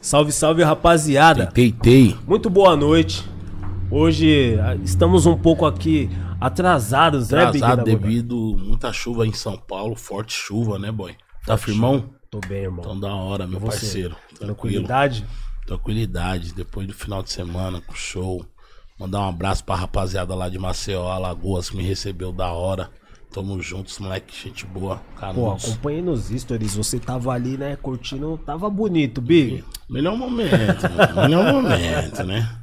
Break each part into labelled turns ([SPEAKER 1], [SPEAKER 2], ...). [SPEAKER 1] Salve, salve, rapaziada.
[SPEAKER 2] Teitei.
[SPEAKER 1] Muito boa noite. Hoje ah, estamos um pouco aqui atrasados, né, Big
[SPEAKER 2] Atrasado
[SPEAKER 1] da Boca?
[SPEAKER 2] devido muita chuva em São Paulo, forte chuva, né, boy? Tá firmão?
[SPEAKER 1] Tô bem, irmão.
[SPEAKER 2] Então da hora, meu
[SPEAKER 1] E você?
[SPEAKER 2] parceiro. Tranquilo.
[SPEAKER 1] Tranquilidade?
[SPEAKER 2] Tranquilidade. Depois do final de semana, com show. Mandar um abraço pra rapaziada lá de Maceió, Alagoas, que me recebeu da hora. Tamo juntos, moleque, gente boa.
[SPEAKER 1] Pô,
[SPEAKER 2] Canudos.
[SPEAKER 1] acompanhei nos stories, você tava ali, né, curtindo, tava bonito, Big.
[SPEAKER 2] Melhor momento, mano. Melhor momento, né?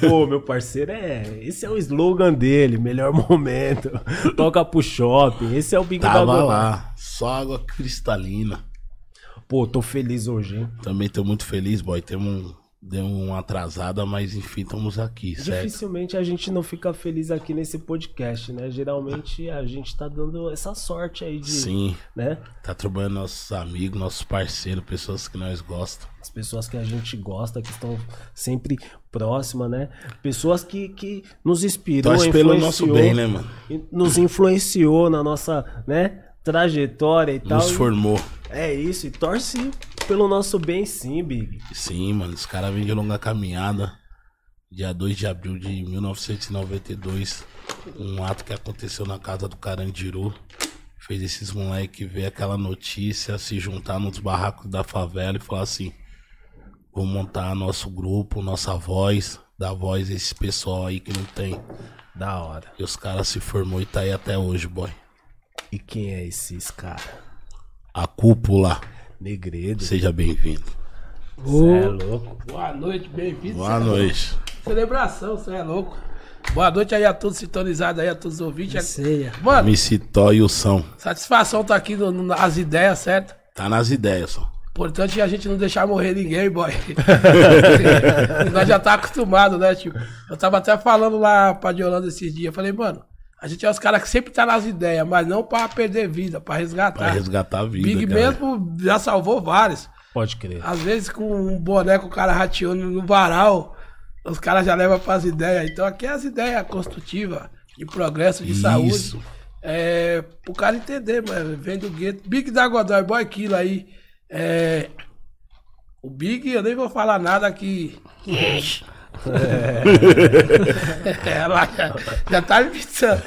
[SPEAKER 1] Pô, meu parceiro, é, esse é o slogan dele, melhor momento. Toca pro shopping, esse é o Big da
[SPEAKER 2] Tava
[SPEAKER 1] Boca.
[SPEAKER 2] lá, só água cristalina.
[SPEAKER 1] Pô, tô feliz hoje, hein?
[SPEAKER 2] Também tô muito feliz, boy. Temos um, deu uma atrasada, mas enfim, estamos aqui, certo?
[SPEAKER 1] Dificilmente a gente não fica feliz aqui nesse podcast, né? Geralmente a gente tá dando essa sorte aí de,
[SPEAKER 2] Sim,
[SPEAKER 1] né?
[SPEAKER 2] tá trabalhando nossos amigos, nossos parceiros, pessoas que nós gostamos.
[SPEAKER 1] As pessoas que a gente gosta, que estão sempre próximas, né? Pessoas que, que nos inspirou,
[SPEAKER 2] Torce pelo nosso
[SPEAKER 1] Então é influenciou,
[SPEAKER 2] bem, né, mano?
[SPEAKER 1] e Nos influenciou na nossa, né? Trajetória e tal.
[SPEAKER 2] Nos formou.
[SPEAKER 1] É isso, e torce pelo nosso bem sim, Big.
[SPEAKER 2] Sim, mano, os caras vêm de longa caminhada. Dia 2 de abril de 1992, um ato que aconteceu na casa do Carandiru. Fez esses moleques ver aquela notícia, se juntar nos barracos da favela e falar assim: vou montar nosso grupo, nossa voz, dar voz a esse pessoal aí que não tem.
[SPEAKER 1] Da hora.
[SPEAKER 2] E os caras se formou e tá aí até hoje, boy.
[SPEAKER 1] E quem é esses cara?
[SPEAKER 2] A cúpula,
[SPEAKER 1] Negredo.
[SPEAKER 2] seja bem-vindo.
[SPEAKER 1] Cê é louco.
[SPEAKER 3] Boa noite, bem-vindo.
[SPEAKER 2] Boa noite.
[SPEAKER 3] Celebração, você é louco. Boa noite aí a todos sintonizados aí, a todos os ouvintes.
[SPEAKER 4] Ceia.
[SPEAKER 3] Mano,
[SPEAKER 2] MC Tó e o São.
[SPEAKER 3] satisfação tá aqui no- no- nas ideias, certo?
[SPEAKER 2] Tá nas ideias, só.
[SPEAKER 3] Importante é a gente não deixar morrer ninguém, boy. Nós já tá acostumado, né, tipo? Eu tava até falando lá pra Diolanda esses dias, eu falei, mano, a gente é os caras que sempre tá nas ideias, mas não pra perder vida, pra resgatar.
[SPEAKER 4] Ah,
[SPEAKER 2] Pra resgatar a vida.
[SPEAKER 3] Big
[SPEAKER 4] é
[SPEAKER 2] cara.
[SPEAKER 3] mesmo já salvou vários.
[SPEAKER 1] Pode crer.
[SPEAKER 3] Às vezes com um boneco o cara rateando no varal, os caras já levam pras ideias. Então aqui é as ideias construtivas, de progresso, de
[SPEAKER 2] Isso.
[SPEAKER 3] saúde. É, pro cara entender, mano. Vem do gueto. Big da Godoy, boy aquilo aí. É, o Big, eu nem vou falar nada que. É, ela já, já tá me pensando.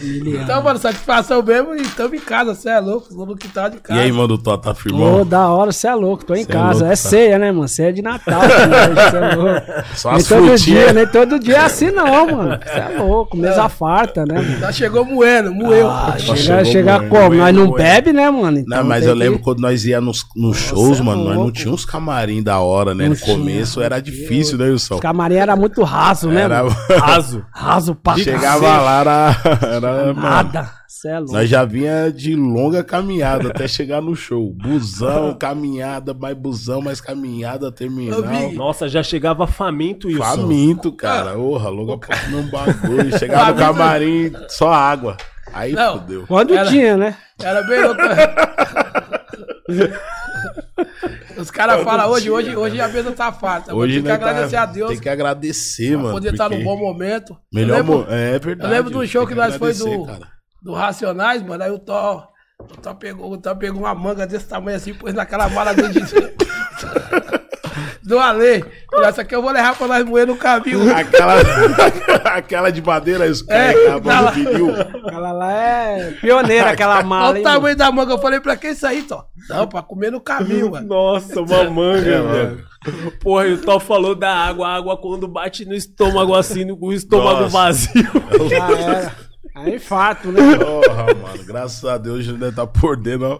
[SPEAKER 4] Miliano.
[SPEAKER 3] Então, mano, satisfação mesmo e tamo em casa, você é louco, os lobo que tá de
[SPEAKER 2] E
[SPEAKER 3] casa.
[SPEAKER 2] aí, mano, do Tó, tá firmão?
[SPEAKER 4] Ô, da hora, você é louco, tô em
[SPEAKER 2] Cê é
[SPEAKER 4] casa.
[SPEAKER 2] louco,
[SPEAKER 4] É,
[SPEAKER 2] tá?
[SPEAKER 4] ceia, né, mano? Ceia de Natal. Você é louco.
[SPEAKER 2] Só
[SPEAKER 4] nem
[SPEAKER 2] as
[SPEAKER 4] todo
[SPEAKER 2] frutinhas.
[SPEAKER 4] dia, nem todo dia é assim, não, mano. Você é louco, mesa farta, né, mano?
[SPEAKER 3] Já chegou moendo, moeu.
[SPEAKER 2] Só
[SPEAKER 4] Chegar,
[SPEAKER 2] Ah, chegou
[SPEAKER 4] chegar
[SPEAKER 2] moendo,
[SPEAKER 4] como? Nós não
[SPEAKER 1] moendo.
[SPEAKER 4] bebe, né, mano?
[SPEAKER 2] Não,
[SPEAKER 4] Então
[SPEAKER 2] mas
[SPEAKER 4] tem
[SPEAKER 2] eu
[SPEAKER 4] que-
[SPEAKER 2] lembro quando nós ia nos, nos shows,
[SPEAKER 4] é
[SPEAKER 2] mano, nós não
[SPEAKER 4] louco.
[SPEAKER 2] tinha uns camarim da hora, né?
[SPEAKER 4] Não
[SPEAKER 2] no começo
[SPEAKER 4] tinha,
[SPEAKER 2] era difícil, né, Wilson?
[SPEAKER 4] Os camarim era muito raso, né?
[SPEAKER 2] Era...
[SPEAKER 4] mano?
[SPEAKER 1] Raso.
[SPEAKER 4] Raso pra
[SPEAKER 2] Chegava
[SPEAKER 4] cacete,
[SPEAKER 2] lá, era... era mano,
[SPEAKER 4] Nada. Você é louco.
[SPEAKER 2] nós já vinha de longa caminhada até chegar no show. Busão, caminhada, mais busão, mais caminhada, terminal.
[SPEAKER 3] Ô, Big,
[SPEAKER 1] Nossa, já chegava faminto e
[SPEAKER 3] Ah.
[SPEAKER 2] Faminto, cara. Porra, logo pra comer um bagulho. Chegava no camarim, só água. Aí
[SPEAKER 3] Não.
[SPEAKER 2] fudeu.
[SPEAKER 4] Quando
[SPEAKER 3] Era-
[SPEAKER 4] tinha, né?
[SPEAKER 3] Era bem louco. Os caras falam hoje, hoje, hoje a mesa tá farta.
[SPEAKER 2] Hoje
[SPEAKER 3] tem que
[SPEAKER 2] né, tá-
[SPEAKER 3] agradecer a Deus
[SPEAKER 2] Tem que agradecer,
[SPEAKER 3] por
[SPEAKER 2] mano.
[SPEAKER 3] poder estar
[SPEAKER 2] porque-
[SPEAKER 3] num bom momento. Eu
[SPEAKER 2] Melhor
[SPEAKER 3] lembro
[SPEAKER 2] mo- É verdade.
[SPEAKER 3] eu lembro do show
[SPEAKER 2] tem
[SPEAKER 3] que nós foi
[SPEAKER 2] agradecer,
[SPEAKER 3] do-
[SPEAKER 2] cara.
[SPEAKER 3] do Racionais, mano, aí o Tó. O Tó pegou, o Tó pegou uma manga desse tamanho assim, pôs naquela mala do DJ. Do Ale. Falei, Essa aqui eu vou levar pra nós moer no caminho.
[SPEAKER 2] Aquela, aquela de madeira, os caras
[SPEAKER 3] É,
[SPEAKER 2] acabam
[SPEAKER 3] tá
[SPEAKER 2] no
[SPEAKER 3] lá.
[SPEAKER 2] vinil.
[SPEAKER 4] Aquela lá é pioneira, aquela mala.
[SPEAKER 3] Olha o
[SPEAKER 4] hein, mano?
[SPEAKER 3] tamanho da manga. Eu falei, pra que isso aí, Tó? Não, pra comer no caminho,
[SPEAKER 1] isso.
[SPEAKER 3] mano.
[SPEAKER 1] Nossa, uma manga, velho. Porra, e o Tal falou da água. A água quando bate no estômago assim, no- com o estômago
[SPEAKER 2] Nossa.
[SPEAKER 1] vazio.
[SPEAKER 4] Já é. era. Aí infarto, né?
[SPEAKER 2] Porra, mano. Graças a Deus, a gente tá podendo ó,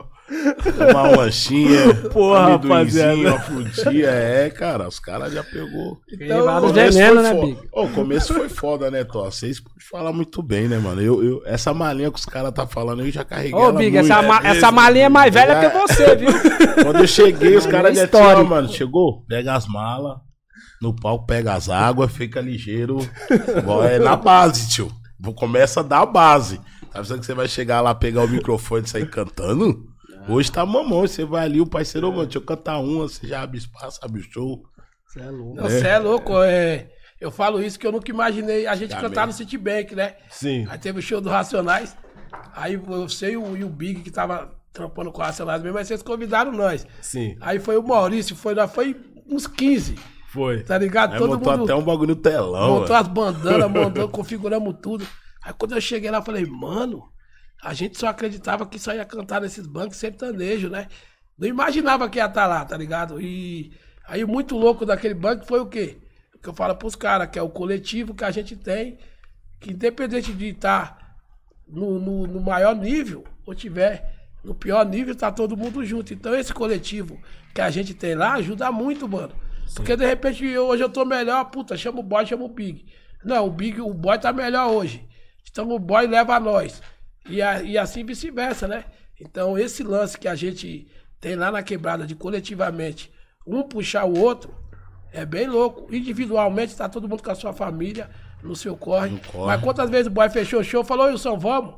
[SPEAKER 2] tomar uma lanchinha.
[SPEAKER 1] Porra,
[SPEAKER 2] amendoinzinho,
[SPEAKER 1] rapaziada.
[SPEAKER 2] Uma frutinha. É, cara, os caras já pegou.
[SPEAKER 4] Derivado
[SPEAKER 3] Então,
[SPEAKER 4] de- veneno,
[SPEAKER 2] foi
[SPEAKER 4] né,
[SPEAKER 2] fo-
[SPEAKER 4] Bigo?
[SPEAKER 2] Ô, o começo foi foda, né, Tó? Vocês podem falar muito bem, né, mano? Eu, eu- essa malinha que os caras tá falando, eu já carreguei
[SPEAKER 4] Ô,
[SPEAKER 2] ela
[SPEAKER 4] Big,
[SPEAKER 2] muito.
[SPEAKER 4] essa, ma- essa malinha é mais velha
[SPEAKER 2] Já-
[SPEAKER 4] que você, viu?
[SPEAKER 2] Quando eu cheguei, os caras já
[SPEAKER 4] Histórico.
[SPEAKER 2] tinham, ó, mano, chegou? Pega as malas, no palco pega as águas, fica ligeiro. Bom, é na base, tio. Vou- Começa da base. Tá pensando que você vai chegar lá, pegar o microfone e sair cantando? Hoje tá mamão, você vai ali, o parceiro, ô, mano, deixa eu cantar uma, você já abre espaço, abre o show.
[SPEAKER 4] Você é louco.
[SPEAKER 3] Não, Você é louco, é. Eu falo isso que eu nunca imaginei a gente
[SPEAKER 2] Tá
[SPEAKER 3] cantar
[SPEAKER 2] mesmo.
[SPEAKER 3] no Citibank, né?
[SPEAKER 1] Sim.
[SPEAKER 3] Aí teve o show do Racionais. Aí você e o, e o Big que tava trampando com a Arcelado mesmo, mas vocês convidaram nós.
[SPEAKER 1] Sim,
[SPEAKER 3] Aí foi o Maurício, foi, nós foi uns 15,
[SPEAKER 1] foi.
[SPEAKER 3] tá ligado?
[SPEAKER 2] Aí botou até um bagulho no telão,
[SPEAKER 3] Montou
[SPEAKER 2] mano.
[SPEAKER 3] as bandanas, mandou, configuramos tudo. Aí quando eu cheguei lá, eu falei, mano, a gente só acreditava que só ia cantar nesses bancos sertanejo, né? Não imaginava que ia estar lá, tá ligado? E aí muito louco daquele banco foi o quê? O que eu falo pros caras, que é o coletivo que a gente tem, que independente de tá estar no, no- no maior nível, ou tiver no pior nível, tá todo mundo junto. Então esse coletivo que a gente tem lá ajuda muito, mano. Porque de repente eu- hoje eu tô melhor, puta, chama o boy, chama o Big. Não, o Big, o boy tá melhor hoje. Então o boy leva a nós. E, a- e assim vice-versa, né? Então esse lance que a gente tem lá na quebrada de coletivamente, um puxar o outro, é bem louco. Individualmente tá todo mundo com a sua família, no seu corre.
[SPEAKER 2] No corre.
[SPEAKER 3] Mas quantas vezes o boy fechou o show e falou, Wilson, vamos?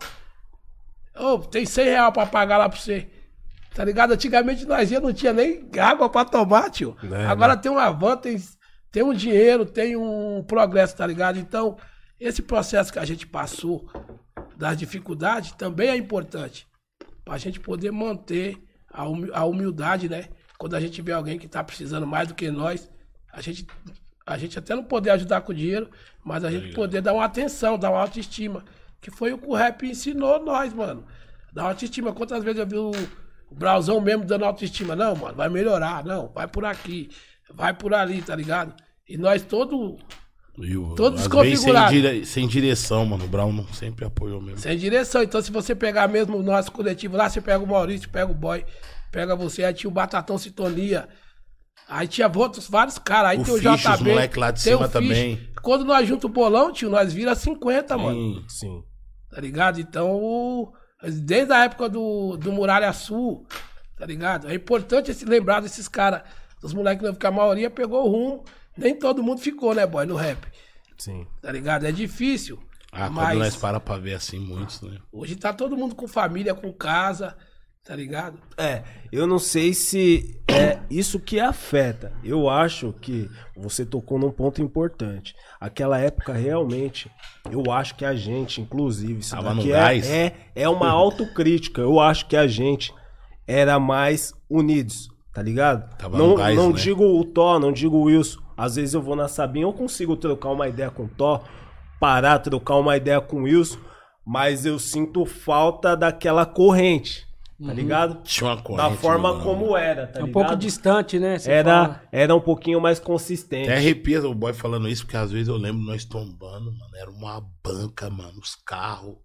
[SPEAKER 3] Ô, tem 100 reais pra pagar lá pra você. Tá ligado? Antigamente nós ia, não tinha nem água pra tomar, tio.
[SPEAKER 1] Né,
[SPEAKER 3] Agora tem uma van, tem, tem um dinheiro, tem um progresso, tá ligado? Então, esse processo que a gente passou das dificuldades também é importante. Pra gente poder manter a humi- a humildade, né? Quando a gente vê alguém que tá precisando mais do que nós, a gente, a gente até não poder ajudar com dinheiro, mas a gente poder dar uma atenção, dar uma autoestima. Que foi o que o rap ensinou nós, mano. Dar autoestima. Quantas vezes eu vi o, o Brauzão mesmo dando autoestima? Não, mano, vai melhorar. Não, vai por aqui, vai por ali, tá ligado? E nós todo
[SPEAKER 2] E o-
[SPEAKER 3] todo
[SPEAKER 2] às vezes sem,
[SPEAKER 3] desconfigurado.
[SPEAKER 2] dire- sem direção, mano. O Brown não sempre apoiou mesmo.
[SPEAKER 3] Sem direção. Então, se você pegar mesmo o nosso coletivo lá, você pega o Maurício, pega o Boy, pega você, aí tinha o Batatão Sintonia. Aí tinha outros, vários caras. Aí
[SPEAKER 2] O
[SPEAKER 3] tem o
[SPEAKER 2] Ficha, os
[SPEAKER 3] JB.
[SPEAKER 2] moleque lá de
[SPEAKER 3] tem o
[SPEAKER 2] cima
[SPEAKER 3] Ficha.
[SPEAKER 2] também.
[SPEAKER 3] Quando nós junta o bolão, tio, nós vira 50, mano.
[SPEAKER 2] Sim.
[SPEAKER 1] Sim.
[SPEAKER 3] Tá ligado? Então, o- desde a época do, do Muralha Sul, tá ligado? É importante esse, lembrar desses caras, dos moleques novos, que a maioria pegou o rumo. Nem todo mundo ficou, né, boy, no rap.
[SPEAKER 1] Sim.
[SPEAKER 3] Tá ligado? É difícil.
[SPEAKER 2] Ah,
[SPEAKER 3] mas-
[SPEAKER 2] quando nós para pra ver assim, muitos, né?
[SPEAKER 3] Hoje tá todo mundo com família, com casa, tá ligado?
[SPEAKER 1] É, eu não sei se é isso que afeta. Eu acho que você tocou num ponto importante. Aquela época realmente, eu acho que a gente, inclusive, isso
[SPEAKER 2] Tava no
[SPEAKER 1] daqui é,
[SPEAKER 2] gás.
[SPEAKER 1] é, é uma autocrítica. Eu acho que a gente era mais unidos, tá ligado?
[SPEAKER 2] Tava
[SPEAKER 1] não
[SPEAKER 2] no gás,
[SPEAKER 1] não
[SPEAKER 2] né?
[SPEAKER 1] digo o Tó, não digo o Wilson. Às vezes eu vou na Sabinha, eu consigo trocar uma ideia com o Tó, parar, trocar uma ideia com o Wilson, mas eu sinto falta daquela corrente, tá ligado?
[SPEAKER 2] Tinha uma
[SPEAKER 1] da
[SPEAKER 2] corrente no
[SPEAKER 1] forma
[SPEAKER 2] Brown.
[SPEAKER 1] como era, tá
[SPEAKER 4] É um
[SPEAKER 1] ligado?
[SPEAKER 4] pouco distante, né? Você
[SPEAKER 1] era,
[SPEAKER 4] fala.
[SPEAKER 1] era um pouquinho mais
[SPEAKER 2] Até
[SPEAKER 1] consistente.
[SPEAKER 2] arrepia o boy falando isso, porque às vezes eu lembro nós tombando, mano. Era uma banca, mano. Os carros.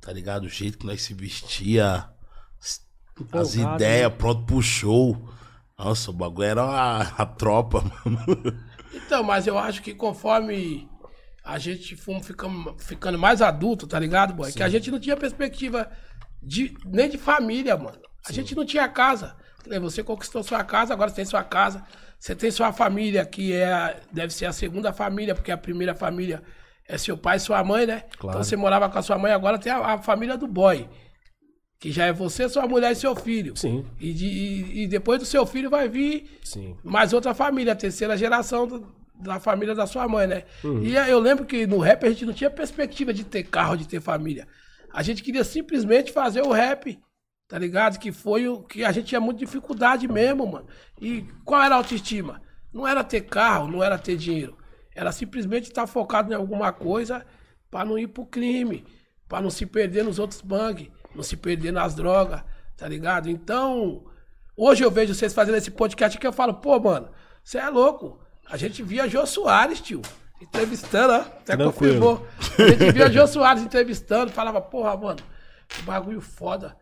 [SPEAKER 2] Tá ligado? O jeito que nós se vestia. as- As
[SPEAKER 4] Empolgado,
[SPEAKER 2] ideias, pronto pro show. Nossa, o bagulho era uma- a tropa, mano.
[SPEAKER 3] Então, mas eu acho que conforme a gente fomos ficando, ficando mais adulto, tá ligado, boy? Que a gente não tinha perspectiva de, nem de família, mano. A gente não tinha casa. Que nem Você conquistou sua casa, agora você tem sua casa. Você tem sua família, que é, a- deve ser a segunda família, porque a primeira família é seu pai e sua mãe, né? Então você morava com a sua mãe, agora tem a- a família do boy. Que já é você, sua mulher e seu filho.
[SPEAKER 1] Sim.
[SPEAKER 3] E, de- e- e depois do seu filho vai vir
[SPEAKER 1] Sim.
[SPEAKER 3] mais outra família, a terceira geração do- da família da sua mãe, né? E aí eu lembro que no rap a gente não tinha perspectiva de ter carro, de ter família. A gente queria simplesmente fazer o rap, tá ligado? Que foi o que a gente tinha muita dificuldade mesmo, mano. E qual era a autoestima? Não era ter carro, não era ter dinheiro. Era simplesmente estar focado em alguma coisa pra não ir pro crime, pra não se perder nos outros bang, não se perder nas drogas, tá ligado? Então, Hoje eu vejo vocês fazendo esse podcast que eu falo, pô, mano, você é louco. A gente via Jô Soares, tio, entrevistando, ó, até
[SPEAKER 1] Tranquilo.
[SPEAKER 3] confirmou. A gente via Jô Soares entrevistando, falava, porra, mano, que bagulho foda.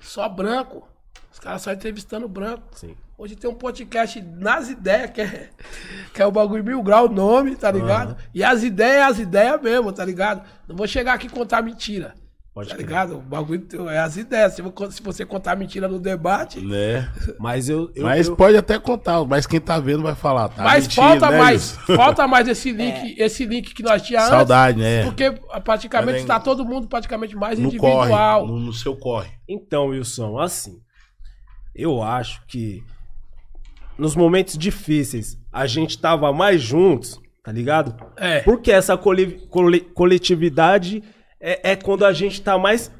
[SPEAKER 3] Só branco. Os caras só entrevistando branco.
[SPEAKER 1] Sim.
[SPEAKER 3] Hoje tem um podcast nas ideias, que é, que é o bagulho mil grau, o nome, tá ligado? E as ideias, as ideias mesmo, tá ligado? Não vou chegar aqui e contar mentira.
[SPEAKER 1] Pode
[SPEAKER 3] tá
[SPEAKER 1] crer.
[SPEAKER 3] ligado? O bagulho é as ideias. Se vo- se você contar mentira no debate,
[SPEAKER 2] Né?
[SPEAKER 1] Mas eu. eu
[SPEAKER 2] mas
[SPEAKER 1] eu-
[SPEAKER 2] pode até contar, mas quem tá vendo vai falar, tá?
[SPEAKER 3] Mas
[SPEAKER 2] mentindo,
[SPEAKER 3] falta
[SPEAKER 2] né,
[SPEAKER 3] mais,
[SPEAKER 2] Wilson?
[SPEAKER 3] falta mais esse link, esse link que nós tínhamos antes.
[SPEAKER 2] Saudade, né?
[SPEAKER 3] Porque praticamente
[SPEAKER 2] Mas é-
[SPEAKER 3] está todo mundo praticamente mais
[SPEAKER 2] no corre,
[SPEAKER 3] individual.
[SPEAKER 2] no, no seu corre.
[SPEAKER 1] Então, Wilson, assim. Eu acho que nos momentos difíceis a gente tava mais juntos, tá ligado?
[SPEAKER 3] É.
[SPEAKER 1] Porque essa coli- cole- coletividade é, é quando a gente tá mais.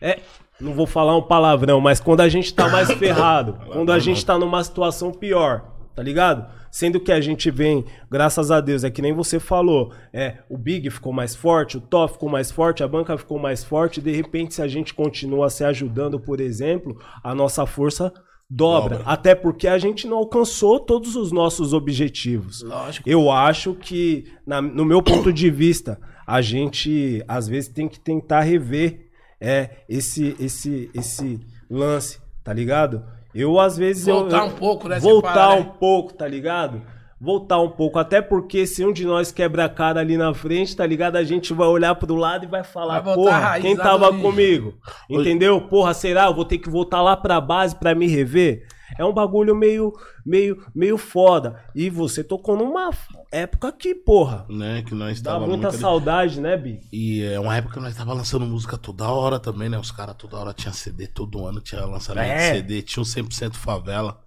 [SPEAKER 1] É, Não vou falar um palavrão, mas quando a gente tá mais ferrado, quando a gente tá numa situação pior, tá ligado? Sendo que a gente vem, graças a Deus, é que nem você falou, é, o Big ficou mais forte, o Tó ficou mais forte, a banca ficou mais forte, de repente se a gente continua se ajudando, por exemplo, a nossa força dobra,
[SPEAKER 2] Dobra.
[SPEAKER 1] até porque a gente não alcançou todos os nossos objetivos.
[SPEAKER 3] Lógico.
[SPEAKER 1] Eu acho que, na- no meu ponto de vista, a gente às vezes tem que tentar rever é, esse, esse, esse lance, tá ligado? Eu às vezes eu-
[SPEAKER 3] Voltar
[SPEAKER 1] eu,
[SPEAKER 3] um pouco, né? Você
[SPEAKER 1] Voltar
[SPEAKER 3] fala, né?
[SPEAKER 1] um pouco, tá ligado? Voltar um pouco, até porque se um de nós quebra a cara ali na frente, tá ligado? A gente vai olhar pro lado e vai falar,
[SPEAKER 3] Vai voltar a
[SPEAKER 1] porra,
[SPEAKER 3] raiz
[SPEAKER 1] quem
[SPEAKER 3] lá
[SPEAKER 1] tava
[SPEAKER 3] do-
[SPEAKER 1] comigo? Entendeu? Porra, será? Eu vou ter que voltar lá pra base pra me rever? É um bagulho meio, meio, meio foda. E você tocou numa época que, porra,
[SPEAKER 2] Né? Que nós
[SPEAKER 1] dá
[SPEAKER 2] estávamos.
[SPEAKER 1] muita saudade, né, Bi?
[SPEAKER 2] E é uma época que nós tava lançando música toda hora também, né? Os caras toda hora tinha CD, todo ano tinha lançamento
[SPEAKER 1] É.
[SPEAKER 2] de CD, tinha um 100% favela.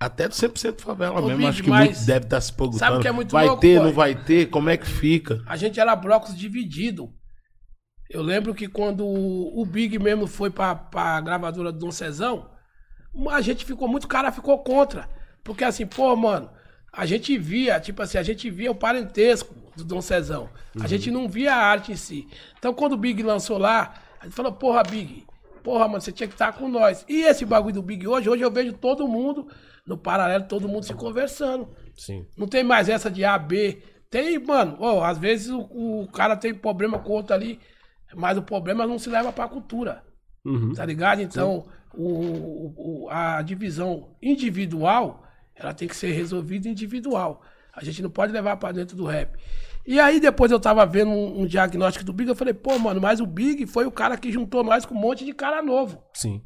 [SPEAKER 2] Até do 100% favela
[SPEAKER 3] Ô,
[SPEAKER 2] mesmo,
[SPEAKER 3] Big,
[SPEAKER 2] acho que
[SPEAKER 3] mas
[SPEAKER 2] muito deve estar se perguntando.
[SPEAKER 3] que é muito
[SPEAKER 2] vai
[SPEAKER 3] louco,
[SPEAKER 2] ter,
[SPEAKER 3] pai?
[SPEAKER 2] não vai ter, como é que fica?
[SPEAKER 3] A gente era blocos dividido. Eu lembro que quando o Big mesmo foi pra, pra gravadora do Dom Cezão, a gente ficou, muito cara ficou contra. Porque assim, pô, mano, a gente via, tipo assim, a gente via o parentesco do Dom Cezão. A gente não via a arte em si. Então quando o Big lançou lá, a gente falou, porra, Big, porra, mano, você tinha que estar com nós. E esse bagulho do Big hoje, hoje eu vejo todo mundo, no paralelo, todo mundo se conversando.
[SPEAKER 1] Sim.
[SPEAKER 3] Não tem mais essa de A, B. Tem, mano, ó, às vezes o, o cara tem problema com o outro ali, mas o problema não se leva pra cultura. Tá ligado? Então, o, o- a divisão individual, ela tem que ser resolvida individual. A gente não pode levar pra dentro do rap. E aí, depois eu tava vendo um, um diagnóstico do Big, eu falei, pô, mano, mas o Big foi o cara que juntou nós com um monte de cara novo
[SPEAKER 1] Sim.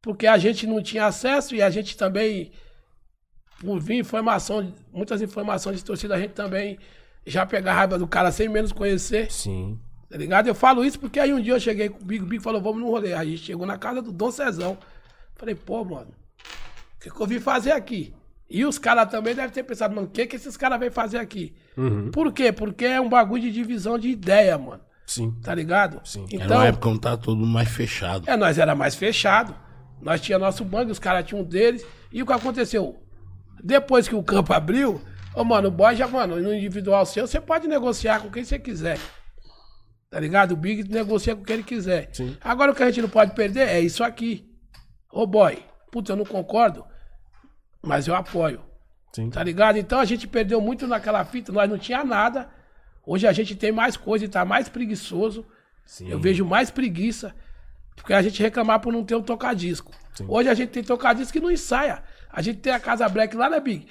[SPEAKER 3] porque a gente não tinha acesso e a gente também, por vir informação, muitas informações de torcida, a gente também já pega a raiva do cara sem menos conhecer,
[SPEAKER 1] Sim.
[SPEAKER 3] tá ligado? Eu falo isso porque aí um dia eu cheguei com o Big, o Big falou, vamos no rolê. Aí a gente chegou na casa do Dom Cezão. Falei, pô, mano, o que, que eu vim fazer aqui? E os caras também devem ter pensado, mano, o que, que esses caras vêm fazer aqui?
[SPEAKER 1] Uhum.
[SPEAKER 3] Por quê? Porque é um bagulho de divisão de ideia, mano.
[SPEAKER 1] Sim.
[SPEAKER 3] Tá ligado?
[SPEAKER 1] Sim.
[SPEAKER 2] Era uma época onde tava tudo mais fechado.
[SPEAKER 3] Então- É, nós era mais fechado. Nós tinha nosso bang, os caras tinham um deles. E o que aconteceu? Depois que o campo abriu, ô mano, o boy já, mano, no individual seu, você pode negociar com quem você quiser. Tá ligado? O Big negocia com quem ele quiser.
[SPEAKER 1] Sim.
[SPEAKER 3] Agora o que a gente não pode perder é isso aqui. Ô boy, puta, eu não concordo, mas eu apoio.
[SPEAKER 1] Sim.
[SPEAKER 3] Tá ligado? Então a gente perdeu muito naquela fita, nós não tinha nada. Hoje a gente tem mais coisa e tá mais preguiçoso.
[SPEAKER 1] Sim.
[SPEAKER 3] Eu vejo mais preguiça. Porque a gente reclamar por não ter um tocadisco. Hoje a gente tem tocadisco que não ensaia. A gente tem a Casa Black lá, né, Big?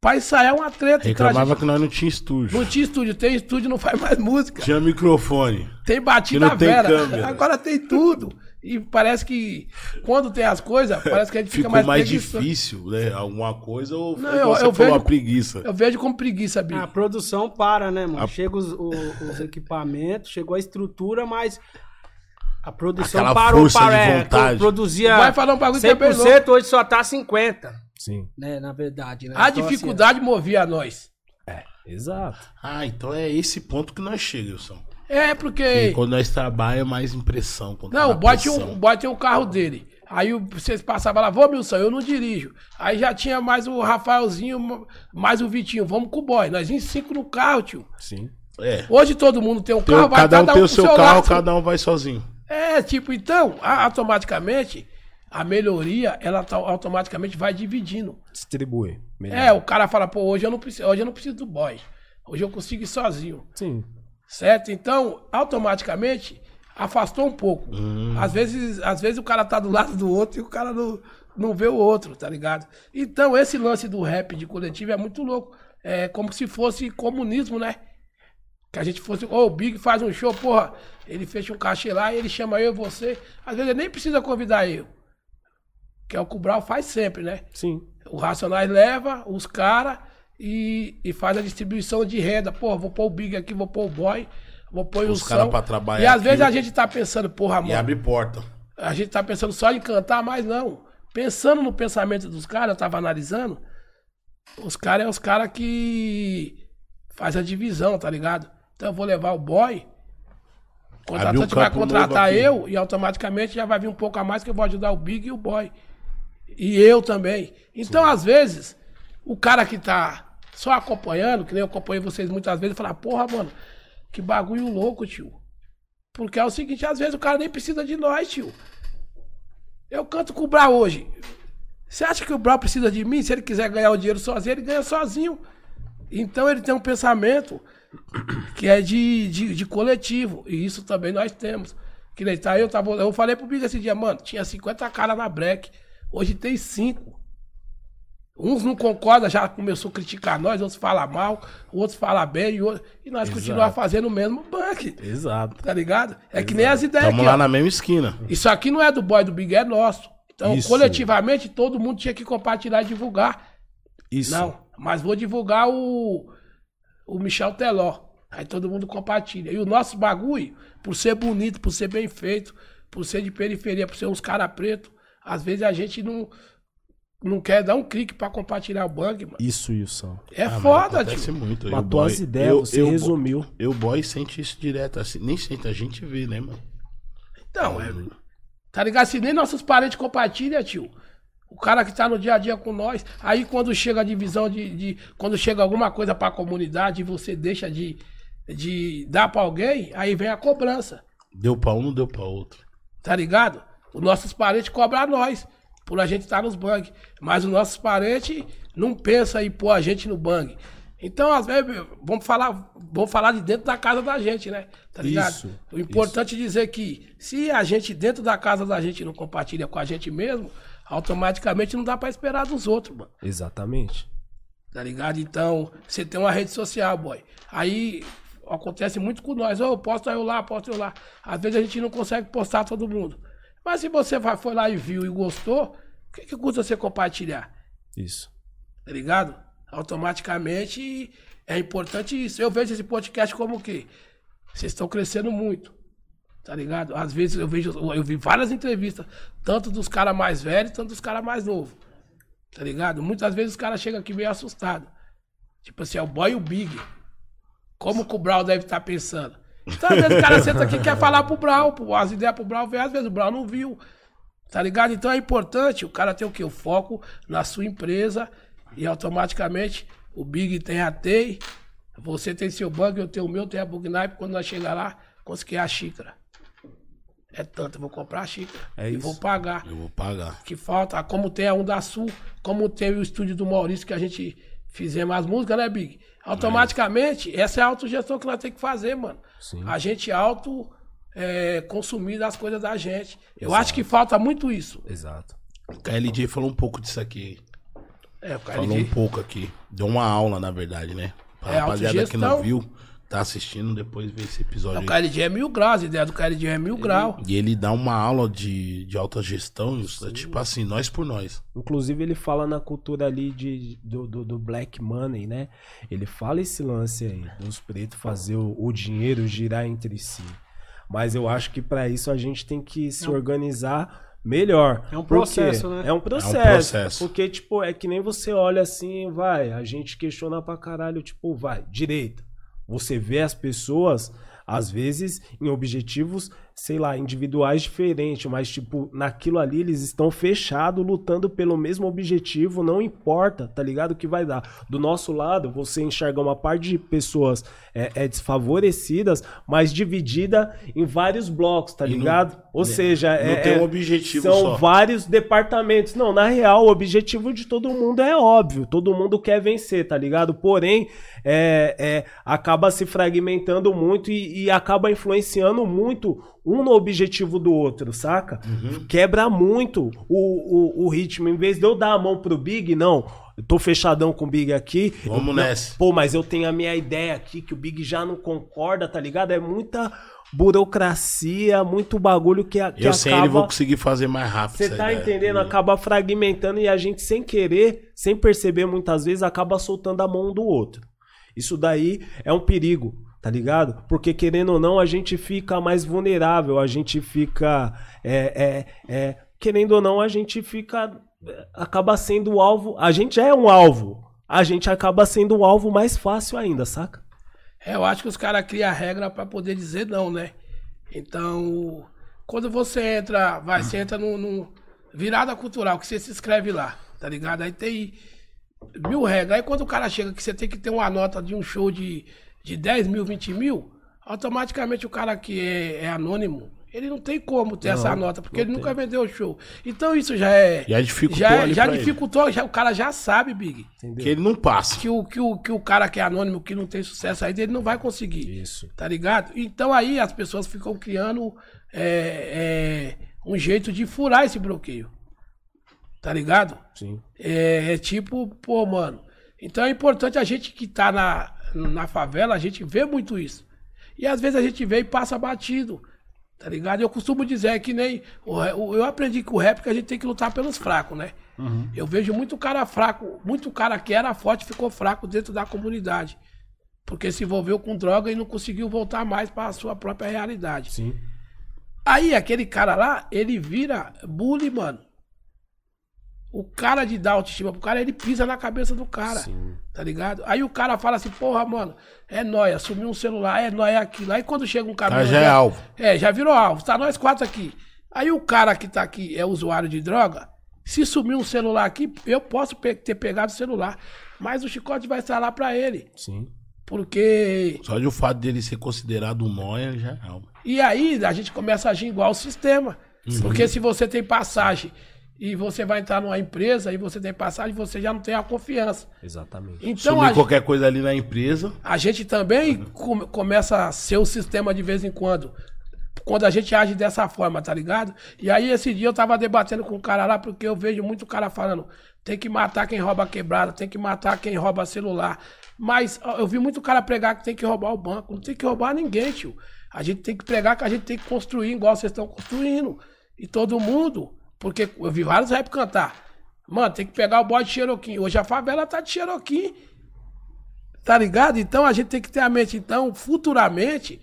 [SPEAKER 3] Pra ensaiar é uma treta. então a
[SPEAKER 2] Reclamava
[SPEAKER 3] gente-
[SPEAKER 2] que nós não tinha estúdio.
[SPEAKER 3] Não tinha estúdio, tem estúdio, não faz mais música.
[SPEAKER 2] Tinha microfone.
[SPEAKER 3] Tem batida
[SPEAKER 2] Que não tem
[SPEAKER 3] vera.
[SPEAKER 2] câmera.
[SPEAKER 3] Agora tem tudo. E parece que quando tem as coisas, parece que a gente fica
[SPEAKER 2] Ficou
[SPEAKER 3] mais,
[SPEAKER 2] mais,
[SPEAKER 3] preguiçoso.
[SPEAKER 2] difícil, né? Alguma coisa ou
[SPEAKER 3] Não,
[SPEAKER 2] foi
[SPEAKER 3] eu-
[SPEAKER 2] você
[SPEAKER 3] eu
[SPEAKER 2] falou,
[SPEAKER 3] vejo-
[SPEAKER 2] a preguiça.
[SPEAKER 3] Eu vejo como preguiça, Big.
[SPEAKER 4] A produção para, né, mano? Chega os, o- os equipamentos, chegou a estrutura, mas a produção
[SPEAKER 2] Aquela
[SPEAKER 4] parou
[SPEAKER 2] força de
[SPEAKER 4] para é,
[SPEAKER 2] vontade.
[SPEAKER 4] produzia
[SPEAKER 3] Vai falar um bagulho que é bem
[SPEAKER 4] 100%, hoje só tá 50,
[SPEAKER 1] Sim.
[SPEAKER 4] né, na verdade, né?
[SPEAKER 3] A
[SPEAKER 4] Então, assim,
[SPEAKER 3] dificuldade movia nós.
[SPEAKER 1] É, Exato.
[SPEAKER 2] Ah, então é esse ponto que nós chegamos, Wilson.
[SPEAKER 3] É, porque.
[SPEAKER 2] Quando nós trabalhamos, é mais impressão. quando tá
[SPEAKER 3] Não, o
[SPEAKER 2] na
[SPEAKER 3] boy tinha
[SPEAKER 2] pressão.
[SPEAKER 3] um- o boy tinha o carro dele. Aí o- vocês passavam lá, vou, Milson, eu não dirijo. Aí já tinha mais o Rafaelzinho, mais o Vitinho, vamos com o boy. Nós em cinco no carro, tio.
[SPEAKER 1] Sim.
[SPEAKER 2] É.
[SPEAKER 3] Hoje todo mundo tem um
[SPEAKER 2] Tem-
[SPEAKER 3] carro, vai
[SPEAKER 2] cada um tem o
[SPEAKER 3] pro
[SPEAKER 2] seu carro,
[SPEAKER 3] lado.
[SPEAKER 2] cada um vai sozinho.
[SPEAKER 3] É, tipo, então, a- automaticamente, a melhoria, ela tá- automaticamente vai dividindo.
[SPEAKER 1] Distribui. Melhor.
[SPEAKER 3] É, o cara fala, pô, hoje eu não preciso, hoje eu não preciso do boy. Hoje eu consigo ir sozinho.
[SPEAKER 1] Sim.
[SPEAKER 3] Certo? Então, automaticamente, afastou um pouco. Às, vezes, às vezes o cara tá do lado do outro e o cara não, não vê o outro, tá ligado? Então, esse lance do rap de coletivo é muito louco. É como se fosse comunismo, né? Que a gente fosse. Ô, o Big faz um show, porra. Ele fecha um cachê lá e ele chama eu e você. Às vezes ele nem precisa convidar eu. Que é o que o Brau faz sempre, né?
[SPEAKER 1] Sim.
[SPEAKER 3] O Racionais leva os caras e, e faz a distribuição de renda. Pô, vou pôr o Big aqui, vou pôr o Boy, vou pôr
[SPEAKER 2] Os
[SPEAKER 3] o
[SPEAKER 2] cara
[SPEAKER 3] som.
[SPEAKER 2] pra trabalhar
[SPEAKER 3] E às
[SPEAKER 2] aqui.
[SPEAKER 3] vezes a gente tá pensando, porra,
[SPEAKER 2] E
[SPEAKER 3] mano,
[SPEAKER 2] abre porta.
[SPEAKER 3] a gente tá pensando só em cantar, mas não. Pensando no pensamento dos caras, eu tava analisando, os caras é os caras que faz a divisão, tá ligado? Então eu vou levar o Boy O contratante
[SPEAKER 2] um
[SPEAKER 3] vai
[SPEAKER 2] campo novo
[SPEAKER 3] contratar
[SPEAKER 2] aqui.
[SPEAKER 3] eu e automaticamente já vai vir um pouco a mais que eu vou ajudar o Big e o Boy. E eu também. Então, às vezes, o cara que tá só acompanhando, que nem eu acompanho vocês muitas vezes, fala, porra, mano, que bagulho louco, tio. Porque é o seguinte, às vezes o cara nem precisa de nós, tio. Eu canto com o Brau hoje. Você acha que o Brau precisa de mim? Se ele quiser ganhar o dinheiro sozinho, ele ganha sozinho. Então ele tem um pensamento que é de, de, de coletivo. E isso também nós temos. Que nem tá, eu, tava, eu falei pro Big esse dia, mano, tinha 50 caras na break. Hoje tem 5. Uns não concordam, já começou a criticar nós, outros falam mal, outros falam bem, e, outros- e nós continuamos fazendo o mesmo bank.
[SPEAKER 1] Exato.
[SPEAKER 3] Tá ligado? É que nem as ideias
[SPEAKER 2] Tamo
[SPEAKER 3] aqui,
[SPEAKER 2] lá
[SPEAKER 3] ó.
[SPEAKER 2] na mesma esquina.
[SPEAKER 3] Isso aqui não é do boy do Big, é nosso. Então,
[SPEAKER 1] Isso.
[SPEAKER 3] coletivamente, todo mundo tinha que compartilhar e divulgar.
[SPEAKER 1] Isso.
[SPEAKER 3] Não, mas vou divulgar o, o Michel Teló. Aí todo mundo compartilha. E o nosso bagulho, por ser bonito, por ser bem feito, por ser de periferia, por ser uns cara preto, às vezes a gente não, não quer dar um clique pra compartilhar o bang, mano.
[SPEAKER 1] Isso, Wilson.
[SPEAKER 3] É
[SPEAKER 2] Ah, mas
[SPEAKER 3] foda,
[SPEAKER 2] acontece
[SPEAKER 3] tio.
[SPEAKER 2] muito. Eu,
[SPEAKER 1] Matou
[SPEAKER 2] boy-
[SPEAKER 1] as ideias,
[SPEAKER 2] eu-
[SPEAKER 1] você
[SPEAKER 2] eu, bo-
[SPEAKER 1] resumiu.
[SPEAKER 2] Eu, boy, sente isso direto, assim. Nem sente, a gente vê, né, mano?
[SPEAKER 3] Então, é, Tá ligado? Se nem nossos parentes compartilham, tio. O cara que tá no dia a dia com nós, aí quando chega a divisão de. de- quando chega alguma coisa pra comunidade e você deixa de, de dar pra alguém, aí vem a cobrança.
[SPEAKER 2] Deu pra um, não deu pra outro.
[SPEAKER 3] Tá ligado? Os nossos parentes cobram a nós, por a gente estar nos bang. Mas os nossos parentes não pensam em pôr a gente no bang. Então, às vezes, meu, vamos falar, vamos falar de dentro da casa da gente, né? Tá ligado?
[SPEAKER 1] Isso,
[SPEAKER 3] o importante é dizer que se a gente dentro da casa da gente não compartilha com a gente mesmo, automaticamente não dá pra esperar dos outros, mano.
[SPEAKER 1] Exatamente.
[SPEAKER 3] Tá ligado? Então, você tem uma rede social, boy. Aí acontece muito com nós. Ô, posta eu lá, posta eu lá. Às vezes a gente não consegue postar todo mundo. Mas se você vai- foi lá e viu e gostou, o que, que custa você compartilhar?
[SPEAKER 1] Isso.
[SPEAKER 3] Tá ligado? Automaticamente é importante isso. Eu vejo esse podcast como que vocês estão crescendo muito. Tá ligado? Às vezes eu vejo, eu vi várias entrevistas, tanto dos caras mais velhos, tanto dos caras mais novos. Tá ligado? Muitas vezes os caras chegam aqui meio assustado. Tipo assim, é o boy e o big. Como que o Brau deve estar pensando? Então, às vezes o cara senta aqui e quer falar pro Brau, pô, as ideias pro Brau vem, às vezes o Brau não viu. Tá ligado? Então é importante o cara ter o quê? O foco na sua empresa e automaticamente o Big tem a TEI, você tem seu banco, eu tenho o meu, tem a Bugnipe. Quando nós chegar lá, conseguir a xícara. É tanto, eu vou comprar a xícara
[SPEAKER 1] É
[SPEAKER 3] e
[SPEAKER 1] isso.
[SPEAKER 3] vou pagar
[SPEAKER 2] Eu vou pagar.
[SPEAKER 3] que falta, como tem a Onda Sul, como tem o estúdio do Maurício que a gente fizemos as músicas, né, Big? Automaticamente, essa é a autogestão que nós temos que fazer, mano.
[SPEAKER 1] Sim.
[SPEAKER 3] A gente auto é, consumir das coisas da gente. Eu acho que falta muito isso.
[SPEAKER 1] Exato.
[SPEAKER 2] O KLJ falou um pouco disso aqui.
[SPEAKER 3] É, o cara
[SPEAKER 2] Falou um pouco aqui. Deu uma aula, na verdade, né? Pra
[SPEAKER 3] É,
[SPEAKER 2] rapaziada que não
[SPEAKER 3] autogestão.
[SPEAKER 2] viu, tá assistindo, depois vê esse episódio
[SPEAKER 3] O
[SPEAKER 2] aí.
[SPEAKER 3] KLJ é mil graus, a ideia do KLJ é mil graus.
[SPEAKER 2] E um ele dá uma aula de, de alta gestão, isso é tipo assim, nós por nós.
[SPEAKER 1] Inclusive, ele fala na cultura ali de, do, do, do black money, né? Ele fala esse lance aí, dos pretos fazer o, o dinheiro girar entre si. Mas eu acho que pra isso a gente tem que se organizar melhor.
[SPEAKER 4] um É um
[SPEAKER 1] Por quê?
[SPEAKER 4] processo, né?
[SPEAKER 1] É um processo.
[SPEAKER 2] processo.
[SPEAKER 1] Porque, tipo, é que nem você olha assim, vai, a gente questiona pra caralho, tipo, vai, direita. Você vê as pessoas, às vezes, em objetivos, sei lá, individuais diferentes, mas, tipo, naquilo ali eles estão fechados, lutando pelo mesmo objetivo, não importa, tá ligado? O que vai dar. Do nosso lado, você enxerga uma parte de pessoas é, é, desfavorecidas, mas dividida em vários blocos, tá
[SPEAKER 2] E não-
[SPEAKER 1] ligado? Ou seja, é.
[SPEAKER 2] não tem um
[SPEAKER 1] é-
[SPEAKER 2] objetivo
[SPEAKER 1] são
[SPEAKER 2] só.
[SPEAKER 1] vários departamentos. Não, na real, o objetivo de todo mundo é óbvio. Todo mundo quer vencer, tá ligado? Porém, é, é, acaba se fragmentando muito e, e acaba influenciando muito um no objetivo do outro, saca?
[SPEAKER 2] Uhum.
[SPEAKER 1] Quebra muito o, o, o ritmo. Em vez de eu dar a mão pro Big, não. Eu tô fechadão com o Big aqui.
[SPEAKER 2] Vamos
[SPEAKER 1] Eu-
[SPEAKER 2] nessa.
[SPEAKER 1] Pô, mas eu tenho a minha ideia aqui que o Big já não concorda, tá ligado? É muita burocracia, muito bagulho que, a- que
[SPEAKER 2] Eu sem ele
[SPEAKER 1] acaba-
[SPEAKER 2] vou conseguir fazer mais rápido.
[SPEAKER 1] você
[SPEAKER 2] essa
[SPEAKER 1] tá
[SPEAKER 2] ideia.
[SPEAKER 1] entendendo? Acaba fragmentando e a gente, sem querer, sem perceber muitas vezes, acaba soltando a mão um do outro. Isso daí é um perigo, tá ligado? Porque querendo ou não, a gente fica mais vulnerável, a gente fica. é, é, é, querendo ou não, a gente fica. é, Acaba sendo o alvo. A gente já é um alvo. A gente acaba sendo o alvo mais fácil ainda, saca?
[SPEAKER 3] É, eu acho que os caras criam regra pra poder dizer não, né? Então, quando você entra, vai, você entra no, no virada cultural, que você se inscreve lá, tá ligado? Aí tem mil regras. Aí quando o cara chega que você tem que ter uma nota de um show de, de 10 mil, 20 mil, automaticamente o cara que é, é anônimo, ele não tem como ter essa nota, porque ele nunca vendeu o show. Então isso já é.
[SPEAKER 2] Já dificultou
[SPEAKER 3] Já,
[SPEAKER 2] ali
[SPEAKER 3] já
[SPEAKER 2] pra ele.
[SPEAKER 3] dificultou, já- o cara já sabe, Big.
[SPEAKER 2] Que ele não passa.
[SPEAKER 3] Que o, que, o, que o cara que é anônimo, que não tem sucesso ainda, ele não vai conseguir.
[SPEAKER 1] Isso.
[SPEAKER 3] Tá ligado? Então aí as pessoas ficam criando é, é, um jeito de furar esse bloqueio. Tá ligado?
[SPEAKER 1] Sim.
[SPEAKER 3] É, é tipo, pô, mano. Então é importante a gente que tá na, na favela, a gente vê muito isso. E às vezes a gente vê e passa batido. Tá ligado? Eu costumo dizer que nem. o re- o- eu aprendi com o rap que a gente tem que lutar pelos fracos, né? Eu vejo muito cara fraco, muito cara que era forte ficou fraco dentro da comunidade. Porque se envolveu com droga e não conseguiu voltar mais para a sua própria realidade.
[SPEAKER 1] Sim.
[SPEAKER 3] Aí aquele cara lá, ele vira bully, mano. O cara de dar autoestima pro cara, ele pisa na cabeça do cara. Tá ligado? Aí o cara fala assim, porra, mano, é nóia, sumiu um celular, é nóia aquilo. Aí quando chega um cara.
[SPEAKER 2] Cara, já é alvo.
[SPEAKER 3] É, já virou alvo. Tá nós quatro aqui. Aí o cara que tá aqui é usuário de droga. Se sumir um celular aqui, eu posso pe- ter pegado o celular. Mas o chicote vai estar lá pra ele.
[SPEAKER 1] Sim.
[SPEAKER 3] Porque
[SPEAKER 2] Só de o fato dele ser considerado um nóia já é alvo.
[SPEAKER 3] E aí a gente começa a agir igual o sistema. Porque se você tem passagem e você vai entrar numa empresa e você tem passagem, você já não tem a confiança.
[SPEAKER 1] Exatamente.
[SPEAKER 3] Então
[SPEAKER 2] Sumir
[SPEAKER 3] a,
[SPEAKER 2] qualquer coisa ali na empresa.
[SPEAKER 3] a gente também come- começa a ser o sistema de vez em quando. Quando a gente age dessa forma, tá ligado? E aí esse dia eu tava debatendo com o cara lá, porque eu vejo muito cara falando, tem que matar quem rouba quebrada, tem que matar quem rouba celular. Mas ó, eu vi muito cara pregar que tem que roubar o banco. Não tem que roubar ninguém, tio. A gente tem que pregar que a gente tem que construir igual vocês estão construindo. E todo mundo. Porque eu vi vários rap cantar. Mano, tem que pegar o bode de Cherokee. Hoje a favela tá de Cherokee. Tá ligado? Então a gente tem que ter a mente. Então, futuramente,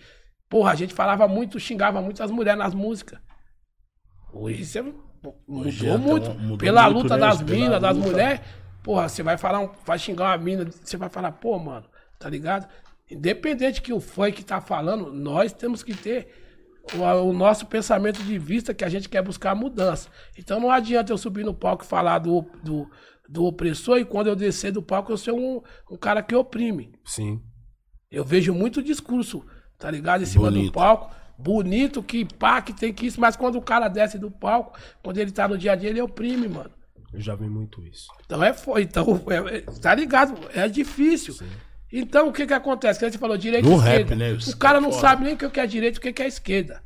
[SPEAKER 3] porra, a gente falava muito, xingava muito as mulheres nas músicas. Hoje você
[SPEAKER 2] Hoje
[SPEAKER 3] mudou
[SPEAKER 2] é,
[SPEAKER 3] muito.
[SPEAKER 2] então, mudou
[SPEAKER 3] pela
[SPEAKER 2] muito,
[SPEAKER 3] luta
[SPEAKER 2] né?
[SPEAKER 3] das
[SPEAKER 2] Pela
[SPEAKER 3] minas, das
[SPEAKER 2] luta.
[SPEAKER 3] mulheres, porra, você vai falar, um- vai xingar uma mina, você vai falar, pô, mano, tá ligado? Independente que o funk tá falando, nós temos que ter o, o nosso pensamento de vista que a gente quer buscar mudança. Então não adianta eu subir no palco e falar do, do, do opressor e quando eu descer do palco eu ser um, um cara que oprime.
[SPEAKER 1] Sim.
[SPEAKER 3] Eu vejo muito discurso, tá ligado? Em cima do
[SPEAKER 2] Bonito.
[SPEAKER 3] palco. Bonito, que pá, que tem que isso, mas quando o cara desce do palco, quando ele tá no dia a dia, ele oprime, mano.
[SPEAKER 1] Eu já vi muito isso.
[SPEAKER 3] Então é foi, então é- é- tá ligado? É difícil. Então o que que acontece? Que você falou direita e
[SPEAKER 2] No
[SPEAKER 3] esquerda.
[SPEAKER 2] rap, né? Isso
[SPEAKER 3] O cara não
[SPEAKER 2] é foda.
[SPEAKER 3] sabe nem o que que é direita, e o que que é esquerda.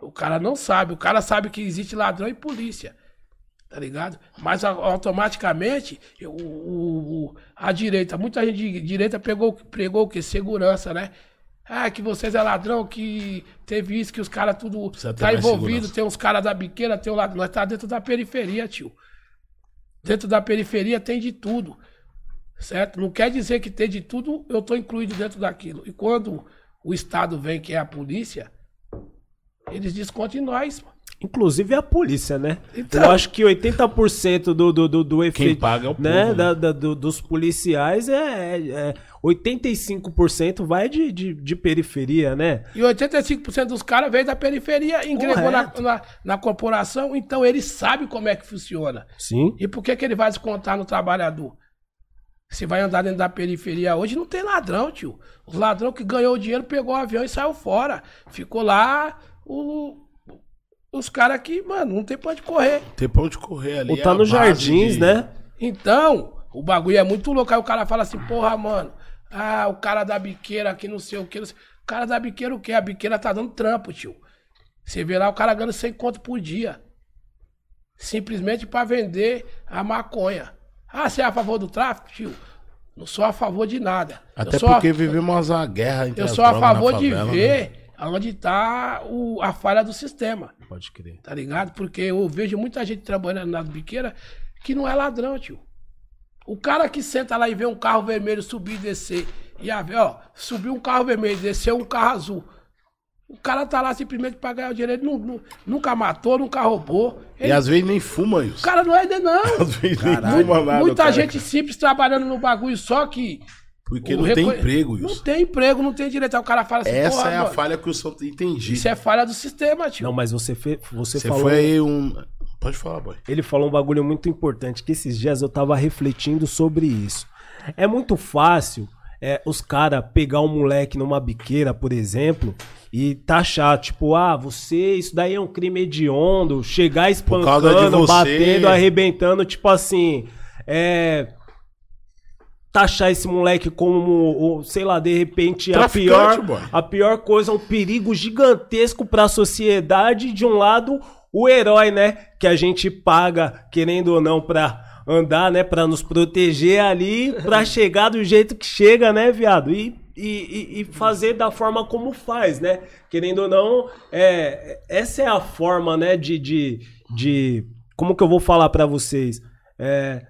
[SPEAKER 3] O cara não sabe, o cara sabe que existe ladrão e polícia. Tá ligado? Mas a- automaticamente o, o- o- a direita, muita gente de direita pegou, pregou o que? Segurança, né? Ah, que vocês é ladrão, que teve isso, que os caras tudo
[SPEAKER 2] Precisa ter
[SPEAKER 3] tá
[SPEAKER 2] mais
[SPEAKER 3] envolvido,
[SPEAKER 2] segurança.
[SPEAKER 3] tem uns caras da biqueira, tem o ladrão. Nós tá dentro da periferia, tio. Dentro da periferia tem de tudo. Certo? Não quer dizer que ter de tudo eu tô incluído dentro daquilo. E quando o Estado vem, que é a polícia, eles descontam em nós. mano.
[SPEAKER 1] Inclusive a polícia, né?
[SPEAKER 3] Então.
[SPEAKER 1] Eu acho que 80% do, do, do, do efeito.
[SPEAKER 2] paga é o
[SPEAKER 1] né?
[SPEAKER 2] povo, né?
[SPEAKER 1] da- da- do- dos policiais é, é, é 85% vai de, de, de periferia, né?
[SPEAKER 3] E 85% dos caras veio da periferia, engregou na,
[SPEAKER 1] Correto.
[SPEAKER 3] na, na corporação, então ele sabe como é que funciona.
[SPEAKER 1] Sim.
[SPEAKER 3] E por que, que ele vai descontar no trabalhador? Se vai andar dentro da periferia hoje, não tem ladrão, tio. Os ladrão que ganhou o dinheiro pegou o avião e saiu fora. Ficou lá o- os caras que, mano, não tem pra onde correr.
[SPEAKER 2] Tem pra onde correr ali.
[SPEAKER 1] Ou
[SPEAKER 2] é
[SPEAKER 1] tá
[SPEAKER 2] a
[SPEAKER 1] nos
[SPEAKER 2] base
[SPEAKER 1] jardins,
[SPEAKER 2] de-
[SPEAKER 1] né?
[SPEAKER 3] Então, o bagulho é muito louco. Aí o cara fala assim, porra, mano, ah, o cara da biqueira aqui, não sei o que. O cara da biqueira o quê? A biqueira tá dando trampo, tio. Você vê lá o cara ganhando 100 conto por dia. Simplesmente pra vender a maconha. Ah, você é a favor do tráfico, tio? Não sou a favor de nada.
[SPEAKER 2] Até
[SPEAKER 3] eu sou a-
[SPEAKER 2] porque vivemos uma guerra entre
[SPEAKER 3] eu
[SPEAKER 2] as
[SPEAKER 3] sou a
[SPEAKER 2] drogas na
[SPEAKER 3] favor de
[SPEAKER 2] favela, né?
[SPEAKER 3] ver onde tá o- a falha do sistema
[SPEAKER 1] Pode crer.
[SPEAKER 3] tá ligado? Porque eu vejo muita gente trabalhando nas biqueiras que não é ladrão, tio. O cara que senta lá e vê um carro vermelho subir e descer, e a ver, ó, subiu um carro vermelho, desceu um carro azul. O cara tá lá simplesmente pra ganhar o dinheiro, ele nu- nu- nunca matou, nunca roubou.
[SPEAKER 2] E
[SPEAKER 3] Ele-
[SPEAKER 2] às vezes nem fuma isso.
[SPEAKER 3] O cara não é de não.
[SPEAKER 2] Às vezes nem fuma nada. o
[SPEAKER 3] Muita
[SPEAKER 2] cara-
[SPEAKER 3] gente simples trabalhando no bagulho, só que
[SPEAKER 2] Porque
[SPEAKER 3] O
[SPEAKER 2] não tem
[SPEAKER 3] reconhe-
[SPEAKER 2] emprego,
[SPEAKER 3] Não
[SPEAKER 2] Wilson.
[SPEAKER 3] tem emprego, não tem direito. Aí o cara fala assim,
[SPEAKER 2] Essa
[SPEAKER 3] porra,
[SPEAKER 2] é a
[SPEAKER 3] mano,
[SPEAKER 2] falha que o senhor entendi.
[SPEAKER 3] Isso é falha do sistema, tio.
[SPEAKER 1] Não, mas você, fe... você,
[SPEAKER 2] Você
[SPEAKER 1] falou.
[SPEAKER 2] foi aí um. Pode falar, boy.
[SPEAKER 1] Ele falou um bagulho muito importante, que esses dias eu tava refletindo sobre isso. É muito fácil é, os caras pegar um moleque numa biqueira, por exemplo, e taxar, tipo, ah, você, isso daí é um crime hediondo, chegar
[SPEAKER 2] causa de
[SPEAKER 1] espancando,
[SPEAKER 2] você.
[SPEAKER 1] batendo, arrebentando, tipo assim, é... Taxar esse moleque como, ou, sei lá, de repente, a
[SPEAKER 2] Traficante,
[SPEAKER 1] pior,
[SPEAKER 2] boy.
[SPEAKER 1] a pior coisa, um perigo gigantesco pra sociedade. De um lado, o herói, né? Que a gente paga, querendo ou não, pra andar, né? Pra nos proteger ali, pra chegar do jeito que chega, né, viado? E, e, e- e fazer da forma como faz, né? Querendo ou não, é, essa é a forma, né? De, de, de. Como que eu vou falar pra vocês? É,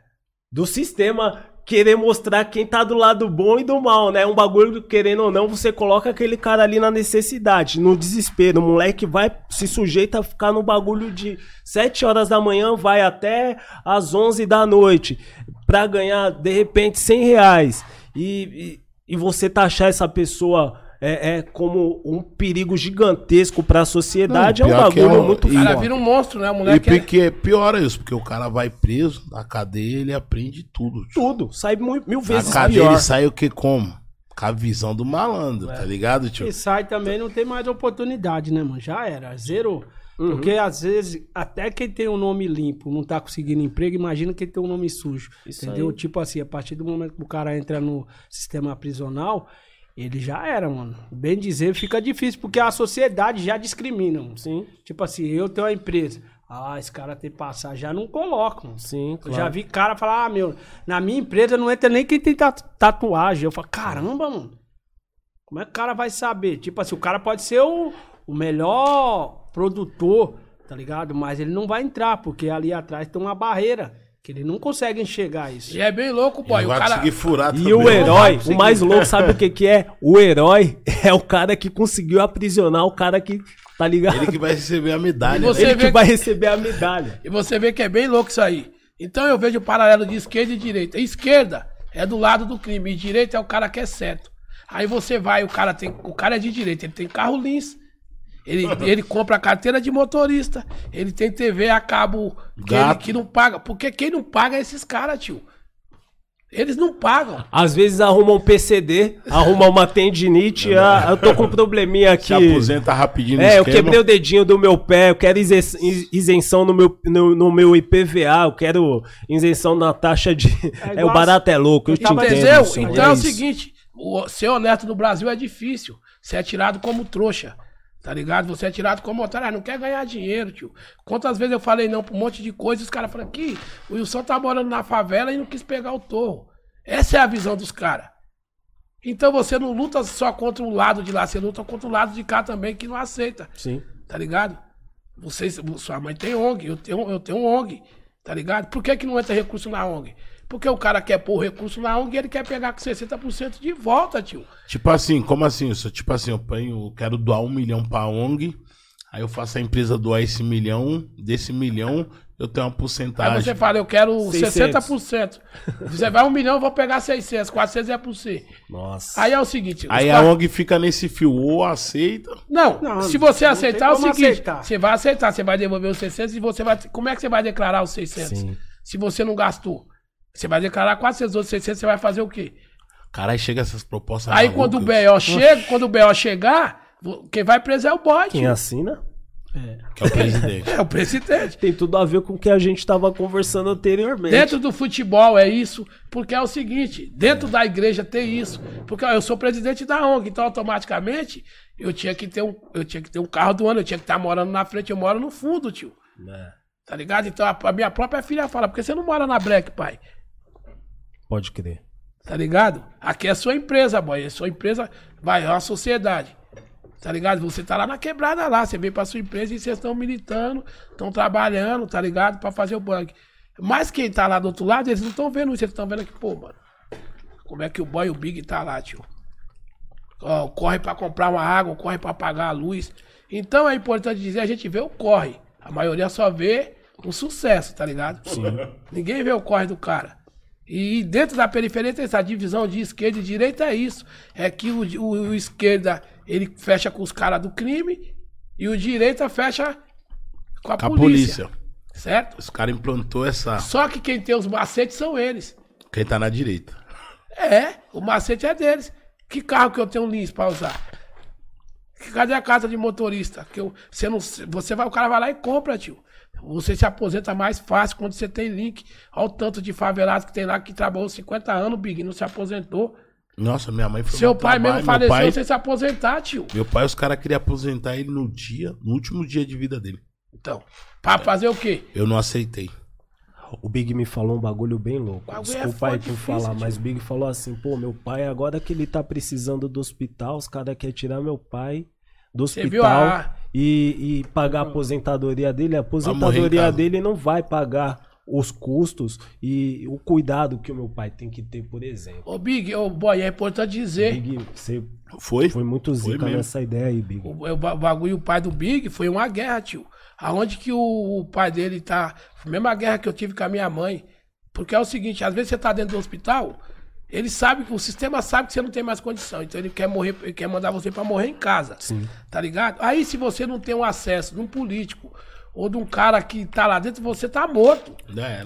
[SPEAKER 1] do sistema querer mostrar quem tá do lado bom e do mal, né? Um bagulho que, querendo ou não, você coloca aquele cara ali na necessidade, no desespero. O moleque vai, se sujeita a ficar no bagulho de 7 horas da manhã, vai até às 11 da noite, pra ganhar, de repente, 100 reais. E, e, e você taxar essa pessoa... É, é como um perigo gigantesco pra sociedade. é um
[SPEAKER 2] pior que é
[SPEAKER 1] bagulho
[SPEAKER 2] um-
[SPEAKER 1] muito
[SPEAKER 2] e-
[SPEAKER 1] forte.
[SPEAKER 3] O cara vira um monstro, né? O
[SPEAKER 2] E
[SPEAKER 3] moleque é...
[SPEAKER 2] porque pior é isso, porque o cara vai preso, na cadeia ele aprende tudo. tio.
[SPEAKER 1] tudo. Sai mil, mil
[SPEAKER 2] Na
[SPEAKER 1] vezes
[SPEAKER 2] cadeia
[SPEAKER 1] pior.
[SPEAKER 2] ele sai o que como? Com a visão do malandro, tá ligado, tio?
[SPEAKER 4] E sai também, não tem mais oportunidade, né, mano? Já era, zerou.
[SPEAKER 1] Uhum.
[SPEAKER 4] Porque às vezes, até quem tem um nome limpo não tá conseguindo emprego, imagina quem tem um nome sujo.
[SPEAKER 1] Isso
[SPEAKER 4] entendeu?
[SPEAKER 1] aí.
[SPEAKER 4] Tipo assim, a partir do momento que o cara entra no sistema prisional, ele já era, mano. Bem dizer, fica difícil, porque a sociedade já discrimina, mano.
[SPEAKER 1] Sim,
[SPEAKER 4] Tipo assim, eu tenho uma empresa. Ah, esse cara tem passagem, já não coloca, mano.
[SPEAKER 1] sim,
[SPEAKER 4] Eu
[SPEAKER 1] claro.
[SPEAKER 4] já vi cara falar, ah, meu, na minha empresa não entra nem quem tem tatu- tatuagem. Eu falo, caramba, mano. Como é que o cara vai saber? Tipo assim, o cara pode ser o, o melhor produtor, tá ligado? Mas ele não vai entrar, porque ali atrás tem uma barreira, que ele não consegue enxergar isso.
[SPEAKER 3] E é bem louco,
[SPEAKER 2] Ele
[SPEAKER 3] boy. O
[SPEAKER 2] vai
[SPEAKER 3] cara...
[SPEAKER 2] conseguir furar
[SPEAKER 1] E o herói, o
[SPEAKER 4] conseguir.
[SPEAKER 1] mais louco, sabe o que que é? O herói é o cara que conseguiu aprisionar o cara que, tá ligado?
[SPEAKER 2] Ele que vai receber a medalha.
[SPEAKER 3] E você-
[SPEAKER 1] Ele que
[SPEAKER 3] vê-
[SPEAKER 1] vai receber a medalha.
[SPEAKER 3] E você vê que é bem louco isso aí. Então eu vejo o paralelo de esquerda e direita. Esquerda é do lado do crime, e direita é o cara que é certo. Aí você vai, o cara tem, o cara é de direita, ele tem carro lins, ele, ele compra a carteira de motorista, ele tem TV a cabo que, ele-
[SPEAKER 2] Gato.
[SPEAKER 3] que não paga. Porque quem não paga é esses caras, tio. Eles não pagam.
[SPEAKER 1] Às vezes arruma um PCD, arruma uma tendinite, ah, eu tô com um probleminha aqui.
[SPEAKER 2] Se aposenta rapidinho no
[SPEAKER 1] É, eu
[SPEAKER 2] esquema.
[SPEAKER 1] quebrei o dedinho do meu pé, eu quero isen- is- isenção no meu, no, no meu IPVA, eu quero isenção na taxa de...
[SPEAKER 4] É
[SPEAKER 1] É,
[SPEAKER 4] igual
[SPEAKER 1] o barato é louco, eu te entendo.
[SPEAKER 3] Entendeu?
[SPEAKER 1] senhor,
[SPEAKER 3] Então é o
[SPEAKER 1] isso.
[SPEAKER 3] seguinte: o- ser honesto no Brasil é difícil. Você é tirado como trouxa. Tá ligado? Você é tirado como otário. Ah, não quer ganhar dinheiro, tio. Quantas vezes eu falei não pra um monte de coisa e os caras falaram que o Wilson tá morando na favela e não quis pegar o torro. Essa é a visão dos caras. Então você não luta só contra o lado de lá, você luta contra o lado de cá também que não aceita
[SPEAKER 1] Sim.
[SPEAKER 3] tá ligado? Vocês, sua mãe tem ONG, eu tenho, eu tenho ONG, tá ligado? Por que, que não entra recurso na ONG? Porque o cara quer pôr o recurso na ONG e ele quer pegar com 60% de volta, tio.
[SPEAKER 2] Tipo assim, como assim isso? Tipo assim, eu, ponho, eu quero doar um milhão pra ONG, aí eu faço a empresa doar esse milhão, desse milhão eu tenho uma porcentagem.
[SPEAKER 3] Aí você fala, eu quero
[SPEAKER 1] 600.
[SPEAKER 3] 60%. Você vai um milhão, eu vou pegar 600, 400 é por você.
[SPEAKER 1] Nossa.
[SPEAKER 3] Aí é o seguinte... os
[SPEAKER 2] Aí um- a
[SPEAKER 3] quatro-
[SPEAKER 2] ONG fica nesse fio, ou aceita.
[SPEAKER 3] Não,
[SPEAKER 4] Não,
[SPEAKER 3] se você
[SPEAKER 4] não
[SPEAKER 3] aceitar, é
[SPEAKER 4] tem
[SPEAKER 3] o
[SPEAKER 4] como
[SPEAKER 3] seguinte,
[SPEAKER 4] aceitar.
[SPEAKER 3] você vai aceitar, você vai devolver os 600 e você vai... Como é que você vai declarar os 600?
[SPEAKER 1] Sim.
[SPEAKER 3] Se você não gastou, você vai declarar 400, os outros 600, você vai fazer o quê?
[SPEAKER 2] Caralho, chega essas propostas.
[SPEAKER 3] Aí
[SPEAKER 2] malucas.
[SPEAKER 3] quando o B.O. chega, quando o B.O. chegar, vo- quem vai preso é o bote.
[SPEAKER 1] Quem assina?
[SPEAKER 2] Que é o presidente.
[SPEAKER 3] É o presidente.
[SPEAKER 1] Tem tudo a ver com o que a gente tava conversando anteriormente.
[SPEAKER 3] Dentro do futebol é isso, porque é o seguinte, dentro da igreja tem isso. Porque ó, eu sou presidente da ONG, então automaticamente eu tinha que ter um, eu tinha que ter um carro do ano, eu tinha que estar morando na frente, eu moro no fundo, tio.
[SPEAKER 1] É,
[SPEAKER 3] Tá ligado? Então a, a minha própria filha fala, porque você não mora na Black, pai.
[SPEAKER 1] Pode crer.
[SPEAKER 3] Tá ligado? Aqui é sua empresa, boy. É sua empresa, vai, é uma sociedade. Tá ligado? Você tá lá na quebrada lá, você vem pra sua empresa e vocês estão militando, estão trabalhando, tá ligado? Pra fazer o bug. Mas quem tá lá do outro lado, eles não estão vendo isso, eles estão vendo que, pô, mano, como é que o boy e o Big tá lá, tio? Ó, corre pra comprar uma água, corre pra pagar a luz. Então é importante dizer, a gente vê o corre. A maioria só vê o sucesso, tá ligado? Ninguém vê o corre do cara. E dentro da periferia tem essa divisão de esquerda e direita, é isso. É que o, o- o esquerda, ele fecha com os caras do crime e o direita fecha com a,
[SPEAKER 2] Com a
[SPEAKER 3] polícia,
[SPEAKER 2] polícia.
[SPEAKER 3] Certo?
[SPEAKER 2] Os caras implantou essa.
[SPEAKER 3] Só que quem tem os macetes são eles.
[SPEAKER 2] Quem tá na direita.
[SPEAKER 3] É, o macete é deles. Que carro que eu tenho lins pra usar? Que- Cadê a carta de motorista? Que eu, você não, você vai, o cara vai lá e compra, tio. Você se aposenta mais fácil quando você tem link. Olha o tanto de favelados que tem lá que trabalhou 50 anos, Big, não se aposentou.
[SPEAKER 2] Nossa, minha mãe foi.
[SPEAKER 3] Seu
[SPEAKER 2] no
[SPEAKER 3] pai
[SPEAKER 2] trabalho,
[SPEAKER 3] mesmo faleceu
[SPEAKER 2] Meu pai,
[SPEAKER 3] sem se aposentar, tio.
[SPEAKER 2] meu pai os caras queriam aposentar ele no dia, no último dia de vida dele.
[SPEAKER 3] Então, pra fazer o quê?
[SPEAKER 2] Eu não aceitei.
[SPEAKER 1] O Big me falou um bagulho bem louco.
[SPEAKER 3] Bagulho é
[SPEAKER 1] Desculpa aí
[SPEAKER 3] foda,
[SPEAKER 1] por
[SPEAKER 3] difícil,
[SPEAKER 1] falar,
[SPEAKER 3] tio.
[SPEAKER 1] mas o Big falou assim: pô, meu pai, agora que ele tá precisando do hospital, os caras querem tirar meu pai do
[SPEAKER 3] Você viu a-
[SPEAKER 1] hospital e, e pagar a aposentadoria dele. A
[SPEAKER 2] morrer em
[SPEAKER 1] aposentadoria
[SPEAKER 2] casa.
[SPEAKER 1] dele não vai pagar os custos e o cuidado que o meu pai tem que ter, por exemplo.
[SPEAKER 3] Ô, Big, ô, boy, é importante dizer.
[SPEAKER 1] Big, você
[SPEAKER 2] Foi?
[SPEAKER 1] foi muito
[SPEAKER 2] Foi
[SPEAKER 1] zica
[SPEAKER 2] mesmo.
[SPEAKER 1] nessa ideia aí, Big.
[SPEAKER 3] O, o ba- bagulho, o pai do Big foi uma guerra, tio. Aonde que o, o pai dele tá. Mesma guerra que eu tive com a minha mãe. Porque é o seguinte, às vezes você tá dentro do hospital, ele sabe, que o sistema sabe que você não tem mais condição. Então ele quer morrer, ele quer mandar você pra morrer em casa.
[SPEAKER 1] Sim.
[SPEAKER 3] Tá ligado? Aí se você não tem um acesso de um político ou de um cara que tá lá dentro, você tá morto.
[SPEAKER 2] Já era.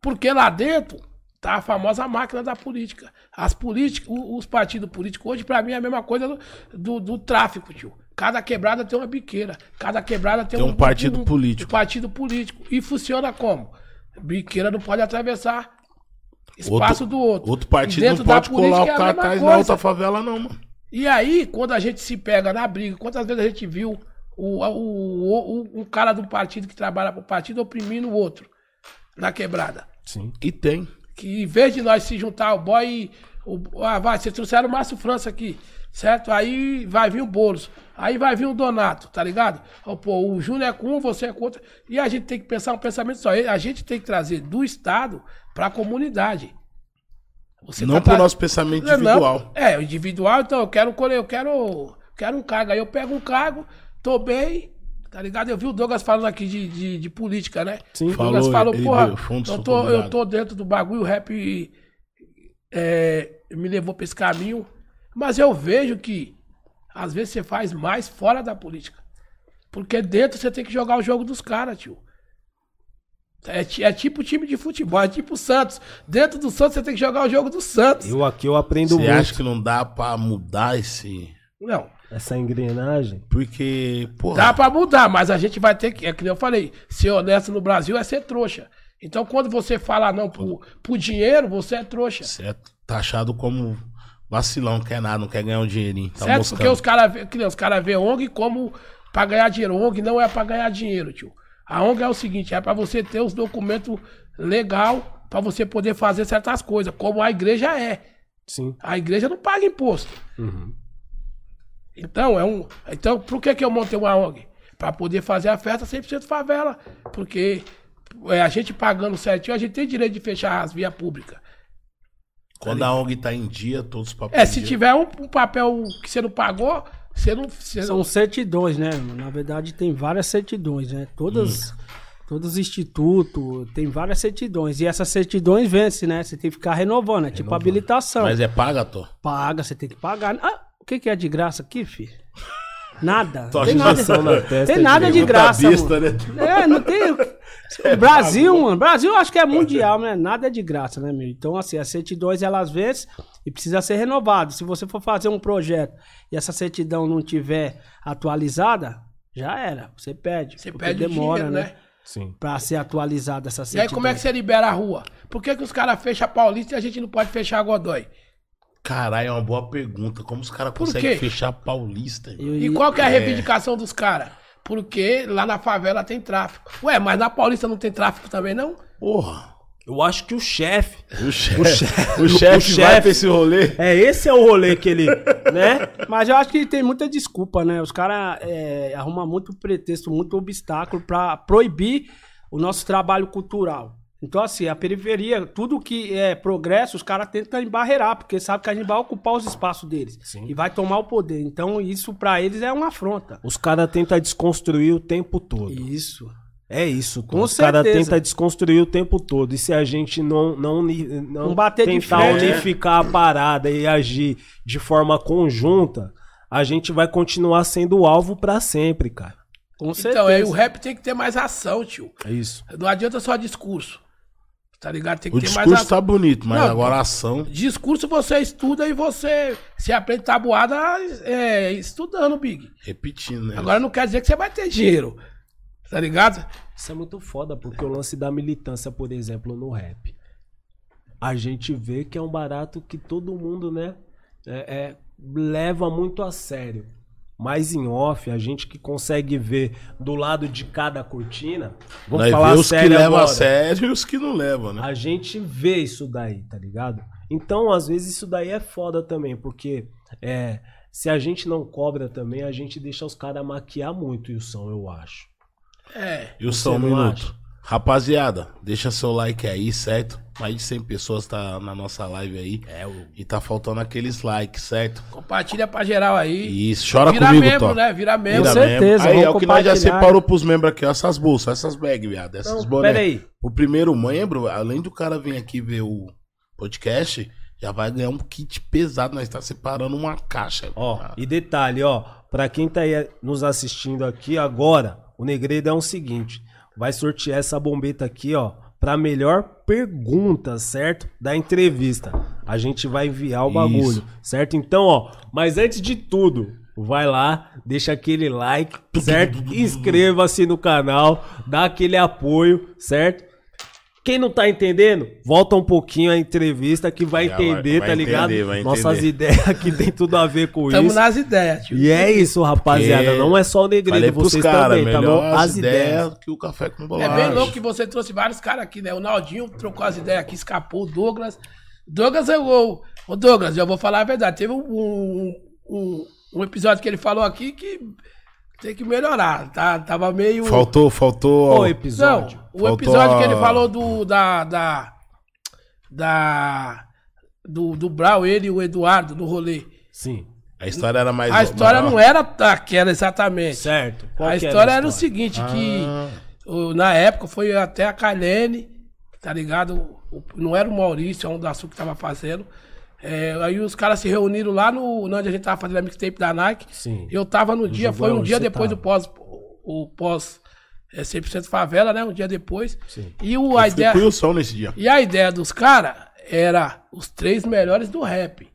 [SPEAKER 3] Porque lá dentro tá a famosa máquina da política. As políticas, os partidos políticos hoje, pra mim, é a mesma coisa do, do, do tráfico, tio. Cada quebrada tem uma biqueira. Cada quebrada tem,
[SPEAKER 2] Tem um partido político.
[SPEAKER 3] Um partido político. E funciona como? Biqueira não pode atravessar espaço do outro.
[SPEAKER 2] Outro
[SPEAKER 3] E
[SPEAKER 2] partido não
[SPEAKER 3] dentro da
[SPEAKER 2] pode colar o
[SPEAKER 3] política é a
[SPEAKER 2] cara
[SPEAKER 3] mesma
[SPEAKER 2] atrás na
[SPEAKER 3] coisa.
[SPEAKER 2] outra favela, não, mano.
[SPEAKER 3] E aí, quando a gente se pega na briga, quantas vezes a gente viu o, o, o- um cara do partido que trabalha pro partido oprimindo o outro na quebrada?
[SPEAKER 1] Sim.
[SPEAKER 2] E tem.
[SPEAKER 3] que em vez de nós se juntar o boy e o, ah, vai, vocês trouxeram o Márcio França aqui, certo? Aí vai vir o Boulos, aí vai vir o Donato, tá ligado? Ó, pô, o Júnior é com um, você é com outro. E a gente tem que pensar um pensamento só. A gente tem que trazer do Estado pra comunidade. Você
[SPEAKER 2] não
[SPEAKER 3] tá
[SPEAKER 2] pro
[SPEAKER 3] tra-
[SPEAKER 2] nosso pensamento
[SPEAKER 3] Não,
[SPEAKER 2] individual.
[SPEAKER 3] É, o individual, então eu quero, cole- eu quero, quero um cargo. Aí eu pego um cargo, tô bem, tá ligado? Eu vi o Douglas falando aqui de, de, de política, né?
[SPEAKER 1] Sim.
[SPEAKER 3] o Douglas
[SPEAKER 2] Falou,
[SPEAKER 3] falou,
[SPEAKER 2] ele
[SPEAKER 3] porra,
[SPEAKER 2] deu, foi um dos
[SPEAKER 3] eu tô, eu
[SPEAKER 2] convidados.
[SPEAKER 3] tô dentro do bagulho, o rap é, me levou pra esse caminho. Mas eu vejo que às vezes você faz mais fora da política. Porque dentro você tem que jogar o jogo dos caras, tio. É, ti- é tipo time de futebol, é tipo o Santos. Dentro do Santos você tem que jogar o jogo do Santos.
[SPEAKER 1] Eu aqui eu aprendo
[SPEAKER 2] Você
[SPEAKER 1] muito
[SPEAKER 2] acha que não dá pra mudar esse.
[SPEAKER 3] Não.
[SPEAKER 1] essa engrenagem.
[SPEAKER 2] Porque, porra.
[SPEAKER 3] Dá pra mudar, mas a gente vai ter que, é que nem eu falei, ser honesto no Brasil é ser trouxa. Então quando você fala não pro, pro dinheiro, você é trouxa.
[SPEAKER 2] Certo. Taxado como vacilão, não quer nada, não quer ganhar um dinheirinho. Tá
[SPEAKER 3] certo?
[SPEAKER 2] moscando.
[SPEAKER 3] Porque os caras vê, que nem os cara vê ONG como pra ganhar dinheiro. ONG não é pra ganhar dinheiro, tio. A ONG é o seguinte, é pra você ter os documentos legal pra você poder fazer certas coisas, como a igreja é.
[SPEAKER 1] Sim.
[SPEAKER 3] A igreja não paga imposto.
[SPEAKER 2] Uhum.
[SPEAKER 3] Então, é um. Então, por que, que eu montei uma ONG? Para poder fazer a festa 100% favela. Porque é, a gente pagando certinho, a gente tem direito de fechar as vias públicas.
[SPEAKER 2] Quando a ONG tá em dia, todos os papéis.
[SPEAKER 3] É, se
[SPEAKER 2] em dia.
[SPEAKER 3] tiver um, um papel que você não pagou, você não. Você não
[SPEAKER 4] São certidões, né? Na verdade, tem várias certidões, né?
[SPEAKER 2] Hum.
[SPEAKER 4] Todas, todos os institutos, tem várias certidões. E essas certidões vence, né? Você tem que ficar renovando, é tipo habilitação.
[SPEAKER 2] Mas é paga, Tô.
[SPEAKER 4] Paga, você tem que pagar. Ah, o que, que é de graça aqui, filho? Nada.
[SPEAKER 2] Tô
[SPEAKER 4] Não tem
[SPEAKER 2] achando
[SPEAKER 4] nada,
[SPEAKER 2] só na
[SPEAKER 1] testa
[SPEAKER 4] tem nada
[SPEAKER 1] de
[SPEAKER 4] de graça.
[SPEAKER 2] besta,
[SPEAKER 4] mano.
[SPEAKER 2] né?
[SPEAKER 4] É, não tem.
[SPEAKER 3] É,
[SPEAKER 4] O Brasil, mano. Brasil eu acho que é mundial, né? Nada é de graça, né, meu? Então, assim, as certidões elas vencem e precisa ser renovado. Se você for fazer um projeto e essa certidão não tiver atualizada, já era. Você perde.
[SPEAKER 3] você
[SPEAKER 4] porque
[SPEAKER 3] perde o dinheiro, né?
[SPEAKER 1] Sim.
[SPEAKER 4] Pra ser atualizada essa
[SPEAKER 3] E
[SPEAKER 4] certidão.
[SPEAKER 3] aí, como é que você libera a rua? Por que, que os caras fecham a Paulista e a gente não pode fechar a Godoy?
[SPEAKER 2] Caralho, é uma boa pergunta. Como os caras
[SPEAKER 3] Por
[SPEAKER 2] conseguem
[SPEAKER 3] quê?
[SPEAKER 2] fechar a paulista?
[SPEAKER 4] Eu-
[SPEAKER 3] E qual que é a reivindicação dos caras? Porque lá na favela tem tráfico. Ué, mas na Paulista não tem tráfico também, não?
[SPEAKER 2] Porra.
[SPEAKER 1] Eu acho que o chefe
[SPEAKER 2] O chefe
[SPEAKER 1] o chefe vai pra
[SPEAKER 2] esse rolê.
[SPEAKER 1] É, esse é o rolê que ele, né?
[SPEAKER 4] Mas eu acho que tem muita desculpa, né? Os caras é, arrumam muito pretexto, muito obstáculo pra proibir o nosso trabalho cultural. Então, assim, a periferia, tudo que é progresso, os caras tentam embarrear, porque sabe que a gente vai ocupar os espaços deles
[SPEAKER 1] Sim.
[SPEAKER 4] e vai tomar o poder. Então, isso pra eles é uma afronta.
[SPEAKER 1] Os caras tentam desconstruir o tempo todo.
[SPEAKER 4] Isso.
[SPEAKER 1] É isso,
[SPEAKER 4] Com
[SPEAKER 1] os caras
[SPEAKER 4] certeza.
[SPEAKER 1] tentam desconstruir o tempo todo. E se a gente não não, uni- não,
[SPEAKER 4] Não bater de
[SPEAKER 1] tentar
[SPEAKER 4] frente, né?
[SPEAKER 1] unificar a parada e agir de forma conjunta, a gente vai continuar sendo alvo pra sempre, cara.
[SPEAKER 4] Com
[SPEAKER 3] Então,
[SPEAKER 4] certeza.
[SPEAKER 3] aí o rap tem que ter mais ação, tio.
[SPEAKER 1] É isso.
[SPEAKER 3] Não adianta só discurso. Tá ligado? Tem que
[SPEAKER 2] O
[SPEAKER 3] ter mais
[SPEAKER 2] discurso
[SPEAKER 3] ação.
[SPEAKER 2] tá bonito, mas
[SPEAKER 3] Não,
[SPEAKER 2] agora a ação.
[SPEAKER 3] Discurso você estuda e você se aprende tabuada é, estudando, Big.
[SPEAKER 2] Repetindo, né?
[SPEAKER 3] Agora não quer dizer que você vai ter dinheiro. Tá ligado?
[SPEAKER 1] Isso é muito foda, porque o lance da militância, por exemplo, no rap. A gente vê que é um barato que todo mundo, né, é- é, leva muito a sério. Mas em off, a gente que consegue ver do lado de cada cortina. Vamos
[SPEAKER 2] Nós
[SPEAKER 1] falar
[SPEAKER 2] vê os que
[SPEAKER 1] sério
[SPEAKER 2] levam a
[SPEAKER 1] agora.
[SPEAKER 2] sério e os que não levam, né?
[SPEAKER 1] A gente vê isso daí, tá ligado? Então, às vezes, isso daí é foda também, porque é, se a gente não cobra também, a gente deixa os caras maquiar muito o som, eu acho.
[SPEAKER 3] É.
[SPEAKER 2] E o São
[SPEAKER 1] não
[SPEAKER 2] Minuto.
[SPEAKER 1] acha?
[SPEAKER 2] Rapaziada, deixa seu like aí, certo? Mais de 100 pessoas tá na nossa live aí. É, E tá faltando aqueles likes, certo?
[SPEAKER 3] Compartilha pra geral aí.
[SPEAKER 2] E isso, chora
[SPEAKER 3] Vira
[SPEAKER 2] comigo,
[SPEAKER 3] membro,
[SPEAKER 2] Tó.
[SPEAKER 3] né? Vira membro.
[SPEAKER 4] Com
[SPEAKER 2] Vira membro.
[SPEAKER 4] certeza,
[SPEAKER 2] Aí,
[SPEAKER 4] vamos
[SPEAKER 2] é o que nós já
[SPEAKER 4] compartilhar.
[SPEAKER 2] separou pros membros aqui, ó, essas bolsas, essas bags, viado, essas
[SPEAKER 1] Então,
[SPEAKER 2] boné.
[SPEAKER 1] peraí.
[SPEAKER 2] O primeiro membro, além do cara vir aqui ver o podcast, já vai ganhar um kit pesado. Nós tá separando uma caixa.
[SPEAKER 1] Ó,
[SPEAKER 2] Ah,
[SPEAKER 1] e detalhe, ó, pra quem tá aí nos assistindo aqui agora, o Negredo é o seguinte, vai sortear essa bombeta aqui, ó, pra melhor pergunta, certo? Da entrevista. A gente vai enviar o
[SPEAKER 2] Isso.
[SPEAKER 1] bagulho, certo? Então, ó, mas antes de tudo, vai lá, deixa aquele like, certo? Inscreva-se no canal, dá aquele apoio, certo? Quem não tá entendendo, volta um pouquinho a entrevista que vai
[SPEAKER 2] Já É, vai-
[SPEAKER 1] entender,
[SPEAKER 2] vai
[SPEAKER 1] tá
[SPEAKER 2] entender,
[SPEAKER 1] ligado?
[SPEAKER 2] vai
[SPEAKER 1] Nossas
[SPEAKER 2] entender.
[SPEAKER 1] ideias aqui tem tudo a ver com
[SPEAKER 3] Tamo
[SPEAKER 1] isso.
[SPEAKER 3] nas ideias, tio.
[SPEAKER 1] E é isso, rapaziada.
[SPEAKER 2] É.
[SPEAKER 1] Não é só o Negredo,
[SPEAKER 2] Falei pros
[SPEAKER 1] vocês
[SPEAKER 2] caras,
[SPEAKER 1] também, tá bom?
[SPEAKER 2] melhor
[SPEAKER 1] As ideias.
[SPEAKER 2] que o café com
[SPEAKER 3] É
[SPEAKER 2] bolacha.
[SPEAKER 3] bem louco que você trouxe vários caras aqui, né? O Naldinho trocou as ideias aqui, escapou, o Douglas. Douglas é o. Ô, Douglas, já vou falar a verdade. Teve um, um, um- um episódio que ele falou aqui que tem que melhorar. Tá, tava meio.
[SPEAKER 2] Faltou, faltou.
[SPEAKER 1] Qual
[SPEAKER 3] Não,
[SPEAKER 1] episódio?
[SPEAKER 3] o
[SPEAKER 2] Faltou
[SPEAKER 3] episódio que
[SPEAKER 2] a-
[SPEAKER 3] ele falou do. Da. Da. da- do, do Brau, ele e o Eduardo, no rolê.
[SPEAKER 1] Sim.
[SPEAKER 2] A história era mais.
[SPEAKER 3] A história não é, era aquela exatamente.
[SPEAKER 1] Certo. Qual
[SPEAKER 3] A
[SPEAKER 1] que
[SPEAKER 3] história era o
[SPEAKER 1] seguinte.
[SPEAKER 3] seguinte, que
[SPEAKER 1] Ah.
[SPEAKER 3] o- na época foi até a Kalene, tá ligado? O- não era o Maurício, é um da Sul que tava fazendo. É, aí os caras se reuniram lá no, onde a gente tava fazendo a mixtape da Nike.
[SPEAKER 1] Sim.
[SPEAKER 3] Eu tava no dia, foi um
[SPEAKER 1] Jogão,
[SPEAKER 3] dia
[SPEAKER 1] você
[SPEAKER 3] depois
[SPEAKER 1] tava.
[SPEAKER 3] do pós, o pós é, 100% favela, né? Um dia depois.
[SPEAKER 1] Sim.
[SPEAKER 3] E o, a ideia...
[SPEAKER 2] Fui o som nesse dia.
[SPEAKER 3] E a ideia dos caras era os três melhores do rap.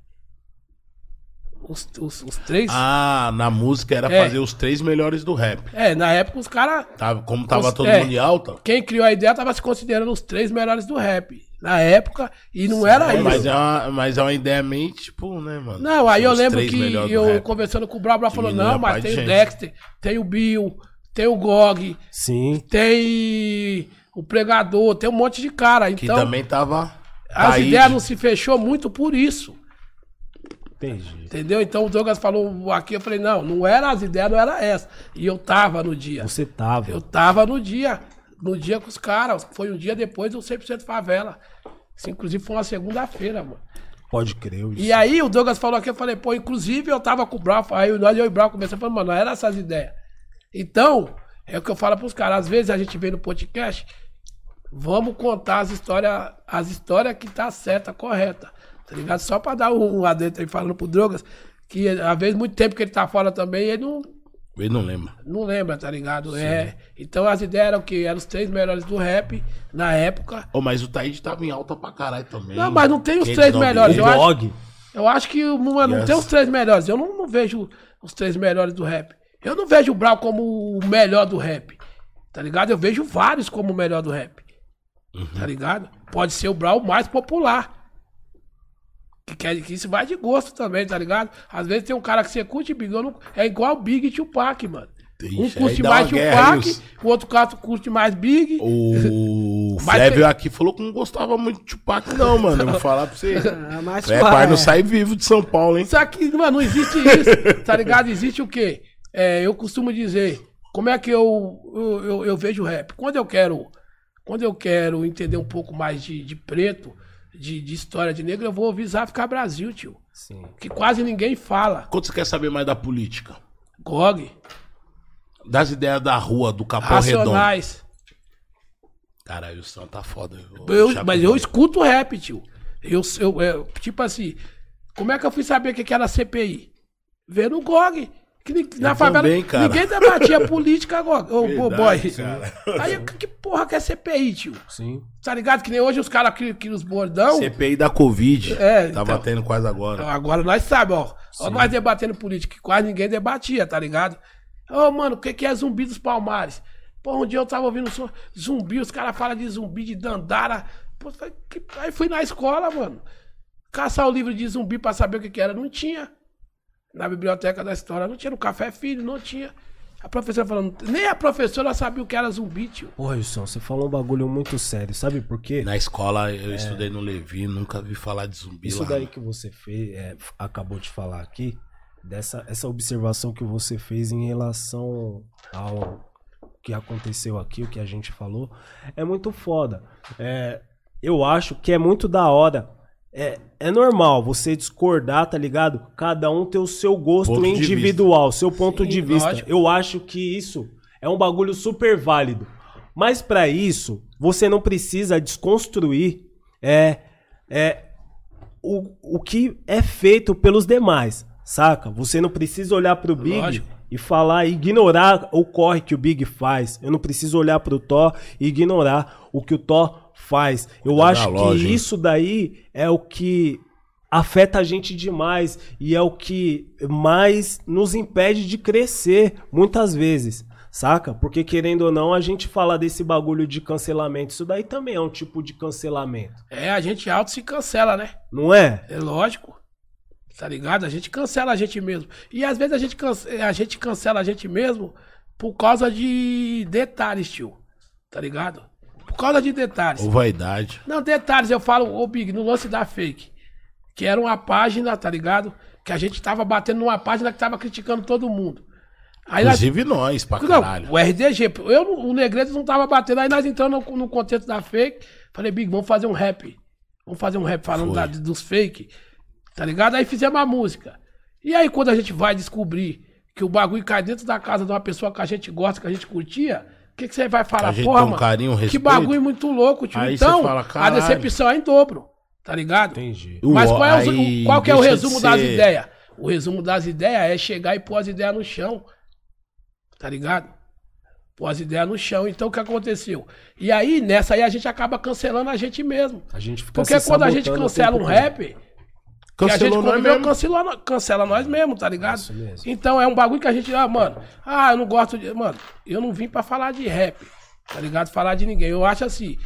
[SPEAKER 3] Os, os- os três.
[SPEAKER 2] Ah, na música era
[SPEAKER 3] É.
[SPEAKER 2] fazer os três melhores do rap.
[SPEAKER 3] É, na época os caras.
[SPEAKER 2] Tava, como tava
[SPEAKER 3] Os-
[SPEAKER 2] todo
[SPEAKER 3] é.
[SPEAKER 2] mundo em alta.
[SPEAKER 3] Quem criou a ideia tava se considerando os três melhores do rap. Na época, e não era isso.
[SPEAKER 2] Mas é, uma, mas é uma ideia meio tipo, né, mano?
[SPEAKER 3] Não, aí eu
[SPEAKER 2] Os
[SPEAKER 3] lembro
[SPEAKER 2] três
[SPEAKER 3] que
[SPEAKER 2] melhores do
[SPEAKER 3] eu
[SPEAKER 2] rap.
[SPEAKER 3] conversando com o Brau, o Brau falou:
[SPEAKER 2] Diminuiu
[SPEAKER 3] não,
[SPEAKER 2] a
[SPEAKER 3] mas
[SPEAKER 2] parte
[SPEAKER 3] tem
[SPEAKER 2] de
[SPEAKER 3] o
[SPEAKER 2] gente."
[SPEAKER 3] Dexter, tem o Bill, tem o Gog,
[SPEAKER 1] Sim.
[SPEAKER 3] tem o Pregador, tem um monte de cara.
[SPEAKER 2] Que
[SPEAKER 3] Então,
[SPEAKER 2] também tá tava.
[SPEAKER 3] as
[SPEAKER 2] Taíde.
[SPEAKER 3] ideias não se fechou muito por isso.
[SPEAKER 1] Entendi.
[SPEAKER 3] Entendeu? Então o Douglas falou aqui, eu falei, não, não era as ideias, não era essa. E eu tava no dia.
[SPEAKER 1] Você tava.
[SPEAKER 3] Eu tava no dia. No dia com os caras. Foi um dia depois do 100% favela. Isso, inclusive foi uma segunda-feira, mano.
[SPEAKER 1] Pode crer. eu-
[SPEAKER 3] E aí o Douglas falou aqui, eu falei, pô, inclusive eu tava com o Brau, aí nós eu e o Brau começamos falando, mano, não era essas ideias. Então, é o que eu falo pros caras, às vezes a gente vem no podcast, vamos contar as histórias, as histórias que tá certa, correta. Tá ligado? Só pra dar um adentro aí falando pro Douglas, que às vezes muito tempo que ele tá fora também, ele não,
[SPEAKER 2] Eu não lembro.
[SPEAKER 3] não lembra, tá ligado? É, então as ideias eram o quê? Eram os três melhores do rap na época.
[SPEAKER 2] Ô, mas o Taíde tava em alta pra caralho também.
[SPEAKER 3] Não, mas não tem os
[SPEAKER 2] Quem
[SPEAKER 3] três
[SPEAKER 2] não viu?
[SPEAKER 1] O
[SPEAKER 3] melhores, eu acho.
[SPEAKER 1] blog.
[SPEAKER 3] Eu acho que o- não, não
[SPEAKER 2] Yes.
[SPEAKER 3] tem os três melhores. Eu não, não vejo os três melhores do rap. Eu não vejo o Brau como o melhor do rap. Tá ligado? Eu vejo vários como o melhor do rap.
[SPEAKER 2] Uhum.
[SPEAKER 3] Tá ligado? Pode ser o Brau mais popular. Que, quer- que isso vai de gosto também, tá ligado? Às vezes tem um cara que você curte Big, eu não- é igual o Big e Tupac, mano.
[SPEAKER 2] Ixi,
[SPEAKER 3] um
[SPEAKER 2] aí
[SPEAKER 3] curte
[SPEAKER 2] dá
[SPEAKER 3] mais
[SPEAKER 2] uma guerra,
[SPEAKER 3] Tupac,
[SPEAKER 2] isso.
[SPEAKER 3] o outro cara curte mais Big.
[SPEAKER 2] O
[SPEAKER 3] Mas
[SPEAKER 2] Flávio
[SPEAKER 3] tem-
[SPEAKER 2] aqui falou que não gostava muito de Tupac, não, mano. Eu vou falar pra você.
[SPEAKER 4] É mais
[SPEAKER 2] É,
[SPEAKER 4] fácil.
[SPEAKER 2] pai, não sai vivo de São Paulo, hein?
[SPEAKER 3] Só que, mano, não existe isso, tá ligado? Existe o quê? É, eu costumo dizer, como é que eu, eu, eu, eu vejo o rap? Quando eu quero, quando eu quero entender um pouco mais de, de preto, de, de história de negro, eu vou ouvir Zafka Brasil, tio.
[SPEAKER 1] Sim.
[SPEAKER 3] Que quase ninguém fala.
[SPEAKER 2] Quanto você quer saber mais da política?
[SPEAKER 3] Gog,
[SPEAKER 2] Das ideias da rua, do Capão Redondo.
[SPEAKER 3] Racionais.
[SPEAKER 2] Caralho, o som tá foda.
[SPEAKER 3] Eu-
[SPEAKER 2] Chaco
[SPEAKER 3] mas eu
[SPEAKER 2] Velho.
[SPEAKER 3] escuto rap, tio. Eu, eu, eu- tipo assim, como é que eu fui saber o que que era CPI? Vendo o GOG. Que ni- na
[SPEAKER 2] Eu
[SPEAKER 3] favela
[SPEAKER 2] também, Então cara.
[SPEAKER 3] ninguém debatia política agora. Ô, ô, boy.
[SPEAKER 2] Verdade, cara.
[SPEAKER 3] Aí que que porra que é CPI, tio?
[SPEAKER 1] Sim.
[SPEAKER 3] Tá ligado? Que nem hoje os caras que, que os bordão.
[SPEAKER 2] CPI da Covid.
[SPEAKER 3] É,
[SPEAKER 2] tá
[SPEAKER 3] então.
[SPEAKER 2] batendo quase agora.
[SPEAKER 3] Agora nós sabemos, ó. Ó, Nós debatendo política, que quase ninguém debatia, tá ligado? Ô, mano, o que, que é zumbi dos palmares? Pô, um dia eu tava ouvindo som, zumbi, os caras falam de zumbi de Dandara. Pô, falei, que- aí fui na escola, mano. Caçar o livro de zumbi pra saber o que, que era, não tinha. Na biblioteca da história, não tinha. No Café Filho, não tinha. A professora falando, nem a professora sabia o que era zumbi, tio.
[SPEAKER 1] Porra, Wilson, você falou um bagulho muito sério, sabe por quê?
[SPEAKER 2] Na escola
[SPEAKER 3] É.
[SPEAKER 2] eu estudei no Levi, nunca vi falar de zumbi
[SPEAKER 1] Isso
[SPEAKER 2] lá. né?
[SPEAKER 1] daí que você fez, é, f- acabou de falar aqui, dessa essa observação que você fez em relação ao que aconteceu aqui, o que a gente falou, é muito foda. É, eu acho que é muito da hora. É, é normal você discordar, tá ligado? Cada um tem o seu gosto
[SPEAKER 2] Ponto de
[SPEAKER 1] individual, seu ponto
[SPEAKER 3] Sim,
[SPEAKER 1] de vista.
[SPEAKER 3] lógico.
[SPEAKER 1] Eu acho que isso é um bagulho super válido. Mas pra isso, você não precisa desconstruir é, é, o, o que é feito pelos demais, saca? Você não precisa olhar pro Big
[SPEAKER 3] Lógico.
[SPEAKER 1] e falar, ignorar o corre que o Big faz. Eu não preciso olhar pro Thor e ignorar o que o Thor faz. Eu
[SPEAKER 2] Cuidado
[SPEAKER 1] acho
[SPEAKER 2] da
[SPEAKER 1] que
[SPEAKER 2] loja, hein?
[SPEAKER 1] isso daí é o que afeta a gente demais e é o que mais nos impede de crescer muitas vezes. Saca? Porque querendo ou não, a gente fala desse bagulho de cancelamento. Isso daí também é um tipo de cancelamento.
[SPEAKER 3] É, a gente auto se cancela, né?
[SPEAKER 1] Não é?
[SPEAKER 3] É lógico. Tá ligado? A gente cancela a gente mesmo. E às vezes a gente, canse- a gente cancela a gente mesmo por causa de detalhes, tio. Tá ligado? Por causa de detalhes.
[SPEAKER 2] Ou vaidade.
[SPEAKER 3] Não, detalhes, eu falo, ô Big, no lance da fake. Que era uma página, tá ligado? Que a gente tava batendo numa página que tava criticando todo mundo. Aí nós-
[SPEAKER 2] Inclusive nós, pra
[SPEAKER 3] não,
[SPEAKER 2] caralho.
[SPEAKER 3] o RDG. Eu, não- o Negredo não tava batendo. Aí nós entramos no, no contexto da fake. Falei, Big, vamos fazer um rap. Vamos fazer um rap falando
[SPEAKER 2] Foi.
[SPEAKER 3] da- dos fake. Tá ligado? Aí fizemos a música. E aí quando a gente vai descobrir que o bagulho cai dentro da casa de uma pessoa que a gente gosta, que a gente curtia, o que, que você vai falar?
[SPEAKER 2] A gente
[SPEAKER 3] Porra,
[SPEAKER 2] tem um
[SPEAKER 3] mano,
[SPEAKER 2] carinho, um
[SPEAKER 3] que
[SPEAKER 2] respeito.
[SPEAKER 3] bagulho muito louco, tio.
[SPEAKER 2] Aí
[SPEAKER 3] então,
[SPEAKER 2] você fala,
[SPEAKER 3] a
[SPEAKER 2] "Caralho."
[SPEAKER 3] decepção é em dobro. Tá ligado?
[SPEAKER 1] Entendi.
[SPEAKER 3] Mas
[SPEAKER 2] O-
[SPEAKER 3] qual é, o-
[SPEAKER 2] aí
[SPEAKER 3] o, qual que é o
[SPEAKER 2] deixa de
[SPEAKER 3] resumo das
[SPEAKER 2] ser-
[SPEAKER 3] ideias? O resumo das ideias é chegar e pôr as ideias no chão. Tá ligado? Pôr as ideias no chão. Então o que aconteceu? E aí, nessa aí, a gente acaba cancelando a gente mesmo.
[SPEAKER 1] A gente fica
[SPEAKER 3] Porque
[SPEAKER 1] Tá se
[SPEAKER 3] quando a gente
[SPEAKER 1] sabotando o
[SPEAKER 3] cancela um
[SPEAKER 1] tempo todo.
[SPEAKER 3] rap, que a gente
[SPEAKER 2] Cancelou nós
[SPEAKER 3] conviveu,
[SPEAKER 2] mesmo.
[SPEAKER 3] cancela, no- cancela nós mesmo, tá ligado?
[SPEAKER 1] Isso mesmo.
[SPEAKER 3] Então é um bagulho que a gente, ah, mano, ah, eu não gosto de. Mano, eu não vim pra falar de rap, tá ligado? Falar de ninguém. Eu acho assim,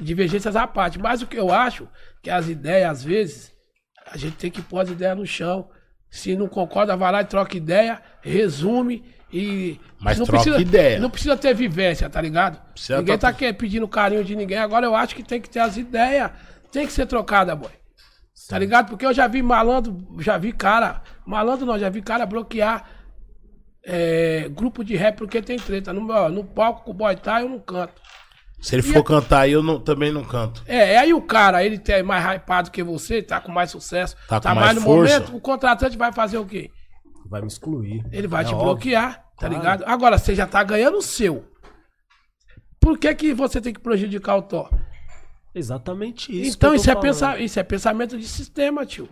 [SPEAKER 3] divergências à parte. Mas o que eu acho, que as ideias, às vezes, a gente tem que pôr as ideias no chão. Se não concorda, vai lá e troca ideia, resume e.
[SPEAKER 2] Mas
[SPEAKER 3] não
[SPEAKER 2] troca
[SPEAKER 3] precisa,
[SPEAKER 2] ideia.
[SPEAKER 3] Não precisa ter vivência, tá ligado?
[SPEAKER 2] Precisa
[SPEAKER 3] ninguém
[SPEAKER 2] tá-
[SPEAKER 3] tá que- pedindo carinho de ninguém. Agora eu acho que tem que ter as ideias. Tem que ser trocada, boy. Tá ligado? Porque eu já vi malandro, já vi cara. Malandro não, já vi cara bloquear é, grupo de rap porque tem treta. No, ó, no palco com o boy tá, eu não canto.
[SPEAKER 2] Se ele for cantar aí, eu não- também não canto.
[SPEAKER 3] É, e aí o cara, ele tem mais hypado que você, tá com mais sucesso,
[SPEAKER 2] Tá
[SPEAKER 3] tá,
[SPEAKER 2] com
[SPEAKER 3] mais,
[SPEAKER 2] mais
[SPEAKER 3] no
[SPEAKER 2] força.
[SPEAKER 3] momento, o contratante vai fazer o quê?
[SPEAKER 1] Vai me excluir.
[SPEAKER 3] Ele vai
[SPEAKER 1] É
[SPEAKER 3] te
[SPEAKER 1] óbvio.
[SPEAKER 3] bloquear, tá
[SPEAKER 1] Claro.
[SPEAKER 3] ligado? Agora, você já tá ganhando o seu. Por que, que você tem que prejudicar o Thor?
[SPEAKER 1] Exatamente isso.
[SPEAKER 3] então,
[SPEAKER 1] que eu tô
[SPEAKER 3] isso é,
[SPEAKER 1] falando.
[SPEAKER 3] pensa... isso é pensamento de sistema, tio.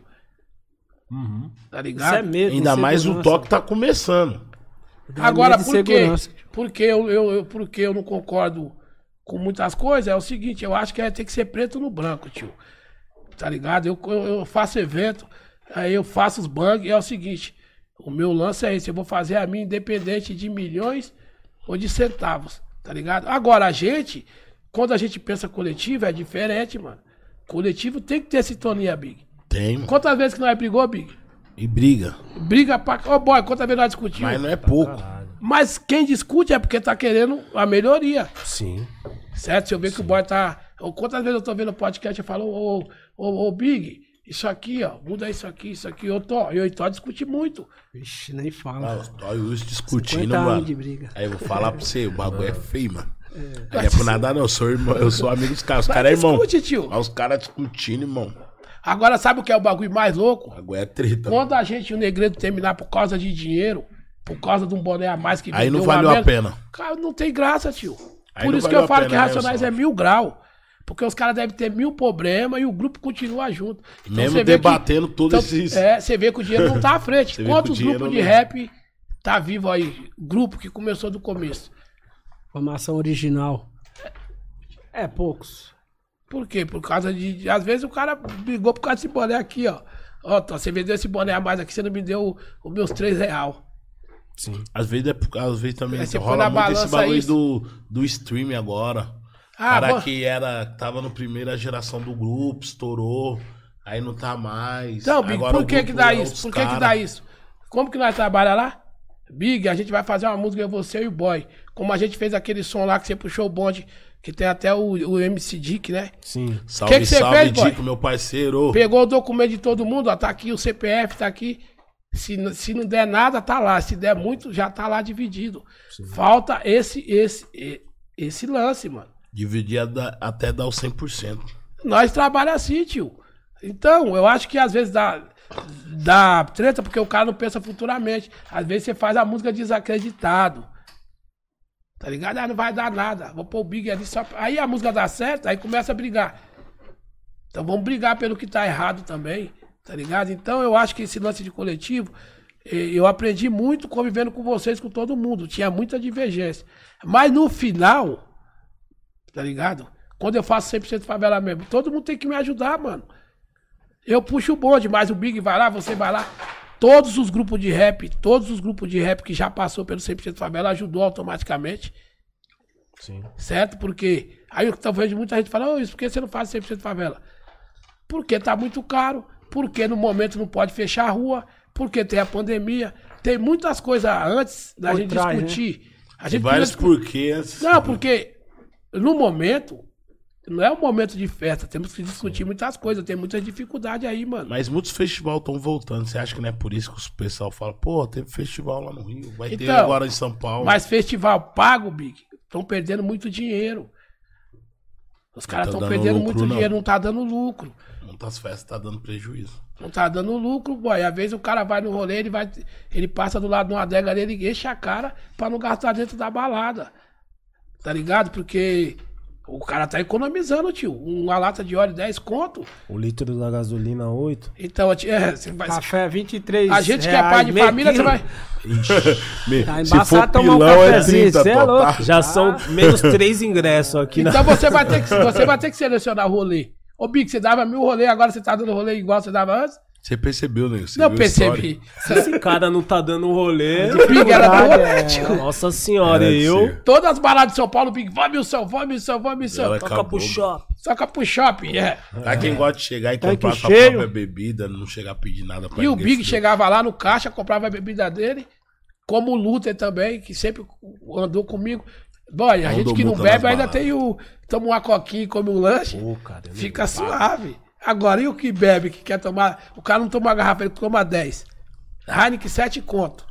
[SPEAKER 1] Uhum.
[SPEAKER 3] Tá ligado?
[SPEAKER 4] Isso é medo.
[SPEAKER 2] Ainda mais o
[SPEAKER 4] insegurança.
[SPEAKER 2] toque tá começando.
[SPEAKER 4] Dá
[SPEAKER 3] Agora,
[SPEAKER 4] medo e
[SPEAKER 3] por quê?
[SPEAKER 4] segurança.
[SPEAKER 3] Porque eu, eu, eu- porque eu não concordo com muitas coisas, é o seguinte, eu acho que é, tem que ser preto no branco, tio. Tá ligado? Eu, eu, eu faço evento, aí eu faço os bang, e é o seguinte, o meu lance é esse, eu vou fazer a minha independente de milhões ou de centavos, tá ligado? Agora, a gente, quando a gente pensa coletivo, é diferente, mano. Coletivo tem que ter sintonia, Big.
[SPEAKER 2] Tem, mano.
[SPEAKER 3] Quantas vezes que nós brigou, Big?
[SPEAKER 2] E briga.
[SPEAKER 3] Briga pra... Ô, boy, quantas vezes nós discutimos?
[SPEAKER 2] Mas não é pouco.
[SPEAKER 3] Mas quem discute é porque tá querendo a melhoria,
[SPEAKER 1] Sim.
[SPEAKER 3] certo? Se eu ver que o boy tá. ou Quantas vezes eu tô vendo podcast e falo, ô, ô, ô, ô, Big, isso aqui, ó, muda isso aqui, isso aqui. Eu, tô, eu e Tó discute muito.
[SPEAKER 4] Vixe, nem
[SPEAKER 2] Ah,
[SPEAKER 4] fala.
[SPEAKER 2] os dois discutindo,
[SPEAKER 4] 50 anos
[SPEAKER 2] mano.
[SPEAKER 4] de briga.
[SPEAKER 2] Aí eu vou falar pra você, o bagulho é feio, mano. Aí Não é por nada não, eu sou, irmão, eu sou amigo dos caras. Os
[SPEAKER 3] Mas
[SPEAKER 2] caras é irmão.
[SPEAKER 3] discute, tio.
[SPEAKER 2] Aí os caras discutindo, irmão.
[SPEAKER 3] Agora, sabe o que é o bagulho mais
[SPEAKER 2] O
[SPEAKER 3] louco?
[SPEAKER 2] bagulho é treta.
[SPEAKER 3] Quando a gente e o Negredo terminar por causa de dinheiro, por causa de um boné a mais que
[SPEAKER 2] Aí não
[SPEAKER 3] vendeu um a
[SPEAKER 2] valeu a
[SPEAKER 3] menos,
[SPEAKER 2] pena.
[SPEAKER 3] Cara, não tem graça, tio.
[SPEAKER 2] Aí
[SPEAKER 3] Por
[SPEAKER 2] não
[SPEAKER 3] isso que
[SPEAKER 2] valeu
[SPEAKER 3] eu
[SPEAKER 2] a
[SPEAKER 3] falo
[SPEAKER 2] pena,
[SPEAKER 3] que
[SPEAKER 2] né,
[SPEAKER 3] Racionais
[SPEAKER 2] Wilson?
[SPEAKER 3] é mil grau. Porque os caras devem ter mil problemas e o grupo continua junto. Então,
[SPEAKER 2] Mesmo
[SPEAKER 3] você vê que-
[SPEAKER 2] debatendo todos esses-
[SPEAKER 3] É, você vê que o dinheiro não tá à frente.
[SPEAKER 2] Você vê que o
[SPEAKER 3] Quantos
[SPEAKER 2] dinheiro
[SPEAKER 3] grupos de
[SPEAKER 2] não- é.
[SPEAKER 3] rap tá vivo aí? Grupo que começou do começo.
[SPEAKER 4] Formação original. É, poucos.
[SPEAKER 3] Por quê? Por causa de. de- Às vezes o cara brigou por causa desse boné aqui, ó. Ó, tá, você vendeu esse boné a mais aqui, você não me deu os meus três real.
[SPEAKER 1] Sim.
[SPEAKER 2] Às vezes, é, por- às vezes também
[SPEAKER 3] Aí você põe
[SPEAKER 2] rola
[SPEAKER 3] na
[SPEAKER 2] muito esse
[SPEAKER 3] balança
[SPEAKER 2] bagulho
[SPEAKER 3] isso.
[SPEAKER 2] do, do stream agora.
[SPEAKER 3] Ah,
[SPEAKER 2] cara
[SPEAKER 3] bom.
[SPEAKER 2] que era, tava no primeira geração do grupo, estourou, aí não tá mais.
[SPEAKER 3] Então, Big,
[SPEAKER 2] Agora
[SPEAKER 3] por
[SPEAKER 2] o
[SPEAKER 3] que
[SPEAKER 2] grupo
[SPEAKER 3] que dá
[SPEAKER 2] é
[SPEAKER 3] isso?
[SPEAKER 2] os
[SPEAKER 3] Por que que
[SPEAKER 2] cara.
[SPEAKER 3] dá isso? Como que nós trabalhamos lá? Big, a gente vai fazer uma música, eu, você e o boy. Como a gente fez aquele som lá que você puxou o bonde, que tem até o, o MC Dick, né?
[SPEAKER 1] Sim.
[SPEAKER 2] Salve,
[SPEAKER 3] Que que você
[SPEAKER 2] salve,
[SPEAKER 3] fez, boy?
[SPEAKER 2] Dico, meu parceiro.
[SPEAKER 3] Pegou o documento de todo mundo, ó, tá aqui o CPF, tá aqui. Se, n- se não der nada, tá lá. Se der muito, já tá lá dividido. Falta esse, esse, e- esse lance, mano.
[SPEAKER 2] Dividir a da- até dar o 100%.
[SPEAKER 3] Nós trabalhamos assim, tio. Então, eu acho que às vezes dá, dá treta porque o cara não pensa futuramente. Às vezes você faz a música desacreditado. Tá ligado? Ah, não vai dar nada. Vou pôr o Big ali só. pra- Aí a música dá certo, aí começa a brigar. Então vamos brigar pelo que tá errado também. Tá ligado? Então eu acho que esse lance de coletivo, eh, eu aprendi muito convivendo com vocês, com todo mundo. Tinha muita divergência. Mas no final, tá ligado? Quando eu faço 100% favela mesmo, todo mundo tem que me ajudar, mano. Eu puxo o bonde, mas o Big vai lá, você vai lá. Todos os grupos de rap, todos os grupos de rap que já passou pelo 100% favela ajudou automaticamente,
[SPEAKER 1] Sim.
[SPEAKER 3] certo? Porque aí eu tô vendo muita gente falar, ô, isso, por que você não faz 100% favela? Porque tá muito caro, porque no momento não pode fechar a rua, porque tem a pandemia, tem muitas coisas antes da
[SPEAKER 4] Por
[SPEAKER 3] gente
[SPEAKER 4] trás, né?
[SPEAKER 3] discutir. A
[SPEAKER 2] Tem
[SPEAKER 3] gente podia
[SPEAKER 2] vários
[SPEAKER 3] discutir.
[SPEAKER 2] porquês.
[SPEAKER 3] Não, porque no momento, não é um momento de festa. Temos que discutir muitas coisas. Tem muita dificuldade aí, mano.
[SPEAKER 2] Mas muitos festivais estão voltando. Você acha que não é por isso que o pessoal fala, pô, teve festival lá no Rio, vai ter
[SPEAKER 3] Então,
[SPEAKER 2] agora em São Paulo.
[SPEAKER 3] Mas festival pago, Big, estão perdendo muito dinheiro. Os caras
[SPEAKER 2] tá
[SPEAKER 3] estão
[SPEAKER 2] dando
[SPEAKER 3] perdendo
[SPEAKER 2] lucro,
[SPEAKER 3] muito
[SPEAKER 2] não.
[SPEAKER 3] dinheiro, não tá dando lucro.
[SPEAKER 2] Muitas festas tá dando prejuízo.
[SPEAKER 3] Não tá dando lucro, boy. Às vezes o cara vai no rolê, ele vai. Ele passa do lado de uma adega ali, ele enche a cara pra não gastar dentro da balada. Tá ligado? Porque o cara tá economizando, tio. Uma lata de óleo, 10 conto.
[SPEAKER 1] O litro da gasolina, 8.
[SPEAKER 3] Então, é, você vai,
[SPEAKER 4] Café 23
[SPEAKER 3] A gente que é
[SPEAKER 4] reais,
[SPEAKER 3] pai de
[SPEAKER 4] meio
[SPEAKER 3] família, você vai.
[SPEAKER 4] quilo. Tá embaçado tomar um cafezinho, você é louco.
[SPEAKER 3] Ah.
[SPEAKER 1] Já são menos três ingressos aqui na.
[SPEAKER 3] Então você vai ter que, você vai ter que selecionar o rolê. Ô, Bic, você dava mil rolê, agora você tá dando rolê igual você dava antes?
[SPEAKER 2] Você percebeu, né? Você
[SPEAKER 3] não
[SPEAKER 2] viu a história?
[SPEAKER 3] percebi.
[SPEAKER 1] Esse cara não tá dando rolê.
[SPEAKER 3] Então- Big era do
[SPEAKER 4] Verdade,
[SPEAKER 3] rolê,
[SPEAKER 4] é.
[SPEAKER 3] tio.
[SPEAKER 1] Nossa senhora,
[SPEAKER 2] Deve
[SPEAKER 1] eu.
[SPEAKER 2] ser.
[SPEAKER 3] Todas as baladas de São Paulo, Big, vamos, Wilson, vamos, Wilson, vamos,
[SPEAKER 2] Ela
[SPEAKER 3] Wilson.
[SPEAKER 2] acabou.
[SPEAKER 1] Toca pro shopping.
[SPEAKER 3] Soca pro shopping, é.
[SPEAKER 2] Tá quem gosta de chegar e
[SPEAKER 4] Tanque
[SPEAKER 2] comprar sua
[SPEAKER 4] cheio.
[SPEAKER 2] própria bebida, não chegar a pedir nada pra
[SPEAKER 3] E o
[SPEAKER 2] ninguém,
[SPEAKER 3] Big
[SPEAKER 2] se
[SPEAKER 3] chegava lá no caixa, comprava a bebida dele, como o Luther também, que sempre andou comigo. Boy,
[SPEAKER 2] Andou
[SPEAKER 3] a gente que não
[SPEAKER 2] muito nas
[SPEAKER 3] bebe ainda
[SPEAKER 2] baladas. é
[SPEAKER 3] tem o. Toma uma coquinha e come um lanche.
[SPEAKER 1] Ô, cara, eu
[SPEAKER 3] Fica suave. Agora, e o que bebe, que quer tomar. O cara não toma uma garrafa, ele toma 10. Heineken 7 conto.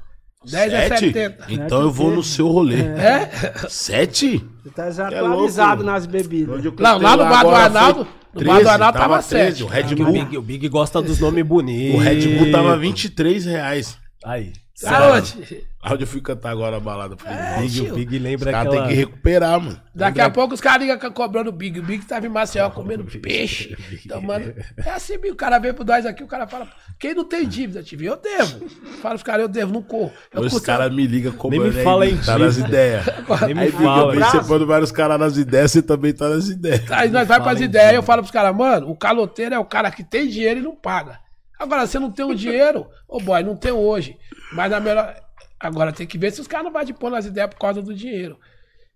[SPEAKER 3] 10 é
[SPEAKER 2] Sete?
[SPEAKER 3] 70.
[SPEAKER 2] Então eu vou no seu rolê.
[SPEAKER 3] É?
[SPEAKER 2] Sete?
[SPEAKER 4] Você tá
[SPEAKER 2] É louco.
[SPEAKER 4] desatualizado nas bebidas.
[SPEAKER 2] eu
[SPEAKER 3] Não, lá no bar do Arnaldo. No bar do Arnaldo tava 7.
[SPEAKER 2] O Red
[SPEAKER 1] O
[SPEAKER 2] Bull,
[SPEAKER 1] Big, o Big gosta dos nomes bonitos.
[SPEAKER 2] o Red Bull tava 23 reais.
[SPEAKER 1] Aí.
[SPEAKER 3] Aonde?
[SPEAKER 2] Aonde eu fui cantar agora a balada. Falei, Big,
[SPEAKER 1] Big, o Big
[SPEAKER 2] os
[SPEAKER 1] lembra
[SPEAKER 2] caras
[SPEAKER 1] aquela.
[SPEAKER 2] tem que recuperar, mano.
[SPEAKER 3] Daqui a pouco os caras ligam cobrando o Big. O Big tava em Maceió comendo peixe. Tomando. É assim, o cara vem pro nós aqui, o cara fala: quem não tem dívida, tive? Eu devo. Fala os caras, eu devo, não corro. Eu
[SPEAKER 2] Os
[SPEAKER 3] custo-
[SPEAKER 2] caras me ligam como
[SPEAKER 1] Nem me fala em
[SPEAKER 2] Tá nas
[SPEAKER 1] dívida.
[SPEAKER 2] ideias.
[SPEAKER 1] Nem me
[SPEAKER 2] Aí fica
[SPEAKER 1] fala.
[SPEAKER 2] bem, você pondo vários caras nas ideias, você também tá nas ideias.
[SPEAKER 3] Aí nós vai pras ideias, aí eu falo pros caras, mano, o caloteiro é o cara que tem dinheiro e não paga. Agora, você não tem o dinheiro, ô boy, não tem hoje. Mas na melhor. Agora tem que ver se os caras não vão te pôr nas ideias por causa do dinheiro.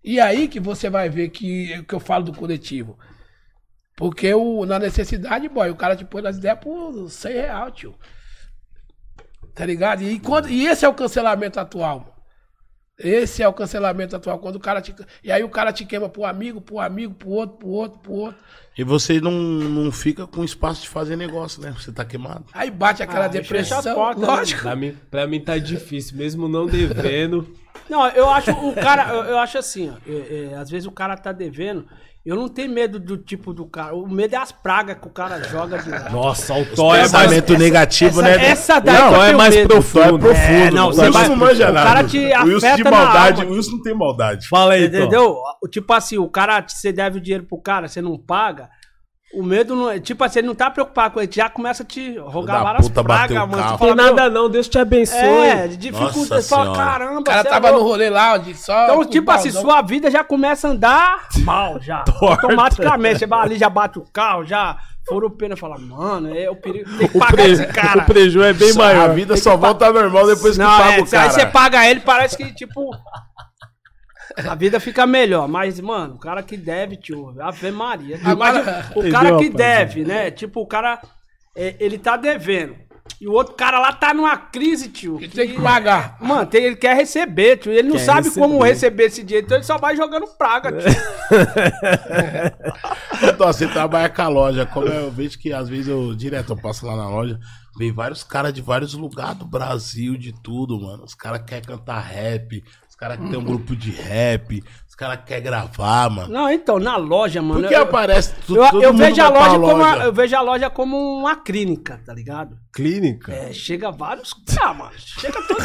[SPEAKER 3] E aí que você vai ver que, que eu falo do coletivo. Porque o, na necessidade, boy, o cara te põe nas ideias por 100 real, tio. Tá ligado? E, quando, e esse é o cancelamento atual, mano. Esse é o cancelamento atual. Quando o cara te, e aí o cara te queima pro amigo, pro amigo, pro outro, pro outro, pro outro.
[SPEAKER 2] E você não, não fica com espaço de fazer negócio, né? Você tá queimado.
[SPEAKER 3] Aí bate aquela
[SPEAKER 4] Ah,
[SPEAKER 3] depressão.
[SPEAKER 4] fecha a porta, né?
[SPEAKER 3] lógico.
[SPEAKER 1] Pra mim, pra mim tá difícil, mesmo não devendo.
[SPEAKER 4] Não, eu acho o cara, eu, eu acho assim, ó, é, é, às vezes o cara tá devendo. Eu não tenho medo do tipo do cara. O medo é as pragas que o cara joga de lá.
[SPEAKER 1] Nossa, o Thor é mais.
[SPEAKER 2] pensamento negativo,
[SPEAKER 4] essa-
[SPEAKER 2] né?
[SPEAKER 4] essa daí
[SPEAKER 1] o
[SPEAKER 4] que eu
[SPEAKER 1] Thor é
[SPEAKER 4] tenho
[SPEAKER 1] mais
[SPEAKER 4] medo.
[SPEAKER 1] profundo.
[SPEAKER 2] O Thor é profundo.
[SPEAKER 4] É, não,
[SPEAKER 2] o
[SPEAKER 4] você
[SPEAKER 2] Wilson
[SPEAKER 4] vai-
[SPEAKER 2] não manja
[SPEAKER 4] o
[SPEAKER 2] nada.
[SPEAKER 4] cara te
[SPEAKER 2] O Wilson
[SPEAKER 4] afeta
[SPEAKER 2] de
[SPEAKER 4] na
[SPEAKER 2] maldade.
[SPEAKER 4] alma.
[SPEAKER 2] O Wilson não tem maldade.
[SPEAKER 1] Fala aí, Thor.
[SPEAKER 4] Entendeu? O- Tipo assim, o cara, você deve o dinheiro pro cara, você não paga. O medo não é. Tipo assim, ele não tá preocupado com ele, já começa a te rogar
[SPEAKER 2] Da
[SPEAKER 4] várias
[SPEAKER 2] puta,
[SPEAKER 4] pragas,
[SPEAKER 2] bateu o
[SPEAKER 4] mano. Você
[SPEAKER 2] carro.
[SPEAKER 4] fala,
[SPEAKER 1] Tem nada
[SPEAKER 4] meu,
[SPEAKER 1] não, Deus te abençoe.
[SPEAKER 4] É,
[SPEAKER 1] É,
[SPEAKER 4] de
[SPEAKER 2] Nossa
[SPEAKER 4] dificuldade. Você fala,
[SPEAKER 2] Senhora.
[SPEAKER 4] caramba,
[SPEAKER 3] O cara
[SPEAKER 4] você é
[SPEAKER 3] tava
[SPEAKER 4] louco.
[SPEAKER 3] no rolê lá, onde só.
[SPEAKER 4] Então,
[SPEAKER 3] com
[SPEAKER 4] tipo
[SPEAKER 3] o
[SPEAKER 4] assim,
[SPEAKER 3] pauzão.
[SPEAKER 4] sua vida já começa a andar mal já.
[SPEAKER 1] Torta.
[SPEAKER 4] Automaticamente, você vai ali, já bate o carro, já fura o pena e fala, mano, é o perigo. Tem que
[SPEAKER 1] o,
[SPEAKER 4] pagar esse
[SPEAKER 1] preju
[SPEAKER 4] cara.
[SPEAKER 1] o prejuízo é bem maior.
[SPEAKER 2] A vida só volta ao normal depois que
[SPEAKER 4] Não,
[SPEAKER 2] paga
[SPEAKER 4] é,
[SPEAKER 2] o cara.
[SPEAKER 4] aí você paga ele, parece que, tipo. A vida fica melhor, mas, mano, o cara que deve, tio, Ave Maria.
[SPEAKER 3] Agora-
[SPEAKER 4] Imagina, o
[SPEAKER 1] Entendeu,
[SPEAKER 4] cara que
[SPEAKER 1] rapaziada?
[SPEAKER 4] deve, né? Tipo, o cara, é, ele tá devendo. E o outro cara lá tá numa crise, tio.
[SPEAKER 3] Ele tem que pagar.
[SPEAKER 4] Mano, tem- ele quer receber, tio. Ele não
[SPEAKER 1] Quer
[SPEAKER 4] sabe como
[SPEAKER 1] receber.
[SPEAKER 4] receber esse dinheiro, então ele só vai jogando praga, tio.
[SPEAKER 2] Então, você trabalha com a loja. Como é, eu vejo que às vezes eu direto eu passo lá na loja, vem vários caras de vários lugares do Brasil, de tudo, mano. Os caras querem cantar rap, os caras que tem um grupo de rap, os caras querem gravar, mano.
[SPEAKER 4] Não, então, na loja, mano.
[SPEAKER 2] Porque
[SPEAKER 4] eu-
[SPEAKER 2] aparece tu-
[SPEAKER 4] eu,
[SPEAKER 2] todo
[SPEAKER 4] eu
[SPEAKER 2] mundo
[SPEAKER 4] vejo a
[SPEAKER 2] vai pra
[SPEAKER 4] loja como a- eu vejo a loja como uma clínica, tá ligado?
[SPEAKER 1] Clínica.
[SPEAKER 4] É, chega vários. Ah, mano, chega todo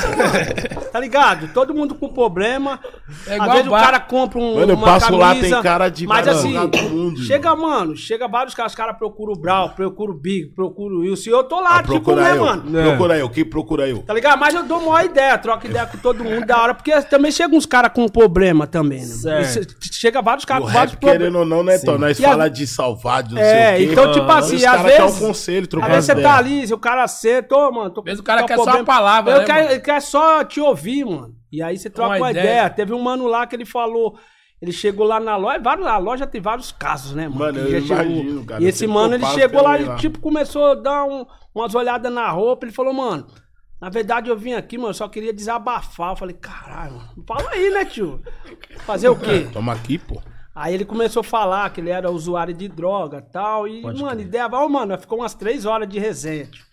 [SPEAKER 4] mundo. Tá ligado? Todo mundo com problema.
[SPEAKER 3] É
[SPEAKER 4] Às
[SPEAKER 3] igual
[SPEAKER 4] vezes o
[SPEAKER 3] bar.
[SPEAKER 4] cara compra um.
[SPEAKER 2] Mano, eu passo lá, tem cara de
[SPEAKER 4] Mas
[SPEAKER 2] vários
[SPEAKER 4] assim,
[SPEAKER 2] lugares do mundo,
[SPEAKER 4] chega, mano, chega vários caras. Os caras procuram o Brau, procuram o Big, procuram o Wilson. E eu tô lá,
[SPEAKER 2] Ah,
[SPEAKER 4] tipo,
[SPEAKER 2] procura
[SPEAKER 4] né,
[SPEAKER 2] eu.
[SPEAKER 4] mano?
[SPEAKER 1] É.
[SPEAKER 2] Procura eu. Quem procura eu?
[SPEAKER 4] Tá ligado? Mas eu dou maior ideia, troco ideia com todo mundo da hora, porque também chega uns caras com um problema também, né?
[SPEAKER 1] Certo.
[SPEAKER 4] E se- Chega vários
[SPEAKER 2] o
[SPEAKER 4] caras com vários
[SPEAKER 2] rap,
[SPEAKER 4] problemas.
[SPEAKER 2] querendo ou não, né, Tom? Nós
[SPEAKER 4] E a-
[SPEAKER 2] fala de salvar, de não
[SPEAKER 4] É,
[SPEAKER 2] sei o quê.
[SPEAKER 4] então, tipo
[SPEAKER 2] Aham.
[SPEAKER 4] assim,
[SPEAKER 2] Os
[SPEAKER 4] às
[SPEAKER 2] caras querem um
[SPEAKER 4] vezes-
[SPEAKER 2] conselho,
[SPEAKER 4] Às
[SPEAKER 2] trocar
[SPEAKER 4] vezes você
[SPEAKER 2] ideia.
[SPEAKER 4] tá ali, se o cara senta, ô, mano. Tô,
[SPEAKER 3] Às vezes o cara
[SPEAKER 4] tô
[SPEAKER 3] quer só
[SPEAKER 4] problema.
[SPEAKER 3] uma palavra,
[SPEAKER 4] Eu
[SPEAKER 3] né,
[SPEAKER 4] quero-
[SPEAKER 3] mano?
[SPEAKER 4] Ele quer só te ouvir, mano. E aí você troca uma,
[SPEAKER 3] Uma
[SPEAKER 4] ideia.
[SPEAKER 3] ideia.
[SPEAKER 4] Teve um mano lá que ele falou. Ele chegou lá na loja, vários- a loja tem vários casos, né, mano?
[SPEAKER 2] Mano,
[SPEAKER 4] Que
[SPEAKER 2] eu
[SPEAKER 4] já chegou.
[SPEAKER 2] imagino, cara.
[SPEAKER 4] E esse
[SPEAKER 2] Eu
[SPEAKER 4] mano,
[SPEAKER 2] fico
[SPEAKER 4] ele
[SPEAKER 2] pago
[SPEAKER 4] chegou
[SPEAKER 2] pelo
[SPEAKER 4] lá
[SPEAKER 2] ir
[SPEAKER 4] e,
[SPEAKER 2] lá.
[SPEAKER 4] tipo, começou a dar um- umas olhadas na roupa. Ele falou, mano, na verdade eu vim aqui, mano, eu só queria desabafar. Eu falei, caralho, mano, fala aí, né, tio? Fazer o quê?
[SPEAKER 2] Toma aqui, pô.
[SPEAKER 4] Aí ele começou a falar que ele era usuário de droga tal. E, mano, ideia. Ó, mano, ficou umas três horas de resenha. tio.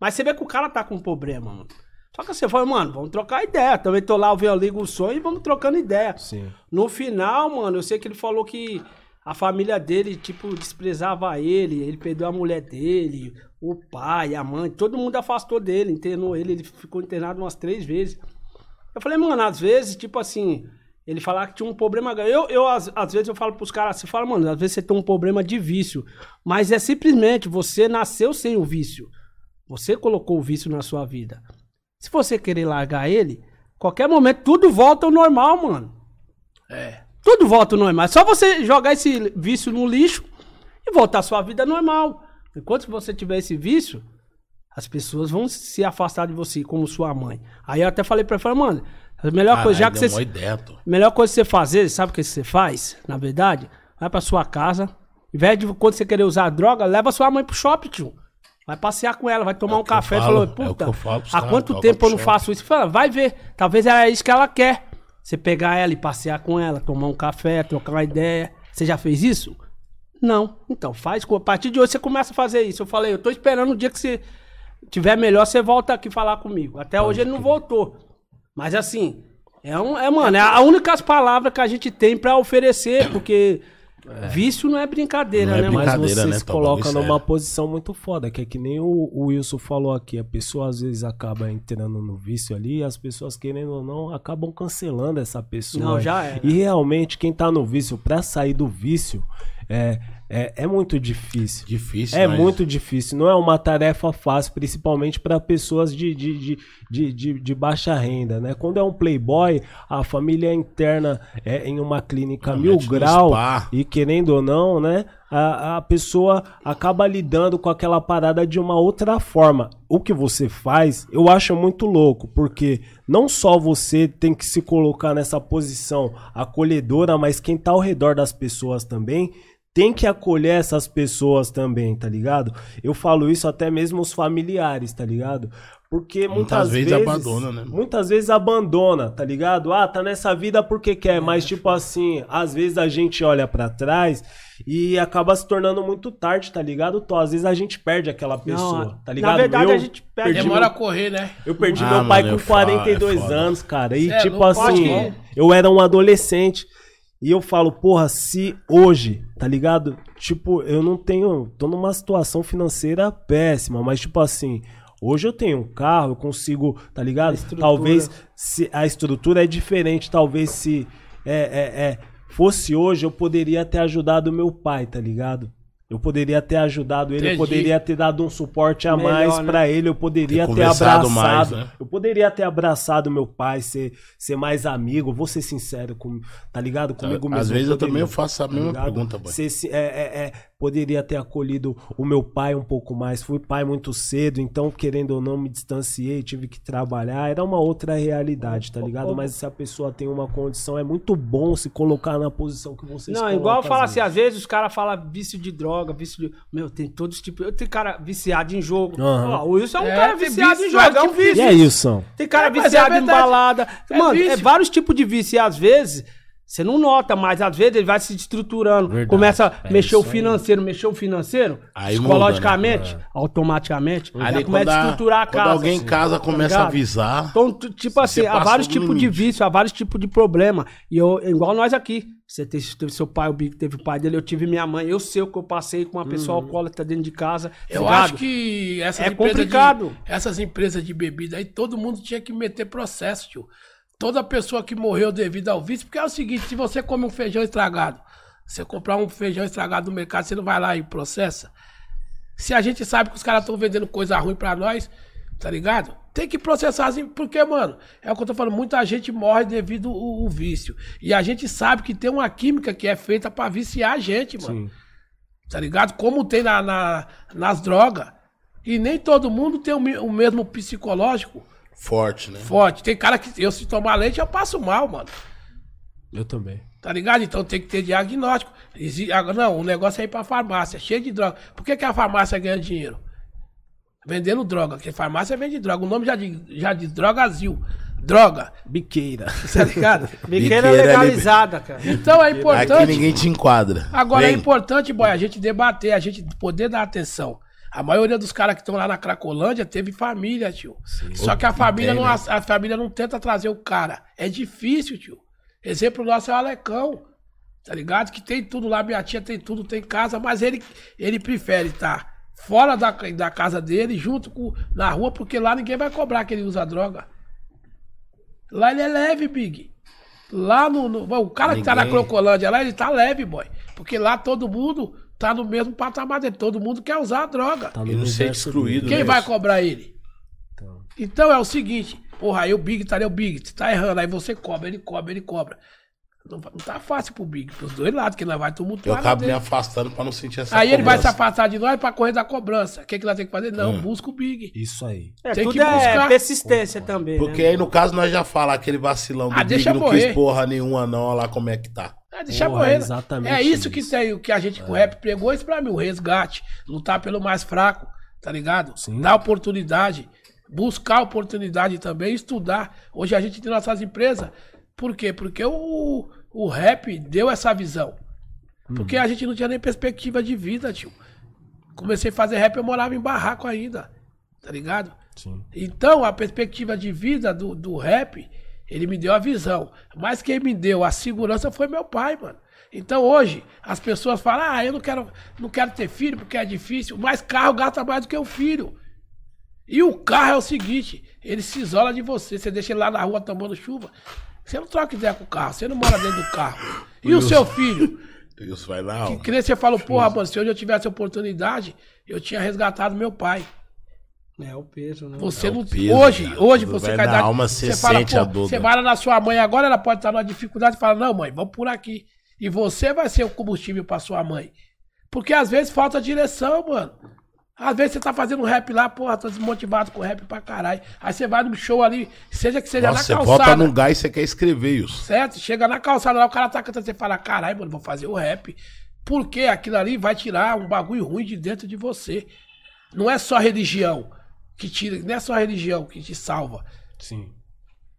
[SPEAKER 4] Mas você vê que o cara tá com problema, mano. Só que você fala, mano, vamos trocar ideia. Também tô lá, eu venho, eu ligo o som e vamos trocando ideia.
[SPEAKER 1] Sim.
[SPEAKER 4] No final, mano, eu sei que ele falou que a família dele, tipo, desprezava ele. Ele perdeu a mulher dele, o pai, a mãe. Todo mundo afastou dele, internou ele. Ele ficou internado umas três vezes. Eu falei, mano, às vezes, tipo assim, ele falar que tinha um problema. Eu, eu às, às vezes, eu falo pros caras, você fala, mano, às vezes você tem um problema de vício. Mas é simplesmente, você nasceu sem o vício. Você colocou o vício na sua vida. Se você querer largar ele, qualquer momento tudo volta ao normal, mano.
[SPEAKER 3] É.
[SPEAKER 4] Tudo volta ao normal. É só você jogar esse vício no lixo e voltar à sua vida normal. Enquanto você tiver esse vício, as pessoas vão se afastar de você, como sua mãe. Aí eu até falei pra ela, falei, mano, a melhor coisa, já que você.
[SPEAKER 2] deu uma é ideia, Tom.
[SPEAKER 4] Melhor coisa que você fazer, sabe o que você faz? Na verdade, vai pra sua casa. Em vez de quando você querer usar droga, leva sua mãe pro shopping, tio. Vai passear com ela, vai tomar
[SPEAKER 2] É o
[SPEAKER 4] um
[SPEAKER 2] que eu
[SPEAKER 4] café e
[SPEAKER 2] falo,
[SPEAKER 4] falou,
[SPEAKER 2] é o que
[SPEAKER 4] puta,
[SPEAKER 2] eu falo pros
[SPEAKER 4] há
[SPEAKER 2] caras,
[SPEAKER 4] quanto
[SPEAKER 2] droga
[SPEAKER 4] tempo
[SPEAKER 2] pro
[SPEAKER 4] eu não
[SPEAKER 2] shopping.
[SPEAKER 4] faço isso? Fala, vai ver, talvez era isso que ela quer. Você pegar ela e passear com ela, tomar um café, trocar uma ideia. Você já fez isso? Não. Então, faz. com- A partir de hoje você começa a fazer isso. Eu falei, eu tô esperando o dia que você tiver melhor, você volta aqui falar comigo. Até hoje ele não voltou. Mas assim, é, um, é mano, é a única palavra que a gente tem pra oferecer, porque vício não é brincadeira,
[SPEAKER 2] Não é
[SPEAKER 4] né, mano?
[SPEAKER 1] Mas
[SPEAKER 2] Brincadeira,
[SPEAKER 1] você
[SPEAKER 2] né,
[SPEAKER 1] se
[SPEAKER 2] tá
[SPEAKER 1] coloca
[SPEAKER 2] bagulho
[SPEAKER 1] numa
[SPEAKER 2] sério.
[SPEAKER 1] posição muito foda, que é que nem o, o Wilson falou aqui, a pessoa às vezes acaba entrando no vício ali, e as pessoas querendo ou não, acabam cancelando essa pessoa.
[SPEAKER 4] Não, já era.
[SPEAKER 1] E realmente, quem tá no vício, pra sair do vício, é, é, é muito difícil.
[SPEAKER 2] Difícil,
[SPEAKER 1] É
[SPEAKER 2] mas-
[SPEAKER 1] muito difícil, não é uma tarefa fácil, principalmente para pessoas de, de, de, de, de- de baixa renda, né? Quando é um playboy, a família interna é em uma clínica mil
[SPEAKER 2] Normalmente no
[SPEAKER 1] grau
[SPEAKER 2] é tipo um spa.
[SPEAKER 1] e querendo ou não, né? A, a pessoa acaba lidando com aquela parada de uma outra forma. O que você faz, eu acho muito louco, porque não só você tem que se colocar nessa posição acolhedora, mas quem tá ao redor das pessoas também tem que acolher essas pessoas também, tá ligado? Eu falo isso até mesmo os familiares, tá ligado? Porque muitas,
[SPEAKER 2] Muitas vezes
[SPEAKER 1] vezes
[SPEAKER 2] abandona, né?
[SPEAKER 1] Muitas vezes abandona, tá ligado? Ah, tá nessa vida porque
[SPEAKER 4] É,
[SPEAKER 1] quer, mas tipo assim, às vezes a gente olha pra trás e acaba se tornando muito tarde, tá ligado? Tô, às vezes a gente perde aquela pessoa, tá ligado?
[SPEAKER 4] é. Na verdade,
[SPEAKER 1] eu
[SPEAKER 4] a gente perde.
[SPEAKER 1] perdi
[SPEAKER 3] Demora a
[SPEAKER 1] meu-
[SPEAKER 3] correr, né?
[SPEAKER 1] eu perdi
[SPEAKER 2] Ah,
[SPEAKER 1] meu pai
[SPEAKER 2] mano,
[SPEAKER 1] com
[SPEAKER 2] é foda, é
[SPEAKER 1] 42
[SPEAKER 2] foda.
[SPEAKER 1] anos, cara. E
[SPEAKER 3] Cê é
[SPEAKER 1] tipo
[SPEAKER 3] louco,
[SPEAKER 1] assim,
[SPEAKER 3] acho
[SPEAKER 1] eu era um adolescente. E eu falo, porra, se hoje, tá ligado? Tipo, eu não tenho. Tô numa situação financeira péssima, mas tipo assim. Hoje eu tenho um carro, eu consigo, tá ligado? Talvez se a estrutura é diferente, talvez se é, é, é, fosse hoje, eu poderia ter ajudado meu pai, tá ligado? Eu poderia ter ajudado ele, eu
[SPEAKER 3] Entendi.
[SPEAKER 1] poderia ter dado um suporte a
[SPEAKER 4] Melhor,
[SPEAKER 1] mais
[SPEAKER 4] né?
[SPEAKER 1] pra ele, eu poderia
[SPEAKER 2] Ter
[SPEAKER 1] ter
[SPEAKER 2] conversado
[SPEAKER 1] abraçado.
[SPEAKER 2] mais, né?
[SPEAKER 1] Eu poderia ter abraçado meu pai, ser, ser mais amigo, vou ser sincero, com, tá ligado? Comigo mesmo.
[SPEAKER 2] Às vezes eu
[SPEAKER 1] poderia,
[SPEAKER 2] também faço a
[SPEAKER 1] tá
[SPEAKER 2] mesma
[SPEAKER 1] ligado?
[SPEAKER 2] pergunta, boy.
[SPEAKER 1] Ser si- é, é, é, poderia ter acolhido o meu pai um pouco mais. Fui pai muito cedo, então, querendo ou não, me distanciei, tive que trabalhar. Era uma outra realidade, tá ligado? Mas se a pessoa tem uma condição, é muito bom se colocar na posição que você
[SPEAKER 4] Não, igual eu falo assim, às vezes os caras falam vício de droga, vício de. Meu, tem todos os tipos. Eu tenho cara viciado em jogo.
[SPEAKER 1] Aham.
[SPEAKER 4] Ó, o Wilson é um
[SPEAKER 3] É,
[SPEAKER 4] cara
[SPEAKER 3] tem
[SPEAKER 4] viciado
[SPEAKER 3] vício,
[SPEAKER 4] em jogo, é um
[SPEAKER 3] claro que
[SPEAKER 4] vício.
[SPEAKER 1] E é isso, São.
[SPEAKER 4] Tem cara
[SPEAKER 3] É, mas é
[SPEAKER 4] viciado em
[SPEAKER 3] verdade.
[SPEAKER 4] balada.
[SPEAKER 3] É
[SPEAKER 4] Mano, é
[SPEAKER 3] vício.
[SPEAKER 4] vários tipos de vício. E às vezes, você não nota, mas às vezes ele vai se estruturando.
[SPEAKER 2] Verdade.
[SPEAKER 4] Começa a
[SPEAKER 2] É
[SPEAKER 4] mexer o
[SPEAKER 2] isso aí.
[SPEAKER 4] financeiro, mexer o financeiro,
[SPEAKER 2] Aí
[SPEAKER 4] psicologicamente,
[SPEAKER 2] muda, né?
[SPEAKER 4] automaticamente,
[SPEAKER 2] Aí
[SPEAKER 4] já começa a estruturar a
[SPEAKER 2] quando
[SPEAKER 4] casa.
[SPEAKER 2] alguém em
[SPEAKER 4] assim,
[SPEAKER 2] casa
[SPEAKER 4] tá
[SPEAKER 2] começa a
[SPEAKER 4] ligado?
[SPEAKER 2] avisar.
[SPEAKER 4] Então, tu- tipo
[SPEAKER 2] Você
[SPEAKER 4] assim, há
[SPEAKER 2] passou
[SPEAKER 4] vários
[SPEAKER 2] do
[SPEAKER 4] tipos de
[SPEAKER 2] limite.
[SPEAKER 4] vício, há vários tipos de problema. E eu, igual nós aqui. Você teve, teve seu pai, o Bico teve o pai dele, eu tive minha mãe. Eu sei o que eu passei com uma pessoa
[SPEAKER 2] Uhum.
[SPEAKER 4] alcoólatra dentro de casa. tá
[SPEAKER 3] Eu
[SPEAKER 4] ligado?
[SPEAKER 3] acho que essas
[SPEAKER 4] É
[SPEAKER 3] empresas
[SPEAKER 4] complicado.
[SPEAKER 3] De, essas empresas de bebida aí, todo mundo tinha que meter processo, tio. Toda pessoa que morreu devido ao vício, porque é o seguinte, se você come um feijão estragado, você comprar um feijão estragado no mercado, você não vai lá e processa. Se a gente sabe que os caras estão vendendo coisa ruim pra nós, tá ligado? Tem que processar assim, porque, mano, é o que eu tô falando, muita gente morre devido ao, ao vício. E a gente sabe que tem uma química que é feita pra viciar a gente, mano tá ligado? Como tem na, na- nas drogas. E nem todo mundo tem o, me- o mesmo psicológico
[SPEAKER 2] Forte, né?
[SPEAKER 3] forte. Tem cara que eu, se tomar leite, eu passo mal, mano.
[SPEAKER 1] Eu também.
[SPEAKER 3] Tá ligado? Então tem que ter diagnóstico. Exi- agora, Não, o negócio é ir pra farmácia, cheio de droga. Por que, que a farmácia ganha dinheiro? Vendendo droga, porque farmácia vende droga. O nome já diz, já diz drogazil. Droga,
[SPEAKER 1] Biqueira.
[SPEAKER 3] tá ligado?
[SPEAKER 4] Biqueira
[SPEAKER 2] Biqueira é
[SPEAKER 4] legalizada, cara.
[SPEAKER 3] Então é
[SPEAKER 2] Aqui
[SPEAKER 3] importante.
[SPEAKER 2] ninguém te enquadra.
[SPEAKER 3] Agora é
[SPEAKER 2] Vem.
[SPEAKER 3] importante, boy, a gente debater, a gente poder dar atenção. A maioria dos caras que estão lá na Cracolândia teve família, tio. Só que a família,
[SPEAKER 2] tem,
[SPEAKER 3] não,
[SPEAKER 2] né?
[SPEAKER 3] a, a família não tenta trazer o cara. É difícil, tio. Exemplo nosso é o Alecão. Tá ligado? Que tem tudo lá, minha tia tem tudo, tem casa, mas ele, ele prefere estar fora da, da casa dele, junto com, na rua, porque lá ninguém vai cobrar que ele usa droga. Lá ele é leve, Big. Lá no. no- o cara que tá na
[SPEAKER 2] Ninguém-
[SPEAKER 3] Crocolândia lá, ele tá leve, boy. Porque lá todo mundo tá no mesmo patamar dele. Todo mundo quer usar a droga.
[SPEAKER 1] Tá
[SPEAKER 2] E não ser
[SPEAKER 1] universo
[SPEAKER 2] excluído.
[SPEAKER 3] Quem
[SPEAKER 2] né?
[SPEAKER 3] vai cobrar ele?
[SPEAKER 2] Tá.
[SPEAKER 3] Então é o seguinte, porra, aí o Big tá ali, o Big, você tá errando, aí você cobra, ele cobra, ele cobra. Não, não tá fácil pro Big, pros dois lados, que nós vai
[SPEAKER 2] Eu
[SPEAKER 3] tumultuar. lá
[SPEAKER 2] acabo me
[SPEAKER 3] dentro.
[SPEAKER 2] afastando pra não sentir essa
[SPEAKER 3] Aí ele vai se
[SPEAKER 2] cobrança.
[SPEAKER 3] afastar de nós pra correr da cobrança. O que, que nós tem que fazer? Não,
[SPEAKER 2] Hum.
[SPEAKER 3] busca o Big.
[SPEAKER 1] Isso aí.
[SPEAKER 4] É,
[SPEAKER 3] Tem
[SPEAKER 4] tudo
[SPEAKER 3] que
[SPEAKER 4] é
[SPEAKER 3] buscar.
[SPEAKER 4] persistência também. né?
[SPEAKER 2] Porque aí, no caso, nós já falamos aquele vacilão do
[SPEAKER 3] Ah,
[SPEAKER 2] Big,
[SPEAKER 3] deixa
[SPEAKER 2] não
[SPEAKER 3] morrer.
[SPEAKER 2] quis porra nenhuma, não, olha lá como é que tá.
[SPEAKER 3] É, deixar
[SPEAKER 1] Porra,
[SPEAKER 3] morrer.
[SPEAKER 1] exatamente
[SPEAKER 3] é isso que
[SPEAKER 1] isso. É.
[SPEAKER 3] tem, o que a gente com o rap pegou é isso pra mim, o resgate, lutar pelo mais fraco, tá ligado? Dar oportunidade, buscar oportunidade também, estudar. Hoje a gente tem nossas empresas, por quê? Porque o, o rap deu essa visão. Porque
[SPEAKER 1] Uhum.
[SPEAKER 3] a gente não tinha nem perspectiva de vida, tio. Comecei a fazer rap, eu morava em barraco ainda, tá ligado?
[SPEAKER 1] Sim.
[SPEAKER 3] Então, a perspectiva de vida do, do rap, ele me deu a visão. Mas quem me deu a segurança foi meu pai, mano. Então hoje, as pessoas falam, ah, eu não quero, não quero ter filho porque é difícil, mas carro gasta mais do que o filho. E o carro é o seguinte, ele se isola de você, você deixa ele lá na rua tomando chuva. Você não troca ideia com o carro, você não mora dentro do carro. E o seu filho?
[SPEAKER 2] Isso vai na
[SPEAKER 3] Que,
[SPEAKER 2] aula.
[SPEAKER 3] que nem você falou, porra, mano, se hoje eu tivesse oportunidade, eu tinha resgatado meu pai.
[SPEAKER 4] É o peso, né?
[SPEAKER 3] Você
[SPEAKER 2] É o
[SPEAKER 3] não
[SPEAKER 2] peso,
[SPEAKER 3] hoje,
[SPEAKER 2] cara.
[SPEAKER 3] hoje
[SPEAKER 2] Quando
[SPEAKER 3] você
[SPEAKER 2] vai
[SPEAKER 3] cai
[SPEAKER 2] na
[SPEAKER 3] da
[SPEAKER 2] alma, você sente a dor,
[SPEAKER 3] Você
[SPEAKER 2] né?
[SPEAKER 3] vai lá na sua mãe agora, ela pode estar numa dificuldade e fala: "Não, mãe, vamos por aqui". E você vai ser o combustível pra sua mãe. Porque às vezes falta direção, mano. Às vezes você tá fazendo um rap lá, porra, tá desmotivado com rap pra caralho. Aí você vai num show ali, seja que seja
[SPEAKER 2] Nossa, você
[SPEAKER 3] na
[SPEAKER 2] volta
[SPEAKER 3] calçada.
[SPEAKER 2] num gás e você quer escrever isso.
[SPEAKER 3] Certo? Chega na calçada lá, o cara tá cantando, você fala, caralho, mano, vou fazer o rap. Porque aquilo ali vai tirar um bagulho ruim de dentro de você. Não é só religião que tira, não é só religião que te salva.
[SPEAKER 1] Sim.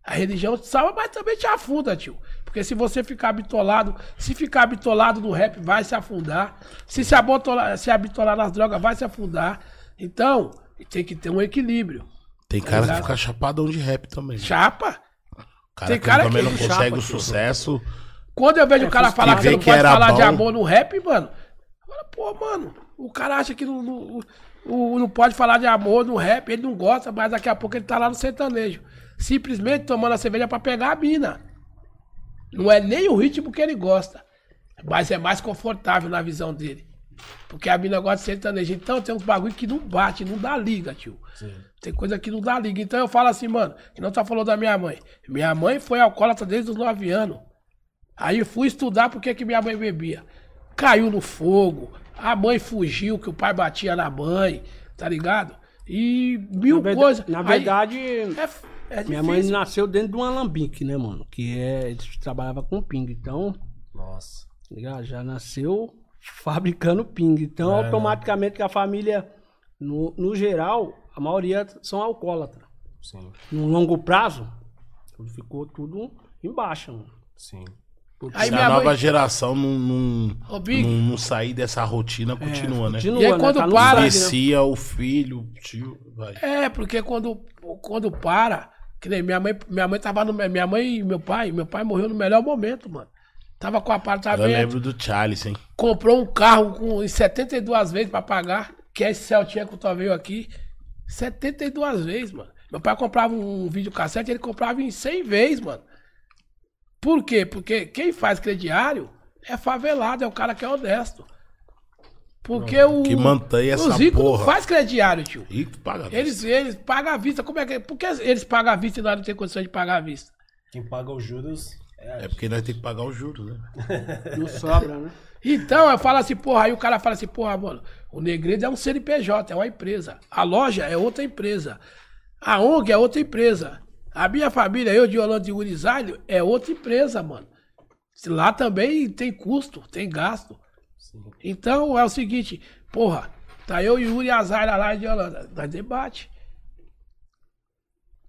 [SPEAKER 3] A religião te salva, mas também te afunda, tio. Porque se você ficar bitolado, se ficar bitolado no rap, vai se afundar. Se se abotolar, se abitolar nas drogas, vai se afundar. Então, tem que ter um equilíbrio.
[SPEAKER 2] Tem cara que
[SPEAKER 3] Exato.
[SPEAKER 2] fica chapadão de rap também.
[SPEAKER 3] Chapa,
[SPEAKER 2] Cara
[SPEAKER 3] tem
[SPEAKER 2] que
[SPEAKER 3] cara
[SPEAKER 2] também
[SPEAKER 3] que
[SPEAKER 2] não
[SPEAKER 3] chapa,
[SPEAKER 2] consegue o
[SPEAKER 3] tio.
[SPEAKER 2] sucesso,
[SPEAKER 3] Quando eu vejo o cara falar que,
[SPEAKER 2] vê
[SPEAKER 3] você não
[SPEAKER 2] É, que
[SPEAKER 3] pode
[SPEAKER 2] era
[SPEAKER 3] falar de
[SPEAKER 2] bom.
[SPEAKER 3] amor no rap, mano. Fala, pô, mano, o cara acha que não, não, o- não pode falar de amor no rap, ele não gosta, mas daqui a pouco ele tá lá no sertanejo. Simplesmente tomando a cerveja pra pegar a mina. Não é nem o ritmo que ele gosta. Mas é mais confortável na visão dele. Porque a mina gosta de sertanejo. Então tem uns bagulho que não bate, não dá liga, tio. Tem coisa que não dá liga. Então eu falo assim, mano, que não tá falando da minha mãe. Minha mãe foi alcoólatra desde os 9 anos. Aí fui estudar porque que minha mãe bebia. Caiu no fogo, a mãe fugiu, que o pai batia na mãe, tá ligado? E mil
[SPEAKER 4] na verda-
[SPEAKER 3] coisas.
[SPEAKER 4] Na
[SPEAKER 3] Aí-
[SPEAKER 4] verdade,
[SPEAKER 3] é f- é
[SPEAKER 4] minha
[SPEAKER 3] difícil.
[SPEAKER 4] mãe nasceu dentro de um alambique, né, mano? Que é. Eles trabalhavam com pingue, então.
[SPEAKER 1] Nossa.
[SPEAKER 4] tá ligado? Já nasceu fabricando ping.
[SPEAKER 3] É,
[SPEAKER 4] Então,
[SPEAKER 3] né?
[SPEAKER 4] automaticamente, que a família, no, no geral, a maioria são alcoólatras.
[SPEAKER 1] Sim,
[SPEAKER 4] No longo prazo, tudo ficou tudo embaixo. Mano.
[SPEAKER 1] sim.
[SPEAKER 3] Aí
[SPEAKER 2] Se a
[SPEAKER 3] minha mãe-
[SPEAKER 2] nova geração não, não,
[SPEAKER 3] Ô, Big.
[SPEAKER 2] não, não sair dessa rotina, continua, né?
[SPEAKER 4] Continua,
[SPEAKER 3] E aí, quando
[SPEAKER 4] no
[SPEAKER 3] É, para-
[SPEAKER 4] sangue, né?
[SPEAKER 2] Descia o filho, o tio, vai.
[SPEAKER 3] É, porque quando, quando para, que nem minha mãe, minha mãe tava no. Minha mãe e meu pai, meu pai morreu no melhor momento, mano. Tava com
[SPEAKER 2] Eu
[SPEAKER 3] apartamento,
[SPEAKER 2] lembro do Charles, hein?
[SPEAKER 3] comprou um carro com 72 vezes pra pagar, que é esse Celtinha que o Tó veio aqui. 72 vezes, mano. Meu pai comprava um videocassete, ele comprava em 100 vezes, mano. Por quê? Porque quem faz crediário é favelado, é o cara que é honesto. Porque o.
[SPEAKER 2] Que mantém essa
[SPEAKER 3] os ricos
[SPEAKER 2] porra.
[SPEAKER 3] não faz crediário, tio.
[SPEAKER 2] E tu paga.
[SPEAKER 3] Eles, eles pagam à vista. Como é que. Por que eles pagam à vista e nós não temos condição de pagar à vista?
[SPEAKER 1] Quem paga os juros é a
[SPEAKER 2] É porque nós temos que pagar os juros, né?
[SPEAKER 4] Não sobra, né?
[SPEAKER 3] Então, eu falo assim, porra, aí o cara fala assim, porra, mano, o Negredo é um CNPJ, é uma empresa. A loja é outra empresa. A ONG é outra empresa. A minha família, eu de Holanda e Urizalho, é outra empresa, mano. Lá também tem custo, tem gasto. Então é o seguinte, porra, tá eu e o Yuri e a Zaira lá de Holanda. Nós debate.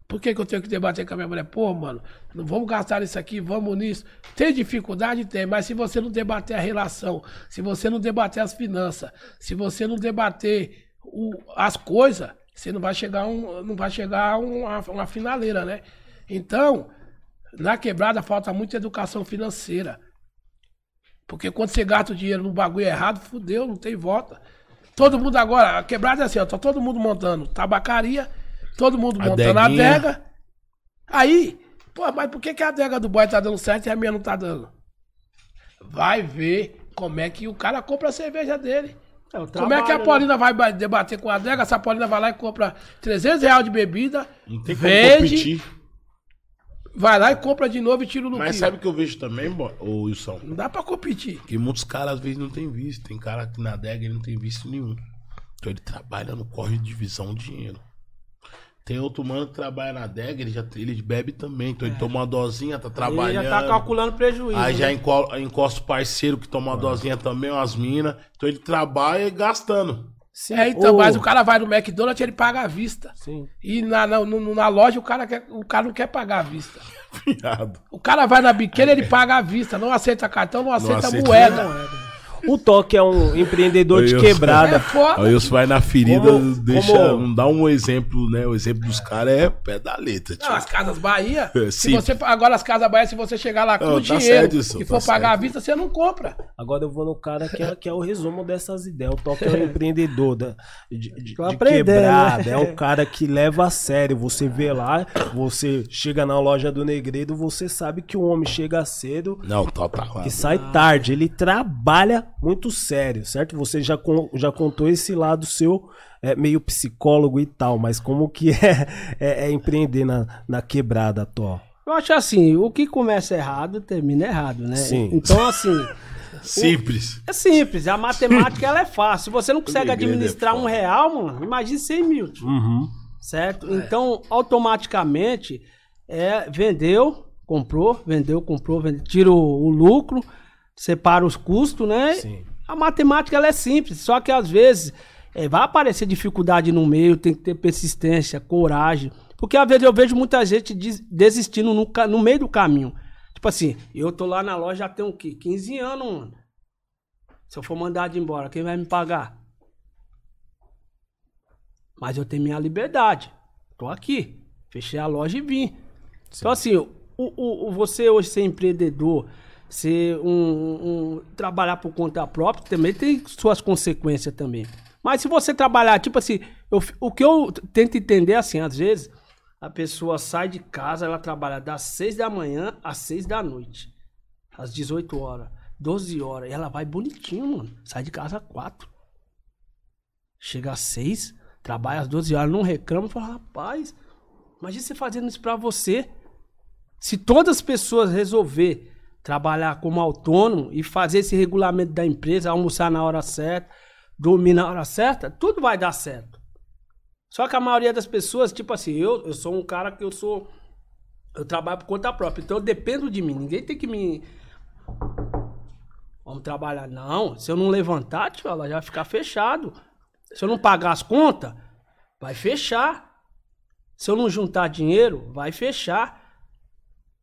[SPEAKER 3] Por que, que eu tenho que debater com a minha mulher? Pô, mano, não vamos gastar isso aqui, vamos nisso. Tem dificuldade? Tem, mas se você não debater a relação, se você não debater as finanças, se você não debater o- as coisas, você não vai chegar a um, não vai chegar a uma, uma finaleira, né? Então, na quebrada falta muita educação financeira. Porque quando você gasta o dinheiro no bagulho errado, fudeu, não tem volta. Todo mundo agora, a quebrada é assim, ó, tá todo mundo montando tabacaria, todo mundo montando
[SPEAKER 2] Adeguinha.
[SPEAKER 3] adega. Aí, pô, mas por que, que a adega do boy tá dando certo e a minha não tá dando? Vai ver como é que o cara compra a cerveja dele.
[SPEAKER 4] É o
[SPEAKER 3] como é que a
[SPEAKER 4] trabalho, né?
[SPEAKER 3] Paulina vai ba- debater com a adega? Essa Paulina vai lá e compra 300 reais de bebida,
[SPEAKER 2] Não tem como
[SPEAKER 3] vende,
[SPEAKER 2] competir.
[SPEAKER 3] vai lá e compra de novo e tira no
[SPEAKER 2] Mas
[SPEAKER 3] pio.
[SPEAKER 2] sabe o que eu vejo também, bo- ô Wilson?
[SPEAKER 3] Não dá pra competir.
[SPEAKER 2] Que muitos caras às vezes não tem visto. Tem cara que na adega ele não tem visto nenhum. Então ele trabalha no corre de divisão de dinheiro. Tem outro mano que trabalha na adega, ele, já, ele bebe também. Então ele toma uma dosinha, tá
[SPEAKER 4] É. Ele
[SPEAKER 2] trabalhando.
[SPEAKER 4] já tá calculando prejuízo.
[SPEAKER 2] Aí já
[SPEAKER 4] né?
[SPEAKER 2] enco- encosta o parceiro que toma uma dosinha também, umas minas. Então ele trabalha gastando.
[SPEAKER 1] Sim.
[SPEAKER 3] É, então,
[SPEAKER 1] Ô,
[SPEAKER 3] mas o cara vai no McDonald's ele paga à vista.
[SPEAKER 1] Sim.
[SPEAKER 3] E na, na, no- na loja o cara, quer, o cara não quer pagar à vista.
[SPEAKER 2] Viado.
[SPEAKER 3] O cara vai na biqueira, ele paga à vista. Não aceita cartão, não aceita,
[SPEAKER 2] aceita
[SPEAKER 3] moeda.
[SPEAKER 1] O Toque é um empreendedor de
[SPEAKER 2] Oi, eu-
[SPEAKER 3] É
[SPEAKER 1] quebrada.
[SPEAKER 3] foda.
[SPEAKER 2] Aí os vai na ferida,
[SPEAKER 1] Como-
[SPEAKER 2] deixa.
[SPEAKER 1] como-
[SPEAKER 2] Não dá um exemplo, né? O exemplo dos caras é pé da letra, tio.
[SPEAKER 3] Não,
[SPEAKER 4] Ah,
[SPEAKER 3] as Casas Bahia.
[SPEAKER 2] É,
[SPEAKER 3] se
[SPEAKER 2] sim.
[SPEAKER 3] você, agora as Casas Bahia, se você chegar lá com
[SPEAKER 2] Não,
[SPEAKER 3] o
[SPEAKER 2] tá
[SPEAKER 3] dinheiro
[SPEAKER 2] certo isso,
[SPEAKER 3] e
[SPEAKER 2] tá
[SPEAKER 3] for pagar à
[SPEAKER 2] certo.
[SPEAKER 3] vista, você não compra.
[SPEAKER 1] Agora eu vou no cara que é, que é o resumo dessas ideias. O Toque é um empreendedor da, de, de-
[SPEAKER 4] Tô
[SPEAKER 1] de
[SPEAKER 4] aprendendo,
[SPEAKER 1] quebrada.
[SPEAKER 4] né?
[SPEAKER 1] É o cara que leva a sério. Você vê lá, você chega na loja do Negredo, você sabe que o homem chega cedo
[SPEAKER 2] Não, tá, tá. lá.
[SPEAKER 1] que sai tarde. Ele trabalha muito sério, certo? Você já, con- já contou esse lado seu, é, meio psicólogo e tal, mas como que é, é- é empreender na, na quebrada, Tó?
[SPEAKER 4] Eu acho assim, o que começa errado, termina errado, né?
[SPEAKER 1] Sim.
[SPEAKER 4] Então, assim,
[SPEAKER 2] Simples.
[SPEAKER 4] é simples. A matemática, ela é fácil. Se você não consegue
[SPEAKER 2] Negredo é
[SPEAKER 4] administrar um
[SPEAKER 2] foda.
[SPEAKER 4] real, mano, imagine 100 mil, tio.
[SPEAKER 1] Uhum.
[SPEAKER 4] certo?
[SPEAKER 2] É.
[SPEAKER 4] Então, automaticamente, é, vendeu, comprou, vendeu, comprou, vendeu, tira o, o lucro, separa os custos, né?
[SPEAKER 1] Sim.
[SPEAKER 4] A matemática ela é simples, só que às vezes é, vai aparecer dificuldade no meio, tem que ter persistência, coragem. Porque às vezes eu vejo muita gente des- desistindo no, ca- no meio do caminho. Tipo assim, eu tô lá na loja já tem o quê? 15 anos, mano. Se eu for mandado embora, quem vai me pagar? Mas eu tenho minha liberdade. Tô aqui. Fechei a loja e vim. Então, assim, o, o, o- você hoje ser empreendedor, ser um, um- um- trabalhar por conta própria também tem suas consequências também. Mas se você trabalhar, tipo assim, eu fi- o que eu t- tento entender é assim, às vezes a pessoa sai de casa, ela trabalha das 6 da manhã às 6 da noite, às 18 horas, 12 horas, e ela vai bonitinho, mano. Sai de casa às 4. Chega às 6, trabalha às 12 horas, não reclama, fala, rapaz, imagina você fazendo isso pra você. Se todas as pessoas resolver trabalhar como autônomo e fazer esse regulamento da empresa, almoçar na hora certa, dormir na hora certa, tudo vai dar certo. Só que a maioria das pessoas, tipo assim, eu, eu sou um cara que eu sou. Eu trabalho por conta própria, então eu dependo de mim. Ninguém tem que me. Vamos trabalhar. Não, se eu não levantar, tio, ela já vai ficar fechado. Se eu não pagar as contas, vai fechar. Se eu não juntar dinheiro, vai fechar.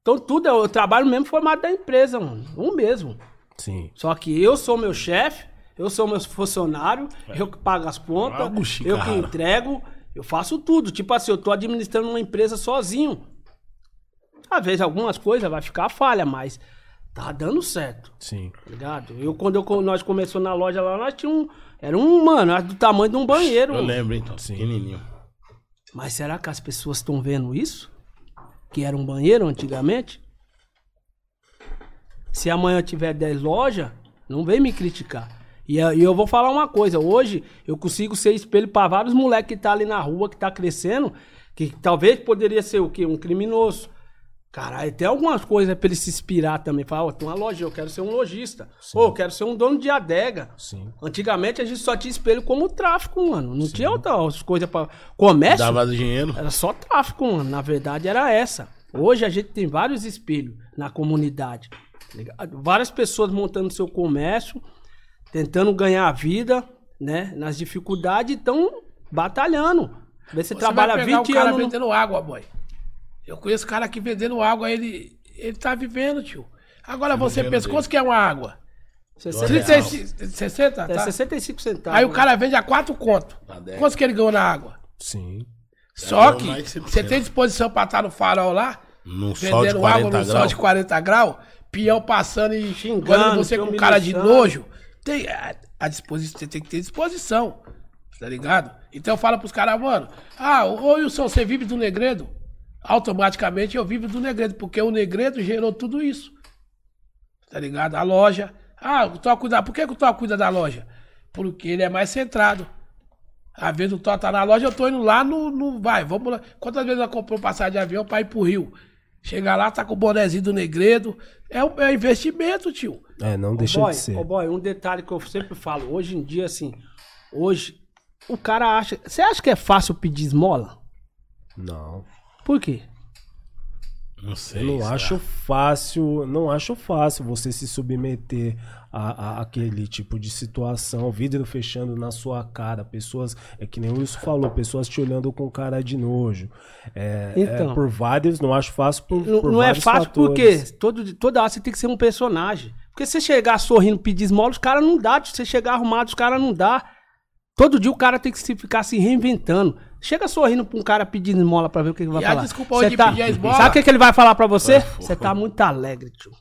[SPEAKER 4] Então tudo, é- eu trabalho no mesmo formato da empresa, mano. Um mesmo.
[SPEAKER 1] Sim.
[SPEAKER 4] Só que eu sou meu chefe, eu sou meu funcionário, eu que pago as contas,
[SPEAKER 2] Algo É. chique,
[SPEAKER 4] eu que
[SPEAKER 2] cara.
[SPEAKER 4] entrego, eu faço tudo. Tipo assim, eu tô administrando uma empresa sozinho. Às vezes algumas coisas vai ficar falha, mas tá dando certo.
[SPEAKER 1] Sim.
[SPEAKER 4] tá Ligado? Eu, quando eu, co- nós começamos na loja lá, nós tínhamos um. Era um, mano, era do tamanho de um banheiro.
[SPEAKER 2] Eu
[SPEAKER 4] mano.
[SPEAKER 2] lembro, então, pequenininho.
[SPEAKER 4] Mas será que as pessoas estão vendo isso? Que era um banheiro antigamente? Se amanhã eu tiver 10 lojas, não vem me criticar. E eu, e eu vou falar uma coisa, hoje eu consigo ser espelho para vários moleques que tá ali na rua, que tá crescendo, que talvez poderia ser o quê? Um criminoso. Caralho, tem algumas coisas pra ele se inspirar também. Falar, ó, tem uma loja, eu quero ser um lojista. Ou eu quero ser um dono de adega.
[SPEAKER 1] Sim.
[SPEAKER 4] Antigamente a gente só tinha espelho como tráfico, mano. Não tinha outras coisas pra. Comércio?
[SPEAKER 2] Dava dinheiro.
[SPEAKER 4] Era só tráfico, mano. Na verdade, era essa. Hoje a gente tem vários espelhos na comunidade. tá ligado? Várias pessoas montando seu comércio, tentando ganhar a vida, né? Nas dificuldades, estão batalhando. Vê se
[SPEAKER 3] Você
[SPEAKER 4] trabalha
[SPEAKER 3] vai pegar
[SPEAKER 4] 20
[SPEAKER 3] o cara
[SPEAKER 4] anos. no-
[SPEAKER 3] vendendo água, boy. Eu conheço cara aqui vendendo água, ele, ele tá vivendo, tio. Agora você
[SPEAKER 2] Tá vivendo
[SPEAKER 3] pensa,
[SPEAKER 2] dele. Tá
[SPEAKER 3] quanto que é uma água?
[SPEAKER 4] 60,
[SPEAKER 3] 36, 60?
[SPEAKER 4] é
[SPEAKER 3] tá?
[SPEAKER 4] 65 centavos. né?
[SPEAKER 3] Aí o cara vende a 4 conto.
[SPEAKER 2] Tá dez.
[SPEAKER 3] Quanto que ele ganhou na água?
[SPEAKER 1] Sim.
[SPEAKER 3] Só
[SPEAKER 2] ganhou
[SPEAKER 3] que
[SPEAKER 2] mais de 100%.
[SPEAKER 3] você tem disposição pra estar no farol lá,
[SPEAKER 2] Num sol de
[SPEAKER 3] vendendo água
[SPEAKER 2] 40
[SPEAKER 3] num
[SPEAKER 2] graus.
[SPEAKER 3] sol de 40 graus, peão passando e
[SPEAKER 4] Xingando,
[SPEAKER 3] xingando você
[SPEAKER 4] te
[SPEAKER 3] com cara de
[SPEAKER 4] humilhando.
[SPEAKER 3] nojo. Tem, a, a disposição, você tem que ter disposição, tá ligado? Então eu falo pros caras, mano, ah, ô Wilson, você vive do Negredo? Automaticamente eu vivo do Negredo, porque o Negredo gerou tudo isso tá ligado? A loja. Ah, o Tó cuida. Por que, que o Tó cuida da loja? Porque ele é mais centrado. Às vezes o Tó tá na loja, eu tô indo lá no. no vai, vamos lá. Quantas vezes ela comprou passagem de avião pra ir pro Rio? Chega lá, tá com o bonezinho do Negredo. É, um- é investimento, tio.
[SPEAKER 1] É, não
[SPEAKER 4] Ô,
[SPEAKER 1] deixa
[SPEAKER 4] boy,
[SPEAKER 1] de ser.
[SPEAKER 4] ô, boy, um detalhe que eu sempre falo, hoje em dia, assim, hoje, o cara acha. Você acha que é fácil pedir esmola?
[SPEAKER 1] Não.
[SPEAKER 4] Por quê?
[SPEAKER 2] Não sei.
[SPEAKER 1] Não
[SPEAKER 2] será?
[SPEAKER 1] acho fácil, não acho fácil você se submeter a, a- aquele tipo de situação, vidro fechando na sua cara, pessoas, é que nem o Wilson falou, pessoas te olhando com cara de nojo. É,
[SPEAKER 4] Então.
[SPEAKER 1] é, por vários, não acho fácil por,
[SPEAKER 4] Não,
[SPEAKER 1] por
[SPEAKER 4] não é
[SPEAKER 1] vários
[SPEAKER 4] fácil
[SPEAKER 1] fatores.
[SPEAKER 4] porque todo, toda hora você tem que ser um personagem. Porque se você chegar sorrindo, pedir esmola, os caras não dá. Se você chegar arrumado, os caras não dá. Todo dia o cara tem que se ficar se reinventando. Chega sorrindo pra um cara pedindo esmola pra ver o que ele vai
[SPEAKER 3] E a
[SPEAKER 4] falar.
[SPEAKER 3] desculpa
[SPEAKER 4] Cê tá
[SPEAKER 3] hoje de pedir a esmola?
[SPEAKER 4] Sabe o que, que ele vai falar pra você?
[SPEAKER 2] Vai,
[SPEAKER 4] Você tá muito alegre, tio.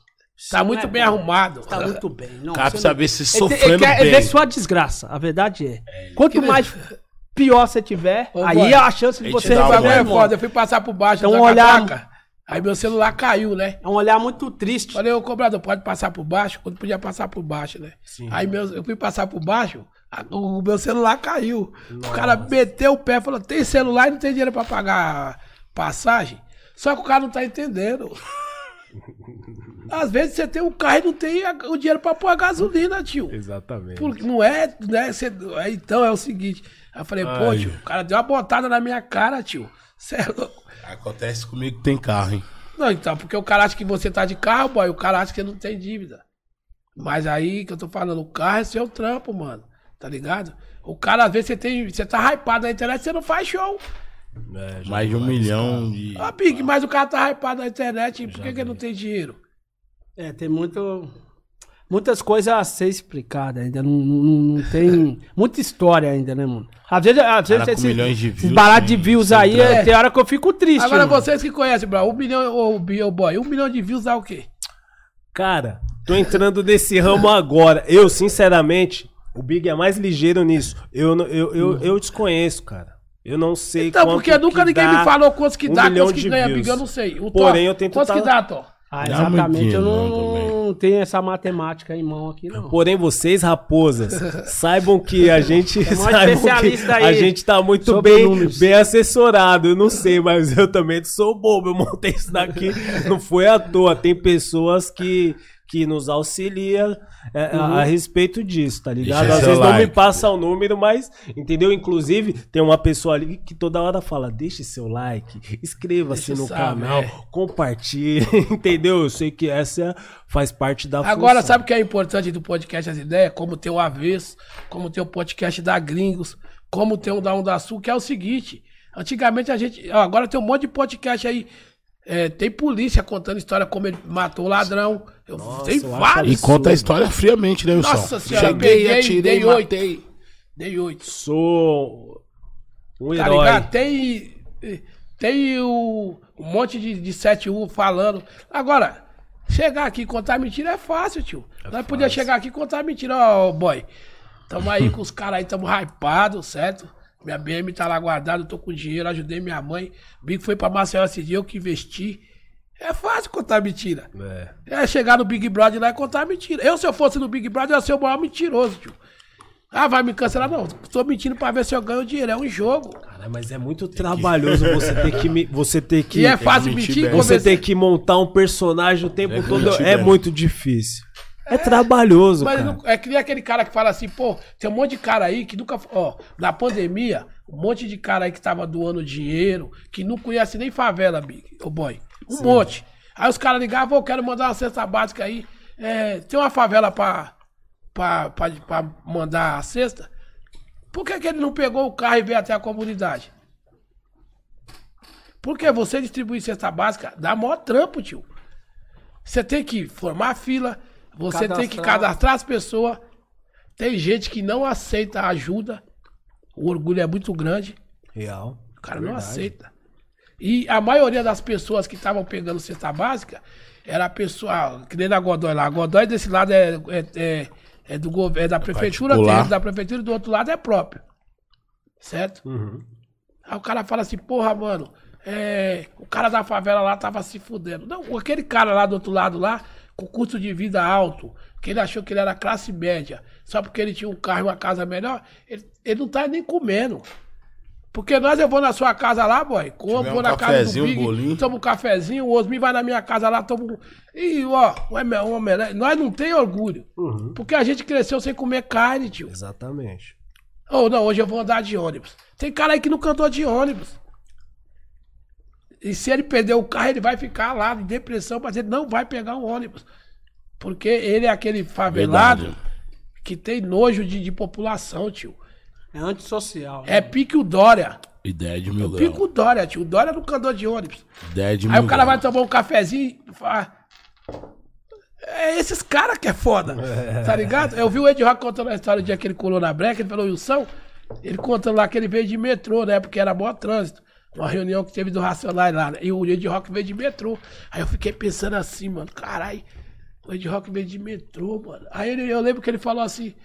[SPEAKER 3] Tá muito bem arrumado.
[SPEAKER 4] é Tá muito bem. Não,
[SPEAKER 2] O cara
[SPEAKER 4] você
[SPEAKER 2] precisa
[SPEAKER 4] não-
[SPEAKER 2] ver se
[SPEAKER 4] Ele-
[SPEAKER 2] sofrendo
[SPEAKER 4] ele quer
[SPEAKER 2] bem.
[SPEAKER 3] é
[SPEAKER 4] ver sua desgraça. A verdade é. Quanto mais pior você tiver,
[SPEAKER 3] Ô,
[SPEAKER 4] aí
[SPEAKER 3] boy,
[SPEAKER 4] é a chance de
[SPEAKER 2] ele te
[SPEAKER 4] você
[SPEAKER 2] dá
[SPEAKER 3] Pra
[SPEAKER 2] uma
[SPEAKER 3] mim
[SPEAKER 4] resolver,
[SPEAKER 3] é
[SPEAKER 4] irmão.
[SPEAKER 3] foda. Eu fui passar por baixo
[SPEAKER 4] Então,
[SPEAKER 3] da
[SPEAKER 4] olhar-
[SPEAKER 3] catraca, Aí meu celular caiu, né?
[SPEAKER 4] É um olhar muito triste.
[SPEAKER 3] Falei, ô cobrador, pode passar por baixo? Quando podia passar por baixo, né? Aí meu, eu fui passar por baixo, a- o, o meu celular caiu. O cara meteu o pé, falou, tem celular e não tem dinheiro pra pagar passagem. Só que o cara não tá entendendo. Às vezes você tem um carro e não tem a- o dinheiro pra pôr a gasolina, tio.
[SPEAKER 1] Exatamente.
[SPEAKER 3] Porque não é, né? cê- é, então é o seguinte. Aí eu falei, pô,
[SPEAKER 2] Ai.
[SPEAKER 3] tio, o cara deu uma botada na minha cara, tio. Você é louco.
[SPEAKER 2] Acontece comigo que tem carro, hein?
[SPEAKER 3] Não, então, porque o cara acha que você tá de carro, boy, o cara acha que você não tem dívida. Mas aí que eu tô falando, o carro é seu trampo, mano. Tá ligado? O cara, às vezes, você tem. Você tá hypado na internet, você não faz show.
[SPEAKER 1] É, já
[SPEAKER 2] Mais de um milhão de.
[SPEAKER 3] Ah, Big, mas o cara tá hypado na internet, por que, que ele não tem dinheiro?
[SPEAKER 4] É, tem muito. Muitas coisas a ser explicadas ainda. Não, não- não tem. Muita história ainda, né, mano? Às vezes, às vezes
[SPEAKER 2] com
[SPEAKER 4] esse,
[SPEAKER 2] milhões de
[SPEAKER 4] esses
[SPEAKER 2] views,
[SPEAKER 4] barato de
[SPEAKER 2] sem-
[SPEAKER 4] views
[SPEAKER 2] sem
[SPEAKER 4] aí,
[SPEAKER 2] trampo.
[SPEAKER 4] é, tem hora que eu fico triste.
[SPEAKER 3] Agora
[SPEAKER 4] mano.
[SPEAKER 3] vocês que conhecem, bro, um milhão, ô, Bi- ô boy, um milhão de views dá o quê?
[SPEAKER 1] Cara, Tô entrando nesse ramo agora. Eu, sinceramente, o Big é mais ligeiro nisso. Eu, não- eu, eu, eu desconheço, cara. Eu não sei
[SPEAKER 3] Então,
[SPEAKER 1] quanto
[SPEAKER 3] porque nunca
[SPEAKER 1] que
[SPEAKER 3] ninguém
[SPEAKER 1] dá
[SPEAKER 3] me falou quantos que
[SPEAKER 1] um
[SPEAKER 3] dá,
[SPEAKER 1] milhão
[SPEAKER 3] quantos que
[SPEAKER 1] de
[SPEAKER 3] ganha,
[SPEAKER 1] views.
[SPEAKER 3] Big, eu não sei. O
[SPEAKER 1] Porém, eu tento
[SPEAKER 3] Quantos
[SPEAKER 1] tá-
[SPEAKER 3] que dá, Thor?
[SPEAKER 4] Ah,
[SPEAKER 2] Dá uma
[SPEAKER 4] exatamente. Eu
[SPEAKER 2] entendida
[SPEAKER 4] não tenho essa matemática em mão aqui, não.
[SPEAKER 1] Porém, vocês, raposas, saibam que a gente
[SPEAKER 3] É
[SPEAKER 4] um
[SPEAKER 1] saibam que
[SPEAKER 4] especialista aí
[SPEAKER 1] a gente tá muito
[SPEAKER 4] sobre
[SPEAKER 1] bem,
[SPEAKER 4] números.
[SPEAKER 1] bem assessorado. Eu não sei, mas eu também sou bobo. Eu montei isso daqui. Não foi à toa. Tem pessoas que, que nos auxiliam é, a-
[SPEAKER 3] Uhum.
[SPEAKER 1] a, respeito disso, tá ligado?
[SPEAKER 2] Deixa
[SPEAKER 1] Às
[SPEAKER 2] seu
[SPEAKER 1] vezes não me
[SPEAKER 2] like,
[SPEAKER 1] passa o número, mas, entendeu? Inclusive, tem uma pessoa ali que toda hora fala: deixe seu like, inscreva-se
[SPEAKER 3] Deixa
[SPEAKER 1] no
[SPEAKER 3] eu saber.
[SPEAKER 1] canal, compartilhe, entendeu? Eu sei que essa faz parte da
[SPEAKER 3] Agora,
[SPEAKER 1] função.
[SPEAKER 3] sabe o que é importante do podcast As Ideias? Como ter o Avesso, como ter o podcast da Gringos, como ter o da Onda Sul, que é o seguinte. Antigamente a gente... ó, Agora tem um monte de podcast aí. É, tem polícia contando história como ele matou o ladrão. Eu, tem
[SPEAKER 1] eu acho
[SPEAKER 3] vários.
[SPEAKER 2] E conta a história friamente, né, Wilson?
[SPEAKER 3] Nossa senhora,
[SPEAKER 2] Cheguei,
[SPEAKER 3] peguei,
[SPEAKER 2] atirei,
[SPEAKER 3] dei
[SPEAKER 2] matei.
[SPEAKER 3] Dei oito.
[SPEAKER 1] Sou um
[SPEAKER 3] Tá
[SPEAKER 1] herói.
[SPEAKER 3] ligado? Tem, tem o, um monte de, de 7-1 falando. Agora, chegar aqui e contar mentira é fácil, tio. Nós podíamos chegar aqui e contar mentira, ó, ó, boy. Tamo aí com os caras aí, tamo hypado, certo? Minha BM tá lá guardada, eu tô com dinheiro, ajudei minha mãe. O Bico foi pra Marcel esse dia, eu que investi. É fácil contar mentira.
[SPEAKER 1] É.
[SPEAKER 3] É chegar no Big Brother lá e contar mentira. Eu, se eu fosse no Big Brother, eu ia ser o maior mentiroso, tio. Ah, vai me cancelar? Não, tô mentindo pra ver se eu ganho dinheiro. É um jogo.
[SPEAKER 1] Cara, mas é muito trabalhoso você ter que me- você ter que
[SPEAKER 3] E é fácil
[SPEAKER 2] mentir
[SPEAKER 3] mentir e
[SPEAKER 2] bem.
[SPEAKER 1] você
[SPEAKER 3] convencer.
[SPEAKER 1] ter que montar um personagem o tempo
[SPEAKER 2] É
[SPEAKER 1] todo
[SPEAKER 2] muito
[SPEAKER 1] é
[SPEAKER 2] bem.
[SPEAKER 1] muito difícil. É, trabalhoso,
[SPEAKER 3] Mas
[SPEAKER 1] cara.
[SPEAKER 3] não- é que nem aquele cara que fala assim, pô, tem um monte de cara aí que nunca. Ó, na pandemia, um monte de cara aí que tava doando dinheiro, que não conhece nem favela, Big, ô boy. Um monte. Aí os caras ligavam, eu quero mandar uma cesta básica aí. É, tem uma favela pra, pra, pra, pra mandar a cesta? Por que, que ele não pegou o carro e veio até a comunidade? Porque você distribuir cesta básica dá maior trampo, tio. Você tem que formar fila, você tem que
[SPEAKER 4] Cadastrar.
[SPEAKER 3] cadastrar as pessoas. Tem gente que não aceita ajuda. O orgulho é muito grande.
[SPEAKER 1] Real.
[SPEAKER 3] O cara não aceita. E a maioria das pessoas que estavam pegando cesta básica era a pessoa, que nem na Godói lá. A Godói desse lado é, é, é, é do, gov- é da prefeitura, tem
[SPEAKER 2] particular.
[SPEAKER 3] esse da prefeitura e do outro lado é próprio. Certo? Aí o cara fala assim, porra, mano, é, o cara da favela lá tava se fudendo. Não, aquele cara lá do outro lado lá, com custo de vida alto, que ele achou que ele era classe média, só porque ele tinha um carro e uma casa melhor, ele, ele não tá nem comendo. Porque nós eu vou na sua casa lá, boy, como
[SPEAKER 2] Tiver
[SPEAKER 3] vou
[SPEAKER 2] um
[SPEAKER 3] na casa do
[SPEAKER 2] cafezinho, um
[SPEAKER 3] Big,
[SPEAKER 2] bolinho.
[SPEAKER 3] tomo um cafezinho, o Osmi vai na minha casa lá, toma um... E, ó, um ome- um omelete. Nós não tem orgulho. Porque a gente cresceu sem comer carne, tio.
[SPEAKER 1] Exatamente.
[SPEAKER 3] Ou não, hoje eu vou andar de ônibus. Tem cara aí que não cantou de ônibus. E se ele perder o carro, ele vai ficar lá em depressão, mas ele não vai pegar o ônibus. Porque ele é aquele favelado
[SPEAKER 2] Verdade.
[SPEAKER 3] que tem nojo de, de população, tio.
[SPEAKER 4] É antissocial. né?
[SPEAKER 3] É pique o Dória.
[SPEAKER 2] Ideia de mil
[SPEAKER 3] Pique
[SPEAKER 2] graus.
[SPEAKER 3] o Dória, tio. O Dória não cantou de ônibus.
[SPEAKER 2] Ideia de mil
[SPEAKER 3] Aí o cara vai
[SPEAKER 2] graus.
[SPEAKER 3] tomar um cafezinho e fala. "Ah, É esses caras que é foda. Tá ligado? Eu vi o Ed Rock contando a história do dia que ele colou na breca, ele falou, Wilson, ele contando lá que ele veio de metrô, né? Porque era maior trânsito. Uma reunião que teve do Racionais lá, né? E o Ed Rock veio de metrô. Aí eu fiquei pensando assim, mano, caralho, o Ed Rock veio de metrô, mano. Aí ele- eu lembro que ele falou assim,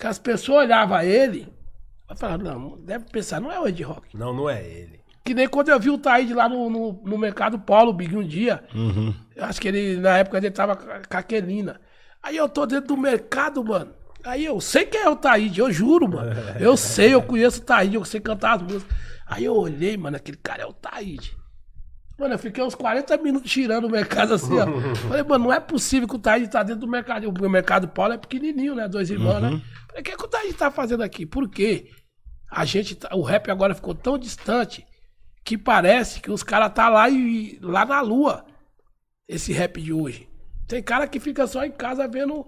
[SPEAKER 3] que as pessoas olhavam ele, e falavam, não, deve pensar, não é o Ed Rock.
[SPEAKER 1] Não, não é ele.
[SPEAKER 3] Que nem quando eu vi o Taíde lá no, no, no Mercado Paulo, Big, um dia. Eu acho que ele, na época, ele tava com a Caquelina. Aí eu tô dentro do mercado, mano. Aí eu sei quem é o Taíde, eu juro, mano. Eu sei, eu conheço o Taíde, eu sei cantar as músicas. Aí eu olhei, mano, aquele cara é o Taíde. Mano, eu fiquei uns 40 minutos girando o mercado assim, ó. Falei, mano, não é possível que o Taíde tá dentro do mercado. O mercado Paulo é pequenininho, né? Dois irmãos, né? Falei, o que, é que o Taíde tá fazendo aqui? Por quê? A gente, tá- o rap agora ficou tão distante que parece que os caras tá lá e lá na lua esse rap de hoje. Tem cara que fica só em casa vendo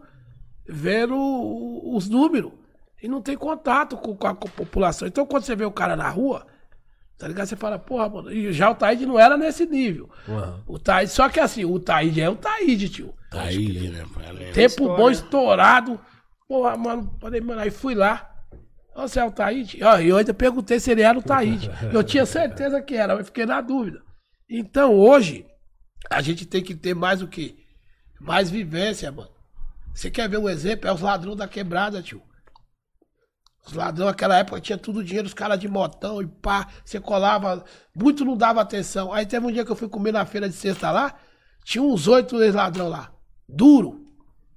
[SPEAKER 3] vendo o- os números e não tem contato com, com a co- população. Então quando você vê o cara na rua, tá ligado? Você fala, porra, mano, e já o Taíde não era nesse nível. O Taíde, só que assim, o Taíde é o Taíde, tio.
[SPEAKER 2] Tá aí, né, pai?
[SPEAKER 3] Tempo
[SPEAKER 4] história.
[SPEAKER 3] bom estourado. Porra, mano, falei, mano, aí fui lá. Ô, você é o Taíde? Ó, eu ainda perguntei se ele era o Taíde. Eu tinha certeza que era, mas fiquei na dúvida. Então, hoje, a gente tem que ter mais o quê? mais vivência, mano. Você quer ver um exemplo? É os ladrões da quebrada, tio. Os ladrões naquela época tinha tudo dinheiro, os caras de motão e pá, você colava, muito não dava atenção. Aí teve um dia que eu fui comer na feira de sexta lá, tinha uns oito ex-ladrão lá, duro.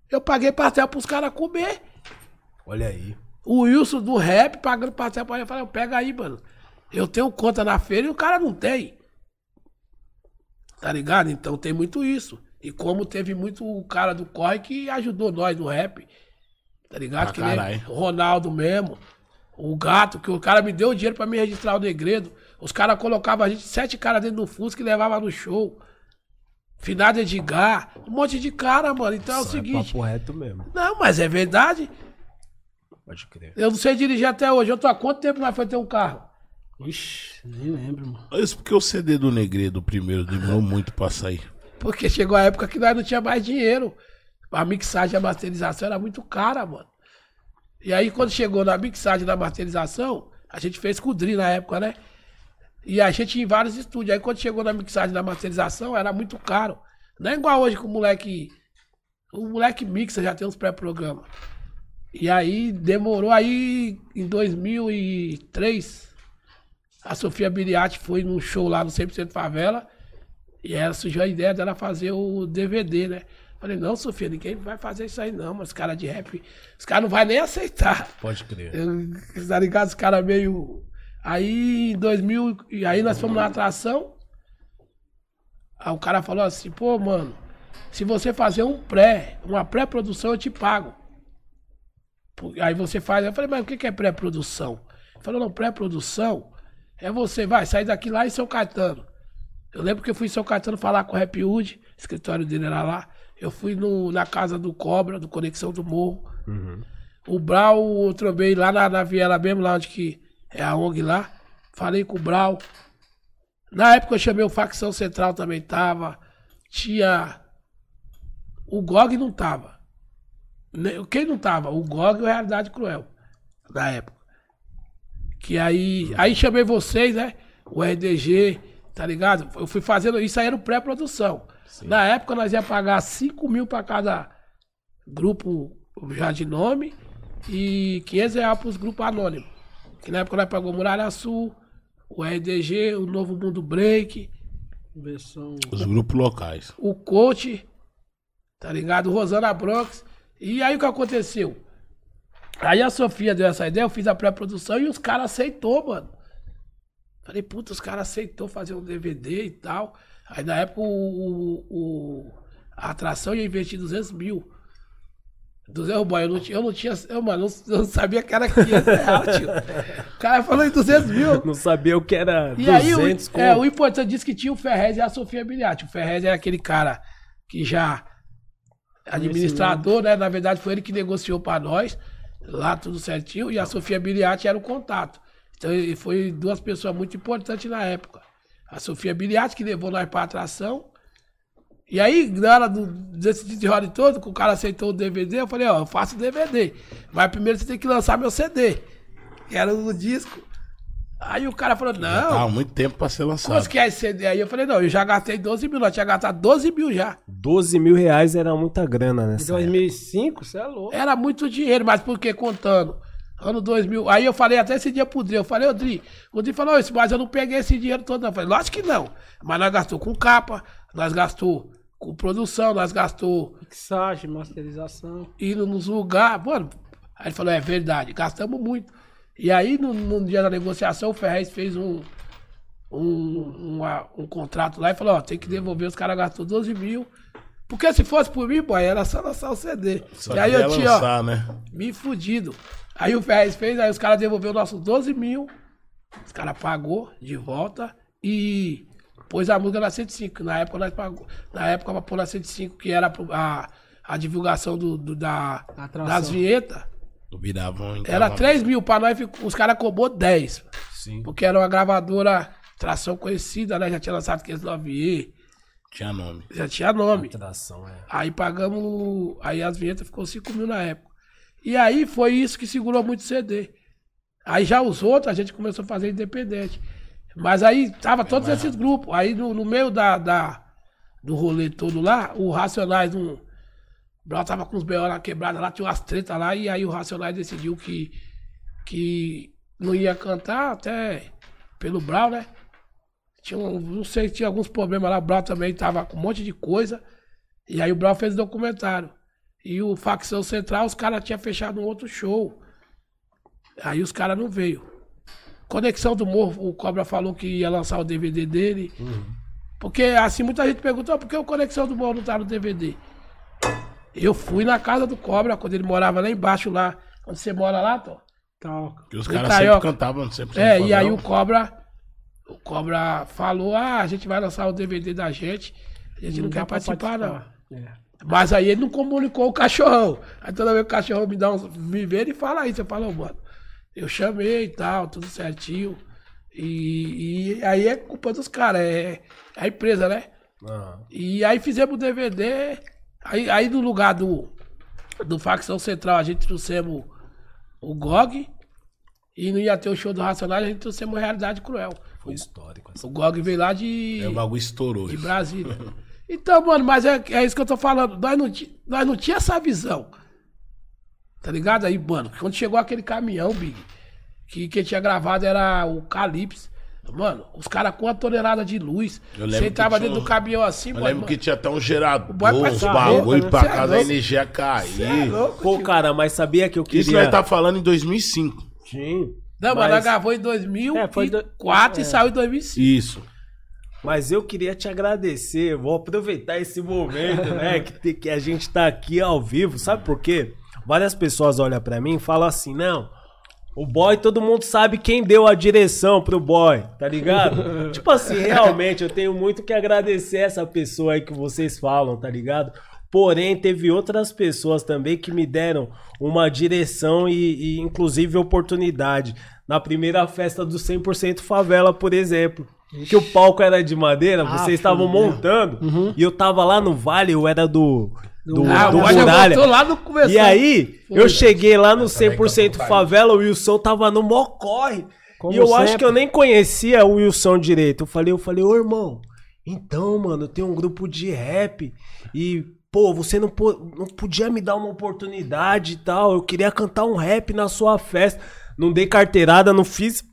[SPEAKER 3] Eu paguei pastel pros caras comer.
[SPEAKER 1] Olha aí.
[SPEAKER 3] O Wilson do rap pagando pastel pra ele. Eu falei, pega aí, mano. Eu tenho conta na feira e o cara não tem. Tá ligado? Então tem muito isso. E como teve muito o cara do corre que ajudou nós no rap. Tá ligado?
[SPEAKER 2] Ah,
[SPEAKER 3] que nem
[SPEAKER 2] caralho.
[SPEAKER 3] o Ronaldo mesmo. O gato, que o cara me deu o dinheiro pra me registrar o negredo. Os caras colocavam a gente, sete caras dentro do Fusca e levava no show. Finado Edgar, um monte de cara, mano. Então é o seguinte.
[SPEAKER 1] papo reto mesmo,
[SPEAKER 3] Não, mas é verdade.
[SPEAKER 1] pode crer.
[SPEAKER 3] Eu não sei dirigir até hoje. Eu tô há quanto tempo nós foi ter um carro?
[SPEAKER 4] Ixi, nem lembro, mano.
[SPEAKER 2] Isso porque o CD do Negredo, o primeiro, demorou muito pra sair.
[SPEAKER 3] Porque chegou a época que nós não tinha mais dinheiro. A mixagem e a masterização era muito cara, mano. E aí, quando chegou na mixagem e na masterização, a gente fez com o Dri na época, né? E a gente ia em vários estúdios. Aí, quando chegou na mixagem e na masterização, era muito caro. Não é igual hoje que o moleque. O moleque mixa, já tem uns pré-programas. E aí, demorou. Aí, em 2003, a Sofia Biriati foi num show lá no 100% Favela. E ela surgiu a ideia dela fazer o DVD, né? Falei, não, Sofia, ninguém vai fazer isso aí não, mas os caras de rap, os caras não vai nem aceitar.
[SPEAKER 1] Pode crer.
[SPEAKER 3] Eu, tá ligado? Os caras meio. Aí em 2000, e aí nós fomos na atração. Aí o cara falou assim: pô, mano, se você fazer um pré, uma pré-produção, eu te pago. Pô, Aí você faz. Eu falei, mas o que que é pré-produção? Ele falou, não, pré-produção é você vai sair daqui lá em São Caetano. Eu lembro que eu fui em São Caetano falar com o Rap Hood, o escritório dele era lá. Eu fui no- na casa do Cobra, do Conexão do Morro. O Brau, eu trombei lá na, na Viela mesmo, lá onde que é a ONG lá. Falei com o Brau. Na época eu chamei o Facção Central também tava. Tinha. O Gog não tava. Ne- Quem não tava? O Gog e o Realidade Cruel. Na época. Que aí. Aí chamei vocês, né? O RDG, tá ligado? Eu fui fazendo. Isso aí era o pré-produção. Na época nós ia pagar 5 mil pra cada grupo já de nome e 500 reais para os grupos anônimos. Que na época nós pagou Muralha Sul, o RDG, o Novo Mundo Break,
[SPEAKER 4] Versão.
[SPEAKER 2] Os grupos locais.
[SPEAKER 3] o Coach, tá ligado? Rosana Bronx. E aí o que aconteceu? Aí a Sofia deu essa ideia, eu fiz a pré-produção e os caras aceitou, mano. Falei, puta, os caras aceitou fazer um DVD e tal. Aí na época o, o- o- a atração ia investir 200 mil. 200 boy, eu não tinha, eu não tinha, eu, mano, eu não sabia que era 500 reais, tio. O cara falou em 200 mil.
[SPEAKER 1] Não sabia o que era
[SPEAKER 3] E
[SPEAKER 1] 200
[SPEAKER 3] aí, o,
[SPEAKER 1] com...
[SPEAKER 3] é, o importante disso que tinha o Ferrez e a Sofia Biliati. O Ferrez era aquele cara que já administrador, né? Na verdade, foi ele que negociou pra nós, lá tudo certinho, e a Sofia Biliati era o contato. Então, e foi duas pessoas muito importantes na época. A Sofia Biliati, que levou nós pra atração, e aí, na hora do, desse desenrole todo, que o cara aceitou o DVD, eu falei, ó, eu faço o DVD. Mas primeiro você tem que lançar meu CD. Que era o disco. Aí o cara falou,
[SPEAKER 2] Já
[SPEAKER 3] não,
[SPEAKER 2] tava há muito tempo pra ser
[SPEAKER 3] quanto
[SPEAKER 2] lançado.
[SPEAKER 3] que é esse CD aí? Eu falei, não, eu já gastei 12 mil, nós tinha gastado 12 mil já.
[SPEAKER 1] 12 mil reais era muita grana
[SPEAKER 4] Em
[SPEAKER 3] Então
[SPEAKER 1] nessa época.
[SPEAKER 4] 2005, você é louco.
[SPEAKER 3] Era muito dinheiro, mas por que contando? Ano 2000. Aí eu falei até esse dia pro Dri. Eu falei, ô Dri, o Dri falou isso, mas eu não peguei esse dinheiro todo. não." Eu falei, lógico que não. Mas nós gastou com capa, nós gastou com produção, nós gastou
[SPEAKER 4] Mixagem, masterização.
[SPEAKER 3] indo nos lugares, mano. Aí ele falou, é verdade, gastamos muito. E aí, no, no dia da negociação, o Ferrez fez um, um, uma- um contrato lá e falou, ó, tem que devolver, os caras gastou 12 mil. Porque se fosse por mim, boy, era só lançar o CD.
[SPEAKER 2] Só
[SPEAKER 3] e aí
[SPEAKER 2] queria
[SPEAKER 3] eu tinha, ó,
[SPEAKER 2] lançar, né?
[SPEAKER 3] me fudido. Aí o Ferrez fez, aí os caras devolveu nossos 12 mil. Os caras pagou de volta e pôs a música na 105. Na época nós pagou. Na época pra pôr na 105, que era pro- a, a divulgação do, do- da,
[SPEAKER 4] Atração.
[SPEAKER 3] das vinhetas.
[SPEAKER 2] Viravam então,
[SPEAKER 3] Era 3 mil pra nós, ficou- os caras cobrou 10.
[SPEAKER 1] Sim.
[SPEAKER 3] Porque era uma gravadora tração conhecida, né? Já tinha lançado 509E,
[SPEAKER 2] Tinha nome.
[SPEAKER 3] já tinha nome.
[SPEAKER 1] Tração, é.
[SPEAKER 3] Aí pagamos. Aí as vinhetas ficou 5 mil na época. E aí foi isso que segurou muito o CD. Aí já os outros a gente começou a fazer independente. Mas aí tava todos esses grupos. Aí no, no meio da, da- do rolê todo lá, o Racionais não, Brau tava com os B.O. na quebrada lá, tinha umas tretas lá, e aí o Racionais decidiu que, que não ia cantar até pelo Brau, né? Tinha, um- não sei, tinha alguns problemas lá, o Brau também tava com um monte de coisa. E aí o Brau fez documentário. E o Facção Central, os caras tinham fechado um outro show. Aí os caras não veio. Conexão do Morro, o Cobra falou que ia lançar o DVD dele. Porque assim, muita gente perguntou, "Ah, por que o Conexão do Morro não tá no DVD? Eu fui na casa do Cobra, quando ele morava lá embaixo, lá. Quando você mora lá, Tom?
[SPEAKER 4] Então,
[SPEAKER 2] Que os
[SPEAKER 3] E
[SPEAKER 2] caras
[SPEAKER 3] Carioca.
[SPEAKER 2] sempre cantavam, sempre
[SPEAKER 3] É,
[SPEAKER 2] sempre
[SPEAKER 3] e aí
[SPEAKER 2] falavam.
[SPEAKER 3] o Cobra, o Cobra falou, ah, a gente vai lançar o DVD da gente, a gente não, quer
[SPEAKER 4] dá pra
[SPEAKER 3] participar, não.
[SPEAKER 4] É.
[SPEAKER 3] Mas aí ele não comunicou o cachorrão. Aí toda vez que o cachorrão me dá uns, me vê, ele fala isso, eu falo, "Ô, mano, eu chamei e tal, tudo certinho. E, e aí é culpa dos caras, é é a empresa, né?
[SPEAKER 1] Ah,
[SPEAKER 3] E aí fizemos o DVD. Aí, aí no lugar do, do Facção Central, a gente trouxemos o GOG. E não ia ter o show do Racionais, a gente trouxemos Realidade Cruel.
[SPEAKER 1] foi histórico. essa.
[SPEAKER 3] O GOG veio lá de,
[SPEAKER 2] É, o bagulho estourou.
[SPEAKER 3] de
[SPEAKER 2] isso.
[SPEAKER 3] Brasília. Então, mano, mas é, é isso que eu tô falando. Nós não, ti- nós não tinha essa visão. Tá ligado? Aí, mano, quando chegou aquele caminhão, Big, que quem tinha gravado era o Calypso. Mano, os caras com a tonelada de luz.
[SPEAKER 2] Eu lembro que
[SPEAKER 3] Sentava
[SPEAKER 2] tinha
[SPEAKER 3] dentro do
[SPEAKER 2] um-
[SPEAKER 3] caminhão assim,
[SPEAKER 2] Eu
[SPEAKER 3] mano,
[SPEAKER 2] lembro
[SPEAKER 3] mano.
[SPEAKER 2] que tinha até um gerador,
[SPEAKER 3] boy passava
[SPEAKER 2] os
[SPEAKER 3] roupa,
[SPEAKER 2] bagulho
[SPEAKER 3] né?
[SPEAKER 2] pra
[SPEAKER 3] Cê é
[SPEAKER 2] casa, a
[SPEAKER 3] louco. é
[SPEAKER 2] energia cair.
[SPEAKER 1] Pô, cara, mas sabia que eu queria.
[SPEAKER 2] Isso nós tá falando em 2005.
[SPEAKER 1] Sim.
[SPEAKER 3] Não, mas ela
[SPEAKER 1] mas,
[SPEAKER 3] gravou em 2004
[SPEAKER 4] É, foi do-
[SPEAKER 3] e saiu em 2005.
[SPEAKER 2] Isso.
[SPEAKER 1] mas eu queria te agradecer. Vou aproveitar esse momento, né? Que, te- que a gente tá aqui ao vivo. Sabe por quê? Várias pessoas olham pra mim e falam assim: não, o boy, todo mundo sabe quem deu a direção pro boy, tá ligado? tipo assim, realmente, eu tenho muito que agradecer essa pessoa aí que vocês falam, tá ligado? Porém, teve outras pessoas também que me deram uma direção e, e, inclusive, oportunidade. Na primeira festa do 100% Favela, por exemplo. Que o palco era de
[SPEAKER 3] Ah,
[SPEAKER 1] madeira, vocês estavam montando. E eu tava lá no vale, eu era do. Do,
[SPEAKER 3] Uhum. Ah,
[SPEAKER 1] do
[SPEAKER 3] o Roger
[SPEAKER 1] Muralha.
[SPEAKER 3] voltou lá no começo.
[SPEAKER 1] E aí, eu cheguei lá no
[SPEAKER 2] que eu
[SPEAKER 1] 100%
[SPEAKER 2] vou
[SPEAKER 1] favela, o Wilson tava no mocorre.
[SPEAKER 4] Como
[SPEAKER 1] e eu acho
[SPEAKER 4] sempre.
[SPEAKER 1] que eu nem conhecia o Wilson direito. Eu falei, eu falei, ô irmão, então, mano, tem um grupo de rap e, pô, você não, po- não podia me dar uma oportunidade e tal. Eu queria cantar um rap na sua festa. Não dei carteirada, não fiz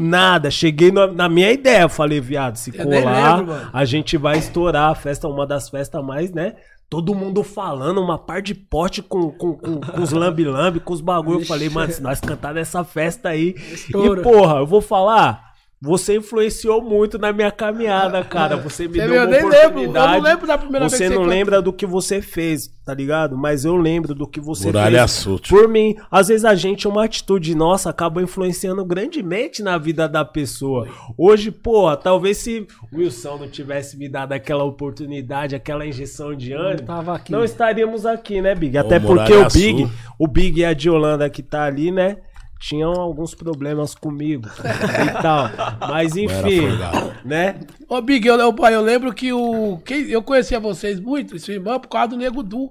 [SPEAKER 1] nada. Cheguei na, na minha ideia. Eu Falei, viado, se
[SPEAKER 3] Uhum. Eu nem
[SPEAKER 1] colar,
[SPEAKER 3] lembro, mano.
[SPEAKER 1] a gente vai estourar a festa, uma das festas mais, né? Todo mundo falando, uma par de pote com, com, com, com os lambe-lambe, com os bagulho. Eu falei, mano, se nós cantar nessa festa aí.
[SPEAKER 4] Estoura.
[SPEAKER 1] E, porra, eu vou falar. Você influenciou muito na minha caminhada, cara. Você me
[SPEAKER 3] Você
[SPEAKER 1] deu
[SPEAKER 3] viu?
[SPEAKER 1] uma
[SPEAKER 3] Eu nem lembro.
[SPEAKER 1] oportunidade.
[SPEAKER 3] Eu não lembro da primeira vez
[SPEAKER 1] você
[SPEAKER 3] que
[SPEAKER 1] não
[SPEAKER 3] você
[SPEAKER 1] lembra do que você fez, tá ligado? Mas eu lembro do que você
[SPEAKER 2] Muralha
[SPEAKER 1] fez.
[SPEAKER 2] Açuti.
[SPEAKER 1] Por mim, às vezes a gente, é uma atitude nossa, acaba influenciando grandemente na vida da pessoa. Hoje, porra, talvez se o Wilson não tivesse me dado aquela oportunidade, aquela injeção de ânimo,
[SPEAKER 4] tava tá aqui.
[SPEAKER 1] não estaríamos aqui, né, Big? Até
[SPEAKER 2] Ô,
[SPEAKER 1] porque
[SPEAKER 2] Muralha
[SPEAKER 1] o Big,
[SPEAKER 2] Açu.
[SPEAKER 1] o Big e a Diolanda que tá ali, né? Tinham alguns problemas comigo e tal. Mas enfim,
[SPEAKER 2] folgado.
[SPEAKER 1] né?
[SPEAKER 3] Ô, Big, eu, eu, eu lembro que o. quem- eu conhecia vocês muito, e sua irmã, por causa do Nego Du.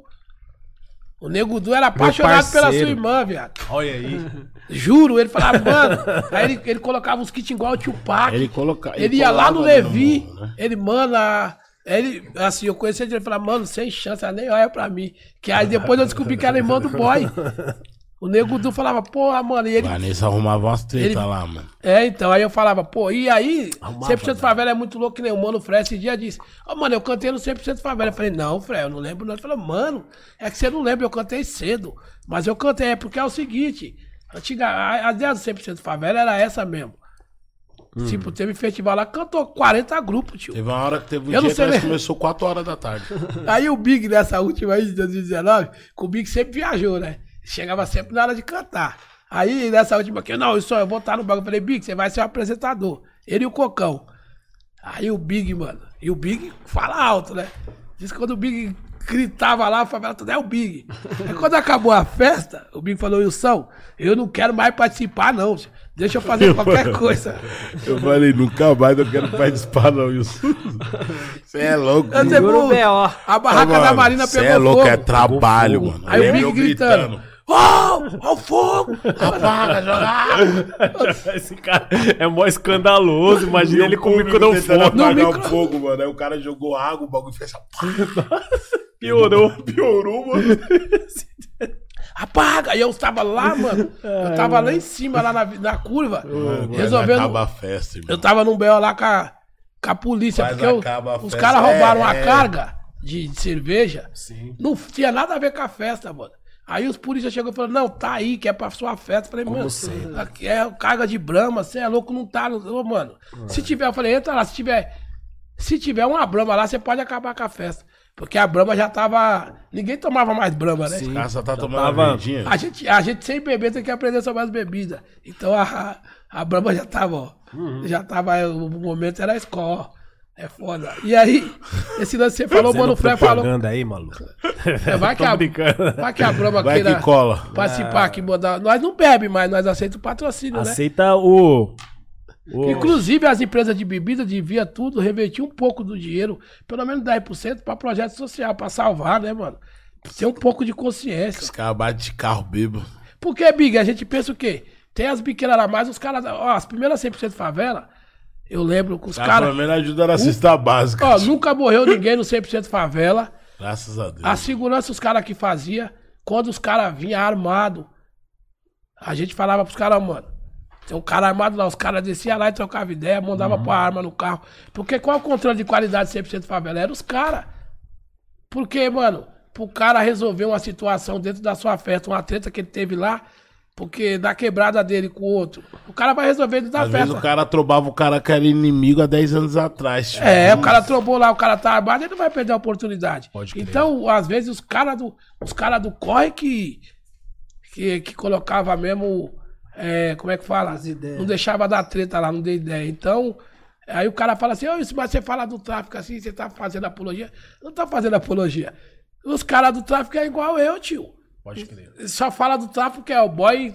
[SPEAKER 3] O Nego Du era apaixonado pela
[SPEAKER 1] parceiro.
[SPEAKER 3] sua irmã, viado.
[SPEAKER 1] Olha aí.
[SPEAKER 3] Juro, ele falava, mano. aí ele, ele colocava uns kits igual o Tupac.
[SPEAKER 2] Ele
[SPEAKER 3] Ele,
[SPEAKER 2] colocava.
[SPEAKER 3] ia lá no
[SPEAKER 2] colava
[SPEAKER 3] Levi.
[SPEAKER 2] no- né?
[SPEAKER 3] Ele, mano, a- ele, assim, eu conhecia ele e falava, mano, sem chance, ela nem olha pra mim. Que aí depois eu descobri que era irmã do boy. O Nego Du falava, porra, mano, e ele
[SPEAKER 2] Vanessa arrumava umas treta
[SPEAKER 3] Ele-
[SPEAKER 2] lá, mano.
[SPEAKER 3] É, então, aí eu falava, pô, e aí, 100% favela é muito louco, que nem o Mano Fred esse dia disse, ó, mano, eu cantei no 100% favela. Eu falei, não, Fred, eu não lembro não. Ele falou, mano, é que você não lembra, eu cantei cedo. Mas eu cantei, é porque é o seguinte, antiga, a, a ideia do 100% favela era essa mesmo. Tipo, teve festival lá, cantou 40 grupos, tio.
[SPEAKER 2] Teve uma hora que teve um
[SPEAKER 3] Eu
[SPEAKER 2] dia
[SPEAKER 3] não
[SPEAKER 2] que
[SPEAKER 3] sei
[SPEAKER 2] nós
[SPEAKER 3] nem-
[SPEAKER 2] começou 4 horas da tarde.
[SPEAKER 3] Aí o Big, nessa última aí de 2019, que o Big sempre viajou, né? Chegava sempre na hora de cantar. Aí, nessa última aqui, eu, não, eu só eu vou estar no banco. Eu falei, Big, você vai ser o apresentador. Ele e o Cocão. Aí o Big, mano. E o Big fala alto, né? Diz que quando o Big gritava lá, a favela toda é o Big. Aí quando acabou a festa, o Big falou, Wilson, eu não quero mais participar, não. Deixa eu fazer qualquer coisa.
[SPEAKER 2] Eu falei, nunca mais eu quero participar, não, Wilson. Você é louco.
[SPEAKER 3] Eu
[SPEAKER 4] Segura o
[SPEAKER 3] sei, pô,
[SPEAKER 4] B.O.
[SPEAKER 3] A barraca
[SPEAKER 2] Mano,
[SPEAKER 3] da Marina
[SPEAKER 2] cê
[SPEAKER 3] pegou
[SPEAKER 2] é louco,
[SPEAKER 3] fogo.
[SPEAKER 2] é trabalho, mano.
[SPEAKER 3] Aí
[SPEAKER 2] Eu
[SPEAKER 3] o Big
[SPEAKER 2] eu
[SPEAKER 3] gritando. Oh, ao fogo!
[SPEAKER 2] Apaga, joga água.
[SPEAKER 1] Esse cara é mó escandaloso. Imagina ele com o
[SPEAKER 3] tá
[SPEAKER 2] tentando
[SPEAKER 1] microfone.
[SPEAKER 2] apagar
[SPEAKER 3] No
[SPEAKER 2] o
[SPEAKER 3] micro-
[SPEAKER 2] fogo, mano. Aí o cara jogou água, o bagulho fez essa...
[SPEAKER 1] Piorou.
[SPEAKER 2] Piorou, mano.
[SPEAKER 3] Apaga! E eu tava lá, mano. Eu tava lá em cima, lá na, vi- na curva.
[SPEAKER 2] Resolvendo.
[SPEAKER 3] resolvendo.
[SPEAKER 2] Acaba a festa, irmão.
[SPEAKER 3] Eu tava num BO lá com a, com a polícia,
[SPEAKER 2] Mas
[SPEAKER 3] porque eu-
[SPEAKER 2] acaba a
[SPEAKER 3] os
[SPEAKER 2] festa.
[SPEAKER 3] caras roubaram
[SPEAKER 2] É,
[SPEAKER 3] a
[SPEAKER 2] é.
[SPEAKER 3] carga de, de cerveja.
[SPEAKER 2] Sim.
[SPEAKER 3] Não tinha nada a ver com a festa, mano. Aí os polícias chegou e falaram, não, tá aí, que é pra sua festa. Eu Falei, mano, aqui é carga de brama, você é louco, não tá. Ô, mano, se tiver, eu falei, entra lá, se tiver. Se tiver uma brama lá, você pode acabar com a festa. Porque a brama já tava. Ninguém tomava mais brama, né?
[SPEAKER 2] O cara só tá tomando
[SPEAKER 1] tava-
[SPEAKER 2] uma verdinha.
[SPEAKER 3] A gente, a gente sem beber tem que aprender sobre as bebidas. Então a, a Brahma já tava, ó. Já tava, o momento era a escola. ó. É foda. E aí, esse lance que você falou, o Mano Fré falou.
[SPEAKER 1] aí, maluco.
[SPEAKER 3] É, vai, que a,
[SPEAKER 1] brincando.
[SPEAKER 3] vai que a Brahma
[SPEAKER 2] Vai
[SPEAKER 3] queira
[SPEAKER 2] que cola.
[SPEAKER 3] participar aqui, mandar. Nós não bebe mais, nós aceitamos o patrocínio, né?
[SPEAKER 1] Aceita o. o-
[SPEAKER 3] Inclusive, as empresas de bebida devia tudo revertir um pouco do dinheiro, pelo menos 10%, pra projeto social, pra salvar, né, mano? Ter um pouco de consciência.
[SPEAKER 2] Os caras batem de carro bêbado.
[SPEAKER 3] Porque, Big, a gente pensa o quê? Tem as biqueiras lá, mas os caras. Ó, as primeiras 100% favela, eu lembro que os Ah,
[SPEAKER 2] Os caras pelo
[SPEAKER 3] caras.
[SPEAKER 2] menos ajudaram a cesta básica.
[SPEAKER 3] Ó, nunca morreu ninguém no 100% favela.
[SPEAKER 2] Graças a Deus.
[SPEAKER 3] A segurança os caras que fazia, quando os caras vinham armado, a gente falava pros caras, mano. Tem um cara armado lá, os caras desciam lá e trocavam ideia, mandava
[SPEAKER 2] Uhum.
[SPEAKER 3] pra arma no carro. Porque qual é o controle de qualidade 100% favela? Era os caras. Porque, mano, pro cara resolver uma situação dentro da sua festa, uma treta que ele teve lá, porque da quebrada dele com o outro, o cara vai resolver dentro da
[SPEAKER 2] Às vezes
[SPEAKER 3] é festa.
[SPEAKER 2] o cara trombava o cara que era inimigo há 10 anos atrás. tipo,
[SPEAKER 3] É, o
[SPEAKER 2] hum,
[SPEAKER 3] cara trombou lá, o cara tá armado, ele não vai perder a oportunidade.
[SPEAKER 2] Pode crer.
[SPEAKER 3] então, às vezes, os caras do, os cara do corre que, que, que colocava mesmo. é, como é que fala?
[SPEAKER 4] As ideias.
[SPEAKER 3] Não deixava dar treta lá, não deu ideia. Então, aí o cara fala assim, "Ô, isso, mas você fala do tráfico assim, você tá fazendo apologia. Não tá fazendo apologia. Os caras do tráfico é igual eu, tio.
[SPEAKER 2] Pode crer.
[SPEAKER 3] Só fala do tráfico que é o boy,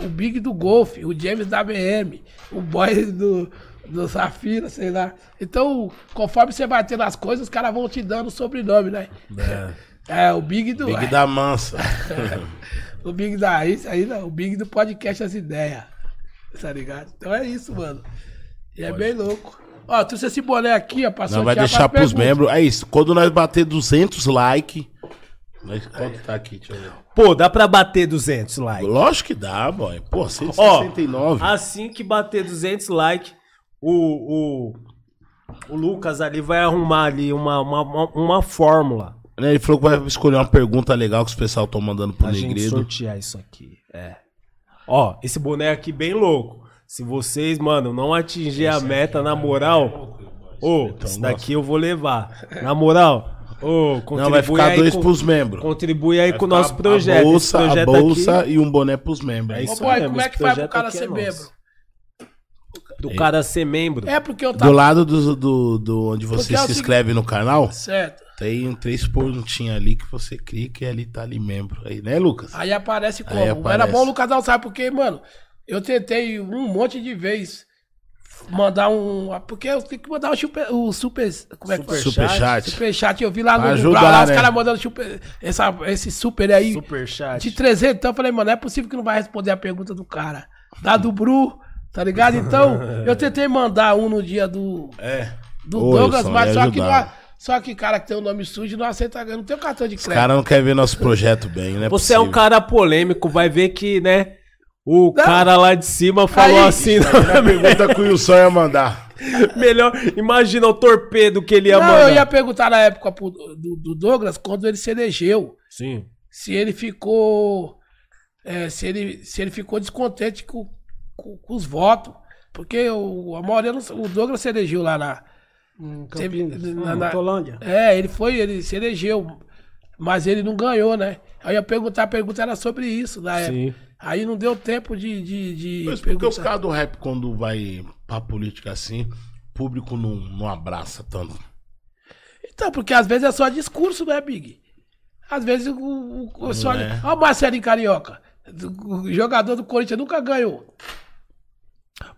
[SPEAKER 3] o Big do Golf, o James da BM, o boy do, do Safira, sei lá. Então, conforme você vai tendo as coisas, os caras vão te dando o sobrenome, né? É, o Big do.
[SPEAKER 2] Big da mansa.
[SPEAKER 3] O Big da. Isso aí, não. O Big do podcast As Ideias. Tá ligado? Então é isso, mano. E é bem louco. Ó, trouxe esse boné aqui, ó, pra
[SPEAKER 2] Nós vai
[SPEAKER 3] sortear
[SPEAKER 2] deixar
[SPEAKER 3] pras
[SPEAKER 2] pros
[SPEAKER 3] perguntas.
[SPEAKER 2] membros. É isso. Quando nós bater 200 likes. Nós... Quanto tá aqui? Deixa eu ver.
[SPEAKER 1] Pô, dá pra bater 200 likes.
[SPEAKER 2] Lógico que dá, boy. Pô,
[SPEAKER 1] Ó,
[SPEAKER 2] 169.
[SPEAKER 1] assim que bater 200 likes, o, o, o Lucas ali vai arrumar ali uma, uma, uma- uma fórmula
[SPEAKER 2] Né, Ele falou que vai escolher uma pergunta legal que os pessoal estão mandando pro
[SPEAKER 1] pra gente
[SPEAKER 2] Negredo.
[SPEAKER 1] sortear isso aqui. É. Ó, esse boné aqui bem louco. Se vocês, mano, não atingir a
[SPEAKER 2] é
[SPEAKER 1] meta, na moral, ô,
[SPEAKER 2] Então,
[SPEAKER 1] esse daqui eu vou levar. Na moral, ô, contribui
[SPEAKER 2] Não, vai ficar
[SPEAKER 1] aí
[SPEAKER 2] dois
[SPEAKER 1] com-
[SPEAKER 2] pros membros.
[SPEAKER 1] Contribui aí com o nosso projeto.
[SPEAKER 2] A
[SPEAKER 1] Esse
[SPEAKER 2] bolsa,
[SPEAKER 1] projeto
[SPEAKER 2] a bolsa
[SPEAKER 1] aqui,
[SPEAKER 2] e um boné pros membros.
[SPEAKER 1] É
[SPEAKER 2] É
[SPEAKER 1] isso.
[SPEAKER 3] Ô,
[SPEAKER 2] isso.
[SPEAKER 3] boy,
[SPEAKER 1] mesmo,
[SPEAKER 3] como é
[SPEAKER 1] esse
[SPEAKER 3] que vai pro
[SPEAKER 1] projeto
[SPEAKER 3] cara
[SPEAKER 1] aqui é
[SPEAKER 3] ser
[SPEAKER 1] nosso.
[SPEAKER 3] membro?
[SPEAKER 1] do cara ser membro.
[SPEAKER 3] É porque eu
[SPEAKER 2] Do
[SPEAKER 3] tava.
[SPEAKER 2] lado do, do, do onde
[SPEAKER 3] Porque
[SPEAKER 2] você
[SPEAKER 3] é o
[SPEAKER 2] se
[SPEAKER 3] seguinte-
[SPEAKER 2] inscreve no canal,
[SPEAKER 3] Certo.
[SPEAKER 2] tem um três pontinhos ali que você clica e ali tá ali membro. Aí, né, Lucas?
[SPEAKER 3] Aí aparece como?
[SPEAKER 2] Aí
[SPEAKER 3] Era
[SPEAKER 2] aparece.
[SPEAKER 3] bom o Lucas Alçar, porque, mano, eu tentei um monte de vez mandar um. Porque eu tenho que mandar o super. O super como é que foi?
[SPEAKER 2] Superchat.
[SPEAKER 3] Superchat, eu vi lá no
[SPEAKER 2] Pra
[SPEAKER 3] Brau,
[SPEAKER 2] ajudar,
[SPEAKER 3] lá, os
[SPEAKER 2] né?
[SPEAKER 3] caras mandando super, essa, esse super aí
[SPEAKER 1] Superchat.
[SPEAKER 3] de 300. Então eu falei, mano, não é possível que não vai responder a pergunta do cara. Da do Bru, tá ligado? Então, eu tentei mandar um no dia do,
[SPEAKER 2] É.
[SPEAKER 3] do
[SPEAKER 2] Ô,
[SPEAKER 3] Douglas,
[SPEAKER 2] Wilson,
[SPEAKER 3] mas
[SPEAKER 2] me
[SPEAKER 3] só que,
[SPEAKER 2] ajudaram.
[SPEAKER 3] lá- só que cara que tem o nome sujo não aceita, não tem o cartão de
[SPEAKER 2] Os
[SPEAKER 3] crédito.
[SPEAKER 2] caras não querem ver nosso projeto bem, né?
[SPEAKER 1] Você é um cara polêmico, vai ver que, né? O cara lá de cima falou
[SPEAKER 3] Aí,
[SPEAKER 1] assim,
[SPEAKER 2] A pergunta que o Wilson ia mandar.
[SPEAKER 1] melhor, imagina o torpedo que ele ia
[SPEAKER 3] não,
[SPEAKER 1] mandar.
[SPEAKER 3] eu ia perguntar na época pro- do, do Douglas quando ele se elegeu.
[SPEAKER 1] Sim.
[SPEAKER 3] Se ele ficou. é, se, ele, se ele ficou descontente com, com- com os votos. Porque o, a maioria. não- o Douglas se elegeu lá na.
[SPEAKER 4] Em
[SPEAKER 3] Teve-
[SPEAKER 4] Campinas. Ah,
[SPEAKER 3] na- na-
[SPEAKER 4] Tolândia.
[SPEAKER 3] É, ele foi, ele se elegeu. Mas ele não ganhou, né? Aí eu ia perguntar, a pergunta era sobre isso na
[SPEAKER 1] Sim.
[SPEAKER 3] época. Aí não deu tempo de. de, de
[SPEAKER 2] Mas porque os
[SPEAKER 3] perguntar.
[SPEAKER 2] caras do rap, quando vai pra política assim, público não, não abraça tanto.
[SPEAKER 3] Então, porque às vezes é só discurso, né, Big? Às vezes o, o, o só.
[SPEAKER 1] Né.
[SPEAKER 2] é.
[SPEAKER 3] Olha o Marcelinho Carioca. O jogador do Corinthians nunca ganhou.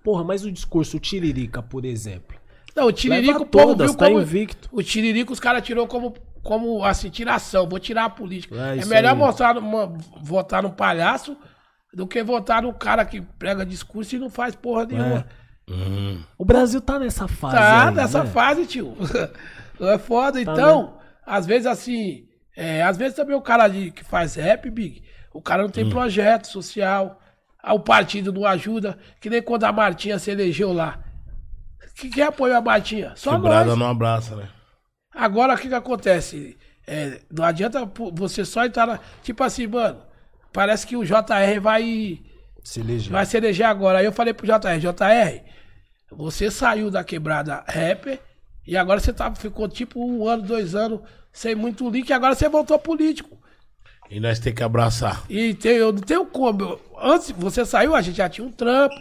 [SPEAKER 1] Porra, mas o discurso Tiririca, por exemplo.
[SPEAKER 3] Não, o Tiririca,
[SPEAKER 1] Leva
[SPEAKER 3] o povo
[SPEAKER 1] todas,
[SPEAKER 3] viu
[SPEAKER 1] tá
[SPEAKER 3] como.
[SPEAKER 1] invicto.
[SPEAKER 3] O Tiririca, os caras tirou como, como assim, tiração, vou tirar a política.
[SPEAKER 1] É
[SPEAKER 3] É,
[SPEAKER 1] isso
[SPEAKER 3] melhor
[SPEAKER 1] aí.
[SPEAKER 3] mostrar numa- votar no palhaço do que votar no cara que prega discurso e não faz porra
[SPEAKER 1] É.
[SPEAKER 3] nenhuma.
[SPEAKER 2] Hum.
[SPEAKER 1] O Brasil tá nessa fase.
[SPEAKER 3] Tá
[SPEAKER 1] aí,
[SPEAKER 3] nessa
[SPEAKER 1] né?
[SPEAKER 3] fase, tio. É foda. então, às vezes assim, é, às vezes também o cara de, que faz rap, Big, o cara não tem projeto social. Ah, O partido não ajuda. Que nem quando a Martinha se elegeu lá. Que- Quem apoiou a Martinha? Só
[SPEAKER 2] Quebrada
[SPEAKER 3] nós.
[SPEAKER 2] não abraça, né?
[SPEAKER 3] Agora o que, que acontece? É, não adianta pô, você só entrar na. Tipo assim, mano, parece que o JR vai.
[SPEAKER 1] Se eleger.
[SPEAKER 3] Vai se eleger agora. Aí eu falei pro JR, JR, você saiu da quebrada rapper e agora você tá, ficou tipo um ano, dois anos sem muito link e agora você voltou político.
[SPEAKER 2] E nós tem que abraçar.
[SPEAKER 3] E tem- eu não tenho como. eu- antes você saiu, a gente já tinha um trampo,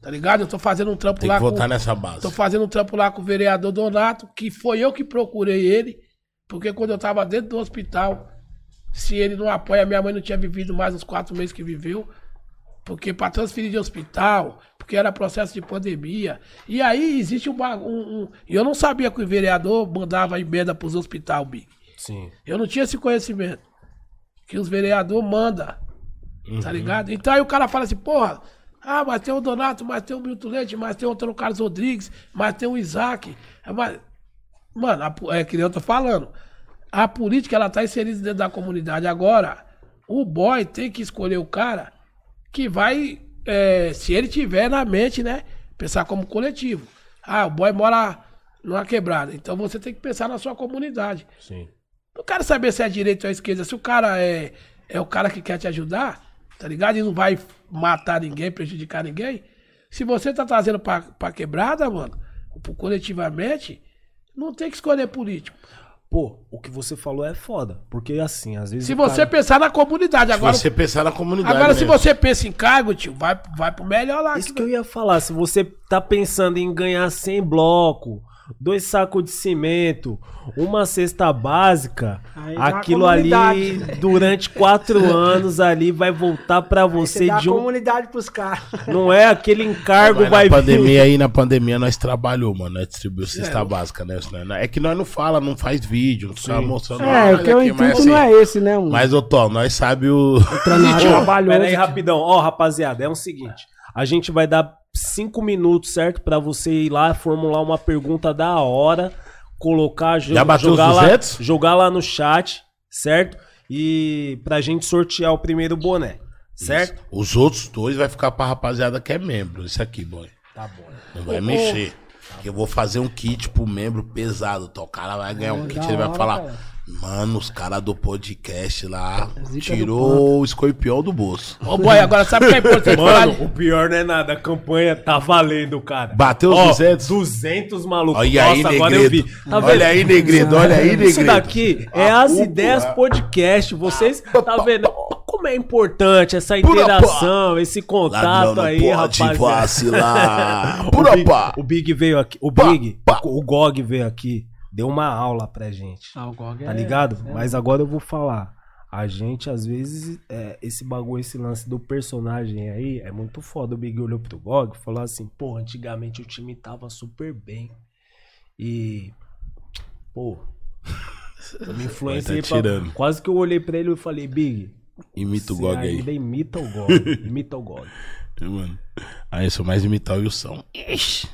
[SPEAKER 3] tá ligado? Eu tô fazendo um trampo
[SPEAKER 2] Tem
[SPEAKER 3] lá
[SPEAKER 2] que votar
[SPEAKER 3] com,
[SPEAKER 2] nessa base.
[SPEAKER 3] Tô fazendo um trampo lá com o vereador Donato, que foi eu que procurei ele, porque quando eu tava dentro do hospital, se ele não apoia, minha mãe não tinha vivido mais uns quatro meses que viveu, porque para transferir de hospital, porque era processo de pandemia. E aí existe um, ba- um, um- e Eu não sabia que o vereador mandava emenda pros hospital, Big.
[SPEAKER 1] Sim.
[SPEAKER 3] Eu não tinha esse conhecimento. Que os vereadores mandam. Tá ligado? Então aí o cara fala assim, porra, ah, mas tem o Donato, mas tem o Milton Leite, mas tem o Antônio Carlos Rodrigues, mas tem o Isaac. é, mas- Mano, a po- é que nem eu tô falando. A política, ela tá inserida dentro da comunidade. Agora, o boy tem que escolher o cara que vai, é, se ele tiver na mente, né? Pensar como coletivo. Ah, o boy mora numa quebrada. Então você tem que pensar na sua comunidade.
[SPEAKER 1] Sim.
[SPEAKER 3] Não quero saber se é direito ou é esquerda. Se o cara é, é o cara que quer te ajudar, tá ligado? E não vai matar ninguém, prejudicar ninguém. Se você tá trazendo pra, pra quebrada, mano, pro- coletivamente, não tem que escolher político.
[SPEAKER 1] Pô, o que você falou é foda. Porque assim, às vezes.
[SPEAKER 3] Se
[SPEAKER 1] o
[SPEAKER 3] você é
[SPEAKER 1] cara-
[SPEAKER 3] pensar na comunidade, agora.
[SPEAKER 2] você pensar na comunidade. né?
[SPEAKER 3] agora, se
[SPEAKER 2] mesmo.
[SPEAKER 3] você pensa em cargo, tio, vai, vai pro melhor lá.
[SPEAKER 1] Isso
[SPEAKER 3] que-
[SPEAKER 1] que eu ia falar. Se você tá pensando em ganhar 100 bloco, dois sacos de cimento, uma cesta básica,
[SPEAKER 4] Aí dá
[SPEAKER 1] aquilo
[SPEAKER 4] a
[SPEAKER 1] ali
[SPEAKER 4] comunidade.
[SPEAKER 1] durante quatro anos ali vai voltar pra você
[SPEAKER 4] dá
[SPEAKER 1] de
[SPEAKER 4] a
[SPEAKER 1] um.
[SPEAKER 4] comunidade pros caras.
[SPEAKER 1] Não é aquele encargo
[SPEAKER 2] Mas
[SPEAKER 1] vai,
[SPEAKER 2] na
[SPEAKER 1] vir.
[SPEAKER 2] pandemia aí, na pandemia nós trabalhou, mano. Nós
[SPEAKER 3] É.
[SPEAKER 2] distribuiu cesta básica, né? Isso não é- É que nós não fala, não faz vídeo, não tá mostrando
[SPEAKER 4] É, o que o
[SPEAKER 2] aqui, mas
[SPEAKER 4] intuito
[SPEAKER 2] assim,
[SPEAKER 4] não é esse, né, mano?
[SPEAKER 2] Mas, ô Tom, nós sabe o.
[SPEAKER 4] trabalhou.
[SPEAKER 1] Pera aí, rapidão. Ó, rapaziada, é o seguinte. A gente vai dar cinco minutos, certo? Pra você ir lá formular uma pergunta da hora, colocar, jo-
[SPEAKER 2] Já bateu os
[SPEAKER 1] jogar, lá,
[SPEAKER 2] 200?
[SPEAKER 1] jogar lá no chat, certo? E pra gente sortear o primeiro boné, certo?
[SPEAKER 2] Os outros dois vai ficar pra rapaziada que é membro. Isso aqui, boy.
[SPEAKER 1] Tá bom.
[SPEAKER 2] Não vai mexer. Que Eu vou fazer um kit pro membro pesado. Então, o cara vai ganhar um kit,
[SPEAKER 4] da
[SPEAKER 2] ele vai
[SPEAKER 4] hora,
[SPEAKER 2] falar.
[SPEAKER 4] cara.
[SPEAKER 2] Mano, os caras do podcast lá
[SPEAKER 4] Zica do
[SPEAKER 2] tirou o escorpião do bolso.
[SPEAKER 3] Ô, boy, agora sabe o que é importante falar?
[SPEAKER 1] Mano, o pior não é nada. A campanha tá valendo, cara.
[SPEAKER 2] Bateu os
[SPEAKER 1] Ó,
[SPEAKER 2] 200?
[SPEAKER 1] 200, maluco.
[SPEAKER 2] Olha aí, Negredo.
[SPEAKER 1] Tá vendo?
[SPEAKER 2] olha aí, Negredo. Olha aí, Negredo.
[SPEAKER 1] Isso daqui é
[SPEAKER 2] Ah,
[SPEAKER 1] as
[SPEAKER 2] o- Ah,
[SPEAKER 1] ideias podcast. Vocês tá vendo como é importante essa
[SPEAKER 2] Pura pá.
[SPEAKER 1] interação, esse
[SPEAKER 2] Ladrão
[SPEAKER 1] contato
[SPEAKER 2] não
[SPEAKER 1] um aí, né?
[SPEAKER 2] pode
[SPEAKER 1] rapaziada.
[SPEAKER 2] vacilar.
[SPEAKER 1] O
[SPEAKER 2] Pura
[SPEAKER 1] Big-
[SPEAKER 2] pá.
[SPEAKER 1] O Big veio aqui, o
[SPEAKER 2] Pá,
[SPEAKER 1] Big,
[SPEAKER 2] pá.
[SPEAKER 1] o Gog veio aqui, deu uma aula pra gente.
[SPEAKER 4] Ah, é-
[SPEAKER 3] É,
[SPEAKER 1] Tá ligado? Mas agora eu vou falar. A gente, às vezes, é, esse bagulho, esse lance do personagem aí é muito foda. O Big olhou pro Gog e falou assim: pô, antigamente o time tava super bem. E. Pô. Eu me influenciei
[SPEAKER 2] Vai tá
[SPEAKER 1] pra-
[SPEAKER 2] tirando.
[SPEAKER 1] Quase que eu olhei pra ele e falei: Big,
[SPEAKER 2] Imita o
[SPEAKER 1] você
[SPEAKER 2] Gog aí.
[SPEAKER 1] ainda imita o Gog. Imita o Gog.
[SPEAKER 2] É, Mano. Aí eu sou mais imitar o Wilson. Ixi.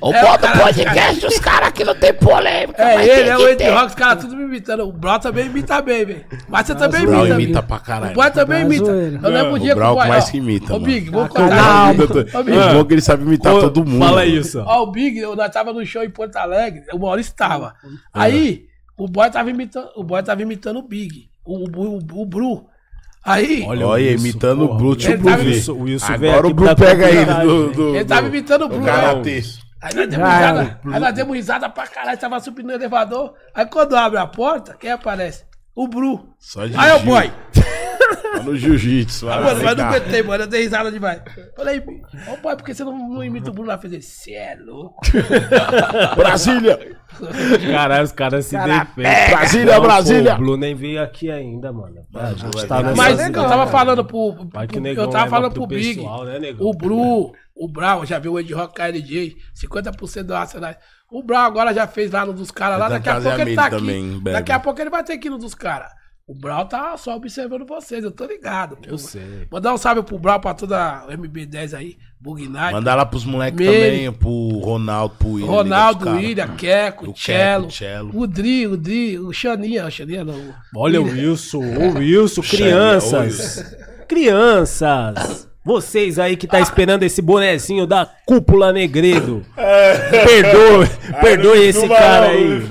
[SPEAKER 2] Ou bota o podcast os caras que não tem polêmica.
[SPEAKER 3] É
[SPEAKER 2] mas
[SPEAKER 3] ele,
[SPEAKER 2] tem
[SPEAKER 3] é
[SPEAKER 2] que
[SPEAKER 3] o Ed
[SPEAKER 2] ter.
[SPEAKER 3] Rock, os caras tudo me imitando. O Brau também imita bem, velho. Mas você também
[SPEAKER 2] O Brau
[SPEAKER 3] imita.
[SPEAKER 2] imita pra
[SPEAKER 3] O
[SPEAKER 2] caralho.
[SPEAKER 3] boy também
[SPEAKER 4] É
[SPEAKER 3] imita.
[SPEAKER 4] zoeira.
[SPEAKER 3] Eu lembro
[SPEAKER 2] O
[SPEAKER 3] o dia
[SPEAKER 2] Brau
[SPEAKER 3] que o boy.
[SPEAKER 2] mais
[SPEAKER 3] ó,
[SPEAKER 2] que imita,
[SPEAKER 3] Ô,
[SPEAKER 2] mano.
[SPEAKER 3] Big, vou
[SPEAKER 4] Ah,
[SPEAKER 3] contar.
[SPEAKER 4] caralho.
[SPEAKER 2] Ele imita to-
[SPEAKER 3] Ô, Big.
[SPEAKER 2] O Gog ele sabe imitar Tá todo mundo.
[SPEAKER 1] Fala
[SPEAKER 2] mano.
[SPEAKER 1] isso. ó.
[SPEAKER 3] Ó, o Big, eu- nós tava no show em Porto Alegre, o Maurício tava. Aí, o boy tava imitando, o boy tava imitando o Big, o, o, o, o Bru. Aí,
[SPEAKER 2] Olha, imitando o Brute
[SPEAKER 3] Ele
[SPEAKER 2] o Bru
[SPEAKER 3] tava-
[SPEAKER 2] veio.
[SPEAKER 1] Wilson- o Wilson veio
[SPEAKER 2] Agora o
[SPEAKER 1] aqui
[SPEAKER 2] Bru
[SPEAKER 1] pra
[SPEAKER 2] pega ele
[SPEAKER 1] comunidade.
[SPEAKER 2] do. do-
[SPEAKER 3] ele tava
[SPEAKER 2] do-
[SPEAKER 3] imitando o
[SPEAKER 2] do
[SPEAKER 3] Bru.
[SPEAKER 2] karatê.
[SPEAKER 3] Aí nós demos
[SPEAKER 4] Ah,
[SPEAKER 3] risada, aí nós demos risada pra caralho, tava subindo no elevador. Aí quando abre a porta, quem aparece? O Bru.
[SPEAKER 2] Só de
[SPEAKER 3] Aí, ô
[SPEAKER 2] Gil.
[SPEAKER 3] boy.
[SPEAKER 2] Tá no jiu-jitsu. vai lá,
[SPEAKER 3] Mano, mas não
[SPEAKER 2] vem cá.
[SPEAKER 3] aguentei, mano. Eu dei risada demais. Falei, ô pai, por que você não, não imita o Bruno lá? Eu Falei, você é louco.
[SPEAKER 2] Brasília!
[SPEAKER 1] Caralho, os caras se defendem.
[SPEAKER 2] Brasília,
[SPEAKER 1] Não,
[SPEAKER 2] Brasília!
[SPEAKER 1] Pô, o Blue nem veio aqui ainda, mano. A gente tá nessa
[SPEAKER 2] é
[SPEAKER 3] Mas
[SPEAKER 1] zica.
[SPEAKER 3] eu tava falando pro. pro-
[SPEAKER 1] Vai que
[SPEAKER 3] pro-
[SPEAKER 1] o negão
[SPEAKER 3] eu tava
[SPEAKER 1] leva
[SPEAKER 3] falando
[SPEAKER 1] pro
[SPEAKER 3] pro Big,
[SPEAKER 1] pessoal, né, negão?
[SPEAKER 3] o Bru, o Brau, já viu o Ed Rock KLJ, 50% do Arsenal. O Brau agora já fez lá no dos caras lá,
[SPEAKER 2] Ele tá
[SPEAKER 3] daqui a
[SPEAKER 2] quase
[SPEAKER 3] pouco ele tá
[SPEAKER 2] amigo
[SPEAKER 3] aqui.
[SPEAKER 2] também, bebe.
[SPEAKER 3] daqui a pouco ele vai ter que ir no dos caras. O Brau tá só observando vocês, eu tô ligado. Eu
[SPEAKER 1] sei.
[SPEAKER 3] Mandar um salve pro Brau, pra toda a MB10 aí, Bug Night,
[SPEAKER 2] Manda lá pros moleques
[SPEAKER 3] Meire.
[SPEAKER 2] também, pro Ronaldo, pro William.
[SPEAKER 3] Ronaldo, William, Keco,
[SPEAKER 2] O Keco,
[SPEAKER 3] Cello,
[SPEAKER 2] Cello.
[SPEAKER 3] o Dri, o Dri, o Xaninha, o Xaninha não.
[SPEAKER 1] Olha o Wilson, o Wilson, crianças. Crianças. Vocês aí que tá esperando esse bonezinho da cúpula negredo.
[SPEAKER 2] É.
[SPEAKER 1] Perdoe, perdoe esse cara aí.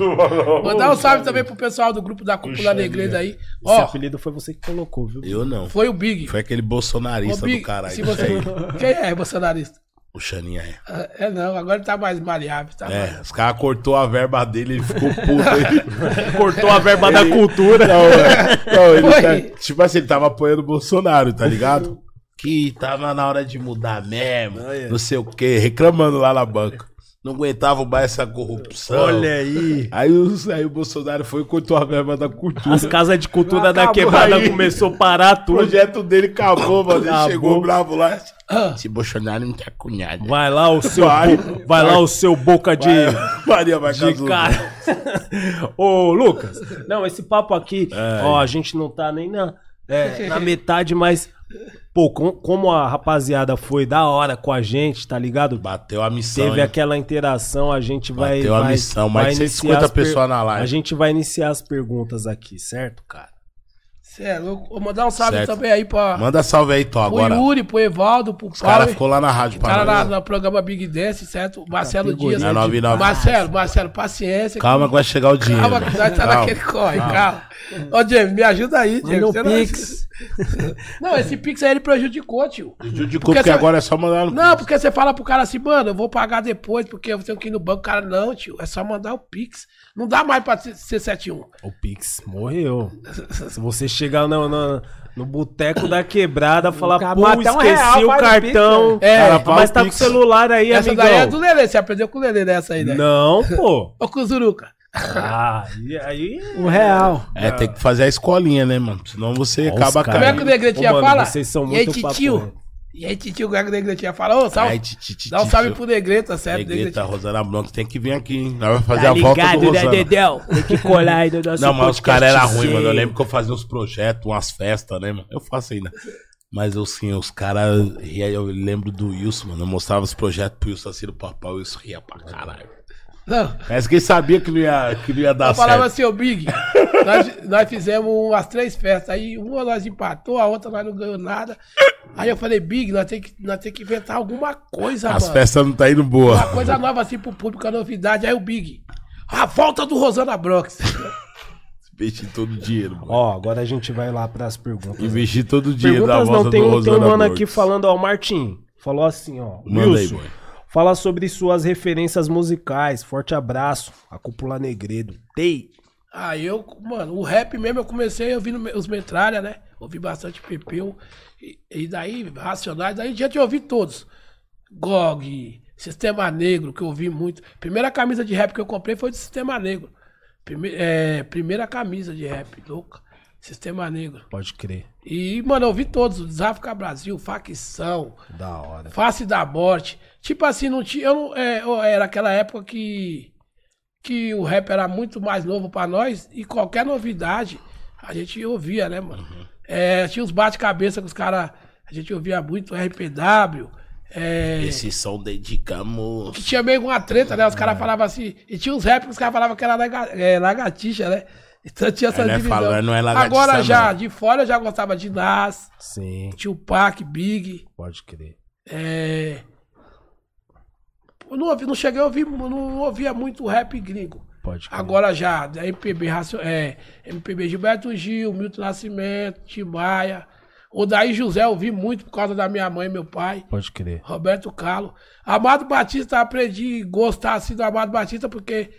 [SPEAKER 3] Mandar um salve também pro pessoal do grupo da Cúpula Negreda aí.
[SPEAKER 1] Esse é
[SPEAKER 3] Ó,
[SPEAKER 1] apelido foi você que colocou, viu?
[SPEAKER 2] Eu não.
[SPEAKER 3] foi o Big.
[SPEAKER 2] Foi aquele
[SPEAKER 3] Ô,
[SPEAKER 2] bolsonarista do
[SPEAKER 3] Big,
[SPEAKER 2] caralho.
[SPEAKER 3] se
[SPEAKER 2] isso
[SPEAKER 3] você...
[SPEAKER 2] aí.
[SPEAKER 3] Quem é bolsonarista?
[SPEAKER 2] O Xaninha é.
[SPEAKER 3] Ah, É não, agora ele tá mais maleável. Tá mais-
[SPEAKER 2] É, os caras cortou a verba dele, ele ficou puto aí.
[SPEAKER 1] Cortou a verba da cultura.
[SPEAKER 2] Não, é. Não, ele
[SPEAKER 3] Foi.
[SPEAKER 2] tá- tipo assim, ele tava apoiando o Bolsonaro, tá ligado? Que tava na hora de mudar mesmo, não sei o quê, reclamando lá na banca. Não aguentava mais essa corrupção.
[SPEAKER 1] Olha aí.
[SPEAKER 2] Aí, os- aí o Bolsonaro foi e cortou a verba da cultura.
[SPEAKER 1] As casas de cultura da
[SPEAKER 2] Acabou
[SPEAKER 1] quebrada
[SPEAKER 2] aí.
[SPEAKER 1] começou a parar
[SPEAKER 2] O
[SPEAKER 1] tudo.
[SPEAKER 2] projeto dele acabou, mano. Ele
[SPEAKER 1] Acabou.
[SPEAKER 2] chegou bravo lá.
[SPEAKER 3] Ah,
[SPEAKER 2] Esse Bolsonaro não tá cunhado.
[SPEAKER 1] Vai lá o seu,
[SPEAKER 2] Vai.
[SPEAKER 1] vai, lá o seu boca de
[SPEAKER 2] Maria vai
[SPEAKER 1] de cara. Ô, Lucas, não, esse papo aqui,
[SPEAKER 2] É.
[SPEAKER 1] ó, a gente não tá nem na, é, na metade, mas, pô, com- como a rapaziada foi da hora com a gente, tá ligado?
[SPEAKER 2] Bateu a missão.
[SPEAKER 1] Teve
[SPEAKER 2] hein?
[SPEAKER 1] aquela interação, a gente vai.
[SPEAKER 2] Bateu a
[SPEAKER 1] vai-
[SPEAKER 2] missão, mais
[SPEAKER 1] vai
[SPEAKER 2] de
[SPEAKER 1] iniciar
[SPEAKER 2] 150
[SPEAKER 1] as per-
[SPEAKER 2] pessoas na live.
[SPEAKER 1] A gente vai iniciar as perguntas aqui, certo, cara?
[SPEAKER 3] Você é louco. Vou mandar um salve
[SPEAKER 2] Certo.
[SPEAKER 3] também aí pra,
[SPEAKER 2] Manda salve aí, Tó,
[SPEAKER 3] pro
[SPEAKER 2] agora.
[SPEAKER 3] Yuri, pro Evaldo, pro
[SPEAKER 2] Os caras
[SPEAKER 3] Paulo.
[SPEAKER 2] ficou lá na rádio pra
[SPEAKER 3] Cara
[SPEAKER 2] nós.
[SPEAKER 3] lá no programa Big Dance, certo? O Marcelo
[SPEAKER 1] Categoria
[SPEAKER 3] Dias.
[SPEAKER 2] de- É 99.
[SPEAKER 3] Marcelo, Marcelo, paciência.
[SPEAKER 2] Calma que vai chegar o dinheiro. né?
[SPEAKER 3] Calma que nós tá
[SPEAKER 2] Calma.
[SPEAKER 3] naquele corre, calma. Ô, James, me ajuda aí, James.
[SPEAKER 4] Manda o
[SPEAKER 3] Você não-
[SPEAKER 4] Pix.
[SPEAKER 3] Não, esse Pix aí ele prejudicou, tio.
[SPEAKER 2] Judicou
[SPEAKER 3] Porque
[SPEAKER 2] porque
[SPEAKER 3] essa-
[SPEAKER 2] agora é só mandar no...
[SPEAKER 3] Não, porque você fala pro cara assim, mano, eu vou pagar depois, porque eu tenho que ir no banco. Cara, não, tio, é só mandar o Pix. Não dá mais pra ser ser 71.
[SPEAKER 1] O Pix morreu. Se você chegar no, no, no boteco da quebrada, falar,
[SPEAKER 4] cara
[SPEAKER 1] pô,
[SPEAKER 4] bateu um
[SPEAKER 1] esqueci
[SPEAKER 4] real,
[SPEAKER 1] o
[SPEAKER 4] faz o Pix,
[SPEAKER 1] cartão.
[SPEAKER 3] né? É,
[SPEAKER 1] Cara,
[SPEAKER 2] faz
[SPEAKER 1] mas
[SPEAKER 2] o
[SPEAKER 1] tá
[SPEAKER 2] Pix.
[SPEAKER 1] com o celular aí,
[SPEAKER 3] Essa
[SPEAKER 1] amigão.
[SPEAKER 3] daí é do Lelê, você aprendeu com o Lelê nessa aí, né?
[SPEAKER 1] Não, pô.
[SPEAKER 3] Ô, Cuzuruca.
[SPEAKER 1] Ah, e aí.
[SPEAKER 4] Um real.
[SPEAKER 2] É, tem que fazer a escolinha, né, mano? Senão você
[SPEAKER 1] Ó,
[SPEAKER 2] acaba
[SPEAKER 1] os cara.
[SPEAKER 3] Como é que
[SPEAKER 2] caindo.
[SPEAKER 3] o Negretinha
[SPEAKER 1] Ô, mano,
[SPEAKER 3] fala?
[SPEAKER 1] vocês são
[SPEAKER 3] e aí,
[SPEAKER 1] muito papo
[SPEAKER 3] titio?
[SPEAKER 1] reto.
[SPEAKER 3] E aí, titio, como é que o Negretinha fala? Ô, salve.
[SPEAKER 2] Ai, ti, ti, ti,
[SPEAKER 3] dá um
[SPEAKER 2] ti,
[SPEAKER 3] salve
[SPEAKER 2] tio. é
[SPEAKER 3] pro Negreta, certo? é
[SPEAKER 2] Negreta,
[SPEAKER 3] Negreta.
[SPEAKER 2] Rosana Blanco, tem que vir aqui, hein? Nós
[SPEAKER 3] Tá
[SPEAKER 2] vamos fazer a volta
[SPEAKER 3] é
[SPEAKER 2] do
[SPEAKER 4] né,
[SPEAKER 2] Rosana.
[SPEAKER 4] Dedel? Tem que colar aí do nosso
[SPEAKER 2] Não, mas os
[SPEAKER 4] podcast,
[SPEAKER 2] caras eram ruins,
[SPEAKER 4] sim.
[SPEAKER 2] mano. Eu lembro que eu fazia uns projetos, umas festas, né, mano? Eu faço ainda. Mas eu sim, os caras. E aí eu lembro do Wilson, mano. Eu mostrava os projetos pro Wilson assim do papai, o Wilson ria pra caralho.
[SPEAKER 3] Não,
[SPEAKER 2] Parece que ele sabia que não ia, que não ia dar
[SPEAKER 3] eu falava
[SPEAKER 2] Tá certo.
[SPEAKER 3] assim, ô, Big, nós, nós fizemos umas três festas. Aí uma nós empatou, a outra nós não ganhou nada. Aí eu falei, Big, nós temos que, nós tem que inventar alguma coisa,
[SPEAKER 2] As
[SPEAKER 3] mano.
[SPEAKER 2] festas não tá indo
[SPEAKER 3] assim, Uma
[SPEAKER 2] boa.
[SPEAKER 3] coisa nova assim pro público, a novidade. Aí o Big. A volta do Rosana Brox.
[SPEAKER 2] Investi todo o dinheiro, mano.
[SPEAKER 1] Ó, agora a gente vai lá pras perguntas.
[SPEAKER 2] Investi todo o dinheiro da
[SPEAKER 1] Perguntas
[SPEAKER 2] volta
[SPEAKER 1] não, tem,
[SPEAKER 2] do
[SPEAKER 1] um- tem um
[SPEAKER 2] Rosana
[SPEAKER 1] mano
[SPEAKER 2] Borges.
[SPEAKER 1] aqui falando, ó, o Martim. Falou assim, ó.
[SPEAKER 2] Manda aí,
[SPEAKER 1] Wilson,
[SPEAKER 2] boy.
[SPEAKER 1] fala sobre suas referências musicais. Forte abraço. A cúpula negredo. Tei.
[SPEAKER 3] Aí eu, mano, o rap mesmo eu comecei ouvindo me- os metralha, né? Ouvi bastante Pepeu. E, e daí, Racionais, daí já te ouvi todos. GOG, Sistema Negro, que eu ouvi muito. Primeira camisa de rap que eu comprei foi do Sistema Negro. Prime- é, primeira camisa de rap, louca. Sistema Negro.
[SPEAKER 1] Pode crer.
[SPEAKER 3] E, mano, eu ouvi todos. Desáfrica Brasil, Facção,
[SPEAKER 1] Da hora.
[SPEAKER 3] Face da morte. Tipo assim, não tinha. Eu, não- é, eu- era aquela época que, que o rap era muito mais novo pra nós e qualquer novidade a gente ouvia, né, mano?
[SPEAKER 2] Uhum.
[SPEAKER 3] É, tinha os bate-cabeça que os caras. A gente ouvia muito RPW. é,
[SPEAKER 2] Esse som dedicamos.
[SPEAKER 3] que tinha meio uma treta, né? Os
[SPEAKER 2] Uhum.
[SPEAKER 3] caras falavam assim. E tinha uns rap que os caras falavam que era laga, é, lagartixa, né? Então tinha essa
[SPEAKER 2] É, não é
[SPEAKER 3] divisão.
[SPEAKER 2] falar, não é lagartixa,
[SPEAKER 3] Agora já,
[SPEAKER 2] não.
[SPEAKER 3] de fora eu já gostava de Nas,
[SPEAKER 1] Sim,
[SPEAKER 3] Tupac, Big.
[SPEAKER 1] pode crer.
[SPEAKER 3] É... Eu não, ouvi, não cheguei a ouvir, mu- não ouvia muito rap gringo.
[SPEAKER 1] Pode crer.
[SPEAKER 3] Agora já, da MPB, racio- é, MPB Gilberto Gil, Milton Nascimento, Tim Maia. O Daí José eu ouvi muito por causa da minha mãe e meu pai.
[SPEAKER 1] Pode crer.
[SPEAKER 3] Roberto Carlos. Amado Batista, aprendi a gostar assim do Amado Batista, porque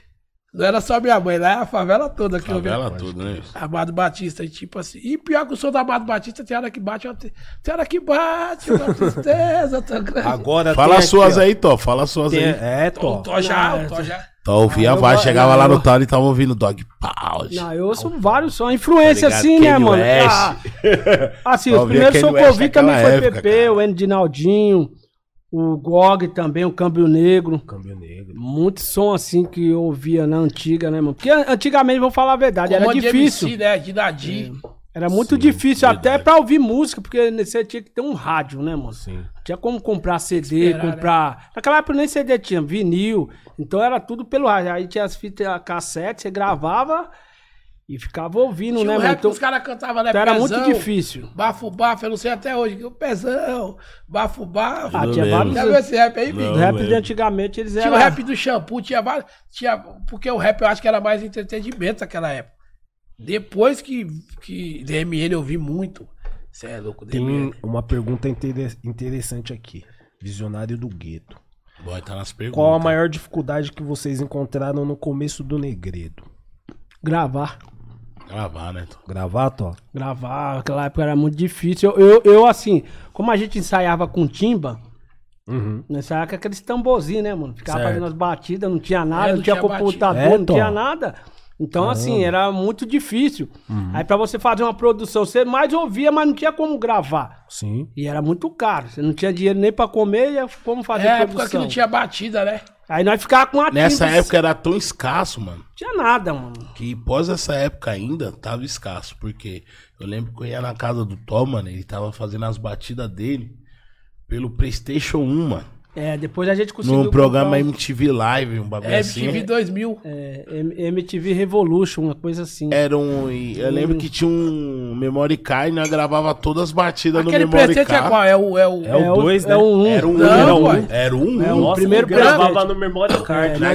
[SPEAKER 3] Não era só minha mãe, lá é a favela toda que eu vi.
[SPEAKER 2] Favela tudo, né?
[SPEAKER 3] Amado Batista, e tipo assim. E pior que o som do Amado Batista, tem hora que bate, uma tri- tem hora que bate, uma tristeza tão grande.
[SPEAKER 1] Agora
[SPEAKER 2] Fala
[SPEAKER 1] tem
[SPEAKER 2] as
[SPEAKER 1] aqui,
[SPEAKER 2] suas
[SPEAKER 1] ó.
[SPEAKER 2] aí, Tó. Fala as suas
[SPEAKER 1] Tem-
[SPEAKER 2] aí.
[SPEAKER 1] é,
[SPEAKER 3] O
[SPEAKER 1] Tó.
[SPEAKER 3] Tó já, o Tó já.
[SPEAKER 2] Tó ouvia a
[SPEAKER 1] eu
[SPEAKER 2] voz,
[SPEAKER 1] go-
[SPEAKER 2] chegava
[SPEAKER 1] não,
[SPEAKER 2] lá
[SPEAKER 1] eu-
[SPEAKER 2] no tal e tava ouvindo Dog Pound.
[SPEAKER 4] Não, eu ouço vários sons. Influência,
[SPEAKER 2] Tá ligado?
[SPEAKER 4] assim, né,
[SPEAKER 2] Kanye
[SPEAKER 4] mano?
[SPEAKER 2] West.
[SPEAKER 4] Ah, assim,
[SPEAKER 2] Só
[SPEAKER 4] os
[SPEAKER 2] ouvia
[SPEAKER 4] primeiros
[SPEAKER 2] Kanye
[SPEAKER 4] sons que eu
[SPEAKER 2] West
[SPEAKER 4] ouvi também
[SPEAKER 2] naquela
[SPEAKER 4] foi
[SPEAKER 2] época,
[SPEAKER 4] PP,
[SPEAKER 2] cara.
[SPEAKER 4] o N. Dinaldinho, o GOG também, o Câmbio Negro.
[SPEAKER 1] Câmbio negro.
[SPEAKER 4] Muito som assim que eu ouvia na antiga, né, mano? Porque an- antigamente, vou falar a verdade, era
[SPEAKER 3] Comando de
[SPEAKER 4] difícil. É.
[SPEAKER 3] MC, né? De Nadir.
[SPEAKER 4] Era muito difícil até pra ouvir música, porque você tinha que ter um rádio, né, mano? Sim. Tinha como comprar CD,
[SPEAKER 3] Esperar, né?
[SPEAKER 4] comprar. Naquela época nem CD tinha, vinil. Então era tudo pelo rádio. Aí tinha as fitas cassete, você gravava e ficava ouvindo,
[SPEAKER 3] Tinha
[SPEAKER 4] né,
[SPEAKER 3] um
[SPEAKER 4] mano?
[SPEAKER 3] rap que
[SPEAKER 4] Então,
[SPEAKER 3] os caras cantavam, né?
[SPEAKER 4] então era
[SPEAKER 3] Pezão,
[SPEAKER 4] muito difícil.
[SPEAKER 3] Bafo, bafo, eu não sei até hoje. que o Pezão, bafo, bafo.
[SPEAKER 4] Ah,
[SPEAKER 2] não
[SPEAKER 4] tinha
[SPEAKER 2] lembro.
[SPEAKER 4] vários.
[SPEAKER 3] Já viu esse rap aí,
[SPEAKER 4] Os
[SPEAKER 3] Vini?
[SPEAKER 2] Não
[SPEAKER 4] rap de
[SPEAKER 2] lembro.
[SPEAKER 4] antigamente eles
[SPEAKER 3] Tinha
[SPEAKER 4] eram.
[SPEAKER 3] o rap do shampoo, tinha vários. Tinha, porque o rap eu acho que era mais entretenimento naquela época. Depois que, que DMN eu vi muito. Você é louco, DMN.
[SPEAKER 1] Tem uma pergunta intere- interessante aqui. Visionário do gueto.
[SPEAKER 2] Boy, tá nas perguntas.
[SPEAKER 1] Qual a maior dificuldade que vocês encontraram no começo do Negredo?
[SPEAKER 4] Gravar.
[SPEAKER 2] Gravar, né, Tó?
[SPEAKER 1] Gravar, Tó?
[SPEAKER 4] Gravar, aquela época era muito difícil. Eu, eu, eu, assim, como a gente ensaiava com timba,
[SPEAKER 1] Uhum.
[SPEAKER 4] nessa época aqueles tamborzinhos, né, mano? Ficava
[SPEAKER 1] Certo.
[SPEAKER 4] fazendo as batidas, não tinha nada,
[SPEAKER 3] É,
[SPEAKER 4] não,
[SPEAKER 3] não
[SPEAKER 4] tinha,
[SPEAKER 3] tinha
[SPEAKER 4] computador,
[SPEAKER 1] batida. É,
[SPEAKER 4] não
[SPEAKER 1] Tom.
[SPEAKER 4] tinha nada. Então, assim, era muito difícil.
[SPEAKER 2] Uhum.
[SPEAKER 4] Aí pra você fazer uma produção, você mais ouvia, mas não tinha como gravar.
[SPEAKER 1] Sim.
[SPEAKER 4] E era muito caro. Você não tinha dinheiro nem pra comer, e como fazer
[SPEAKER 3] É a época
[SPEAKER 4] produção.
[SPEAKER 3] que não tinha batida, né?
[SPEAKER 4] Aí nós ficava com a
[SPEAKER 2] Nessa
[SPEAKER 4] timba,
[SPEAKER 2] época era tão escasso, mano.
[SPEAKER 4] Não tinha nada, mano.
[SPEAKER 2] Que pós essa época ainda, tava escasso. Porque eu lembro que eu ia na casa do Tom, mano. Ele tava fazendo as batidas dele pelo PlayStation 1, mano.
[SPEAKER 4] É, depois a gente conseguiu.
[SPEAKER 2] Num programa
[SPEAKER 4] comprar um-
[SPEAKER 2] MTV Live, um
[SPEAKER 1] É,
[SPEAKER 2] bagulho assim.
[SPEAKER 3] MTV 2000.
[SPEAKER 4] É, M- MTV Revolution, uma coisa assim.
[SPEAKER 2] Era um. e Eu lembro que tinha um memory card e nós gravava todas as batidas
[SPEAKER 3] Aquele
[SPEAKER 2] no memory
[SPEAKER 3] presente é
[SPEAKER 2] card.
[SPEAKER 3] qual? É o. É o,
[SPEAKER 1] É o dois, né?
[SPEAKER 4] É um,
[SPEAKER 2] Era um,
[SPEAKER 3] Não,
[SPEAKER 2] era um,
[SPEAKER 3] ué.
[SPEAKER 2] era um,
[SPEAKER 4] É
[SPEAKER 2] um.
[SPEAKER 4] um.
[SPEAKER 1] Nossa,
[SPEAKER 4] primeiro
[SPEAKER 1] primeiro gravava
[SPEAKER 4] presente.
[SPEAKER 1] no memory card.
[SPEAKER 4] né?
[SPEAKER 1] né?
[SPEAKER 2] Na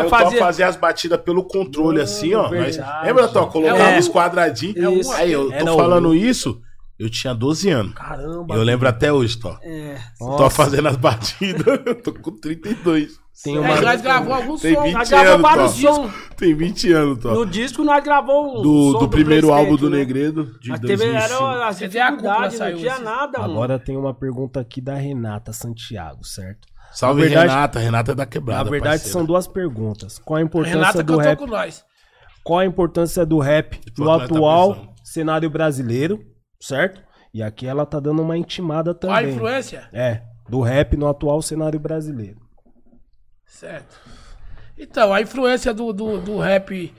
[SPEAKER 2] verdade, aí o Tó
[SPEAKER 4] fazia-
[SPEAKER 2] fazia as batidas pelo controle, assim, ó. Nós,
[SPEAKER 1] verdade.
[SPEAKER 2] lembra, Tó? Colocava
[SPEAKER 4] É.
[SPEAKER 2] os quadradinhos.
[SPEAKER 4] Isso. É
[SPEAKER 2] Aí eu tô
[SPEAKER 1] Era um.
[SPEAKER 2] falando isso, eu tinha 12 anos.
[SPEAKER 1] Caramba.
[SPEAKER 2] Eu lembro até hoje, Tó.
[SPEAKER 4] É.
[SPEAKER 2] Tô fazendo as batidas. Eu tô com 32.
[SPEAKER 4] É,
[SPEAKER 1] Tem
[SPEAKER 3] Mas
[SPEAKER 1] uma...
[SPEAKER 3] nós gravou algum
[SPEAKER 2] Tem
[SPEAKER 3] som.
[SPEAKER 2] 20
[SPEAKER 4] Nós
[SPEAKER 2] anos,
[SPEAKER 4] gravamos vários
[SPEAKER 2] Tó.
[SPEAKER 4] sons.
[SPEAKER 2] Tem 20 anos, Tó.
[SPEAKER 4] No disco nós gravou um
[SPEAKER 2] Do,
[SPEAKER 4] som
[SPEAKER 2] do primeiro álbum do
[SPEAKER 4] Presidente, né?
[SPEAKER 2] Negredo, de
[SPEAKER 4] Mas teve,
[SPEAKER 2] 2005.
[SPEAKER 4] era as
[SPEAKER 3] Você vê a cúpula
[SPEAKER 4] dificuldades, não
[SPEAKER 3] saiu
[SPEAKER 4] tinha
[SPEAKER 3] esses-
[SPEAKER 4] nada, mano.
[SPEAKER 1] Agora tem uma pergunta aqui da Renata Santiago, certo?
[SPEAKER 2] Salve,
[SPEAKER 1] Na verdade-
[SPEAKER 2] Renata. Renata é da
[SPEAKER 1] Na
[SPEAKER 2] quebrada,
[SPEAKER 1] verdade,
[SPEAKER 2] parceira.
[SPEAKER 1] são duas perguntas. Qual a
[SPEAKER 3] A
[SPEAKER 1] importância
[SPEAKER 3] Renata
[SPEAKER 1] do
[SPEAKER 3] cantou
[SPEAKER 1] rap?
[SPEAKER 3] com nós.
[SPEAKER 1] Qual a importância do rap no
[SPEAKER 2] ela tá
[SPEAKER 1] atual
[SPEAKER 2] pensando.
[SPEAKER 1] cenário brasileiro, certo? E aqui ela tá dando uma intimada
[SPEAKER 3] Qual a
[SPEAKER 1] também.
[SPEAKER 3] influência?
[SPEAKER 1] É, do rap no atual cenário brasileiro.
[SPEAKER 3] Certo. Então, a influência do, do, do rap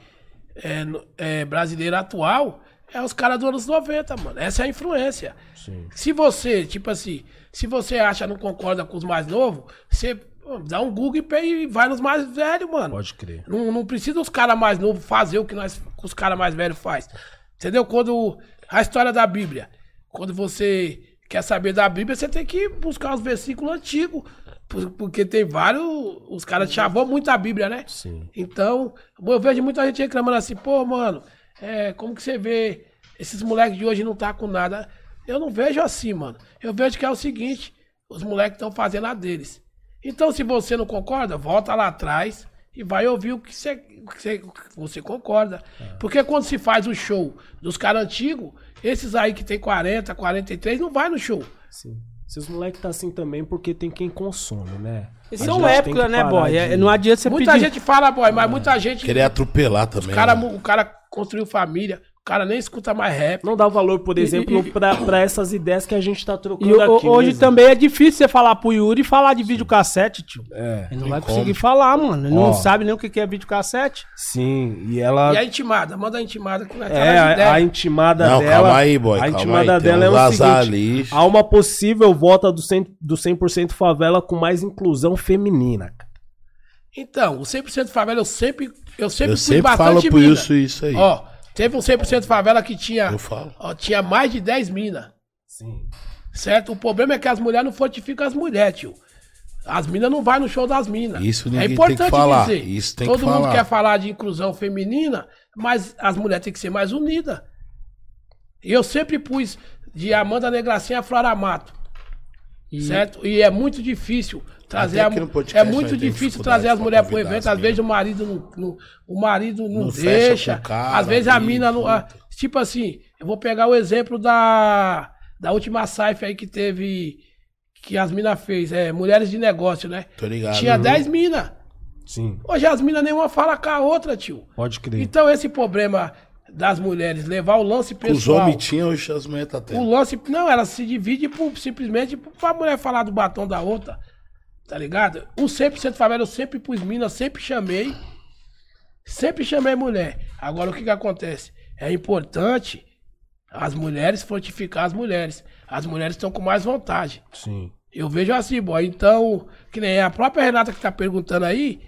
[SPEAKER 3] é, no- é, brasileiro atual é os caras dos anos 90, mano. Essa é a influência.
[SPEAKER 1] Sim.
[SPEAKER 3] Se você, tipo assim, se você acha não concorda com os mais novos, você pô, dá um Google e pe- e vai nos mais velhos, mano.
[SPEAKER 1] Pode crer.
[SPEAKER 3] Não, não precisa os caras mais novos fazer o que nós, que os caras mais velhos faz. Entendeu? Quando. A história da Bíblia. Quando você quer saber da Bíblia, você tem que buscar os versículos antigos. por- Porque tem vários. Os caras chavou muito a Bíblia, né?
[SPEAKER 1] Sim.
[SPEAKER 3] Então, eu vejo muita gente reclamando assim, pô, mano, é, como que você vê esses moleques de hoje não tá com nada? Eu não vejo assim, mano. Eu vejo que é o seguinte, os moleques estão fazendo a deles. Então, se você não concorda, volta lá atrás e vai ouvir o que você, o que você, o que você concorda.
[SPEAKER 2] É.
[SPEAKER 3] Porque quando se faz o show dos caras antigos, esses aí que tem 40, 43, não vai no show.
[SPEAKER 1] Sim. Esses moleques tá assim também porque tem quem consome, né?
[SPEAKER 4] E
[SPEAKER 1] A
[SPEAKER 4] são
[SPEAKER 1] gente tem
[SPEAKER 4] épocas,
[SPEAKER 1] que
[SPEAKER 4] né,
[SPEAKER 1] parar
[SPEAKER 4] boy? É,
[SPEAKER 1] de-
[SPEAKER 4] Não adianta você
[SPEAKER 3] muita
[SPEAKER 4] pedir.
[SPEAKER 3] gente tá fala, boy, mas muita gente...
[SPEAKER 2] Querer atropelar Ah, também.
[SPEAKER 3] O cara,
[SPEAKER 2] né?
[SPEAKER 3] mu- o cara construiu família, o cara nem escuta mais rap.
[SPEAKER 1] Não dá valor, por exemplo,
[SPEAKER 4] e-
[SPEAKER 1] pra, pra essas ideias que a gente tá trocando
[SPEAKER 4] E o-
[SPEAKER 1] aqui.
[SPEAKER 4] hoje
[SPEAKER 1] mesmo.
[SPEAKER 4] também é difícil você falar pro Yuri falar de videocassete, tio.
[SPEAKER 1] É.
[SPEAKER 4] Ele não
[SPEAKER 2] Tem
[SPEAKER 4] vai
[SPEAKER 2] como.
[SPEAKER 4] conseguir falar, mano. Ele
[SPEAKER 1] Ó.
[SPEAKER 4] não sabe nem o que que é videocassete.
[SPEAKER 1] Sim, e ela.
[SPEAKER 3] E a intimada, manda a intimada que vai
[SPEAKER 1] É, a, a intimada
[SPEAKER 2] Não,
[SPEAKER 1] dela.
[SPEAKER 2] calma aí, boy,
[SPEAKER 1] A
[SPEAKER 2] calma
[SPEAKER 1] intimada
[SPEAKER 2] aí, tem
[SPEAKER 1] dela é
[SPEAKER 2] uns
[SPEAKER 1] o
[SPEAKER 2] azar
[SPEAKER 1] seguinte:
[SPEAKER 2] ali.
[SPEAKER 1] há uma possível volta do 100%, do 100 favela com mais inclusão feminina. cara.
[SPEAKER 3] Então, o 100% favela, eu sempre, eu sempre
[SPEAKER 2] Eu
[SPEAKER 3] fui
[SPEAKER 2] sempre falo por
[SPEAKER 3] mina.
[SPEAKER 2] isso e isso aí.
[SPEAKER 3] Ó, teve um 100% favela que tinha,
[SPEAKER 2] Eu falo.
[SPEAKER 3] ó, tinha mais de 10 minas,
[SPEAKER 1] Sim.
[SPEAKER 3] certo? O problema é que as mulheres não fortificam as mulheres, tio. As minas não vai no show das minas. É
[SPEAKER 2] Isso ninguém tem que falar, isso tem que
[SPEAKER 3] Todo mundo
[SPEAKER 2] falar.
[SPEAKER 3] quer falar de inclusão feminina, mas as mulheres têm que ser mais unidas. E eu sempre pus de Amanda Negracinha a Flora Mato.
[SPEAKER 4] E-
[SPEAKER 3] Certo? E é muito difícil Trazer
[SPEAKER 2] Até
[SPEAKER 3] a-
[SPEAKER 2] aqui no podcast
[SPEAKER 3] é
[SPEAKER 2] nós
[SPEAKER 3] muito
[SPEAKER 2] temos
[SPEAKER 3] difícil
[SPEAKER 2] dificuldade
[SPEAKER 3] trazer as
[SPEAKER 2] pra
[SPEAKER 3] mulheres pro
[SPEAKER 2] convidar
[SPEAKER 3] evento.
[SPEAKER 2] as
[SPEAKER 3] Às vezes
[SPEAKER 2] minas.
[SPEAKER 3] o marido não, não- o marido não,
[SPEAKER 2] Não fecha
[SPEAKER 3] deixa.
[SPEAKER 2] com o cara,
[SPEAKER 3] às vezes a
[SPEAKER 2] isso,
[SPEAKER 3] mina não. a-
[SPEAKER 2] puta.
[SPEAKER 3] tipo assim, eu vou pegar o exemplo da, da última saif aí que teve. Que as minas fez. É, mulheres de negócio, né?
[SPEAKER 2] Tô ligado.
[SPEAKER 3] Tinha
[SPEAKER 2] Uhum.
[SPEAKER 3] 10 minas.
[SPEAKER 1] Sim,
[SPEAKER 3] Hoje as minas nenhuma fala com a outra, tio.
[SPEAKER 1] pode crer.
[SPEAKER 3] Então esse problema das mulheres levar o lance pessoal.
[SPEAKER 2] Os homens tinham, hoje as mulheres tá
[SPEAKER 3] O
[SPEAKER 2] tendo.
[SPEAKER 3] lance, não, ela se divide por- simplesmente por- pra mulher falar do batom da outra, tá ligado? O 100% favela eu sempre pus mina, sempre chamei, sempre chamei mulher. Agora o que que acontece? É importante as mulheres fortificar as mulheres. As mulheres estão com mais vantagem.
[SPEAKER 1] Sim.
[SPEAKER 3] Eu vejo assim, boy. Então, que nem a própria Renata que tá perguntando aí,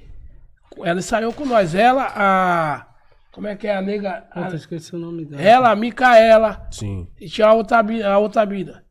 [SPEAKER 3] ela ensaiou com nós. Ela, a. Como é que é a nega?
[SPEAKER 4] Ah,
[SPEAKER 3] A-
[SPEAKER 4] eu esqueci o nome dela.
[SPEAKER 3] ela, a Micaela.
[SPEAKER 1] Sim,
[SPEAKER 3] E tinha a outra, mina- a outra mina.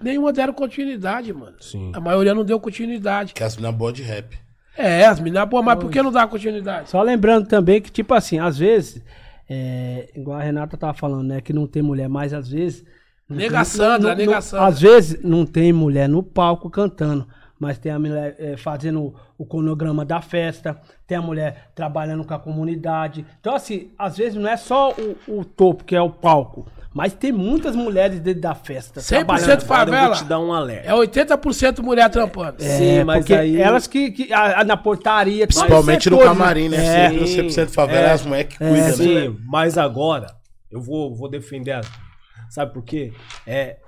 [SPEAKER 3] Nenhuma deram continuidade, mano.
[SPEAKER 1] Sim.
[SPEAKER 3] A maioria não deu continuidade.
[SPEAKER 2] Que as minas boas de rap.
[SPEAKER 3] É, as meninas boas, mas por que não dá continuidade?
[SPEAKER 4] Só lembrando também que, tipo assim, às vezes, é, igual a Renata tava falando, né? Que não tem mulher, mas às vezes. não
[SPEAKER 3] Nega
[SPEAKER 4] tem-
[SPEAKER 3] Sandra,
[SPEAKER 4] não- não-
[SPEAKER 3] nega Sandra.
[SPEAKER 4] Às vezes não tem mulher no palco cantando, mas tem a mulher é, fazendo o cronograma da festa, tem a mulher trabalhando com a comunidade. Então, assim, às vezes não é só o, o topo, que é o palco, mas tem muitas mulheres dentro da festa.
[SPEAKER 3] 100%
[SPEAKER 4] trabalhando.
[SPEAKER 1] Agora eu
[SPEAKER 3] favela.
[SPEAKER 1] vou te dar um alerta.
[SPEAKER 3] É 80% mulher trampando.
[SPEAKER 4] É,
[SPEAKER 1] Sim, mas
[SPEAKER 4] porque
[SPEAKER 1] aí-
[SPEAKER 4] Elas que, que a- a- na portaria,
[SPEAKER 2] Principalmente no
[SPEAKER 4] setores,
[SPEAKER 2] camarim, né?
[SPEAKER 1] É.
[SPEAKER 2] Sempre no 100% favela,
[SPEAKER 1] É.
[SPEAKER 2] as mulheres que cuidam, né?
[SPEAKER 1] Sim, mas agora eu vou, vou defender. a- Sabe por quê? É.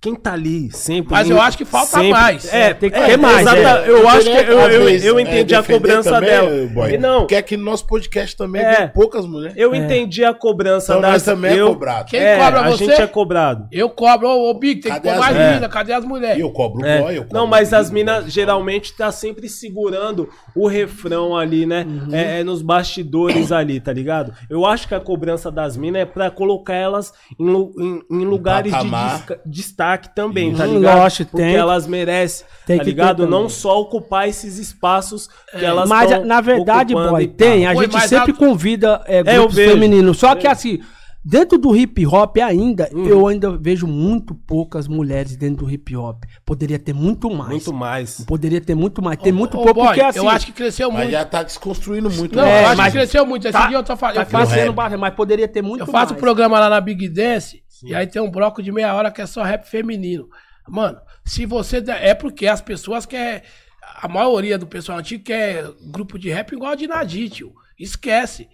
[SPEAKER 1] Quem tá ali sempre.
[SPEAKER 3] Mas eu acho que falta mais.
[SPEAKER 1] É,
[SPEAKER 4] tem que
[SPEAKER 1] é,
[SPEAKER 4] ter mais,
[SPEAKER 1] exata-
[SPEAKER 4] é.
[SPEAKER 1] Eu acho que
[SPEAKER 2] Às
[SPEAKER 1] eu, eu,
[SPEAKER 2] vezes,
[SPEAKER 1] eu
[SPEAKER 2] é,
[SPEAKER 1] entendi a
[SPEAKER 2] defender
[SPEAKER 1] cobrança
[SPEAKER 2] também,
[SPEAKER 1] dela.
[SPEAKER 2] Boy,
[SPEAKER 1] E não,
[SPEAKER 2] Porque aqui no nosso podcast também
[SPEAKER 1] É.
[SPEAKER 2] tem poucas mulheres.
[SPEAKER 1] eu entendi a cobrança
[SPEAKER 2] Então
[SPEAKER 1] das,
[SPEAKER 2] nós também é
[SPEAKER 1] eu,
[SPEAKER 2] cobrado.
[SPEAKER 3] Quem
[SPEAKER 1] é,
[SPEAKER 3] cobra
[SPEAKER 1] a
[SPEAKER 3] você?
[SPEAKER 1] gente é cobrado.
[SPEAKER 3] Eu cobro, ô, ô Big, tem
[SPEAKER 2] Cadê
[SPEAKER 3] que pôr
[SPEAKER 2] as
[SPEAKER 3] mais
[SPEAKER 2] mulheres?
[SPEAKER 3] mina, cadê as mulheres?
[SPEAKER 2] E eu cobro
[SPEAKER 1] É.
[SPEAKER 2] o boy, eu cobro
[SPEAKER 1] Não, mas
[SPEAKER 2] o
[SPEAKER 1] as
[SPEAKER 2] menino.
[SPEAKER 1] minas geralmente tá sempre segurando o refrão ali, né?
[SPEAKER 4] Uhum.
[SPEAKER 1] É, é nos bastidores ali, tá ligado? Eu acho que a cobrança das minas é pra colocar elas em, lu- em- em lugares de
[SPEAKER 2] patamar.
[SPEAKER 1] desca- destaque também, tá
[SPEAKER 4] Uhum,
[SPEAKER 1] ligado?
[SPEAKER 4] lógico,
[SPEAKER 1] Porque
[SPEAKER 4] tem.
[SPEAKER 1] elas merecem,
[SPEAKER 4] Tem
[SPEAKER 1] tá
[SPEAKER 4] que ter
[SPEAKER 1] ligado?
[SPEAKER 4] também. É.
[SPEAKER 1] Não só ocupar esses espaços que elas
[SPEAKER 4] Mas,
[SPEAKER 1] tão
[SPEAKER 4] na verdade,
[SPEAKER 1] ocupando
[SPEAKER 4] boy,
[SPEAKER 1] e tal.
[SPEAKER 4] tem. A
[SPEAKER 3] Foi
[SPEAKER 4] gente
[SPEAKER 3] mais
[SPEAKER 4] sempre
[SPEAKER 3] alto.
[SPEAKER 4] convida é,
[SPEAKER 1] eu
[SPEAKER 4] grupos
[SPEAKER 1] vejo. É.
[SPEAKER 4] femininos. Só que, assim, dentro do hip hop ainda,
[SPEAKER 1] Hum.
[SPEAKER 4] eu ainda vejo muito poucas mulheres dentro do hip hop. Poderia ter muito mais.
[SPEAKER 1] Muito mais.
[SPEAKER 4] Poderia ter muito mais. Tem muito
[SPEAKER 3] Ô,
[SPEAKER 4] pouco,
[SPEAKER 3] boy,
[SPEAKER 4] porque assim.
[SPEAKER 3] Eu acho que cresceu
[SPEAKER 2] Mas
[SPEAKER 3] muito.
[SPEAKER 2] já tá desconstruindo muito.
[SPEAKER 3] Não,
[SPEAKER 2] né?
[SPEAKER 3] eu
[SPEAKER 4] É,
[SPEAKER 3] acho
[SPEAKER 4] mas-
[SPEAKER 3] que cresceu muito. Esse dia eu tô falando.
[SPEAKER 4] tá
[SPEAKER 3] eu faço-
[SPEAKER 4] fazendo
[SPEAKER 2] rap.
[SPEAKER 4] barra, mas poderia ter muito
[SPEAKER 3] Eu faço
[SPEAKER 4] mais.
[SPEAKER 3] programa lá na Big Dance e aí tem um bloco de meia hora que é só rap feminino. Mano, se você. der- É porque as pessoas quer. A maioria do pessoal antigo quer grupo de rap igual a de Nadir, tio. Esquece.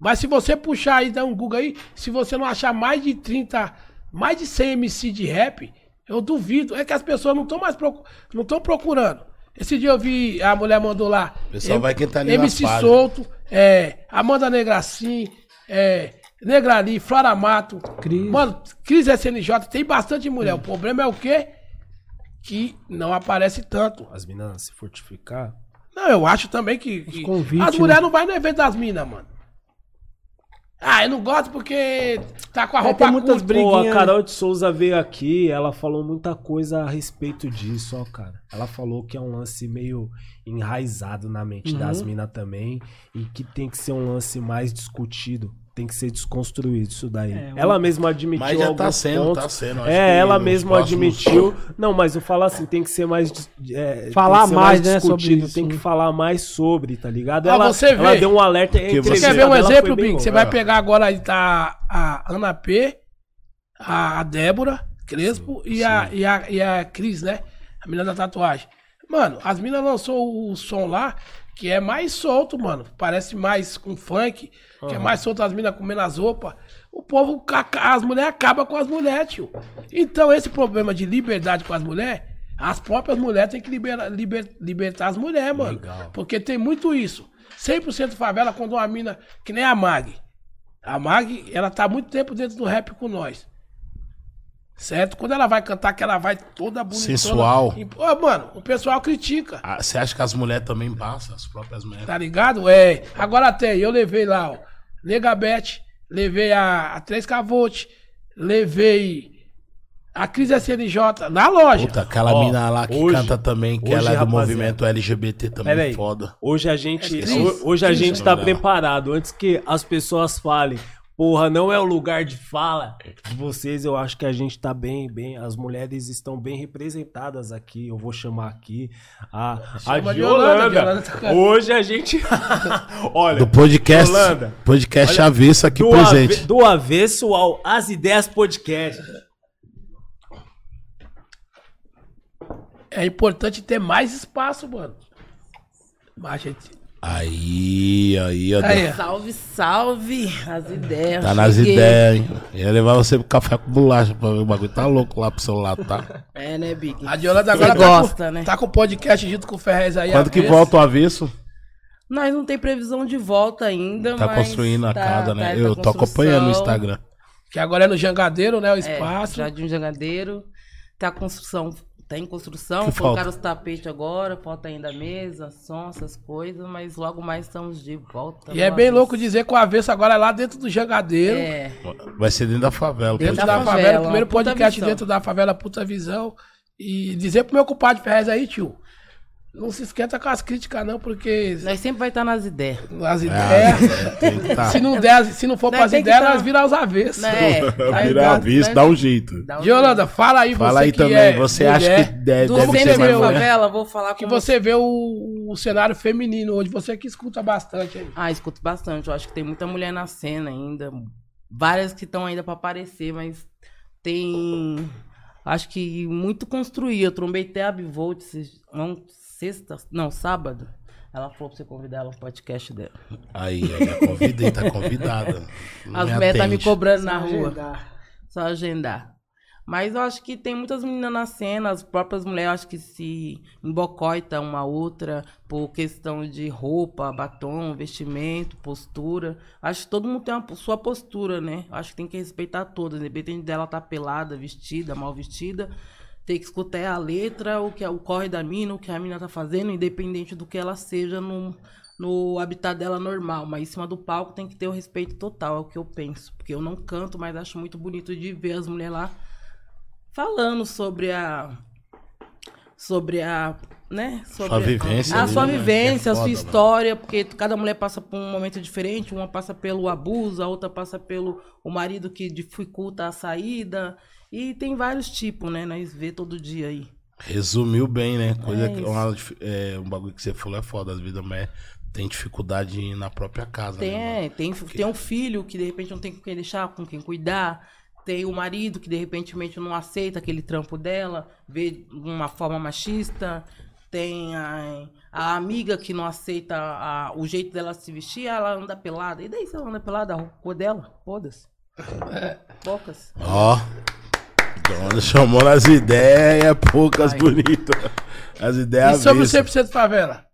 [SPEAKER 3] Mas se você puxar aí, dar um Google aí, se você não achar mais de 30, mais de 100 MC de rap, eu duvido. É que as pessoas não estão mais procu- não tão procurando. Esse dia eu vi, a mulher mandou lá.
[SPEAKER 2] Pessoal vai quem tá ali na
[SPEAKER 3] MC
[SPEAKER 2] palha.
[SPEAKER 3] Sou, Couto, é, Amanda Negracim, é, Negrali, Flora Mato.
[SPEAKER 4] Cris.
[SPEAKER 3] Mano, Cris SNJ, tem bastante mulher. O problema é o quê? Que não aparece tanto.
[SPEAKER 1] As minas se fortificar.
[SPEAKER 3] Não, eu acho também que. que
[SPEAKER 4] convites, né?
[SPEAKER 3] as mulheres não vão no evento das minas, mano. Ah, eu não gosto porque tá com a
[SPEAKER 4] É,
[SPEAKER 3] roupa
[SPEAKER 4] tem muitas
[SPEAKER 3] curta.
[SPEAKER 4] brigas.
[SPEAKER 1] Pô, a
[SPEAKER 4] Briguinha.
[SPEAKER 1] Carol de Souza veio aqui, ela falou muita coisa a respeito disso, ó, cara. Ela falou que é um lance meio enraizado na mente
[SPEAKER 4] Uhum.
[SPEAKER 1] das minas também e que tem que ser um lance mais discutido. Tem que ser desconstruído isso daí.
[SPEAKER 4] É, um-
[SPEAKER 1] Ela mesma admitiu
[SPEAKER 2] Mas já
[SPEAKER 1] alguns
[SPEAKER 2] tá sendo,
[SPEAKER 1] pontos.
[SPEAKER 2] tá sendo. Acho
[SPEAKER 1] É,
[SPEAKER 2] que
[SPEAKER 1] ela
[SPEAKER 2] nos
[SPEAKER 1] mesma
[SPEAKER 2] próximos-
[SPEAKER 1] admitiu. Não, mas eu falo assim, tem que ser mais. dis- é,
[SPEAKER 4] Falar
[SPEAKER 1] tem que ser
[SPEAKER 4] mais, né, sobre isso,
[SPEAKER 1] Tem
[SPEAKER 4] né?
[SPEAKER 1] que falar mais sobre, tá ligado?
[SPEAKER 2] Ah,
[SPEAKER 3] Ó,
[SPEAKER 1] ela,
[SPEAKER 3] você
[SPEAKER 1] ela
[SPEAKER 3] vê.
[SPEAKER 1] deu um alerta. a
[SPEAKER 2] você-
[SPEAKER 3] Você
[SPEAKER 4] né?
[SPEAKER 1] entrevista
[SPEAKER 3] quer ver um
[SPEAKER 1] dela foi
[SPEAKER 3] exemplo,
[SPEAKER 1] bem
[SPEAKER 3] Big? Você
[SPEAKER 1] boa.
[SPEAKER 3] vai pegar agora aí tá a Ana P, a Débora Crespo e, a, e, a, e a Cris, né? A menina da tatuagem. Mano, as meninas lançou o som lá que é mais solto, mano. Parece mais com funk, que é mais solto as meninas comendo as roupas. O povo, caca- as mulheres acabam com as mulheres, tio. Então esse problema de liberdade com as mulheres, as próprias mulheres têm que libera- liber- libertar as mulheres, mano. Porque tem muito isso. 100% favela quando uma mina, que nem a Mag. A Mag, ela tá há muito tempo dentro do rap com nós. Certo? Quando ela vai cantar, que ela vai toda bonitona.
[SPEAKER 2] Sensual.
[SPEAKER 3] E, Ô, mano, o pessoal critica.
[SPEAKER 2] Ah, Você acha que as mulheres também passam, as próprias mulheres?
[SPEAKER 3] Tá ligado? É. Agora tem, eu levei lá, ó. Negabete, levei a, a 3 Cavote, levei a Cris SNJ na loja.
[SPEAKER 2] Puta, aquela
[SPEAKER 1] Ó,
[SPEAKER 2] mina lá que
[SPEAKER 1] hoje-
[SPEAKER 2] canta também, que
[SPEAKER 1] hoje,
[SPEAKER 2] ela é do
[SPEAKER 1] rapaziada.
[SPEAKER 2] movimento LGBT também,
[SPEAKER 1] Peraí.
[SPEAKER 2] foda.
[SPEAKER 1] Hoje a gente,
[SPEAKER 3] É triste,
[SPEAKER 1] ho- hoje a
[SPEAKER 2] triste,
[SPEAKER 1] gente
[SPEAKER 2] né?
[SPEAKER 1] tá
[SPEAKER 2] Não.
[SPEAKER 1] preparado antes que as pessoas falem. Porra, não é o lugar de fala de vocês. Eu acho que a gente tá bem, bem. As mulheres estão bem representadas aqui. Eu vou chamar aqui a, a de
[SPEAKER 3] Chama de Holanda,
[SPEAKER 1] Holanda.
[SPEAKER 3] de Holanda tá-
[SPEAKER 1] Hoje a gente. Olha.
[SPEAKER 2] Do podcast.
[SPEAKER 1] Holanda.
[SPEAKER 2] Podcast
[SPEAKER 1] Olha,
[SPEAKER 2] avesso aqui
[SPEAKER 1] do,
[SPEAKER 2] presente.
[SPEAKER 1] ave- do avesso ao As Ideias Podcast.
[SPEAKER 3] É importante ter mais espaço, mano. Mas, gente, tá
[SPEAKER 2] Aí, aí, ó.
[SPEAKER 3] Aí, ó.
[SPEAKER 5] Salve, salve as ideias.
[SPEAKER 2] Tá nas
[SPEAKER 5] Cheguei.
[SPEAKER 2] ideias, hein? Ia levar você pro café com bolacha pra ver o bagulho. Tá louco lá pro celular, tá?
[SPEAKER 5] É, né, Big?
[SPEAKER 3] a Diolanda
[SPEAKER 5] Você
[SPEAKER 3] agora tá,
[SPEAKER 5] gosta,
[SPEAKER 3] com,
[SPEAKER 5] né?
[SPEAKER 3] tá com o podcast junto com o Ferrez aí.
[SPEAKER 2] Quando
[SPEAKER 3] a
[SPEAKER 2] que
[SPEAKER 3] vez.
[SPEAKER 2] volta o avesso?
[SPEAKER 5] Nós não tem previsão de volta ainda,
[SPEAKER 2] Tá
[SPEAKER 5] mas
[SPEAKER 2] construindo a
[SPEAKER 5] tá-
[SPEAKER 2] casa,
[SPEAKER 5] tá
[SPEAKER 2] né?
[SPEAKER 5] essa
[SPEAKER 2] Eu tô acompanhando no
[SPEAKER 5] construção.
[SPEAKER 2] Instagram.
[SPEAKER 3] Que agora é no Jangadeiro, né? O
[SPEAKER 5] É,
[SPEAKER 3] espaço.
[SPEAKER 5] Jardim Jangadeiro. Tá a construção, tá em construção.
[SPEAKER 2] Que
[SPEAKER 5] colocaram
[SPEAKER 2] falta?
[SPEAKER 5] os tapetes agora, falta ainda a mesa, som, essas coisas, mas logo mais estamos de volta.
[SPEAKER 3] e é
[SPEAKER 5] do
[SPEAKER 3] bem
[SPEAKER 5] avesso.
[SPEAKER 3] louco dizer que o avesso agora é lá dentro do Jangadeiro.
[SPEAKER 5] É,
[SPEAKER 2] Vai ser dentro da favela.
[SPEAKER 3] Dentro
[SPEAKER 5] Da
[SPEAKER 3] da,
[SPEAKER 2] podcast.
[SPEAKER 3] favela,
[SPEAKER 5] favela,
[SPEAKER 3] o primeiro
[SPEAKER 5] puta
[SPEAKER 3] podcast
[SPEAKER 5] visão.
[SPEAKER 3] dentro da favela Puta Visão. E dizer pro meu compadre Ferrez aí, tio. Não se esquenta com as críticas, não, porque
[SPEAKER 5] nós sempre vai estar nas ideias.
[SPEAKER 3] as ideias.
[SPEAKER 2] É, tem que tá.
[SPEAKER 3] Se não, der, se não for
[SPEAKER 5] Nós
[SPEAKER 3] pras
[SPEAKER 5] tem que
[SPEAKER 3] ideias,
[SPEAKER 5] tá-
[SPEAKER 3] nós viram aos avessos.
[SPEAKER 5] Né? Tá
[SPEAKER 2] Virar a
[SPEAKER 5] ligado?
[SPEAKER 2] vista,
[SPEAKER 5] Nós-
[SPEAKER 2] dá um jeito.
[SPEAKER 5] dá um
[SPEAKER 3] Yolanda, fala aí,
[SPEAKER 2] Fala
[SPEAKER 3] você
[SPEAKER 2] aí
[SPEAKER 3] que
[SPEAKER 2] também,
[SPEAKER 3] é
[SPEAKER 2] você
[SPEAKER 3] mulher,
[SPEAKER 2] acha que deve,
[SPEAKER 5] Do
[SPEAKER 3] Como
[SPEAKER 2] deve
[SPEAKER 3] que
[SPEAKER 2] ser né?
[SPEAKER 3] você
[SPEAKER 5] Sempre Vai
[SPEAKER 2] mais
[SPEAKER 3] viu,
[SPEAKER 2] mulher?
[SPEAKER 5] Favela, vou falar
[SPEAKER 3] que
[SPEAKER 5] com
[SPEAKER 3] você vê o, o cenário feminino hoje, você que escuta bastante aí.
[SPEAKER 5] Ah, escuto bastante. Eu acho que tem muita mulher na cena ainda. Várias que estão ainda pra aparecer, mas tem. Acho que muito construir. Eu trombei até a Bivolt esses- não, sexta, não, sábado. Ela falou pra você convidar ela pro podcast dela.
[SPEAKER 2] Aí, aí, convidei, tá convidada. Não
[SPEAKER 5] As
[SPEAKER 2] me
[SPEAKER 5] mulheres tá me
[SPEAKER 2] atende.
[SPEAKER 5] cobrando na
[SPEAKER 3] um
[SPEAKER 5] rua. Só agendar. Mas eu acho que tem muitas meninas na cena, as próprias mulheres eu acho que se embocoita uma outra por questão de roupa, batom, vestimento, postura. Acho que todo mundo tem a sua postura, né? Acho que tem que respeitar todas, independente dela estar pelada, vestida, mal vestida. Tem que escutar a letra, o que é- o corre da mina, o que a mina tá fazendo, independente do que ela seja no, no habitat dela normal. Mas em cima do palco tem que ter o respeito total, é o que eu penso. Porque eu não canto, mas acho muito bonito de ver as mulheres lá falando sobre a. Sobre a. Né? Sobre
[SPEAKER 2] Sua vivência
[SPEAKER 3] Ah,
[SPEAKER 5] A
[SPEAKER 2] ali,
[SPEAKER 5] sua
[SPEAKER 2] né?
[SPEAKER 5] vivência,
[SPEAKER 2] É
[SPEAKER 5] a sua
[SPEAKER 2] foda,
[SPEAKER 5] história história, porque cada mulher passa por um momento diferente, uma passa pelo abuso, a outra passa pelo o marido que dificulta a saída. E tem vários tipos, né? Nós vê todo dia aí.
[SPEAKER 2] Resumiu bem, né? Coisa
[SPEAKER 5] É
[SPEAKER 2] que,
[SPEAKER 5] isso.
[SPEAKER 2] uma dif- é, um bagulho que você falou é foda. Às vezes a mulher tem dificuldade na própria casa.
[SPEAKER 5] Tem,
[SPEAKER 2] né,
[SPEAKER 5] é, tem, tem um filho que de repente não tem com quem deixar, com quem cuidar. Tem o marido que de repente não aceita aquele trampo dela, vê de uma forma machista. Tem a, a amiga que não aceita a- o jeito dela se vestir, ela anda pelada. E daí se ela anda pelada, a cor dela? Foda-se. Poucas.
[SPEAKER 2] Ó. Dona chamou nas ideias, poucas bonitas. As
[SPEAKER 3] E
[SPEAKER 2] ideias
[SPEAKER 3] sobre o
[SPEAKER 2] avessas.
[SPEAKER 3] 100% favela?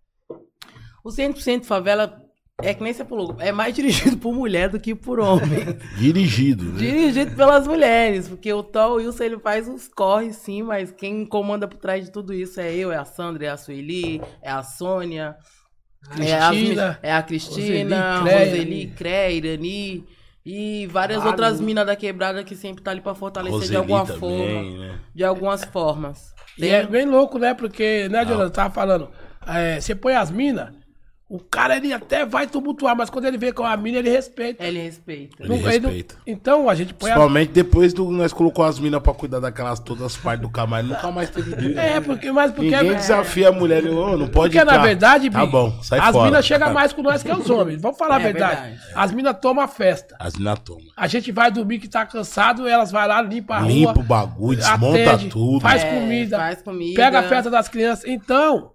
[SPEAKER 5] O 100% favela é que nem você falou, é mais dirigido por mulher do que por homem.
[SPEAKER 2] Dirigido, né?
[SPEAKER 5] dirigido pelas mulheres, porque o Tom Wilson ele faz uns corres sim, mas quem comanda por trás de tudo isso é eu, é a Sandra, é a Sueli, é a Sônia, é, as mi-
[SPEAKER 3] Cristina,
[SPEAKER 5] é a Cristina,
[SPEAKER 3] Roseli, Cré,
[SPEAKER 5] Roseli, Cré, Irani e várias
[SPEAKER 3] Vale.
[SPEAKER 5] outras minas da quebrada que sempre tá ali pra fortalecer de alguma forma,
[SPEAKER 2] né?
[SPEAKER 5] de algumas formas.
[SPEAKER 3] E
[SPEAKER 5] um-
[SPEAKER 3] é bem louco, né? Porque, né, Diolanda, eu tava falando, é, você põe as minas, o cara ele até vai tumultuar, mas quando ele vê com a mina, ele respeita.
[SPEAKER 5] Ele respeita.
[SPEAKER 2] Ele respeita.
[SPEAKER 3] então a gente põe as
[SPEAKER 2] Principalmente depois do nós colocou as minas pra cuidar daquelas todas as partes do camarim, nunca mais teve briga.
[SPEAKER 3] É, porque, mas porque,
[SPEAKER 2] Ninguém desafia a mulher, não, não pode
[SPEAKER 3] porque na
[SPEAKER 2] entrar.
[SPEAKER 3] verdade,
[SPEAKER 2] Tá
[SPEAKER 3] Bi,
[SPEAKER 2] bom, sai
[SPEAKER 3] as
[SPEAKER 2] fora.
[SPEAKER 3] minas chegam mais com nós que os homens. Vamos falar a
[SPEAKER 5] É
[SPEAKER 3] verdade.
[SPEAKER 5] verdade.
[SPEAKER 3] As minas tomam a festa.
[SPEAKER 2] As minas tomam.
[SPEAKER 3] A gente vai dormir que tá cansado, elas vão lá, limpa a rua.
[SPEAKER 2] Limpa o bagulho, desmonta
[SPEAKER 3] atende,
[SPEAKER 2] tudo.
[SPEAKER 3] Faz
[SPEAKER 5] É,
[SPEAKER 3] comida.
[SPEAKER 5] faz comida.
[SPEAKER 3] Pega a festa das crianças. Então,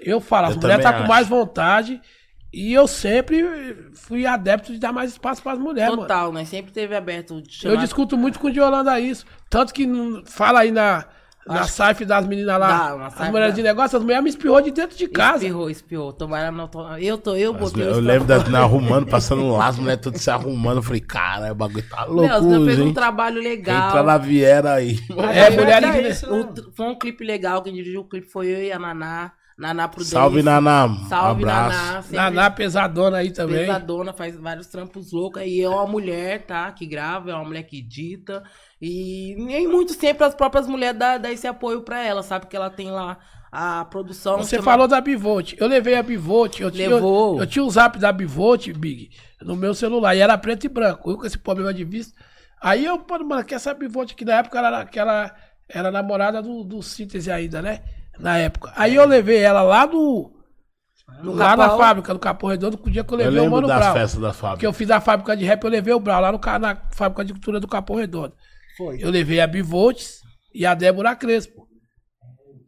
[SPEAKER 3] eu falo, as
[SPEAKER 2] Eu
[SPEAKER 3] mulheres
[SPEAKER 2] também
[SPEAKER 3] tá com
[SPEAKER 2] acho.
[SPEAKER 3] mais vontade. E eu sempre fui adepto de dar mais espaço para as mulheres, mano.
[SPEAKER 5] Total, né? Sempre teve aberto de
[SPEAKER 3] Eu
[SPEAKER 5] chamar
[SPEAKER 3] discuto muito com o Diolanda isso. Tanto que não- fala aí na, na saif das meninas
[SPEAKER 5] Dá, na
[SPEAKER 3] lá, as
[SPEAKER 5] saif
[SPEAKER 3] mulheres
[SPEAKER 5] dá.
[SPEAKER 3] de negócio, as mulheres me espirrou de dentro de casa.
[SPEAKER 5] Espirrou, espirrou. Tomara não tomara. Eu tô, eu
[SPEAKER 2] As
[SPEAKER 5] botei.
[SPEAKER 2] minas- eu
[SPEAKER 5] os
[SPEAKER 2] lembro
[SPEAKER 5] tra-
[SPEAKER 2] das minas arrumando, passando lá, as mulheres todas se arrumando. Eu falei, cara, o bagulho tá
[SPEAKER 5] Meu, as meninas
[SPEAKER 2] louco,
[SPEAKER 5] fez um
[SPEAKER 2] hein?
[SPEAKER 5] trabalho
[SPEAKER 2] Entra
[SPEAKER 5] legal.
[SPEAKER 2] na viera aí.
[SPEAKER 3] É, mulher
[SPEAKER 5] Mas
[SPEAKER 3] que-
[SPEAKER 5] é isso, o tr- Foi um clipe legal. Quem dirigiu o clipe foi eu e a Naná. Naná Prudência.
[SPEAKER 2] Salve, Naná.
[SPEAKER 5] Salve,
[SPEAKER 2] Abraço.
[SPEAKER 5] Naná. Sempre
[SPEAKER 3] Naná pesadona aí também.
[SPEAKER 5] Pesadona, faz vários trampos loucos. E é uma mulher, tá? Que grava, é uma mulher que edita. E nem muito sempre as próprias mulheres dá, dá esse apoio pra ela, sabe? Que ela tem lá a produção.
[SPEAKER 3] Você
[SPEAKER 5] chama-
[SPEAKER 3] falou da Bivolt. Eu levei a Bivolt. Eu tinha,
[SPEAKER 5] Levou.
[SPEAKER 3] eu tinha o zap da Bivolt, Big, no meu celular. E era preto e branco. Eu com esse problema de vista. Aí eu, mano, mano, que essa Bivolt que na época era aquela. Era namorada do, do Síntese ainda, né? Na época. Aí eu levei ela lá no.
[SPEAKER 5] No
[SPEAKER 3] lá na
[SPEAKER 5] Capão.
[SPEAKER 3] fábrica, no Capão Redondo, que o dia que eu
[SPEAKER 2] Eu
[SPEAKER 3] levei o
[SPEAKER 2] lembro
[SPEAKER 3] Mano
[SPEAKER 2] das
[SPEAKER 3] Brown.
[SPEAKER 2] festas da
[SPEAKER 3] Que
[SPEAKER 2] fábrica.
[SPEAKER 3] eu fiz a fábrica de rap, eu levei o Brau lá no, ca- na fábrica de cultura do Capão Redondo.
[SPEAKER 4] Foi.
[SPEAKER 3] Eu levei a Bivoltes e a Débora Crespo.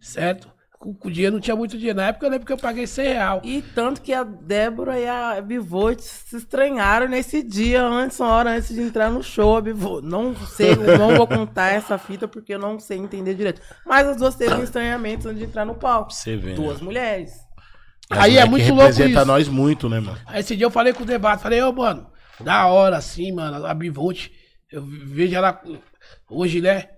[SPEAKER 3] Certo? Com o dinheiro não tinha muito dinheiro. Na época eu lembro que eu paguei 100 real.
[SPEAKER 5] E tanto que a Débora e a Bivolt se estranharam nesse dia, antes, uma hora antes de entrar no show. A Bivolt, não sei, eu não vou contar essa fita porque eu não sei entender direito. Mas as duas teve um estranhamento antes de entrar no palco.
[SPEAKER 2] Você vê, né?
[SPEAKER 5] Duas mulheres.
[SPEAKER 2] E as
[SPEAKER 3] Aí é
[SPEAKER 2] moleque
[SPEAKER 3] muito louco
[SPEAKER 2] representa
[SPEAKER 3] isso.
[SPEAKER 2] nós muito, né, mano?
[SPEAKER 3] Aí esse dia eu falei com o debate, falei, ô, mano, da hora assim, mano, a Bivolt, eu vejo ela hoje, né,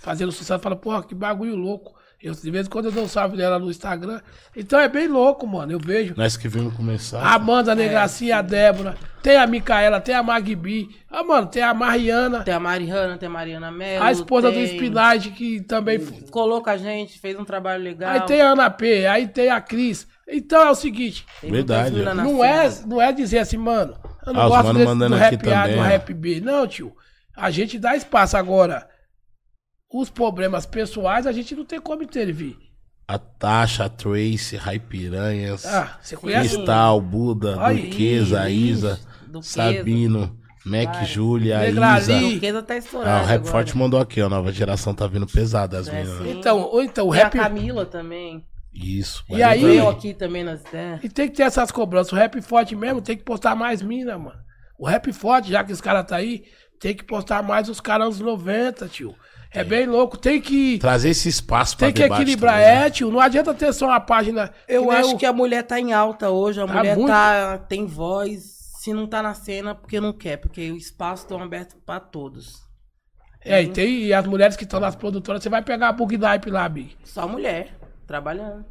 [SPEAKER 3] fazendo sucesso, falo, porra, que bagulho louco. Eu, de vez em quando eu dou um salve dela no Instagram. Então é bem louco, mano, eu vejo.
[SPEAKER 2] Nós que vimos começar.
[SPEAKER 3] A Ah, Amanda Negracinha, a Débora, tem a Micaela, tem a Magbi, ah, mano, tem a Mariana,
[SPEAKER 5] Tem a Mariana, tem a Mariana Mello.
[SPEAKER 3] a esposa
[SPEAKER 5] tem-
[SPEAKER 3] do Spinach, que também
[SPEAKER 5] Colou com a gente, fez um trabalho legal.
[SPEAKER 3] Aí tem a Ana P, aí tem a Cris. Então é o seguinte,
[SPEAKER 5] Tem muita
[SPEAKER 2] Verdade,
[SPEAKER 5] fila
[SPEAKER 2] é.
[SPEAKER 5] na
[SPEAKER 3] não
[SPEAKER 5] cena.
[SPEAKER 3] é, não é dizer assim, mano, eu não
[SPEAKER 2] Ah, os
[SPEAKER 3] gosto
[SPEAKER 2] mano
[SPEAKER 3] desse, do
[SPEAKER 2] mandando
[SPEAKER 3] rap
[SPEAKER 2] aqui
[SPEAKER 3] A,
[SPEAKER 2] também,
[SPEAKER 3] do
[SPEAKER 2] né?
[SPEAKER 3] rap B. Não, tio, a gente dá espaço agora. Os problemas pessoais a gente não tem como intervir.
[SPEAKER 2] A Tasha, a Tracy, Rai Piranhas,
[SPEAKER 3] Ah, você conhece?
[SPEAKER 2] Cristal, Buda,
[SPEAKER 3] Olha
[SPEAKER 2] Duquesa, a
[SPEAKER 5] aí,
[SPEAKER 2] Isa,
[SPEAKER 5] Duquesa.
[SPEAKER 2] Sabino, Mac, Júlia, a
[SPEAKER 3] Negrali.
[SPEAKER 2] Isa.
[SPEAKER 5] Duquesa tá estourada.
[SPEAKER 2] Ah, o Rap
[SPEAKER 5] agora.
[SPEAKER 2] Forte mandou aqui, ó. a Nova geração tá vindo pesada, as
[SPEAKER 5] É,
[SPEAKER 2] meninas.
[SPEAKER 5] sim.
[SPEAKER 3] Então, ou então, o
[SPEAKER 5] Tem
[SPEAKER 3] rap.
[SPEAKER 5] a Camila também.
[SPEAKER 2] Isso.
[SPEAKER 3] E
[SPEAKER 2] vai
[SPEAKER 3] aí-
[SPEAKER 2] lembrar.
[SPEAKER 5] Eu aqui também nas é. ideias.
[SPEAKER 3] E tem que ter essas cobranças. O rap forte mesmo tem que postar mais mina, mano. O rap forte, já que os caras tá aí, tem que postar mais os caras anos 90, tio. É, bem louco. Tem que.
[SPEAKER 2] Trazer esse espaço pra
[SPEAKER 3] Tem que
[SPEAKER 2] debate
[SPEAKER 3] equilibrar,
[SPEAKER 2] Tá também, né?
[SPEAKER 3] é, tio. Não adianta ter só uma página.
[SPEAKER 5] Eu
[SPEAKER 3] nem
[SPEAKER 5] acho
[SPEAKER 3] o-
[SPEAKER 5] que a mulher tá em alta hoje, a
[SPEAKER 3] Tá
[SPEAKER 5] mulher
[SPEAKER 3] muito.
[SPEAKER 5] tá, tem voz. Se não tá na cena, porque não quer, porque o espaço tá aberto pra todos.
[SPEAKER 3] É, e tem e as mulheres que estão nas produtoras, você vai pegar a Bug Naipe lá, Big.
[SPEAKER 5] Só mulher trabalhando.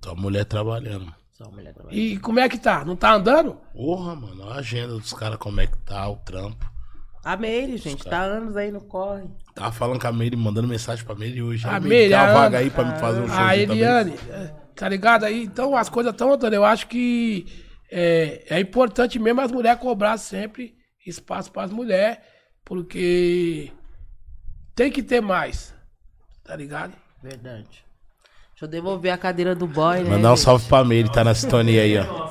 [SPEAKER 2] Tua mulher trabalhando.
[SPEAKER 5] Só mulher trabalhando.
[SPEAKER 3] E como é que tá? Não tá andando?
[SPEAKER 2] Porra, mano, a agenda dos caras, como é que tá, o trampo.
[SPEAKER 5] A Meire, gente, tá anos aí no corre.
[SPEAKER 2] Tava falando com a Meire, mandando mensagem pra Meire hoje.
[SPEAKER 3] A
[SPEAKER 2] Aí,
[SPEAKER 3] Meire,
[SPEAKER 2] dá uma
[SPEAKER 3] a
[SPEAKER 2] vaga
[SPEAKER 3] Ana,
[SPEAKER 2] aí pra me fazer um show.
[SPEAKER 3] a Eliane, é, tá ligado aí? Então as coisas estão andando. Eu acho que é, é importante mesmo as mulheres cobrar sempre espaço para as mulheres, porque tem que ter mais, tá ligado?
[SPEAKER 5] Verdade. Deixa eu devolver a cadeira do boy, né?
[SPEAKER 2] Mandar um
[SPEAKER 5] gente?
[SPEAKER 2] salve pra Meire, tá na sintonia aí, ó.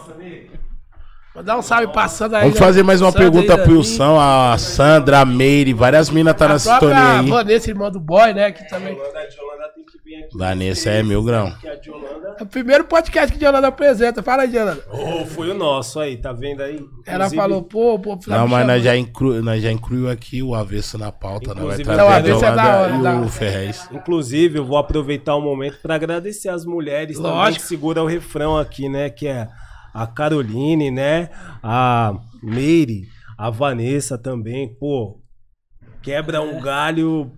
[SPEAKER 3] Mandar um salve passando aí.
[SPEAKER 2] Vamos
[SPEAKER 3] né?
[SPEAKER 2] fazer mais uma
[SPEAKER 3] Sandra
[SPEAKER 2] pergunta
[SPEAKER 3] Irani,
[SPEAKER 2] pro Wilson, a Sandra, a Meire, várias minas tá
[SPEAKER 3] A
[SPEAKER 2] na sintonia
[SPEAKER 3] própria
[SPEAKER 2] aí.
[SPEAKER 3] Vanessa, irmã do boy, né? Que também.
[SPEAKER 1] Yolanda, a Yolanda tem que vir aqui.
[SPEAKER 2] Vanessa é meu grão.
[SPEAKER 1] Que a Yolanda.
[SPEAKER 3] É o primeiro podcast que a Diolanda apresenta. Fala aí, Diolanda.
[SPEAKER 1] Oh, foi o nosso aí, tá vendo aí?
[SPEAKER 3] Ela
[SPEAKER 1] Inclusive,
[SPEAKER 3] falou, pô, pô,
[SPEAKER 2] Não, mas
[SPEAKER 3] chamando.
[SPEAKER 2] nós já, inclu... nós já incluiu aqui o avesso na pauta, né? Vai
[SPEAKER 1] Inclusive,
[SPEAKER 2] trazer
[SPEAKER 1] o
[SPEAKER 2] a
[SPEAKER 1] Avesso é
[SPEAKER 3] da
[SPEAKER 2] Yolanda
[SPEAKER 3] hora, da
[SPEAKER 2] e o
[SPEAKER 3] hora.
[SPEAKER 2] Ferrez.
[SPEAKER 1] Inclusive, eu vou aproveitar o momento para agradecer as mulheres também
[SPEAKER 3] Lógico.
[SPEAKER 1] que segura o refrão aqui, né? Que é a Caroline, né? A Meire, a Vanessa também, pô. Quebra
[SPEAKER 3] É.
[SPEAKER 1] um galho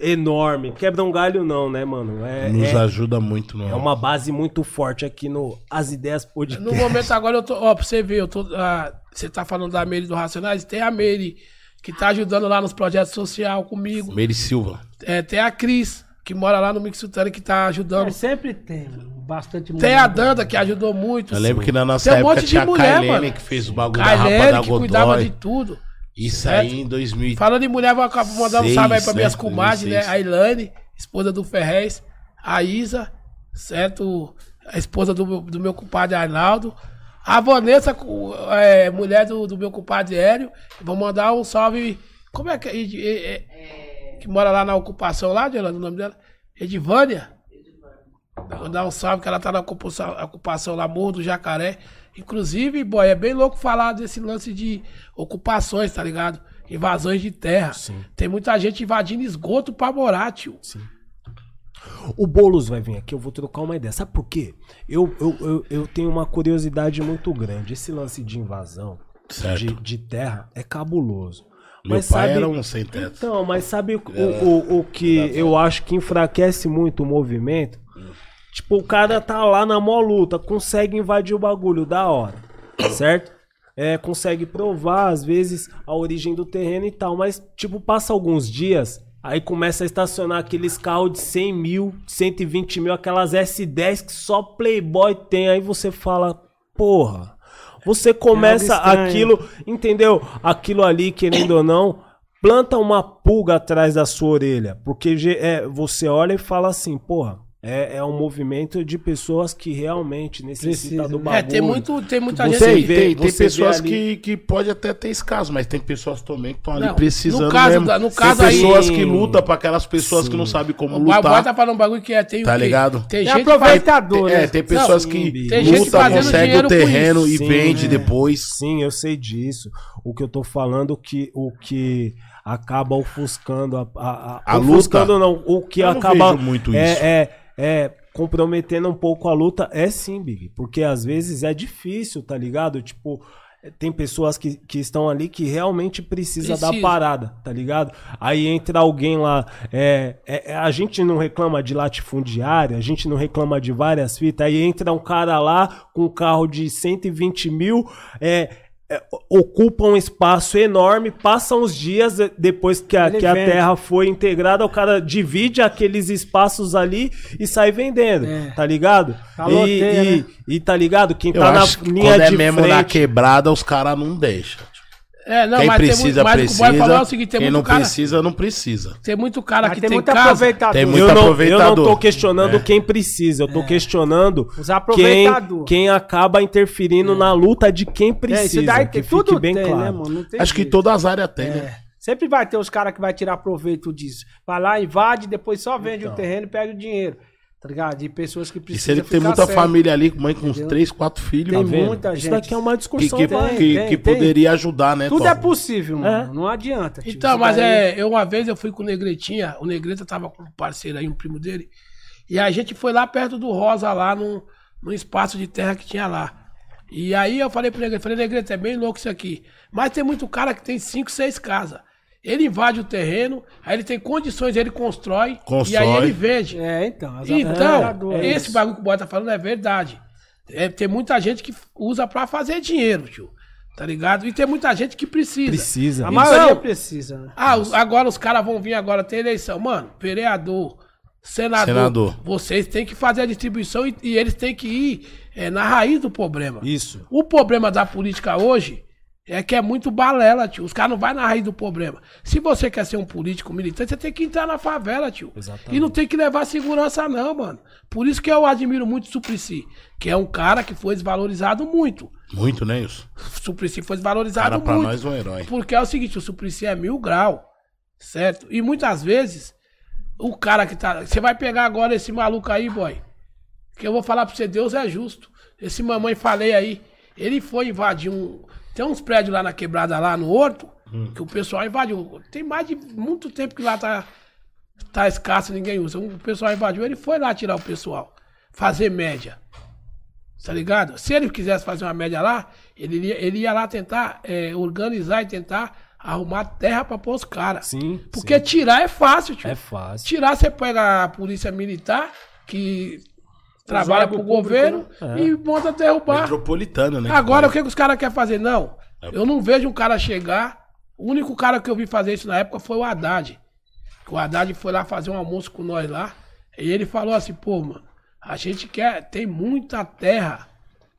[SPEAKER 1] enorme. Quebra um galho não, né, mano? É,
[SPEAKER 2] Nos
[SPEAKER 1] é,
[SPEAKER 2] ajuda muito, mano.
[SPEAKER 1] é uma base muito forte aqui no As Ideias
[SPEAKER 3] No
[SPEAKER 1] Podcast.
[SPEAKER 3] momento agora eu tô. Ó, pra você ver, eu tô. ah, você tá falando da Meire do Racionais, tem a Meire, que tá ajudando lá nos projetos social comigo.
[SPEAKER 2] Meire Silva.
[SPEAKER 3] É, tem a Cris, que mora lá no Mixutana, que tá ajudando.
[SPEAKER 4] É, sempre tem mano, bastante
[SPEAKER 3] Tem a
[SPEAKER 4] mulher.
[SPEAKER 3] Danda, que ajudou muito.
[SPEAKER 2] Eu lembro que na nossa
[SPEAKER 3] Tem um
[SPEAKER 2] época
[SPEAKER 3] monte de
[SPEAKER 2] tinha a
[SPEAKER 3] mulher,
[SPEAKER 2] Kailene
[SPEAKER 3] mano.
[SPEAKER 2] que fez o bagulho da Rapa da
[SPEAKER 3] Kailene, que cuidava
[SPEAKER 2] Godoy.
[SPEAKER 3] de tudo. né?
[SPEAKER 2] Isso
[SPEAKER 3] certo?
[SPEAKER 2] aí em 2000.
[SPEAKER 3] Falando em mulher, vou acabar mandando um salve aí pra
[SPEAKER 2] Seis,
[SPEAKER 3] minhas
[SPEAKER 2] né?
[SPEAKER 3] comadres, né?
[SPEAKER 2] Seis.
[SPEAKER 3] A Ilane, esposa do Ferrez, a Isa, certo? A esposa do meu, do meu compadre Arnaldo. A Vanessa, cu- é, mulher do, do meu compadre Hélio. Vou mandar um salve. Como é que é? Ed- é- é- que mora lá na ocupação lá, Diolanda, o nome dela? Edivânia? Mandar um salve que ela tá na ocupação, ocupação lá, Morro do Jacaré. Inclusive, boy, é bem louco falar desse lance de ocupações, tá ligado? Invasões de terra. Tem muita gente invadindo esgoto pra morar, tio.
[SPEAKER 1] O Boulos vai vir aqui, eu vou trocar uma ideia. Sabe por quê? Eu, eu, eu, eu tenho uma curiosidade muito grande. Esse lance de invasão
[SPEAKER 2] Certo.
[SPEAKER 1] de, de terra é cabuloso.
[SPEAKER 2] Meu
[SPEAKER 1] mas
[SPEAKER 2] pai
[SPEAKER 1] sabe,
[SPEAKER 2] era um sem teto.
[SPEAKER 1] Então, mas sabe o, o, o que eu acho que enfraquece muito o movimento? Tipo, o cara tá lá na mó luta, consegue invadir o bagulho da hora, certo? É, consegue provar, às vezes, a origem do terreno e tal, mas, tipo, passa alguns dias, Aí começa a estacionar aqueles carros de 100 mil, 120 mil, aquelas S10 que só Playboy tem. Aí você fala, porra. Você começa
[SPEAKER 4] estranho.
[SPEAKER 1] aquilo, entendeu? Aquilo ali, querendo ou não, planta uma pulga atrás da sua orelha. Porque ge- é, você olha e fala assim, porra. É, é um movimento de pessoas que realmente necessitam
[SPEAKER 4] Precisa,
[SPEAKER 1] do
[SPEAKER 4] né?
[SPEAKER 1] bagulho.
[SPEAKER 3] É, tem, muito, tem muita
[SPEAKER 1] Você
[SPEAKER 3] gente.
[SPEAKER 2] Tem,
[SPEAKER 1] vê,
[SPEAKER 2] tem, tem
[SPEAKER 1] você vê
[SPEAKER 2] pessoas
[SPEAKER 1] ali-
[SPEAKER 2] que, que pode até ter esse caso, mas tem pessoas também que estão ali
[SPEAKER 3] Não,
[SPEAKER 2] precisando
[SPEAKER 3] no caso
[SPEAKER 2] mesmo.
[SPEAKER 3] da- no
[SPEAKER 2] Tem
[SPEAKER 3] caso aí-
[SPEAKER 2] pessoas que lutam para aquelas pessoas que não sabem como
[SPEAKER 3] O Barbosa
[SPEAKER 2] lutar.
[SPEAKER 3] tá falando um bagulho que é. Tem o
[SPEAKER 2] Tá
[SPEAKER 3] quê?
[SPEAKER 2] ligado?
[SPEAKER 3] Tem
[SPEAKER 4] É
[SPEAKER 3] gente
[SPEAKER 4] aproveitar. Aproveitador,
[SPEAKER 2] É,
[SPEAKER 4] né?
[SPEAKER 2] tem pessoas
[SPEAKER 1] Não,
[SPEAKER 2] que
[SPEAKER 1] sim,
[SPEAKER 2] lutam,
[SPEAKER 1] tem
[SPEAKER 3] gente fazendo
[SPEAKER 2] consegue
[SPEAKER 3] dinheiro
[SPEAKER 2] o
[SPEAKER 3] com isso.
[SPEAKER 2] terreno e
[SPEAKER 1] Sim,
[SPEAKER 2] vende
[SPEAKER 1] é.
[SPEAKER 2] depois.
[SPEAKER 1] Sim, eu sei disso. O que eu tô falando que o que acaba ofuscando a, a,
[SPEAKER 2] A luta?
[SPEAKER 1] ofuscando não, o que
[SPEAKER 2] Eu não
[SPEAKER 1] acaba
[SPEAKER 2] vejo muito
[SPEAKER 1] é,
[SPEAKER 2] isso.
[SPEAKER 1] é é comprometendo um pouco a luta é sim, Big, porque às vezes é difícil, tá ligado? Tipo tem pessoas que, que estão ali que realmente precisa, da
[SPEAKER 3] Precisa.
[SPEAKER 1] parada, tá ligado? Aí entra alguém lá. é, é, é, a gente não reclama de latifundiário, a gente não reclama de várias fitas. Aí entra um cara lá com um carro de 120 mil, é, é, o- ocupa um espaço enorme, passam os dias é, depois que a,
[SPEAKER 4] Ele
[SPEAKER 1] que a
[SPEAKER 4] vende.
[SPEAKER 1] terra foi integrada, o cara divide aqueles espaços ali e sai vendendo, tá ligado?
[SPEAKER 4] É. Caloteia,
[SPEAKER 1] e, e-
[SPEAKER 4] né?
[SPEAKER 1] e tá ligado? Quem
[SPEAKER 2] Eu
[SPEAKER 1] tá
[SPEAKER 2] acho
[SPEAKER 1] na
[SPEAKER 2] que
[SPEAKER 1] linha
[SPEAKER 2] quando é
[SPEAKER 1] de
[SPEAKER 2] mesmo
[SPEAKER 1] frente.
[SPEAKER 2] na quebrada, os caras não deixam.
[SPEAKER 3] É, não,
[SPEAKER 2] Quem
[SPEAKER 3] mas
[SPEAKER 2] precisa,
[SPEAKER 3] tem muito, mas o que o
[SPEAKER 2] precisa.
[SPEAKER 3] Boy falou é o seguinte: tem
[SPEAKER 2] Quem
[SPEAKER 3] muito
[SPEAKER 2] não
[SPEAKER 3] cara. Ah,
[SPEAKER 2] precisa, não precisa.
[SPEAKER 3] Tem muito cara
[SPEAKER 4] Mas
[SPEAKER 3] que
[SPEAKER 4] tem
[SPEAKER 3] tem,
[SPEAKER 4] muito
[SPEAKER 3] casa.
[SPEAKER 4] aproveitador.
[SPEAKER 2] Tem É muito
[SPEAKER 1] eu não, Eu não
[SPEAKER 2] aproveitador.
[SPEAKER 1] tô questionando quem precisa, eu tô questionando
[SPEAKER 4] É. Os
[SPEAKER 1] quem,
[SPEAKER 4] aproveitador.
[SPEAKER 1] quem acaba interferindo na luta de quem precisa.
[SPEAKER 4] É, isso daí
[SPEAKER 1] que
[SPEAKER 4] tem,
[SPEAKER 1] fique
[SPEAKER 4] tudo
[SPEAKER 1] bem
[SPEAKER 4] tem,
[SPEAKER 1] claro.
[SPEAKER 4] né, mano? Não tem
[SPEAKER 2] Acho que
[SPEAKER 4] jeito.
[SPEAKER 2] todas as áreas
[SPEAKER 3] É,
[SPEAKER 2] tem, né?
[SPEAKER 4] Sempre vai ter os caras que vai tirar proveito disso. Vai lá, invade, depois só vende o terreno e pega o dinheiro. Tá ligado? De pessoas que
[SPEAKER 2] E
[SPEAKER 4] precisam.
[SPEAKER 2] se ele tem
[SPEAKER 4] ficar
[SPEAKER 2] muita
[SPEAKER 4] sem.
[SPEAKER 2] família ali, mãe com uns três, quatro filhos,
[SPEAKER 4] Tem
[SPEAKER 2] tá vendo?
[SPEAKER 4] muita
[SPEAKER 1] Isso
[SPEAKER 4] gente.
[SPEAKER 1] daqui é uma
[SPEAKER 2] que,
[SPEAKER 1] discussão.
[SPEAKER 2] que,
[SPEAKER 1] né?
[SPEAKER 4] tem,
[SPEAKER 2] que-
[SPEAKER 4] tem,
[SPEAKER 2] que
[SPEAKER 4] tem.
[SPEAKER 2] poderia ajudar, né,
[SPEAKER 4] Tudo é
[SPEAKER 2] Tom?
[SPEAKER 4] possível, mano.
[SPEAKER 1] É.
[SPEAKER 4] Não adianta. tio.
[SPEAKER 3] Então,
[SPEAKER 4] Isso
[SPEAKER 3] mas
[SPEAKER 4] daí-
[SPEAKER 3] é, eu uma vez eu fui com o Negretinha, o Negreta tava com um parceiro aí, um primo dele, e a gente foi lá perto do Rosa, lá num, num espaço de terra que tinha lá. E aí eu falei pro Negreta, falei, Negreta, é bem louco isso aqui. Mas tem muito cara que tem cinco, seis casas. Ele invade o terreno, aí ele tem condições, ele constrói, e aí
[SPEAKER 2] Constrói.
[SPEAKER 3] ele vende.
[SPEAKER 4] É, então. as
[SPEAKER 3] Então,
[SPEAKER 4] apresentadoras.
[SPEAKER 3] esse bagulho que o Boy tá falando é verdade. É, tem muita gente que usa pra fazer dinheiro, tio. Tá ligado? E tem muita gente que
[SPEAKER 1] Precisa.
[SPEAKER 4] A
[SPEAKER 1] Então,
[SPEAKER 4] maioria precisa, né?
[SPEAKER 3] ah, os- agora os caras vão vir agora ter eleição. Mano, vereador, senador,
[SPEAKER 2] Senador.
[SPEAKER 3] vocês têm que fazer a distribuição e, e eles têm que ir é, na raiz do problema.
[SPEAKER 1] Isso.
[SPEAKER 3] O problema da política hoje é que é muito balela, tio. Os caras não vão na raiz do problema. Se você quer ser um político militante, você tem que entrar na favela, tio.
[SPEAKER 1] Exatamente.
[SPEAKER 3] E não tem que levar segurança, não, mano. Por isso que eu admiro muito o Suplicy, que é um cara que foi desvalorizado muito.
[SPEAKER 2] Muito, né, isso?
[SPEAKER 3] Suplicy foi desvalorizado
[SPEAKER 2] Cara, pra
[SPEAKER 3] Tá muito.
[SPEAKER 2] nós é um herói.
[SPEAKER 3] Porque é o seguinte, o Suplicy é mil grau, certo? E muitas vezes, o cara que tá. Você vai pegar agora esse maluco aí, boy. Que eu vou falar pra você, Deus é justo. Esse mamãe falei aí. Ele foi invadir um. Tem uns prédios lá na quebrada, lá no Horto,
[SPEAKER 1] Hum.
[SPEAKER 3] que o pessoal invadiu. Tem mais de muito tempo que lá tá, tá escasso, ninguém usa. O pessoal invadiu, ele foi lá tirar o pessoal. Fazer média. Tá ligado? Se ele quisesse fazer uma média lá, ele ia, ele ia lá tentar eh, organizar e tentar arrumar terra pra pôr os caras.
[SPEAKER 1] Sim,
[SPEAKER 3] Porque tirar é fácil, tio.
[SPEAKER 1] É fácil.
[SPEAKER 3] Tirar, você pega a polícia militar, que trabalha pro
[SPEAKER 4] órgãos
[SPEAKER 3] governo,
[SPEAKER 1] né?
[SPEAKER 3] e
[SPEAKER 1] É.
[SPEAKER 3] monta derrubar.
[SPEAKER 2] Metropolitana, né?
[SPEAKER 3] Agora, o que, que os caras querem fazer? Não.
[SPEAKER 2] É.
[SPEAKER 3] Eu não vejo um cara chegar. O único cara que eu vi fazer isso na época foi o Haddad. Que o Haddad foi lá fazer um almoço com nós lá. E ele falou assim, pô, mano, a gente quer. Tem muita terra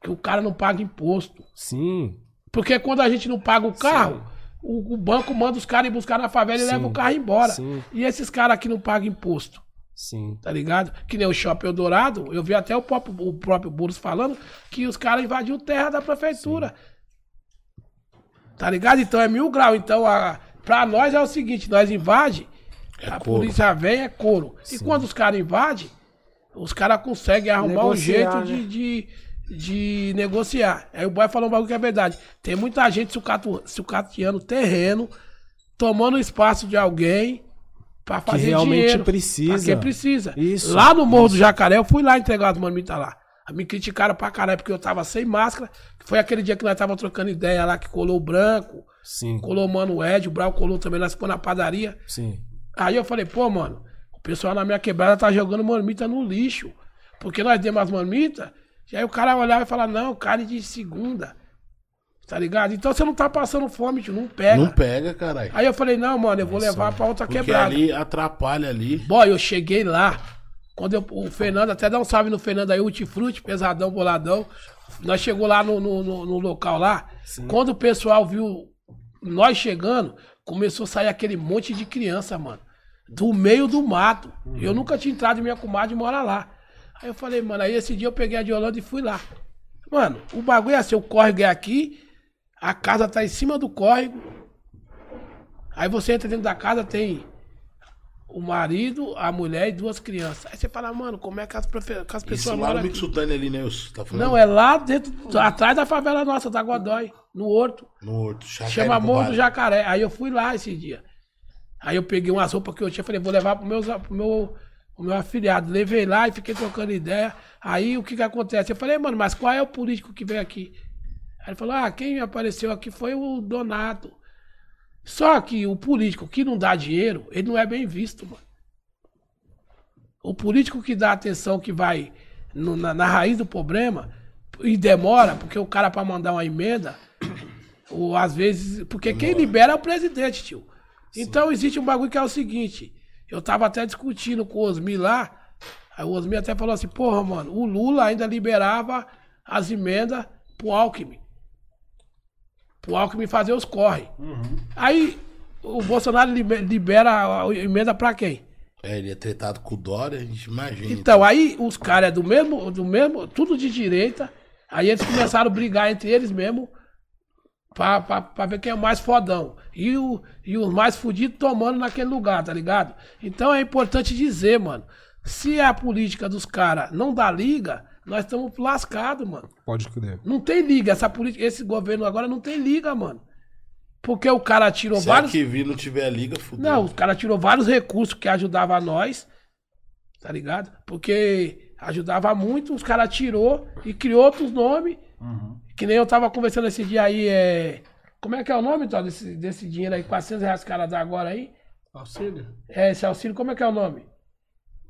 [SPEAKER 3] que o cara não paga imposto.
[SPEAKER 1] Sim.
[SPEAKER 3] Porque quando a gente não paga o carro, o, o banco manda os caras ir buscar na favela e
[SPEAKER 1] Sim.
[SPEAKER 3] leva o carro embora.
[SPEAKER 1] Sim.
[SPEAKER 3] E esses caras que não pagam imposto
[SPEAKER 1] Sim.
[SPEAKER 3] tá ligado? Que nem o Shopping Eldorado, eu vi até o próprio, o próprio Boulos falando que os caras invadiu terra da prefeitura. Tá ligado? Então é mil grau. Então, a, pra nós é o seguinte, nós invade,
[SPEAKER 2] É
[SPEAKER 3] a
[SPEAKER 2] couro.
[SPEAKER 3] polícia vem, é couro. E quando os caras invadem, os caras conseguem arrumar um jeito
[SPEAKER 4] Negociar,
[SPEAKER 3] de,
[SPEAKER 4] né?
[SPEAKER 3] de, de negociar. Aí o boy falou um bagulho que é verdade. Tem muita gente sucatu, sucateando terreno, tomando espaço de alguém pra fazer
[SPEAKER 1] realmente
[SPEAKER 3] dinheiro.
[SPEAKER 1] precisa.
[SPEAKER 3] Pra quem precisa.
[SPEAKER 1] Isso.
[SPEAKER 3] Lá no Morro do Jacaré, eu fui lá entregar as marmitas lá. Me criticaram pra caralho porque eu tava sem máscara. Foi aquele dia que nós tava trocando ideia lá, que colou o branco,
[SPEAKER 1] Sim.
[SPEAKER 3] colou o Mano Ed, o Brau colou também, nós ficou na padaria.
[SPEAKER 1] Sim.
[SPEAKER 3] Aí eu falei, pô, mano, o pessoal na minha quebrada tá jogando marmita no lixo. Porque nós demos as marmitas, e aí o cara olhava e falava, não, carne de segunda. Tá ligado? Então você não tá passando fome, tio, não pega.
[SPEAKER 2] Não pega, caralho.
[SPEAKER 3] Aí tá eu falei, não, mano, eu vou levar pra outra
[SPEAKER 2] Porque
[SPEAKER 3] quebrada.
[SPEAKER 2] ali atrapalha ali.
[SPEAKER 3] Boy, eu cheguei lá. Quando eu- o Fernando, até dá um salve no Fernando aí, Utifruti, pesadão, boladão. Nós chegou lá no, no, no- no local lá. Quando o pessoal viu nós chegando, começou a sair aquele monte de criança, mano. Do meio do mato. Eu nunca tinha entrado, minha comadre mora lá. Aí eu falei, mano, aí esse dia eu peguei a de Holanda e fui lá. Mano, o bagulho é assim, o córrego é aqui, a casa tá em cima do córrego. Aí você entra dentro da casa, tem o marido, a mulher e duas crianças. Aí você fala, mano, como é que as, profe- que as
[SPEAKER 2] Isso
[SPEAKER 3] pessoas
[SPEAKER 2] lá é
[SPEAKER 3] moram
[SPEAKER 2] no
[SPEAKER 3] aqui?
[SPEAKER 2] Mitsutani ali, né? Wilson? Tá falando?
[SPEAKER 3] Não, é lá dentro, atrás da favela nossa, da Godói, no Horto.
[SPEAKER 2] No Horto. Jacaré
[SPEAKER 3] Chama Morro do
[SPEAKER 2] Vale.
[SPEAKER 3] Jacaré. Aí eu fui lá esse dia. Aí eu peguei umas roupas que eu tinha, falei, vou levar pro, meus, pro meu, pro meu afiliado. Levei lá e fiquei trocando ideia. Aí o que que acontece? Eu falei, mano, mas qual é o político que veio aqui? Aí ele falou, ah, quem apareceu aqui foi o Donato. Só que o político que não dá dinheiro, ele não é bem visto, mano. O político que dá atenção, que vai no- na, na raiz do problema e demora, porque o cara para mandar uma emenda, ou às vezes. Porque quem libera é o presidente, tio. Então existe um bagulho que é o seguinte. Eu tava até discutindo com o Osmi lá. Aí o Osmi até falou assim, porra, mano, o Lula ainda liberava as emendas pro Alckmin. Pro Alckmin fazer os corre. Aí o Bolsonaro libe- libera a a emenda pra quem?
[SPEAKER 2] É, ele é tretado com o Dória, a gente imagina.
[SPEAKER 3] Então, aí os caras do mesmo, do mesmo, tudo de direita. Aí eles começaram a brigar entre eles mesmo pra, pra, pra ver quem é o mais fodão. E, o, e os mais fudidos tomando naquele lugar, tá ligado? Então é importante dizer, mano. Se a política dos caras não dá liga, nós estamos lascados, mano.
[SPEAKER 6] Pode crer.
[SPEAKER 3] Não tem liga. Essa política, esse governo agora não tem liga, mano. Porque o cara tirou
[SPEAKER 2] Se
[SPEAKER 3] vários.
[SPEAKER 2] aqui vir não tiver liga, fudeu.
[SPEAKER 3] Não, os caras tirou vários recursos que ajudava nós, tá ligado? Porque ajudava muito, os caras tirou e criou outros nomes. Que nem eu tava conversando esse dia aí, é... Como é que é o nome, Tó, desse, desse dinheiro aí? 400 reais que os caras dá agora aí?
[SPEAKER 4] Auxílio?
[SPEAKER 3] É, esse auxílio, como é que é o nome?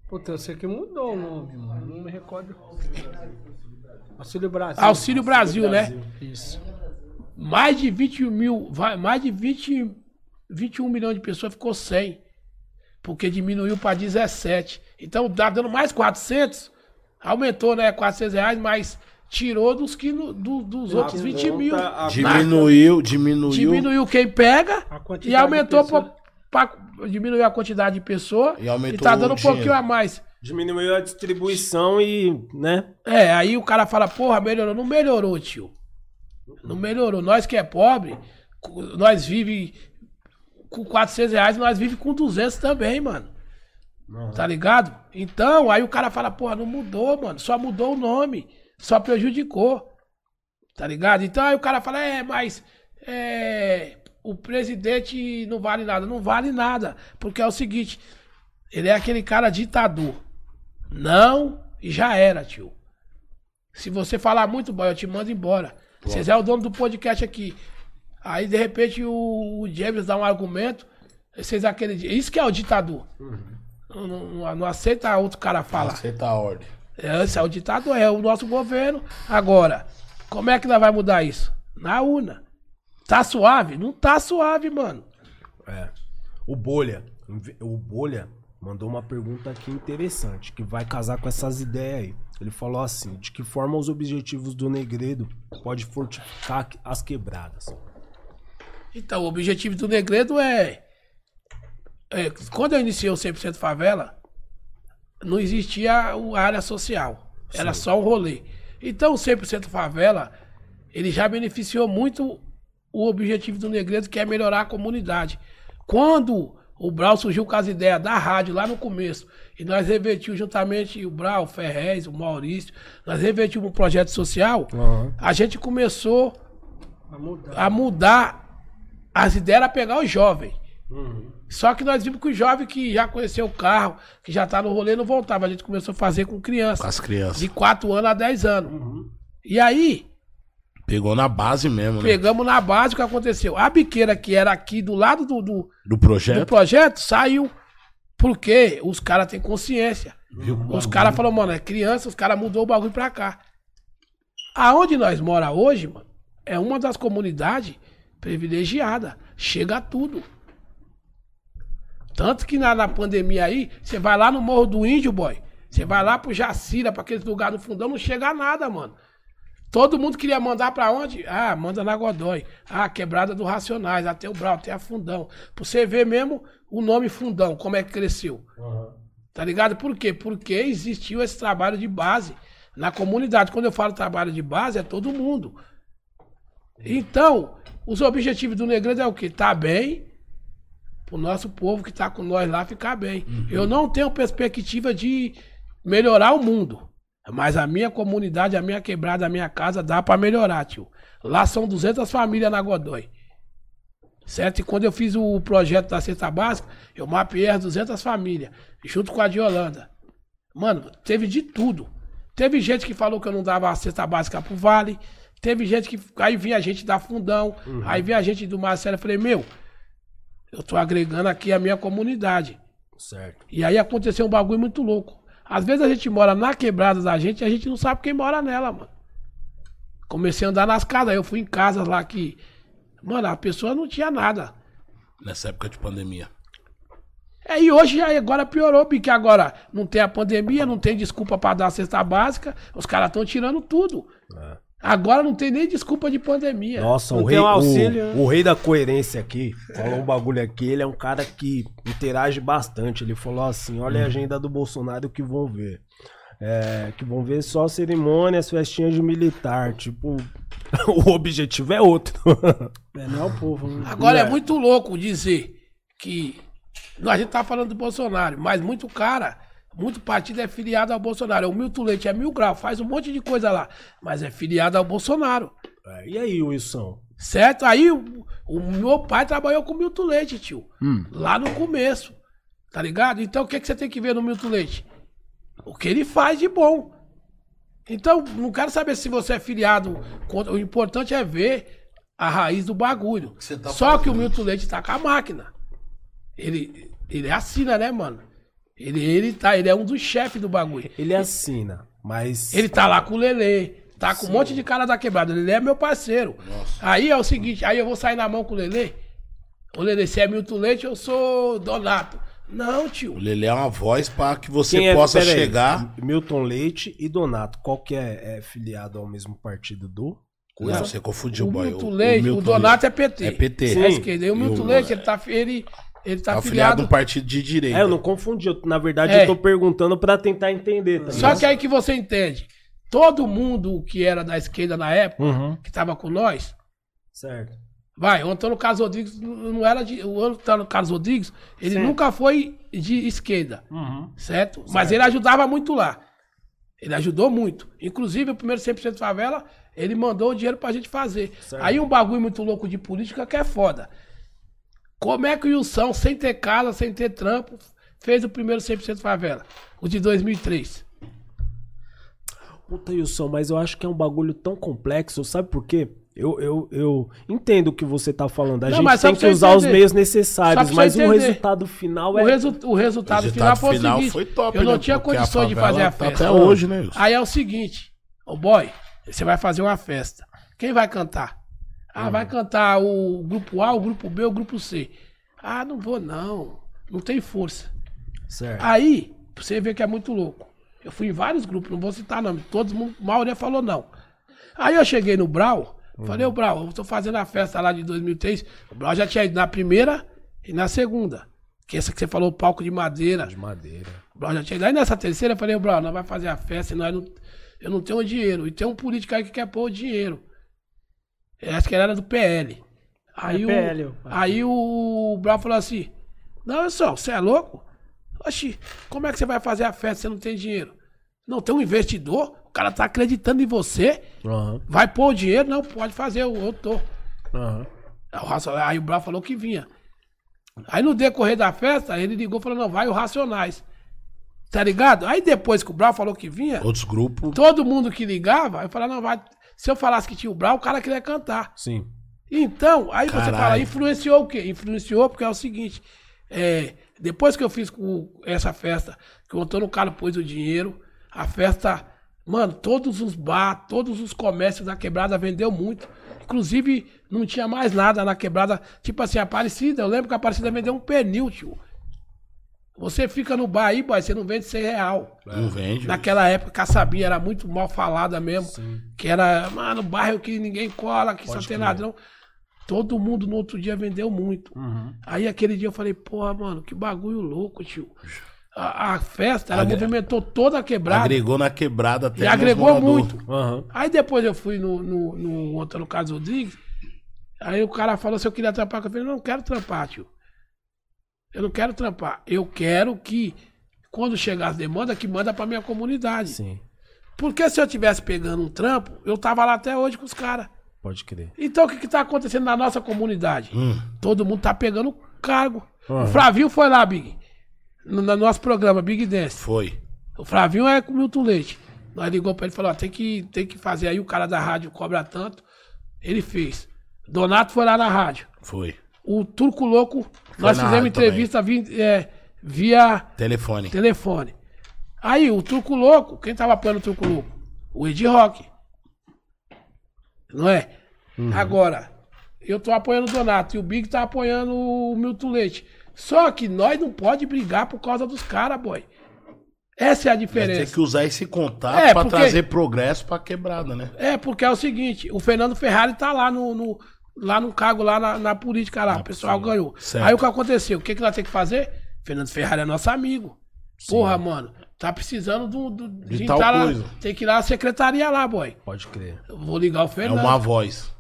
[SPEAKER 4] Puta, eu sei que mudou o nome, mano. Não me recordo. Auxílio Brasil.
[SPEAKER 3] Auxílio Brasil, né?
[SPEAKER 4] Isso.
[SPEAKER 3] Mais de 20 mil, vai- mais de 20, 21 milhões de pessoas ficou sem. Porque diminuiu para 17. Então tá dando mais 400. Aumentou, né? 400 reais, mas tirou dos, que, no- do- dos outros 20 mil.
[SPEAKER 2] Diminuiu, diminuiu.
[SPEAKER 3] Diminuiu quem pega
[SPEAKER 4] A quantidade
[SPEAKER 3] e aumentou
[SPEAKER 4] de pessoa.
[SPEAKER 3] pra, pra- diminuiu a quantidade de pessoa
[SPEAKER 2] E aumentou
[SPEAKER 3] tá
[SPEAKER 2] o
[SPEAKER 3] dando um
[SPEAKER 2] dinheiro.
[SPEAKER 3] pouquinho a mais.
[SPEAKER 1] Diminuiu a distribuição e, né?
[SPEAKER 3] É, aí o cara fala, porra, melhorou. Não melhorou, tio. Não melhorou. Nós que é pobre, cu- nós vive com 400 reais, nós vive com 200 também, mano. Tá ligado? Então, aí o cara fala, porra, não mudou, mano. Só mudou o nome. Só prejudicou. Tá ligado? Então aí o cara fala, é, mas é, o presidente não vale nada. Não vale nada. Porque é o seguinte, ele é aquele cara ditador. Não, e já era, tio. Se você falar muito, boy, eu te mando embora. Vocês é o dono do podcast aqui. Aí, de repente, o, o James dá um argumento, vocês acreditam. Isso que é o ditador. Não, não- não aceita outro cara falar.
[SPEAKER 2] Aceita tá a ordem.
[SPEAKER 3] É, Esse é o ditado, é o nosso governo. Agora, como é que nós vai mudar isso? Na urna. Tá suave? Não tá suave, mano.
[SPEAKER 1] É. O Bolha. O Bolha mandou uma pergunta aqui interessante, que vai casar com essas ideias aí. Ele falou assim: de que forma os objetivos do Negredo pode fortificar as quebradas?
[SPEAKER 3] Então, o objetivo do Negredo é. é, quando eu iniciei o 100% Favela, não existia o- a área social. Era só um rolê. Então, o 100% Favela, ele já beneficiou muito o objetivo do Negredo, que é melhorar a comunidade. Quando o Brau surgiu com as ideias da rádio lá no começo, e nós revertimos juntamente o Brau, o Ferrez, o Maurício, nós revertimos um projeto social, a gente começou
[SPEAKER 4] Vai mudar.
[SPEAKER 3] a mudar as ideias era pegar o jovem. Só que nós vimos que o jovem que já conheceu o carro, que já tá no rolê, não voltava. A gente começou a fazer com
[SPEAKER 2] Com
[SPEAKER 3] criança,
[SPEAKER 2] as crianças.
[SPEAKER 3] de 4 anos a 10 anos. E aí,
[SPEAKER 2] Pegou na base mesmo, né?
[SPEAKER 3] pegamos na base o que aconteceu. A biqueira que era aqui do lado do, do,
[SPEAKER 2] Do
[SPEAKER 3] do
[SPEAKER 2] projeto.
[SPEAKER 3] projeto saiu. Porque os caras têm consciência. Os caras falaram, mano, é criança, os caras mudou o bagulho pra cá. Aonde nós mora hoje, mano, é uma das comunidades privilegiadas. Chega a tudo. Tanto que na, na pandemia aí, você vai lá no Morro do Índio, boy. Você vai lá pro Jacira, pra aqueles lugares do fundão, não chega a nada, mano. Todo mundo queria mandar pra onde? Ah, manda na Godói. Ah, quebrada do Racionais, até o Brau, até a Fundão. Pra você ver mesmo o nome Fundão, como é que cresceu. Tá ligado? Por quê? Porque existiu esse trabalho de base na comunidade. Quando eu falo trabalho de base, é todo mundo. Então, os objetivos do Negredo é o quê? Tá bem, pro nosso povo que tá com nós lá ficar bem. Eu não tenho perspectiva de melhorar o mundo. Mas a minha comunidade, a minha quebrada, a minha casa dá pra melhorar, tio. Lá são 200 famílias na Godói. Certo? E quando eu fiz o projeto da cesta básica, eu mapeei as 200 famílias, junto com a de Holanda. Mano, teve de tudo. Teve gente que falou que eu não dava a cesta básica pro Vale. Teve gente que. Aí vinha a gente da Fundão. Aí vinha a gente do Marcelo. Eu falei, meu, eu tô agregando aqui a minha comunidade.
[SPEAKER 1] Certo.
[SPEAKER 3] E aí aconteceu um bagulho muito louco. Às vezes a gente mora na quebrada da gente e a gente não sabe quem mora nela, mano. Comecei a andar nas casas, eu fui em casas lá que. Mano, a pessoa não tinha nada.
[SPEAKER 2] Nessa época de pandemia.
[SPEAKER 3] É, e hoje já agora piorou, porque agora não tem a pandemia, não tem desculpa pra dar a cesta básica, os caras estão tirando tudo. Agora não tem nem desculpa de pandemia.
[SPEAKER 1] Nossa, o
[SPEAKER 4] Não
[SPEAKER 1] rei,
[SPEAKER 4] tem um auxílio,
[SPEAKER 1] o-
[SPEAKER 4] né?
[SPEAKER 1] o, rei da coerência aqui falou um bagulho aqui. Ele é um cara que interage bastante. Ele falou assim: olha a agenda do Bolsonaro que vão ver. É, que vão ver só cerimônias, festinhas de militar. Tipo, o objetivo é outro.
[SPEAKER 4] É, não é o povo, né?
[SPEAKER 3] Agora é.
[SPEAKER 1] É.
[SPEAKER 3] muito louco dizer que a gente tá falando do Bolsonaro, mas muito cara, muito partido é filiado ao Bolsonaro. O Milton Leite é mil grau, faz um monte de coisa lá, mas é filiado ao Bolsonaro.
[SPEAKER 1] É, e aí, Wilson?
[SPEAKER 3] Certo? Aí o, o meu pai trabalhou com o Milton Leite, tio. Lá no começo. Tá ligado? Então o que, que você tem que ver no Milton Leite? O que ele faz de bom. Então, não quero saber se você é filiado. contra- O importante é ver a raiz do bagulho.
[SPEAKER 2] que você tá
[SPEAKER 3] Só que o
[SPEAKER 2] fazendo?
[SPEAKER 3] Milton Leite tá com a máquina. Ele, ele assina, né, mano? Ele, ele, tá, ele é um dos chefes do bagulho.
[SPEAKER 1] Ele assina, mas.
[SPEAKER 3] Ele tá lá com o Lele, tá com um monte de cara da quebrada. O Lele é meu parceiro. Aí é o seguinte, aí eu vou sair na mão com o Lele. Ô Lele, você é Milton Leite, eu sou Donato. Não,
[SPEAKER 2] O
[SPEAKER 3] tio.
[SPEAKER 2] Lelê é uma voz pra que você
[SPEAKER 1] é-
[SPEAKER 2] possa
[SPEAKER 1] pera aí,
[SPEAKER 2] chegar.
[SPEAKER 1] Milton Leite e Donato. Qual que é, é filiado ao mesmo partido do?
[SPEAKER 2] Não, você confundiu,
[SPEAKER 3] O
[SPEAKER 2] boy.
[SPEAKER 3] Milton Leite, o Donato é PT.
[SPEAKER 2] É PT.
[SPEAKER 3] É esquerda. E o
[SPEAKER 2] E
[SPEAKER 3] Milton
[SPEAKER 2] o-
[SPEAKER 3] Leite, ele tá, ele, ele tá
[SPEAKER 2] Tá afiliado a um
[SPEAKER 3] filiado.
[SPEAKER 2] partido de direita.
[SPEAKER 1] É, eu não confundi. eu- na verdade,
[SPEAKER 3] É.
[SPEAKER 1] eu tô perguntando pra tentar entender. Tá
[SPEAKER 3] Só
[SPEAKER 1] ligado?
[SPEAKER 3] que aí que você entende. Todo mundo que era da esquerda na época,
[SPEAKER 1] Uhum.
[SPEAKER 3] que tava com nós,
[SPEAKER 1] Certo.
[SPEAKER 3] Vai, o Antônio Carlos Rodrigues n- não era de. O Antônio Carlos Rodrigues, ele nunca foi de esquerda.
[SPEAKER 1] Uhum.
[SPEAKER 3] Certo? Mas ele ajudava muito lá. Ele ajudou muito. Inclusive, o primeiro 100% favela, ele mandou o dinheiro pra gente fazer.
[SPEAKER 1] Certo.
[SPEAKER 3] Aí um bagulho muito louco de política que é foda. Como é que o Wilson, sem ter casa, sem ter trampo, fez o primeiro 100% favela? O de 2003.
[SPEAKER 1] Puta, Wilson, mas eu acho que é um bagulho tão complexo, sabe por quê? Eu, eu, eu entendo o que você tá falando. A
[SPEAKER 3] Não, mas
[SPEAKER 1] gente
[SPEAKER 3] só
[SPEAKER 1] tem
[SPEAKER 3] pra
[SPEAKER 1] que
[SPEAKER 3] você
[SPEAKER 1] usar os
[SPEAKER 3] entender.
[SPEAKER 1] meios
[SPEAKER 3] Só pra
[SPEAKER 1] necessários,
[SPEAKER 3] você
[SPEAKER 1] mas o
[SPEAKER 3] entender.
[SPEAKER 1] resultado final
[SPEAKER 3] O,
[SPEAKER 1] é.
[SPEAKER 3] resu- o resultado, final foi o seguinte. eu não
[SPEAKER 2] né?
[SPEAKER 3] tinha
[SPEAKER 2] Porque a
[SPEAKER 3] condições de
[SPEAKER 2] favela
[SPEAKER 3] fazer a
[SPEAKER 2] tá
[SPEAKER 3] festa.
[SPEAKER 2] Até hoje, né? Wilson?
[SPEAKER 3] Aí é o seguinte, ô boy, você vai fazer uma festa. Quem vai cantar? Ah, vai cantar o grupo A, o grupo B, o grupo C. Ah, não vou não. Não tem força.
[SPEAKER 1] Certo.
[SPEAKER 3] Aí, pra você ver que é muito louco. Eu fui em vários grupos, não vou citar nome. Todo mundo, a maioria falou não. Aí eu cheguei no Brau, falei, ô Brau, eu tô fazendo a festa lá de 2003. O Brau já tinha ido na primeira e na segunda. Que essa que você falou, palco de madeira.
[SPEAKER 1] Tá madeira.
[SPEAKER 3] O Brown já tinha. Aí nessa terceira eu falei, ô, Brown, nós vai fazer a festa e nós não. Eu não tenho dinheiro. E tem um político aí que quer pôr o dinheiro. Eu acho que ele era do PL. Aí,
[SPEAKER 4] É
[SPEAKER 3] o,
[SPEAKER 4] PL, o partido.
[SPEAKER 3] aí o Brown falou assim: Não, olha só, você é louco? Oxi, como é que você vai fazer a festa se você não tem dinheiro? Não, tem um investidor, o cara tá acreditando em você,
[SPEAKER 1] Aham.
[SPEAKER 3] vai pôr o dinheiro? Não, pode fazer, eu, eu tô.
[SPEAKER 1] Aham.
[SPEAKER 3] Aí o Racionais- aí o Brau falou que vinha. Aí no decorrer da festa, ele ligou e falou, não, vai o Racionais. Tá ligado? Aí depois que o Brau falou que vinha,
[SPEAKER 2] Outros grupos.
[SPEAKER 3] todo mundo que ligava, eu falava, não, vai. Se eu falasse que tinha o Brau, o cara queria cantar.
[SPEAKER 1] Sim.
[SPEAKER 3] Então, aí você
[SPEAKER 2] Caralho.
[SPEAKER 3] fala, influenciou o quê? Influenciou porque é o seguinte, é, depois que eu fiz com essa festa, que o Antônio Carlos pôs o dinheiro, a festa, mano, todos os bar, todos os comércios da quebrada vendeu muito. Inclusive, não tinha mais nada na quebrada. Tipo assim, a Aparecida, eu lembro que a Aparecida vendeu um pernil, tio. Você fica no bar aí, boy, você não vende 100 real.
[SPEAKER 2] Não vende.
[SPEAKER 3] Naquela época, Caçabinha era muito mal falada mesmo. Que era, mano, bairro que ninguém cola, que só tem ladrão. Todo mundo no outro dia vendeu muito. Aí aquele dia eu falei, porra, mano, que bagulho louco, tio. A, a festa, ela
[SPEAKER 2] Agre-
[SPEAKER 3] movimentou toda a quebrada.
[SPEAKER 2] Agregou na quebrada até
[SPEAKER 3] E
[SPEAKER 2] nos
[SPEAKER 3] agregou
[SPEAKER 2] morador.
[SPEAKER 3] muito.
[SPEAKER 1] Aham.
[SPEAKER 3] Aí depois eu fui no, no, no Antônio Carlos Rodrigues. Aí o cara falou se eu queria trampar. Eu falei, não, não quero trampar, tio. Eu não quero trampar. Eu quero que, quando chegar as demandas, que manda pra minha comunidade.
[SPEAKER 1] Sim,
[SPEAKER 3] Porque se eu tivesse pegando um trampo, eu tava lá até hoje com os caras.
[SPEAKER 1] pode crer.
[SPEAKER 3] Então o que, que tá acontecendo na nossa comunidade?
[SPEAKER 2] Hum.
[SPEAKER 3] Todo mundo tá pegando cargo.
[SPEAKER 1] Uhum.
[SPEAKER 2] Ah.
[SPEAKER 3] O Flavinho foi lá, Big. No, no nosso programa, Big Dance.
[SPEAKER 2] Foi.
[SPEAKER 3] O Flavinho é com o Milton Leite. Nós ligou pra ele e falou, ó, tem que, tem que fazer aí, o cara da rádio cobra tanto. Ele fez. Donato foi lá na rádio.
[SPEAKER 2] Foi.
[SPEAKER 3] O Turco Louco, nós
[SPEAKER 2] na
[SPEAKER 3] fizemos
[SPEAKER 2] rádio
[SPEAKER 3] entrevista vi- é, via
[SPEAKER 2] Telefone.
[SPEAKER 3] telefone. Aí o Turco Louco, quem tava apoiando o Turco Louco? O Ed Rock. Não é?
[SPEAKER 2] Uhum.
[SPEAKER 3] Agora, eu tô apoiando o Donato e o Big tá apoiando o Milton Leite. Só que nós não pode brigar por causa dos caras, boy. Essa é a
[SPEAKER 2] Vai
[SPEAKER 3] diferença.
[SPEAKER 2] ter que usar esse contato
[SPEAKER 3] É,
[SPEAKER 2] pra
[SPEAKER 3] porque-
[SPEAKER 2] trazer progresso pra quebrada, né?
[SPEAKER 3] É, porque é o seguinte, o Fernando Ferrari tá lá no, no- lá no cargo, lá na, na política lá, o pessoal ganhou.
[SPEAKER 2] Certo.
[SPEAKER 3] Aí o que aconteceu? O que, que nós temos que fazer? Fernando Ferrari é nosso amigo. Porra, mano, tá precisando do, do- tá
[SPEAKER 2] De tal
[SPEAKER 3] lá,
[SPEAKER 2] coisa.
[SPEAKER 3] tem que ir lá na secretaria lá, boy.
[SPEAKER 1] Pode crer.
[SPEAKER 3] Eu vou ligar o
[SPEAKER 2] É
[SPEAKER 3] Fernando.
[SPEAKER 2] uma voz.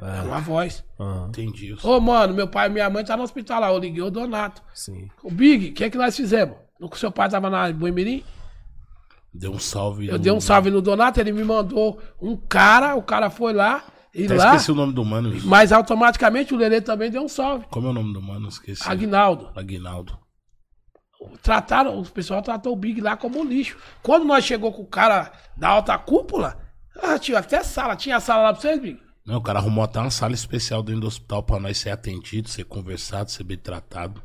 [SPEAKER 3] É uma voz.
[SPEAKER 1] Aham,
[SPEAKER 2] Entendi isso.
[SPEAKER 3] Ô, mano, meu pai e minha mãe tá no hospital lá, eu liguei o Donato.
[SPEAKER 1] sim.
[SPEAKER 3] O Big, o que é que nós fizemos? O seu pai tava na Boimirim?
[SPEAKER 2] Deu um salve.
[SPEAKER 3] Eu
[SPEAKER 2] no-
[SPEAKER 3] dei um salve no Donato, ele me mandou um cara, o cara foi lá, e
[SPEAKER 2] Até
[SPEAKER 3] lá...
[SPEAKER 2] esqueci o nome do mano. gente.
[SPEAKER 3] Mas automaticamente o Lelê também deu um salve.
[SPEAKER 2] Como é o nome do mano? Esqueci.
[SPEAKER 3] Agnaldo.
[SPEAKER 2] Aguinaldo.
[SPEAKER 3] Trataram, o pessoal tratou o Big lá como um lixo. Quando nós chegou com o cara da alta cúpula, ah, tio, até sala. Tinha sala lá pra vocês, Big?
[SPEAKER 2] Não, o cara arrumou até uma sala especial dentro do hospital pra nós ser atendido, ser conversado, ser bem tratado.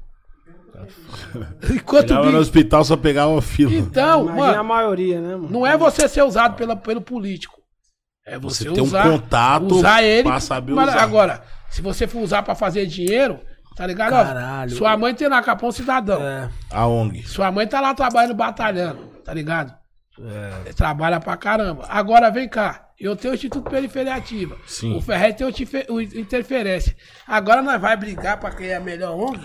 [SPEAKER 3] Enquanto o
[SPEAKER 2] Chegava no
[SPEAKER 3] Big.
[SPEAKER 2] hospital, só pegava fila.
[SPEAKER 3] Então,
[SPEAKER 4] Imagina a
[SPEAKER 3] mano,
[SPEAKER 4] maioria, né, mano?
[SPEAKER 3] não é você ser usado pela, pelo político. É você,
[SPEAKER 2] Você ter um
[SPEAKER 3] usar,
[SPEAKER 2] contato
[SPEAKER 3] usar ele
[SPEAKER 2] pra saber
[SPEAKER 3] mas
[SPEAKER 2] usar.
[SPEAKER 3] Agora, se você for usar pra fazer dinheiro, tá ligado? Ó,
[SPEAKER 1] Caralho.
[SPEAKER 3] Sua mãe tem na Capão Cidadão.
[SPEAKER 2] A ONG.
[SPEAKER 3] Sua mãe tá lá trabalhando, batalhando, tá ligado?
[SPEAKER 1] É.
[SPEAKER 3] Trabalha pra caramba. Agora vem cá. Eu tenho o Instituto Periferia Ativa.
[SPEAKER 2] Sim.
[SPEAKER 3] O Ferret tem o, tife- o Interferência. Agora nós vai brigar pra quem é a melhor ONG?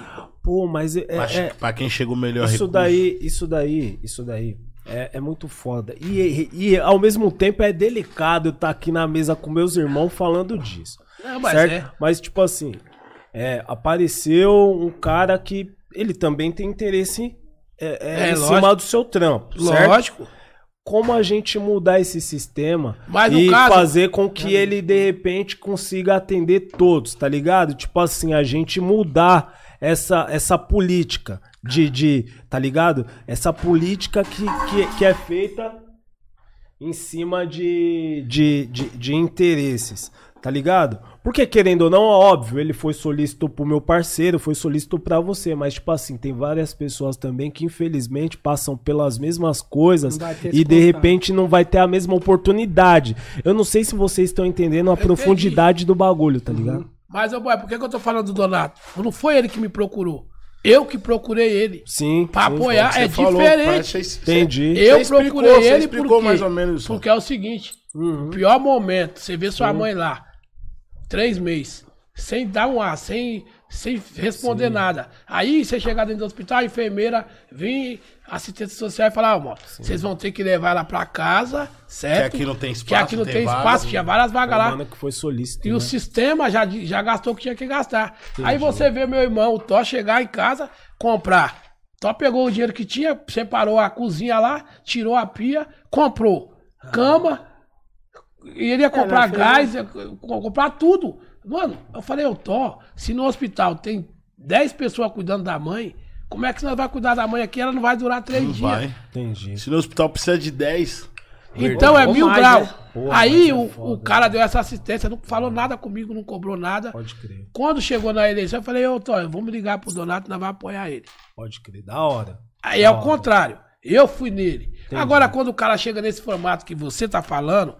[SPEAKER 1] Pô, mas é,
[SPEAKER 2] Pra,
[SPEAKER 1] é-
[SPEAKER 2] pra quem chegou melhor
[SPEAKER 1] isso
[SPEAKER 2] recurso.
[SPEAKER 1] daí, isso daí, isso daí é, é muito foda. E, e, e, ao mesmo tempo é delicado eu estar aqui na mesa com meus irmãos falando disso.
[SPEAKER 3] Não, mas
[SPEAKER 1] certo?
[SPEAKER 3] é.
[SPEAKER 1] Mas tipo assim, é, apareceu um cara que ele também tem interesse é, é,
[SPEAKER 3] É,
[SPEAKER 1] em cima
[SPEAKER 3] lógico.
[SPEAKER 1] do seu trampo. certo?
[SPEAKER 3] Lógico.
[SPEAKER 1] como a gente mudar esse sistema
[SPEAKER 3] Mas no
[SPEAKER 1] e
[SPEAKER 3] caso-
[SPEAKER 1] fazer com que ele de repente consiga atender todos, tá ligado? Tipo assim, a gente mudar essa, essa política de, de, tá ligado? Essa política que, que, que é feita em cima de, de, de, de interesses, tá ligado? Porque querendo ou não, é óbvio, ele foi solícito pro meu parceiro, foi solícito pra você, mas tipo assim, tem várias pessoas também que infelizmente passam pelas mesmas coisas
[SPEAKER 4] Não vai ter
[SPEAKER 1] e
[SPEAKER 4] esse
[SPEAKER 1] de
[SPEAKER 4] contato.
[SPEAKER 1] repente não vai ter a mesma oportunidade. Eu não sei se vocês estão entendendo a profundidade do bagulho, tá
[SPEAKER 4] Uhum.
[SPEAKER 1] ligado?
[SPEAKER 3] Mas, ô boy, por que, que eu tô falando do Donato? Não foi ele que me procurou. Eu que procurei ele.
[SPEAKER 1] Sim.
[SPEAKER 3] Pra
[SPEAKER 1] sim,
[SPEAKER 3] apoiar
[SPEAKER 2] Você
[SPEAKER 3] é
[SPEAKER 2] falou,
[SPEAKER 3] diferente.
[SPEAKER 2] parece que você-
[SPEAKER 1] Entendi.
[SPEAKER 3] Eu
[SPEAKER 2] Você explicou,
[SPEAKER 3] procurei
[SPEAKER 2] você
[SPEAKER 3] ele
[SPEAKER 2] explicou
[SPEAKER 3] porque,
[SPEAKER 2] mais ou menos isso. Uhum.
[SPEAKER 3] porque é o seguinte, o pior momento, você vê sua mãe lá, três meses, sem dar um ar, sem, sem responder nada. Aí você chegar dentro do hospital, a enfermeira vem, assistente social e falar, ó, mano, vocês vão ter que levar ela pra casa, certo?
[SPEAKER 2] aqui não tem espaço,
[SPEAKER 3] Que aqui não
[SPEAKER 2] tem
[SPEAKER 3] tem,
[SPEAKER 2] vaga.
[SPEAKER 3] espaço, tinha várias vagas lá.
[SPEAKER 1] um Mano, que foi solícito.
[SPEAKER 3] E o
[SPEAKER 1] né?
[SPEAKER 3] sistema já, de- já gastou o que tinha que gastar. Aí você vê meu irmão, o Tó, chegar em casa, comprar. Tó pegou o dinheiro que tinha, separou a cozinha lá, tirou a pia, comprou
[SPEAKER 2] Ah.
[SPEAKER 3] cama, e
[SPEAKER 4] É,
[SPEAKER 3] ele ia comprar gás, ia co- comprar tudo. Mano, eu falei, ô Tó, se no hospital tem 10 pessoas cuidando da mãe, como é que nós vai cuidar da mãe aqui? Ela não vai durar três
[SPEAKER 2] Não
[SPEAKER 3] dias.
[SPEAKER 2] vai.
[SPEAKER 1] Entendi.
[SPEAKER 2] Se no hospital precisa de 10,
[SPEAKER 3] Então é
[SPEAKER 4] Ou
[SPEAKER 3] mil
[SPEAKER 4] mais,
[SPEAKER 3] graus.
[SPEAKER 4] né?
[SPEAKER 1] Porra, mas
[SPEAKER 3] Aí
[SPEAKER 1] é
[SPEAKER 3] o,
[SPEAKER 1] foda.
[SPEAKER 3] o cara deu essa assistência, não falou nada comigo, não cobrou nada.
[SPEAKER 1] Pode crer,
[SPEAKER 3] Quando chegou na eleição, eu falei, ô Tonho, vamos ligar pro Donato, nós vamos apoiar ele.
[SPEAKER 1] pode crer. Da hora.
[SPEAKER 3] Aí é o contrário. Eu fui nele. Agora, quando o cara chega nesse formato que você tá falando,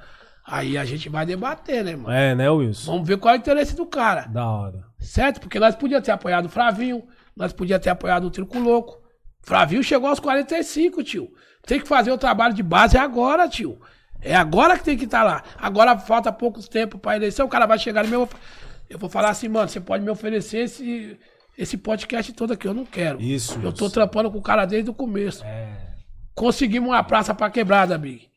[SPEAKER 3] Aí a gente vai debater, né, mano?
[SPEAKER 1] É, né, Wilson?
[SPEAKER 3] Vamos ver qual é o interesse do cara.
[SPEAKER 1] Da hora.
[SPEAKER 3] Certo? Porque nós podíamos ter apoiado o Fravinho, nós podíamos ter apoiado o Trico Louco. Fravinho chegou aos 45, tio. Tem que fazer o trabalho de base agora, tio. É agora que tem que estar lá. Agora falta pouco tempo pra eleição, o cara vai chegar no meu. Eu vou falar assim, mano, você pode me oferecer esse, esse podcast todo aqui, eu não quero.
[SPEAKER 1] Isso,
[SPEAKER 3] Eu tô
[SPEAKER 1] isso. É.
[SPEAKER 3] trampando com o cara desde o começo. Conseguimos uma praça pra quebrada, Big.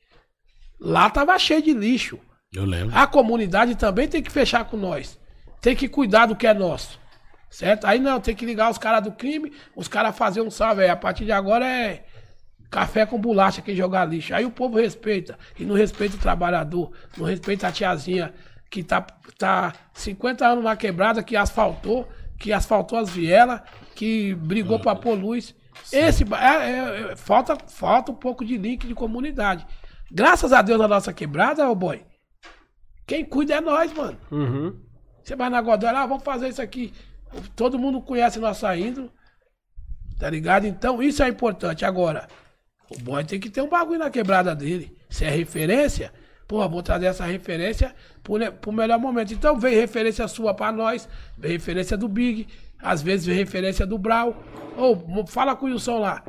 [SPEAKER 3] Lá tava cheio de lixo.
[SPEAKER 2] Eu lembro.
[SPEAKER 3] A comunidade também tem que fechar com nós. Tem que cuidar do que é nosso. Certo? Aí não, tem que ligar os caras do crime, os caras fazer um salve aí. A partir de agora é café com bolacha que jogar lixo. Aí o povo respeita. E não respeita o trabalhador, não respeita a tiazinha que tá, tá 50 anos na quebrada, que asfaltou, que asfaltou as vielas, que brigou pra pôr luz. Esse, ba- é- é- é- falta, falta um pouco de link de comunidade. Graças a Deus a nossa quebrada, ô boy, quem cuida é nós, mano.
[SPEAKER 1] Uhum.
[SPEAKER 3] Você vai na Godoy, ah, vamos fazer isso aqui. Todo mundo conhece nossa índole, tá ligado? Então isso é importante. Agora, o boy tem que ter um bagulho na quebrada dele. Se é referência, porra, vou trazer essa referência pro, ne- pro melhor momento. Então vem referência sua pra nós, vem referência do Big, às vezes vem referência do Brau. Ou mo- fala com o Wilson lá.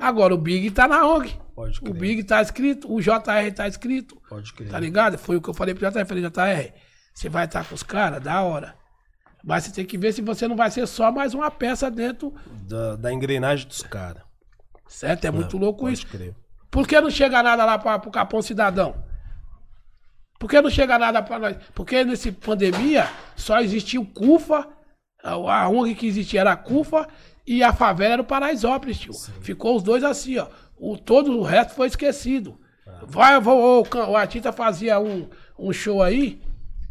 [SPEAKER 3] Agora, o Big tá na ONG.
[SPEAKER 1] Pode
[SPEAKER 3] o
[SPEAKER 1] crer.
[SPEAKER 3] Big tá escrito, o JR tá escrito.
[SPEAKER 1] Pode crer.
[SPEAKER 3] Tá ligado? Foi o que eu falei pro JR. Falei, JR, você vai estar com os caras? Da hora. Mas você tem que ver se você não vai ser só mais uma peça dentro.
[SPEAKER 1] Da, da engrenagem dos caras.
[SPEAKER 3] Certo? É muito louco
[SPEAKER 1] Pode
[SPEAKER 3] isso.
[SPEAKER 1] crer.
[SPEAKER 3] Por que não chega nada lá pra, pro Capão Cidadão? Por que não chega nada pra nós? Porque nesse pandemia só existia o CUFA, a a ONG que existia era a CUFA e a favela era o Paraisópolis, tio. Ficou os dois assim, ó. O, todo o resto foi esquecido. Vai, vou, o, can- o artista fazia um, um show aí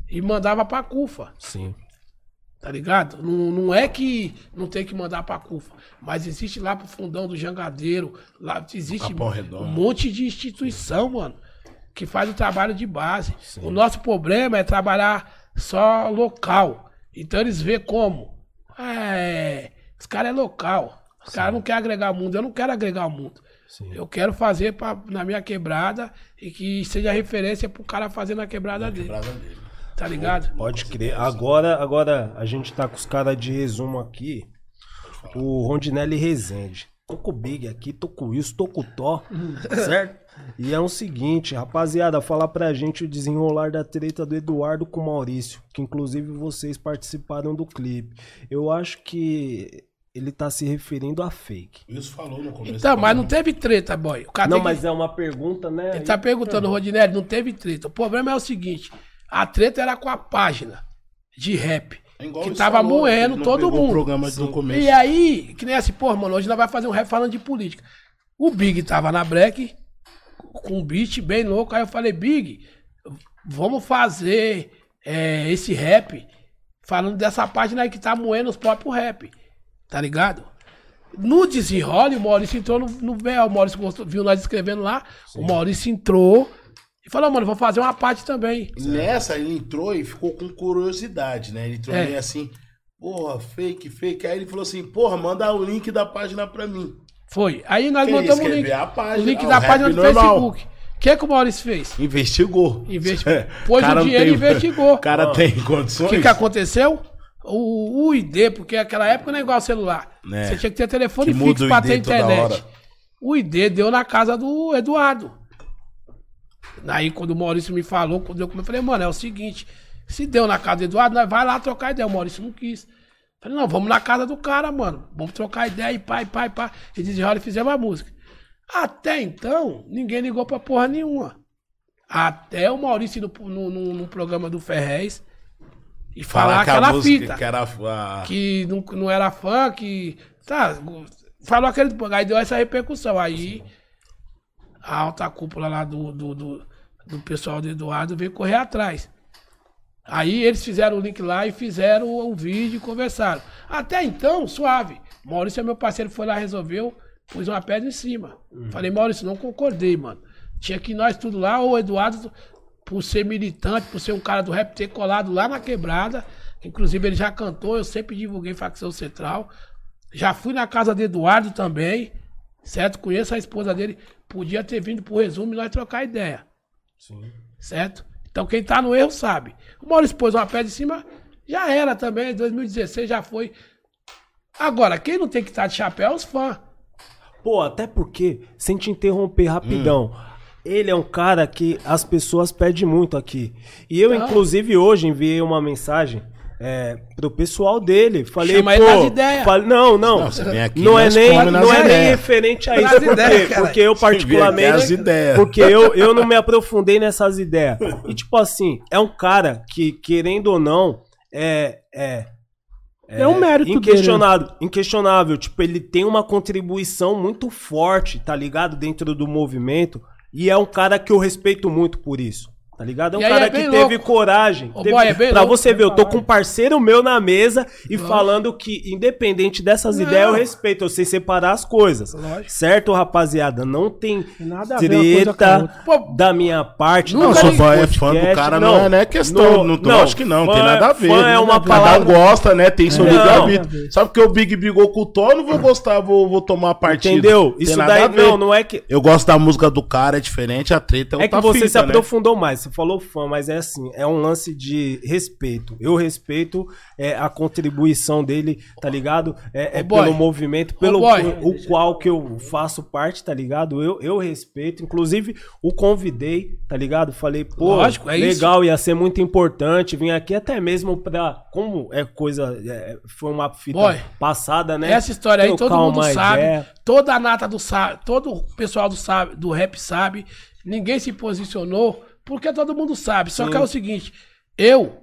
[SPEAKER 3] e mandava pra CUFA.
[SPEAKER 1] Sim.
[SPEAKER 3] Tá ligado? Não, não é que não tem que mandar pra CUFA, mas existe lá pro fundão do Jangadeiro, lá existe
[SPEAKER 2] Capão Redondo.
[SPEAKER 3] um monte de instituição, mano, que faz o trabalho de base. O nosso problema é trabalhar só local. Então eles vê como. É, os caras é local. Os caras não querem agregar o mundo. Eu não quero agregar o mundo.
[SPEAKER 1] Sim.
[SPEAKER 3] Eu quero fazer pra, na minha quebrada e que seja referência pro cara fazer na quebrada dele.
[SPEAKER 2] Brasa dele.
[SPEAKER 3] Tá ligado?
[SPEAKER 1] Pode crer. Agora, agora a gente tá com os caras de resumo aqui. O Rondinelli Rezende. Tô com o Big aqui, tô com isso, tô com o Tó, certo? E é o seguinte, rapaziada, fala pra gente o desenrolar da treta do Eduardo com o Maurício, que inclusive vocês participaram do clipe. Eu acho que ele tá se referindo a fake.
[SPEAKER 2] Wilson falou no começo.
[SPEAKER 3] Então,
[SPEAKER 2] do
[SPEAKER 3] mas não
[SPEAKER 2] programa.
[SPEAKER 3] teve treta, boy. O cara
[SPEAKER 1] Não,
[SPEAKER 3] Ah, tem que-
[SPEAKER 1] mas é uma pergunta, né?
[SPEAKER 3] Ele tá perguntando, Rodinelli, não teve treta. O problema é o seguinte: a treta era com a página de rap.
[SPEAKER 2] É igual o
[SPEAKER 3] que
[SPEAKER 2] Wilson
[SPEAKER 3] tava
[SPEAKER 2] falou,
[SPEAKER 3] moendo
[SPEAKER 2] ele não
[SPEAKER 3] todo
[SPEAKER 2] pegou O
[SPEAKER 3] mundo.
[SPEAKER 2] programa do começo.
[SPEAKER 3] E aí, que nem assim, pô, mano, hoje nós vai fazer um rap falando de política. O Big tava na break, com um beat bem louco. Aí eu falei, Big, vamos fazer é, esse rap falando dessa página aí que tá moendo os próprios rap. Tá ligado? No desenrole, o Maurício entrou no, no véu. O Maurício gostou- viu nós escrevendo lá. O Maurício entrou e falou, mano, vou fazer uma parte também.
[SPEAKER 2] Nessa, ele entrou e ficou com curiosidade, né? Ele entrou
[SPEAKER 3] É.
[SPEAKER 2] meio assim, porra, fake, fake. Aí ele falou assim, porra, manda o link da página pra mim.
[SPEAKER 3] Foi. Aí nós
[SPEAKER 2] Quem
[SPEAKER 3] montamos o
[SPEAKER 2] escrever
[SPEAKER 3] link,
[SPEAKER 2] a página,
[SPEAKER 3] o link
[SPEAKER 2] ah,
[SPEAKER 3] da
[SPEAKER 2] o rap
[SPEAKER 3] página do
[SPEAKER 2] normal.
[SPEAKER 3] Facebook. O que, que o Maurício fez?
[SPEAKER 2] Investigou. É.
[SPEAKER 3] Investi- pôs o
[SPEAKER 2] Cara não
[SPEAKER 3] dinheiro e investigou.
[SPEAKER 2] O cara tem condições.
[SPEAKER 3] O que, que aconteceu? O, o ID, porque naquela época não é igual ao celular.
[SPEAKER 2] Né.
[SPEAKER 3] Você tinha que ter
[SPEAKER 2] Que
[SPEAKER 3] telefone
[SPEAKER 2] muda
[SPEAKER 3] fixo
[SPEAKER 2] o
[SPEAKER 3] pra
[SPEAKER 2] ID
[SPEAKER 3] ter
[SPEAKER 2] toda
[SPEAKER 3] internet.
[SPEAKER 2] hora.
[SPEAKER 3] O ID deu na casa do Eduardo. Aí quando o Maurício me falou, quando eu comecei, eu falei, mano, é o seguinte, se deu na casa do Eduardo, nós vai lá trocar ideia. O Maurício não quis. Falei, não, vamos na casa do cara, mano. Vamos trocar ideia e pai, pai, pá. E desenrola e fizemos a música. Até então, ninguém ligou pra porra nenhuma. Até o Maurício ir no, no, no- no programa do Ferrez e
[SPEAKER 2] Falar
[SPEAKER 3] falar,
[SPEAKER 2] que a
[SPEAKER 3] aquela
[SPEAKER 2] música
[SPEAKER 3] fita
[SPEAKER 2] que era a-
[SPEAKER 3] que não, não era fã, que. Tá, falou aquele. Aí deu essa repercussão. Aí a alta cúpula lá do, do, do, do pessoal do Eduardo veio correr atrás. Aí eles fizeram o link lá e fizeram o vídeo e conversaram. Até então, suave. Maurício é meu parceiro, foi lá, resolveu, pus uma pedra em cima. Falei, Maurício, não concordei, mano. Tinha que nós tudo lá, ou o Eduardo, por ser militante, por ser um cara do rap, ter colado lá na quebrada. Inclusive, ele já cantou, eu sempre divulguei Facção Central. Já fui na casa do Eduardo também, certo? Conheço a esposa dele. Podia ter vindo pro resumo e nós trocar ideia
[SPEAKER 1] Sim.
[SPEAKER 3] certo? Então quem tá no erro sabe. Uma hora expôs uma pedra em cima, já era também. 2016 já foi. Agora, quem não tem que estar de chapéu é os fãs.
[SPEAKER 1] Pô, até porque, sem te interromper rapidão, ele é um cara que as pessoas pedem muito aqui. E eu,
[SPEAKER 3] Então.
[SPEAKER 1] inclusive, hoje enviei uma mensagem é, pro pessoal dele. Falei,
[SPEAKER 3] Chama
[SPEAKER 1] pô,
[SPEAKER 3] ele das ideias.
[SPEAKER 1] fale- não, não.
[SPEAKER 2] Não, você vem aqui,
[SPEAKER 1] não é
[SPEAKER 2] nós
[SPEAKER 1] nem,
[SPEAKER 2] come nas
[SPEAKER 1] não é nem
[SPEAKER 2] ideias.
[SPEAKER 1] referente a
[SPEAKER 3] Nas
[SPEAKER 1] isso, porque,
[SPEAKER 3] ideias, cara.
[SPEAKER 1] porque eu
[SPEAKER 2] Vem aqui as
[SPEAKER 1] particularmente...
[SPEAKER 2] ideias.
[SPEAKER 1] Porque eu, eu não me aprofundei nessas ideias. E tipo assim, é um cara que, querendo ou não, é, é
[SPEAKER 4] É, um mérito dele. né?
[SPEAKER 1] inquestionável, inquestionável. Tipo, ele tem uma contribuição muito forte, tá ligado? Dentro do movimento. E é um cara que eu respeito muito por isso. Tá ligado? É um
[SPEAKER 3] E aí
[SPEAKER 1] cara
[SPEAKER 3] é
[SPEAKER 1] que
[SPEAKER 3] bem
[SPEAKER 1] teve
[SPEAKER 3] louco.
[SPEAKER 1] coragem.
[SPEAKER 3] Ô,
[SPEAKER 1] teve-
[SPEAKER 3] boy, é bem
[SPEAKER 1] pra
[SPEAKER 3] louco,
[SPEAKER 1] você ver, eu tô
[SPEAKER 4] caralho.
[SPEAKER 1] com um parceiro meu na mesa e
[SPEAKER 3] Lógico.
[SPEAKER 1] falando que, independente dessas
[SPEAKER 3] Não.
[SPEAKER 1] ideias, eu respeito. Eu sei separar as coisas.
[SPEAKER 3] Lógico.
[SPEAKER 1] Certo, rapaziada? Não tem
[SPEAKER 4] Nada a ver uma coisa com a
[SPEAKER 1] treta
[SPEAKER 4] outra.
[SPEAKER 3] Pô,
[SPEAKER 1] da minha parte.
[SPEAKER 3] Não,
[SPEAKER 2] Não,
[SPEAKER 1] da
[SPEAKER 2] sou
[SPEAKER 3] Nunca
[SPEAKER 2] fã, é
[SPEAKER 1] podcast,
[SPEAKER 2] fã do cara, não, é, não é questão. Não, não, acho que não,
[SPEAKER 1] fã
[SPEAKER 2] tem nada a ver.
[SPEAKER 1] Fã é uma
[SPEAKER 2] Cada
[SPEAKER 1] palavra.
[SPEAKER 2] um gosta, né? Tem seu
[SPEAKER 1] Não.
[SPEAKER 2] livre-arbítrio. Sabe que o Big brigou com o Thor, não vou gostar, vou, vou tomar partido.
[SPEAKER 1] Entendeu?
[SPEAKER 2] Tem
[SPEAKER 1] Isso
[SPEAKER 2] nada a
[SPEAKER 1] daí
[SPEAKER 2] ver.
[SPEAKER 1] não, não é que.
[SPEAKER 2] Eu gosto da música do cara, é diferente, a treta é
[SPEAKER 3] Então tá
[SPEAKER 1] É que
[SPEAKER 2] outra
[SPEAKER 1] você
[SPEAKER 2] fita,
[SPEAKER 1] se
[SPEAKER 2] né?
[SPEAKER 1] aprofundou mais, você falou fã, mas é assim, é um lance de respeito. Eu respeito é, a contribuição dele, tá ligado? É, é
[SPEAKER 3] Ô, boy.
[SPEAKER 1] pelo movimento, pelo
[SPEAKER 3] boy.
[SPEAKER 1] o qual que eu faço parte, tá ligado? Eu, eu respeito, inclusive o convidei, tá ligado? Falei, pô,
[SPEAKER 3] Lógico, é isso.
[SPEAKER 1] legal, ia ser muito importante vir aqui até mesmo pra, como é coisa, é, foi uma fita
[SPEAKER 3] Boy.
[SPEAKER 1] passada, né? é
[SPEAKER 3] Essa história aí todo
[SPEAKER 1] Trocar
[SPEAKER 3] mundo
[SPEAKER 1] uma
[SPEAKER 3] sabe.
[SPEAKER 1] ideia.
[SPEAKER 3] Toda a nata do sabe, todo o pessoal do, sabe, do rap sabe. Ninguém se posicionou, porque todo mundo sabe. Só que é o seguinte, eu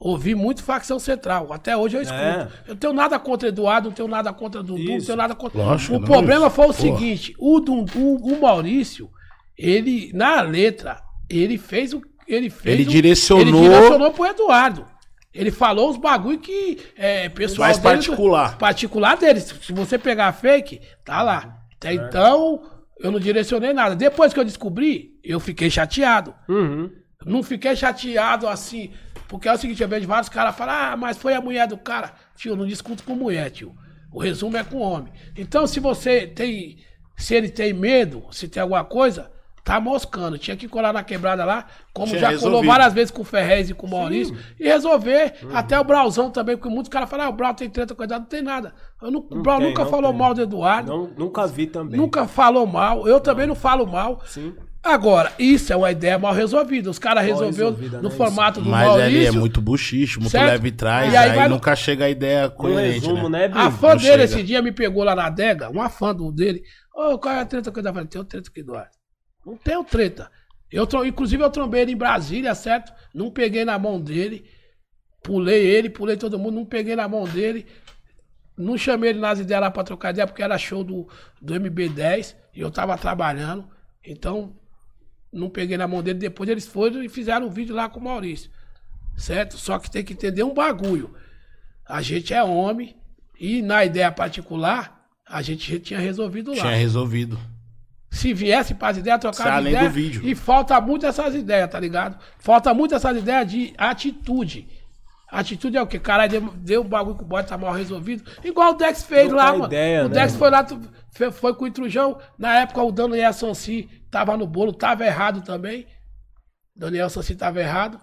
[SPEAKER 3] ouvi muito facção central. Até hoje eu escuto.
[SPEAKER 1] É.
[SPEAKER 3] Eu tenho nada contra Eduardo, não tenho nada contra Dudu, não
[SPEAKER 1] Isso.
[SPEAKER 3] tenho nada contra.
[SPEAKER 2] Lógico,
[SPEAKER 3] o
[SPEAKER 2] não,
[SPEAKER 3] problema
[SPEAKER 2] isso.
[SPEAKER 3] foi o
[SPEAKER 2] Porra.
[SPEAKER 3] seguinte: o, Dundu, o Maurício, ele, na letra, ele fez o. Ele, fez
[SPEAKER 2] Ele
[SPEAKER 3] o-
[SPEAKER 2] direcionou-
[SPEAKER 3] Ele direcionou pro Eduardo. Ele falou os bagulho que é, pessoal
[SPEAKER 2] Mais
[SPEAKER 3] dele-
[SPEAKER 2] particular.
[SPEAKER 3] particular deles. Se você pegar a fake, tá lá. Até então, eu não direcionei nada. Depois que eu descobri, eu fiquei chateado.
[SPEAKER 1] Uhum.
[SPEAKER 3] Não fiquei chateado assim. Porque é o seguinte, eu vejo vários caras falar, ah, mas foi a mulher do cara. Tio, eu não discuto com mulher, tio. O resumo é com homem. Então, se você tem. Se ele tem medo, se tem alguma coisa, tá moscando. Tinha que colar na quebrada lá, como
[SPEAKER 2] Tinha
[SPEAKER 3] já colou
[SPEAKER 2] resolvido.
[SPEAKER 3] várias vezes com o Ferrez e com o Maurício, e resolver.
[SPEAKER 1] Uhum.
[SPEAKER 3] Até o Brauzão também, porque muitos caras falam, ah, o Brau tem treta, cuidado, não tem nada. Eu nu- o Brau
[SPEAKER 1] tem,
[SPEAKER 3] nunca
[SPEAKER 1] não
[SPEAKER 3] falou
[SPEAKER 1] tem.
[SPEAKER 3] mal do Eduardo,
[SPEAKER 1] Não, nunca vi também.
[SPEAKER 3] nunca falou mal, eu também não falo mal.
[SPEAKER 1] Sim.
[SPEAKER 3] Agora, isso é uma ideia mal resolvida. Os caras resolveu
[SPEAKER 1] resolvida,
[SPEAKER 3] no
[SPEAKER 1] né,
[SPEAKER 3] formato do
[SPEAKER 2] Mas
[SPEAKER 3] Maurício.
[SPEAKER 2] ele é muito buchicho, muito
[SPEAKER 3] certo?
[SPEAKER 2] leve trás,
[SPEAKER 3] E aí
[SPEAKER 2] aí,
[SPEAKER 3] vai no-
[SPEAKER 2] nunca chega a ideia
[SPEAKER 1] Com
[SPEAKER 2] coerente,
[SPEAKER 1] resumo,
[SPEAKER 2] né?
[SPEAKER 1] né, Bill?
[SPEAKER 3] A fã
[SPEAKER 2] Não
[SPEAKER 3] dele
[SPEAKER 2] chega.
[SPEAKER 3] esse dia me pegou lá na adega, uma fã do dele. Ô, qual é a treta que eu tava falando? Tem treta que dói. Não tenho treta. Eu, tro- inclusive, eu trombei ele em Brasília, certo? Não peguei na mão dele. Pulei ele, pulei todo mundo, não peguei na mão dele. Não chamei ele nas ideias lá pra trocar ideia, porque era show do, do MB10 e eu tava trabalhando. Então, não peguei na mão dele. Depois eles foram e fizeram um vídeo lá com o Maurício. Certo? Só que tem que entender um bagulho. A gente é homem e na ideia particular, a gente já tinha resolvido lá.
[SPEAKER 2] Tinha resolvido.
[SPEAKER 3] Se viesse para as ideias, trocar
[SPEAKER 2] Sai
[SPEAKER 3] as
[SPEAKER 2] além
[SPEAKER 3] ideias.
[SPEAKER 2] do vídeo.
[SPEAKER 3] E falta muito essas ideias, tá ligado? Falta muito essas ideias de atitude. Atitude é o quê? Caralho, deu, deu um bagulho que o boy tá mal resolvido. Igual o Dex fez
[SPEAKER 1] Não
[SPEAKER 3] lá,
[SPEAKER 1] dá
[SPEAKER 3] mano.
[SPEAKER 1] ideia,
[SPEAKER 3] o
[SPEAKER 1] né,
[SPEAKER 3] Dex
[SPEAKER 1] mano?
[SPEAKER 3] foi lá, tu- fe- foi com o Intrujão. Na época, o Daniel Sansi tava no bolo, tava errado também. Daniel Sansi tava errado,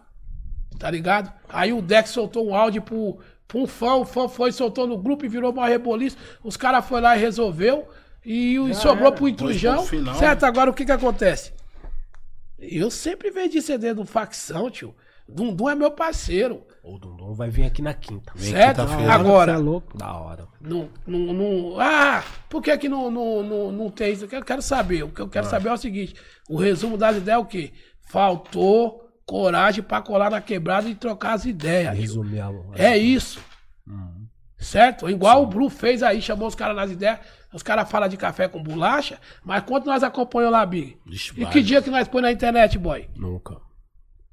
[SPEAKER 3] tá ligado? Aí o Dex soltou um áudio pro, pro um fã, o fã foi, soltou no grupo e virou uma reboliça. Os caras foram lá e resolveu. E o- sobrou pro Intrujão.
[SPEAKER 2] Pois pro final,
[SPEAKER 3] Certo, agora o que que acontece? Eu sempre vendi CD do facção, tio. Dundum é meu parceiro,
[SPEAKER 1] O Dundum vai vir aqui na quinta.
[SPEAKER 2] Vem
[SPEAKER 3] certo?
[SPEAKER 2] quinta-feira.
[SPEAKER 4] Você
[SPEAKER 3] Agora,
[SPEAKER 4] é louco.
[SPEAKER 1] Da hora.
[SPEAKER 3] não, não, não- ah, por que que não, não, não, não tem isso? Eu quero saber. O que eu quero saber é o seguinte: o resumo das ideias é o quê? Faltou coragem pra colar na quebrada e trocar as ideias. tio.
[SPEAKER 1] Resumir a mão.
[SPEAKER 3] É isso.
[SPEAKER 2] Uhum.
[SPEAKER 3] Certo? Igual o Blue fez aí, chamou os caras nas ideias. Os caras falam de café com bolacha, mas quanto nós acompanhamos lá, Big?
[SPEAKER 2] Vixe,
[SPEAKER 3] E que
[SPEAKER 2] vários.
[SPEAKER 3] dia que nós põe na internet, boy?
[SPEAKER 1] Nunca.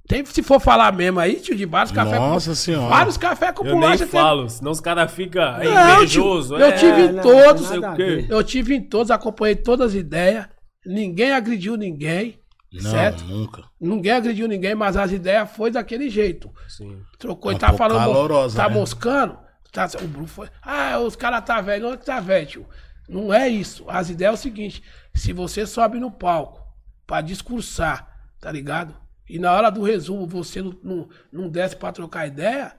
[SPEAKER 3] Tem, se for falar mesmo aí, tio, de vários cafés
[SPEAKER 2] Nossa senhora.
[SPEAKER 3] Vários cafés com
[SPEAKER 1] Eu nem
[SPEAKER 3] bolacha. teve-
[SPEAKER 1] falo, senão os caras ficam
[SPEAKER 3] Não, tio,
[SPEAKER 1] invejosos.
[SPEAKER 3] eu tive
[SPEAKER 4] É,
[SPEAKER 3] em todos.
[SPEAKER 1] sei o
[SPEAKER 4] nada a
[SPEAKER 1] quê.
[SPEAKER 4] ver.
[SPEAKER 3] Eu tive em todos, acompanhei todas as ideias. Ninguém agrediu ninguém.
[SPEAKER 2] Não,
[SPEAKER 3] Certo?
[SPEAKER 2] nunca.
[SPEAKER 3] Ninguém agrediu ninguém, mas as ideias foi daquele jeito.
[SPEAKER 1] Sim.
[SPEAKER 3] Trocou
[SPEAKER 2] Um
[SPEAKER 3] e tá
[SPEAKER 2] pouco
[SPEAKER 3] falando.
[SPEAKER 2] calorosa,
[SPEAKER 3] tá
[SPEAKER 2] né?
[SPEAKER 3] moscando? Tá, o Bruno foi. Ah, os caras tá velho. Onde que tá velho, tio? Não é isso. As ideias é o seguinte: se você sobe no palco pra discursar, tá ligado? e na hora do resumo você não, não, não desce pra trocar ideia,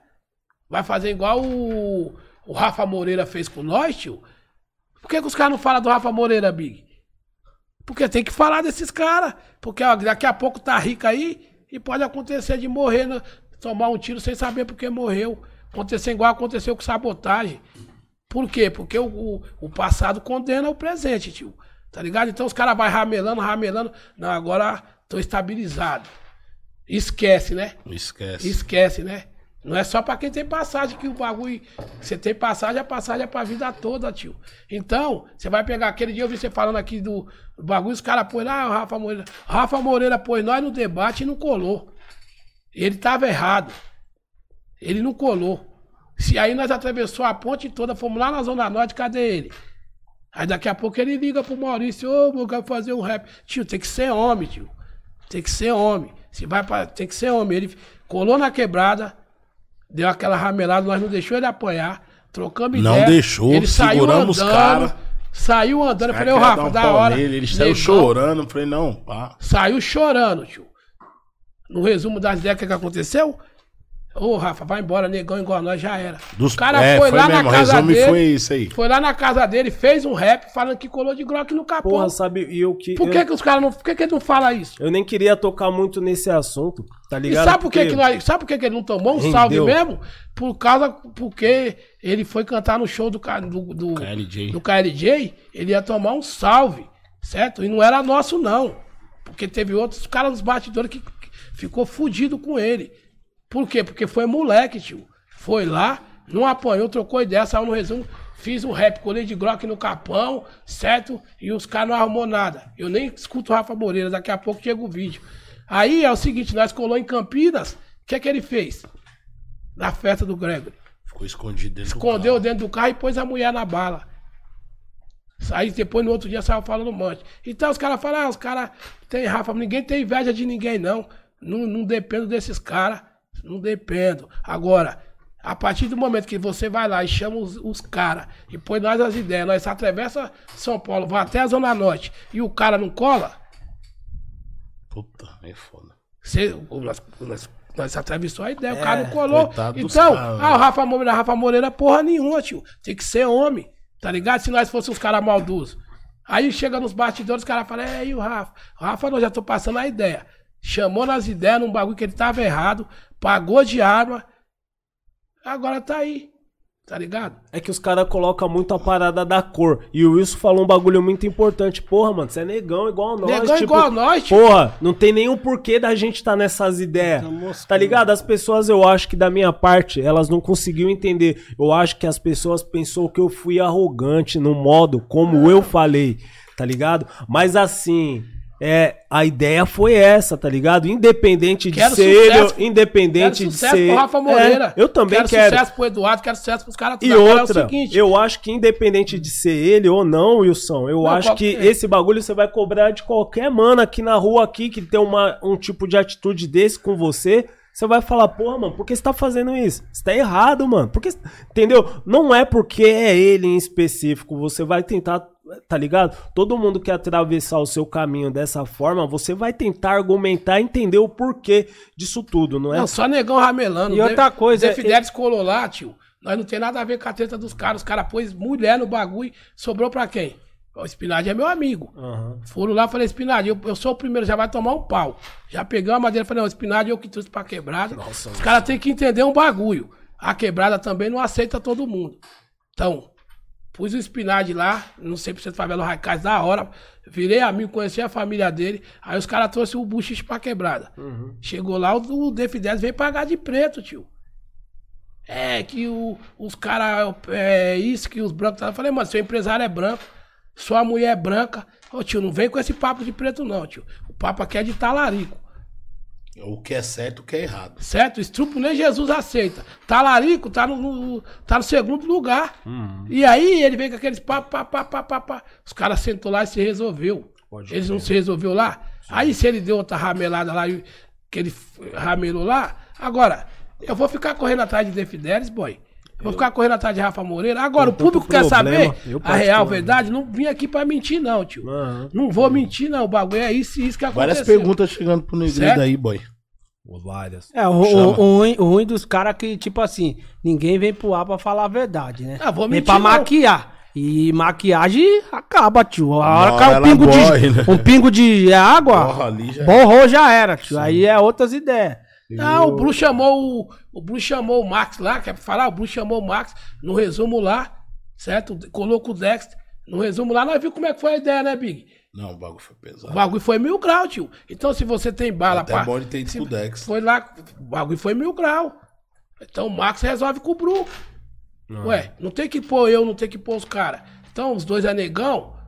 [SPEAKER 3] vai fazer igual o, o Rafa Moreira fez com nós, tio. Por que, que os caras não falam do Rafa Moreira, Big? Porque tem que falar desses caras. Porque ó, daqui a pouco tá rico aí e pode acontecer de morrer, né? tomar um tiro sem saber por que morreu. Acontecer igual aconteceu com sabotagem. Por quê? Porque o, o, o passado condena o presente, tio. Tá ligado? Então os caras vão ramelando, ramelando. Não, agora tô estabilizado. Esquece, né?
[SPEAKER 2] Esquece.
[SPEAKER 3] Esquece, né? Não é só pra quem tem passagem que o bagulho. Você tem passagem, a passagem é pra vida toda, tio. Então, você vai pegar aquele dia, eu vi você falando aqui do do bagulho, os caras pôs lá, o Rafa Moreira. Rafa Moreira pôs nós no debate e não colou. Ele tava errado. Ele não colou. Se aí nós atravessou a ponte toda, fomos lá na Zona Norte, cadê ele? Aí daqui a pouco ele liga pro Maurício, ô, eu quero fazer um rap. Tio, tem que ser homem, tio. Tem que ser homem. Se vai pra... Tem que ser homem. Ele colou na quebrada, deu aquela ramelada, nós não deixou ele apanhar. Trocamos
[SPEAKER 2] Não deixou, seguramos os cara.
[SPEAKER 3] Saiu andando. Eu
[SPEAKER 2] Aí
[SPEAKER 3] falei, ô
[SPEAKER 2] queria dar
[SPEAKER 3] Rafa,
[SPEAKER 2] um
[SPEAKER 3] da
[SPEAKER 2] pau
[SPEAKER 3] hora.
[SPEAKER 2] Nele, ele saiu
[SPEAKER 3] Negão
[SPEAKER 2] chorando. Eu falei, não, pá.
[SPEAKER 3] Saiu chorando, tio. No resumo das ideias que aconteceu, ô Rafa, vai embora, negão igual a nós, já era.
[SPEAKER 2] Dos-
[SPEAKER 3] o cara
[SPEAKER 2] é,
[SPEAKER 3] foi,
[SPEAKER 2] foi
[SPEAKER 3] lá
[SPEAKER 2] mesmo,
[SPEAKER 3] na casa
[SPEAKER 2] resumo
[SPEAKER 3] dele.
[SPEAKER 2] foi isso aí.
[SPEAKER 3] Foi lá na casa dele, fez um rap falando que colou de Glock no capô.
[SPEAKER 1] Porra, sabe? E eu que.
[SPEAKER 3] por
[SPEAKER 1] eu-
[SPEAKER 3] que, que os caras não. Por que, que ele não fala isso?
[SPEAKER 1] Eu nem queria tocar muito nesse assunto, tá
[SPEAKER 3] E
[SPEAKER 1] ligado?
[SPEAKER 3] sabe por que, que nós, sabe por que, que ele não tomou um
[SPEAKER 1] Rendeu.
[SPEAKER 3] salve mesmo? Por causa porque ele foi cantar no show do, K- do, do,
[SPEAKER 2] KLJ.
[SPEAKER 3] do KLJ, ele ia tomar um salve, certo? E não era nosso, não. Porque teve outros caras nos bastidores que que ficou fudido com ele. Por quê? Porque foi moleque, tio. Foi lá, não apanhou, trocou ideia, saiu no resumo, fiz um rap, colei de Glock no capão, certo? E os caras não arrumou nada. Eu nem escuto o Rafa Moreira, daqui a pouco chega o vídeo. Aí é o seguinte, nós colou em Campinas, o que é que ele fez? Na festa do Gregory.
[SPEAKER 2] Ficou escondido dentro
[SPEAKER 3] Escondeu
[SPEAKER 2] do
[SPEAKER 3] dentro do carro e pôs a mulher na bala. Aí depois, no outro dia, saiu falando um monte. Então os caras falam, ah, os caras tem Rafa, ninguém tem inveja de ninguém, não. Não, não dependo desses caras. Não dependo. Agora, a partir do momento que você vai lá e chama os, os caras e põe nós as ideias, nós atravessa São Paulo, vai até a Zona Norte e o cara não cola,
[SPEAKER 2] carro. Puta, é foda.
[SPEAKER 3] Cê, o- nós, nós, nós atravessou a ideia,
[SPEAKER 1] É,
[SPEAKER 3] o cara não colou.
[SPEAKER 2] coitado dos
[SPEAKER 3] Então,
[SPEAKER 2] caras.
[SPEAKER 3] ah, o Rafa Moreira, Rafa Moreira, porra nenhuma, tio. Tem que ser homem, tá ligado? Se nós fôssemos os caras maldosos. Aí chega nos bastidores, os caras falam, é, e o Rafa? O Rafa, nós já tô passando a ideia. Chamou nas ideias num bagulho que ele tava errado, pagou de arma, agora tá aí, tá ligado?
[SPEAKER 1] É que os caras colocam muito a parada da cor. E o Wilson falou um bagulho muito importante. Porra, mano, você é negão igual a nós.
[SPEAKER 3] Negão
[SPEAKER 1] tipo,
[SPEAKER 3] igual a nós, tio.
[SPEAKER 1] Porra, não tem nenhum porquê da gente estar nessas ideias. Tá ligado? As pessoas, eu acho que da minha parte, elas não conseguiam entender. Eu acho que as pessoas pensou que eu fui arrogante no modo como eu falei, tá ligado? Mas assim, é, a ideia foi essa, tá ligado? Independente de
[SPEAKER 3] Quero
[SPEAKER 1] ser
[SPEAKER 3] sucesso.
[SPEAKER 1] ele, independente
[SPEAKER 3] Quero
[SPEAKER 1] de
[SPEAKER 3] sucesso
[SPEAKER 1] ser.
[SPEAKER 3] pro Rafa Moreira.
[SPEAKER 1] É, eu também
[SPEAKER 3] quero.
[SPEAKER 1] quero.
[SPEAKER 3] sucesso pro Eduardo, quero sucesso pros caras.
[SPEAKER 1] E
[SPEAKER 3] tudo. Agora
[SPEAKER 1] outra,
[SPEAKER 3] é o seguinte,
[SPEAKER 1] eu acho que independente de ser ele ou não, Wilson, eu
[SPEAKER 3] Não,
[SPEAKER 1] acho
[SPEAKER 3] qual-
[SPEAKER 1] que
[SPEAKER 3] é.
[SPEAKER 1] esse bagulho você vai cobrar de qualquer mano aqui na rua aqui que tem uma, um tipo de atitude desse com você. Você vai falar, porra, mano, por que você tá fazendo isso? Você tá errado, mano. Porque, entendeu? Não é porque é ele em específico. Você vai tentar, tá ligado? Todo mundo que atravessar o seu caminho dessa forma, você vai tentar argumentar e entender o porquê disso tudo, não é?
[SPEAKER 3] Não, só negão ramelando.
[SPEAKER 4] E outra coisa, é-
[SPEAKER 3] Zé Fidelis colou lá, tio. Nós não tem nada a ver com a treta dos caras. Os caras pôs mulher no bagulho. Sobrou pra quem? O Spinard é meu amigo.
[SPEAKER 1] Aham.
[SPEAKER 3] Foram lá, falei, Spinard, eu, eu sou o primeiro, já vai tomar um pau. Já peguei uma madeira, falei, não, Spinard eu que trouxe pra quebrada. Os caras têm que entender um bagulho. A quebrada também não aceita todo mundo. Então, pus o Spinard lá, não sei se favela Raikais, da hora. Virei amigo, conheci a família dele. Aí os caras trouxeram o buchiche pra quebrada. Chegou lá, o, o DF10 veio pagar de preto, tio. É, que o- os caras. É isso que os brancos. tá- Eu falei, mano, seu empresário é branco, sua mulher é branca. Ô tio, não vem com esse papo de preto, não, tio. O papo aqui é de talarico,
[SPEAKER 2] O que é certo, o que é errado.
[SPEAKER 3] certo? Estrupo nem Jesus aceita. Talarico tá no, no- tá no segundo lugar.
[SPEAKER 1] Uhum.
[SPEAKER 3] E aí ele vem com aqueles papo, pá, pá, pá, pá, pá. Os caras sentou lá e se resolveu.
[SPEAKER 1] Pode
[SPEAKER 3] Eles
[SPEAKER 1] crer.
[SPEAKER 3] não se resolveu lá? Aí se ele deu outra ramelada lá, e- que ele f- ramelou lá. Agora, eu vou ficar correndo atrás de Defidelis, boy. Eu vou ficar correndo atrás de Rafa Moreira. Agora, o
[SPEAKER 1] Tem tanto
[SPEAKER 3] público quer
[SPEAKER 1] problema,
[SPEAKER 3] saber
[SPEAKER 1] eu
[SPEAKER 3] a real
[SPEAKER 1] particularmente.
[SPEAKER 3] verdade. Não vim aqui pra mentir, não, tio.
[SPEAKER 1] Aham.
[SPEAKER 3] Não vou mentir, não. O bagulho é isso e isso que aconteceu.
[SPEAKER 2] Várias perguntas chegando pro Negredo
[SPEAKER 3] Certo?
[SPEAKER 2] aí, boy.
[SPEAKER 1] Ovárias.
[SPEAKER 4] É, o, o-
[SPEAKER 2] Chama.
[SPEAKER 4] o ruim, o ruim dos caras que, tipo assim, ninguém vem pro ar pra falar a verdade, né?
[SPEAKER 3] Ah, vou
[SPEAKER 4] vem
[SPEAKER 3] mentir,
[SPEAKER 4] pra
[SPEAKER 3] não.
[SPEAKER 4] maquiar. E maquiagem acaba, tio. A hora
[SPEAKER 2] Uma
[SPEAKER 4] cai
[SPEAKER 2] hora ela
[SPEAKER 4] um pingo,
[SPEAKER 2] morre,
[SPEAKER 4] de,
[SPEAKER 2] né? é.
[SPEAKER 4] um pingo de água,
[SPEAKER 2] Porra, ali já.
[SPEAKER 4] borrou, já era, tio. Aí é outras ideias.
[SPEAKER 3] Ah, o Blue chamou o, o Blue chamou o Max lá, quer falar? O Blue chamou o Max no resumo lá, certo? Coloca o Dexter no resumo lá, nós vimos como é que foi a ideia, né, Big?
[SPEAKER 2] Não, o bagulho foi pesado.
[SPEAKER 3] O bagulho foi mil grau, tio. Então se você tem bala,
[SPEAKER 2] Até
[SPEAKER 3] pá,
[SPEAKER 2] bom ele ter ido pro Dex.
[SPEAKER 3] foi lá, o bagulho foi mil grau. Então o Max resolve com o Blue.
[SPEAKER 2] Ah.
[SPEAKER 3] Ué, não tem que pôr eu, não tem que pôr os caras. Então os dois é negão.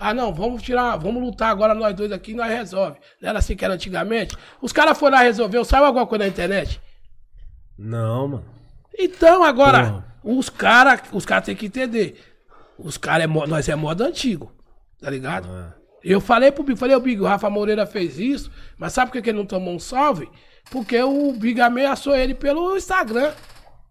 [SPEAKER 3] Ah, não, vamos tirar, vamos lutar agora nós dois aqui e nós resolve. Não era assim que era antigamente? Os caras foram lá resolver, saiu alguma coisa na internet?
[SPEAKER 1] Não, mano.
[SPEAKER 3] Então, agora,
[SPEAKER 1] Porra.
[SPEAKER 3] os caras os cara têm que entender. Os caras, é, mo- nós é moda antigo, tá ligado? Eu falei pro Big, falei, o Big, o Rafa Moreira fez isso, mas sabe por que que ele não tomou um salve? Porque o Big ameaçou ele pelo Instagram.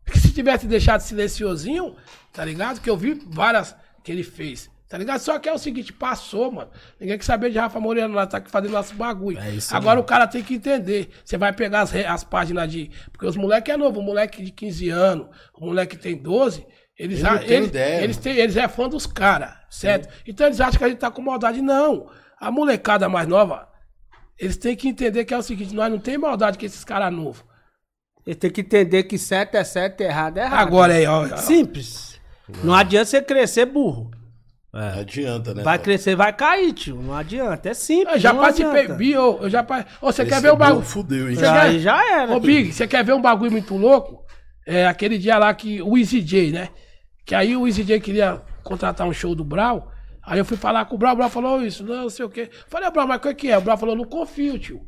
[SPEAKER 3] Que se tivesse deixado silenciosinho, tá ligado? Que eu vi várias que ele fez. Tá ligado? Só que é o seguinte, passou, mano. Ninguém quer saber de Rafa Moreira, nós tá aqui fazendo nosso bagulho.
[SPEAKER 1] É isso
[SPEAKER 3] Agora o cara tem que entender. Você vai pegar as, re- as páginas de. Porque os moleques é novo, o moleque de 15 anos, o moleque tem 12, eles,
[SPEAKER 2] Ele não
[SPEAKER 3] a-
[SPEAKER 2] tem
[SPEAKER 3] eles,
[SPEAKER 2] ideia.
[SPEAKER 3] eles, têm, eles é fã dos caras, certo? Então eles acham que a gente tá com maldade. Não. A molecada mais nova, eles têm que entender que é o seguinte: nós não tem maldade com esses caras novos.
[SPEAKER 4] Ele tem que entender que certo é certo, errado é errado.
[SPEAKER 3] Agora aí, ó. ó.
[SPEAKER 4] Simples. Não adianta você crescer burro.
[SPEAKER 2] Não adianta, né?
[SPEAKER 4] Vai
[SPEAKER 2] pai?
[SPEAKER 4] crescer, vai cair, tio. Não adianta. É simples.
[SPEAKER 3] Eu Ah, já
[SPEAKER 4] não
[SPEAKER 3] participei,
[SPEAKER 4] adianta.
[SPEAKER 3] Bio, eu já participei. Você quer
[SPEAKER 2] Esse é
[SPEAKER 3] ver o bagulho?
[SPEAKER 2] bloco Fudeu, hein?
[SPEAKER 3] Você
[SPEAKER 4] Já-
[SPEAKER 3] quer-
[SPEAKER 4] já era,
[SPEAKER 3] Ô, Big, você quer ver um bagulho muito louco? É aquele dia lá que o Easy J, né? Que aí o Easy J queria contratar um show do Brau. Aí eu fui falar com o Brau, o Brau falou isso, não sei o quê. Falei, Brau, mas o que que é? O Brau falou, não confio, tio.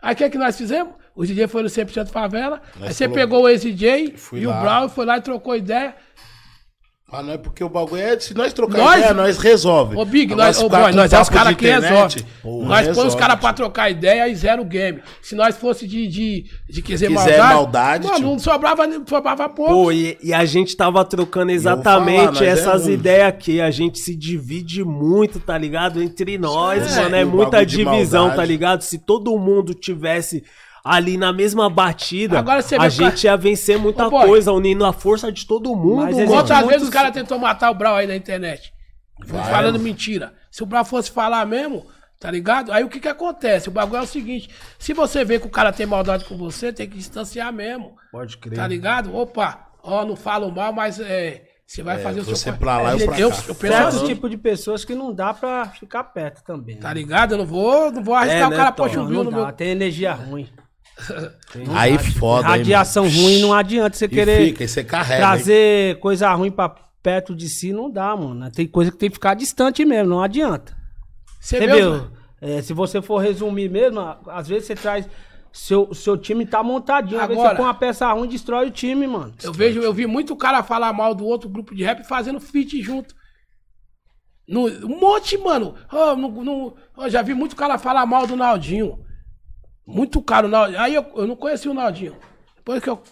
[SPEAKER 3] Aí o que, é que nós fizemos? O Easy J foi no 100% Favela.
[SPEAKER 2] Nós
[SPEAKER 3] aí você
[SPEAKER 2] falou-
[SPEAKER 3] pegou o Easy J
[SPEAKER 2] Fui
[SPEAKER 3] e
[SPEAKER 2] lá.
[SPEAKER 3] o Brau foi lá e trocou ideia.
[SPEAKER 2] Mas não é porque o bagulho é. Se nós trocar
[SPEAKER 3] Nós-
[SPEAKER 2] ideia, nós resolve.
[SPEAKER 3] Ô, Big,
[SPEAKER 2] Agora,
[SPEAKER 3] nós,
[SPEAKER 2] se
[SPEAKER 3] ô,
[SPEAKER 2] ficar
[SPEAKER 3] boy,
[SPEAKER 2] com
[SPEAKER 3] nós é os
[SPEAKER 2] papo de
[SPEAKER 3] caras que
[SPEAKER 2] internet,
[SPEAKER 3] resolve.
[SPEAKER 2] porra,
[SPEAKER 3] nós põe os
[SPEAKER 2] resolve,
[SPEAKER 3] caras pra
[SPEAKER 2] tio.
[SPEAKER 3] trocar ideia e zero game. Se nós fosse de, de, de quiser,
[SPEAKER 2] Quiser
[SPEAKER 3] maldade,
[SPEAKER 2] maldade,
[SPEAKER 3] mano,
[SPEAKER 2] tio.
[SPEAKER 3] não sobrava, nem- sobrava pouco.
[SPEAKER 1] Pô, e, e a gente tava trocando
[SPEAKER 2] falar,
[SPEAKER 1] exatamente
[SPEAKER 2] nós é
[SPEAKER 1] essas
[SPEAKER 2] muito.
[SPEAKER 1] ideias aqui. A gente se divide muito, tá ligado? Entre nós,
[SPEAKER 2] É,
[SPEAKER 1] mano. É
[SPEAKER 2] o
[SPEAKER 1] muita
[SPEAKER 2] bagulho de
[SPEAKER 1] divisão,
[SPEAKER 2] maldade.
[SPEAKER 1] tá ligado? Se todo mundo tivesse ali na mesma batida,
[SPEAKER 3] Agora você vê
[SPEAKER 1] a
[SPEAKER 3] o cara-
[SPEAKER 1] gente ia vencer muita
[SPEAKER 3] Ô, boy.
[SPEAKER 1] coisa, unindo a força de todo mundo.
[SPEAKER 4] Mas
[SPEAKER 1] mano.
[SPEAKER 4] existe
[SPEAKER 3] Quantas
[SPEAKER 4] Muitos-
[SPEAKER 3] vezes os caras tentou matar o Brau aí na internet? falando mentira. Se o Brau fosse falar mesmo, tá ligado? Aí o que que acontece? O bagulho é o seguinte: se você vê que o cara tem maldade com você, tem que distanciar mesmo.
[SPEAKER 1] Pode crer.
[SPEAKER 3] Tá ligado? Opa, ó, não falo mal, mas é. Você vai
[SPEAKER 2] É,
[SPEAKER 3] fazer o seu.
[SPEAKER 2] você
[SPEAKER 3] pa-
[SPEAKER 2] pra lá, eu pra
[SPEAKER 3] eu,
[SPEAKER 2] cá.
[SPEAKER 3] eu penso
[SPEAKER 4] Certo
[SPEAKER 3] assim,
[SPEAKER 4] tipo de pessoas que não dá pra ficar perto também. né?
[SPEAKER 3] Tá ligado? Eu não vou, não vou arriscar
[SPEAKER 1] É,
[SPEAKER 3] o
[SPEAKER 1] né,
[SPEAKER 3] cara
[SPEAKER 1] Tom?
[SPEAKER 3] pôr
[SPEAKER 4] Não,
[SPEAKER 3] chumbinho
[SPEAKER 4] não
[SPEAKER 3] no
[SPEAKER 4] dá,
[SPEAKER 3] meu.
[SPEAKER 4] tem energia ruim.
[SPEAKER 2] Aí foda, hein,
[SPEAKER 4] Radiação
[SPEAKER 2] mano.
[SPEAKER 4] ruim não adianta você
[SPEAKER 2] E
[SPEAKER 4] querer
[SPEAKER 2] fica, e você carrega. hein?
[SPEAKER 4] trazer coisa ruim pra perto de si, não dá, mano. Né? Tem coisa que tem que ficar distante mesmo, não adianta.
[SPEAKER 3] Você
[SPEAKER 4] Você
[SPEAKER 3] viu?
[SPEAKER 4] viu? É, se você for resumir mesmo, a- às vezes você traz. Seu, seu time tá montadinho. Às vezes você
[SPEAKER 3] Agora-
[SPEAKER 4] põe uma peça ruim e destrói o time, mano.
[SPEAKER 3] Eu vejo, eu vi muito cara falar mal do outro grupo de rap fazendo feat junto. No, um monte, mano. Ah, no- no- eu já vi muito cara falar mal do Naldinho. Muito cara. o Naldinho. Aí eu, eu não conheci o Naldinho. Depois que eu,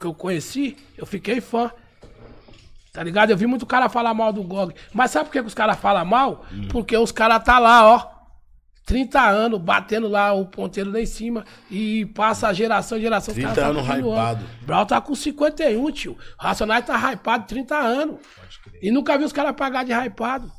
[SPEAKER 3] que eu conheci, eu fiquei fã. Tá ligado? Eu vi muito cara falar mal do GOG. Mas sabe por que, que os caras falam mal?
[SPEAKER 2] Hum.
[SPEAKER 3] Porque os caras tá lá, ó. 30 anos batendo lá o ponteiro lá em cima e passa geração, geração. os
[SPEAKER 2] 30
[SPEAKER 3] caras
[SPEAKER 2] anos
[SPEAKER 3] continuando.
[SPEAKER 2] hypado.
[SPEAKER 3] Brau tá com 51, tio. Racionais tá hypado 30 anos. E nunca vi os caras pagar de hypado.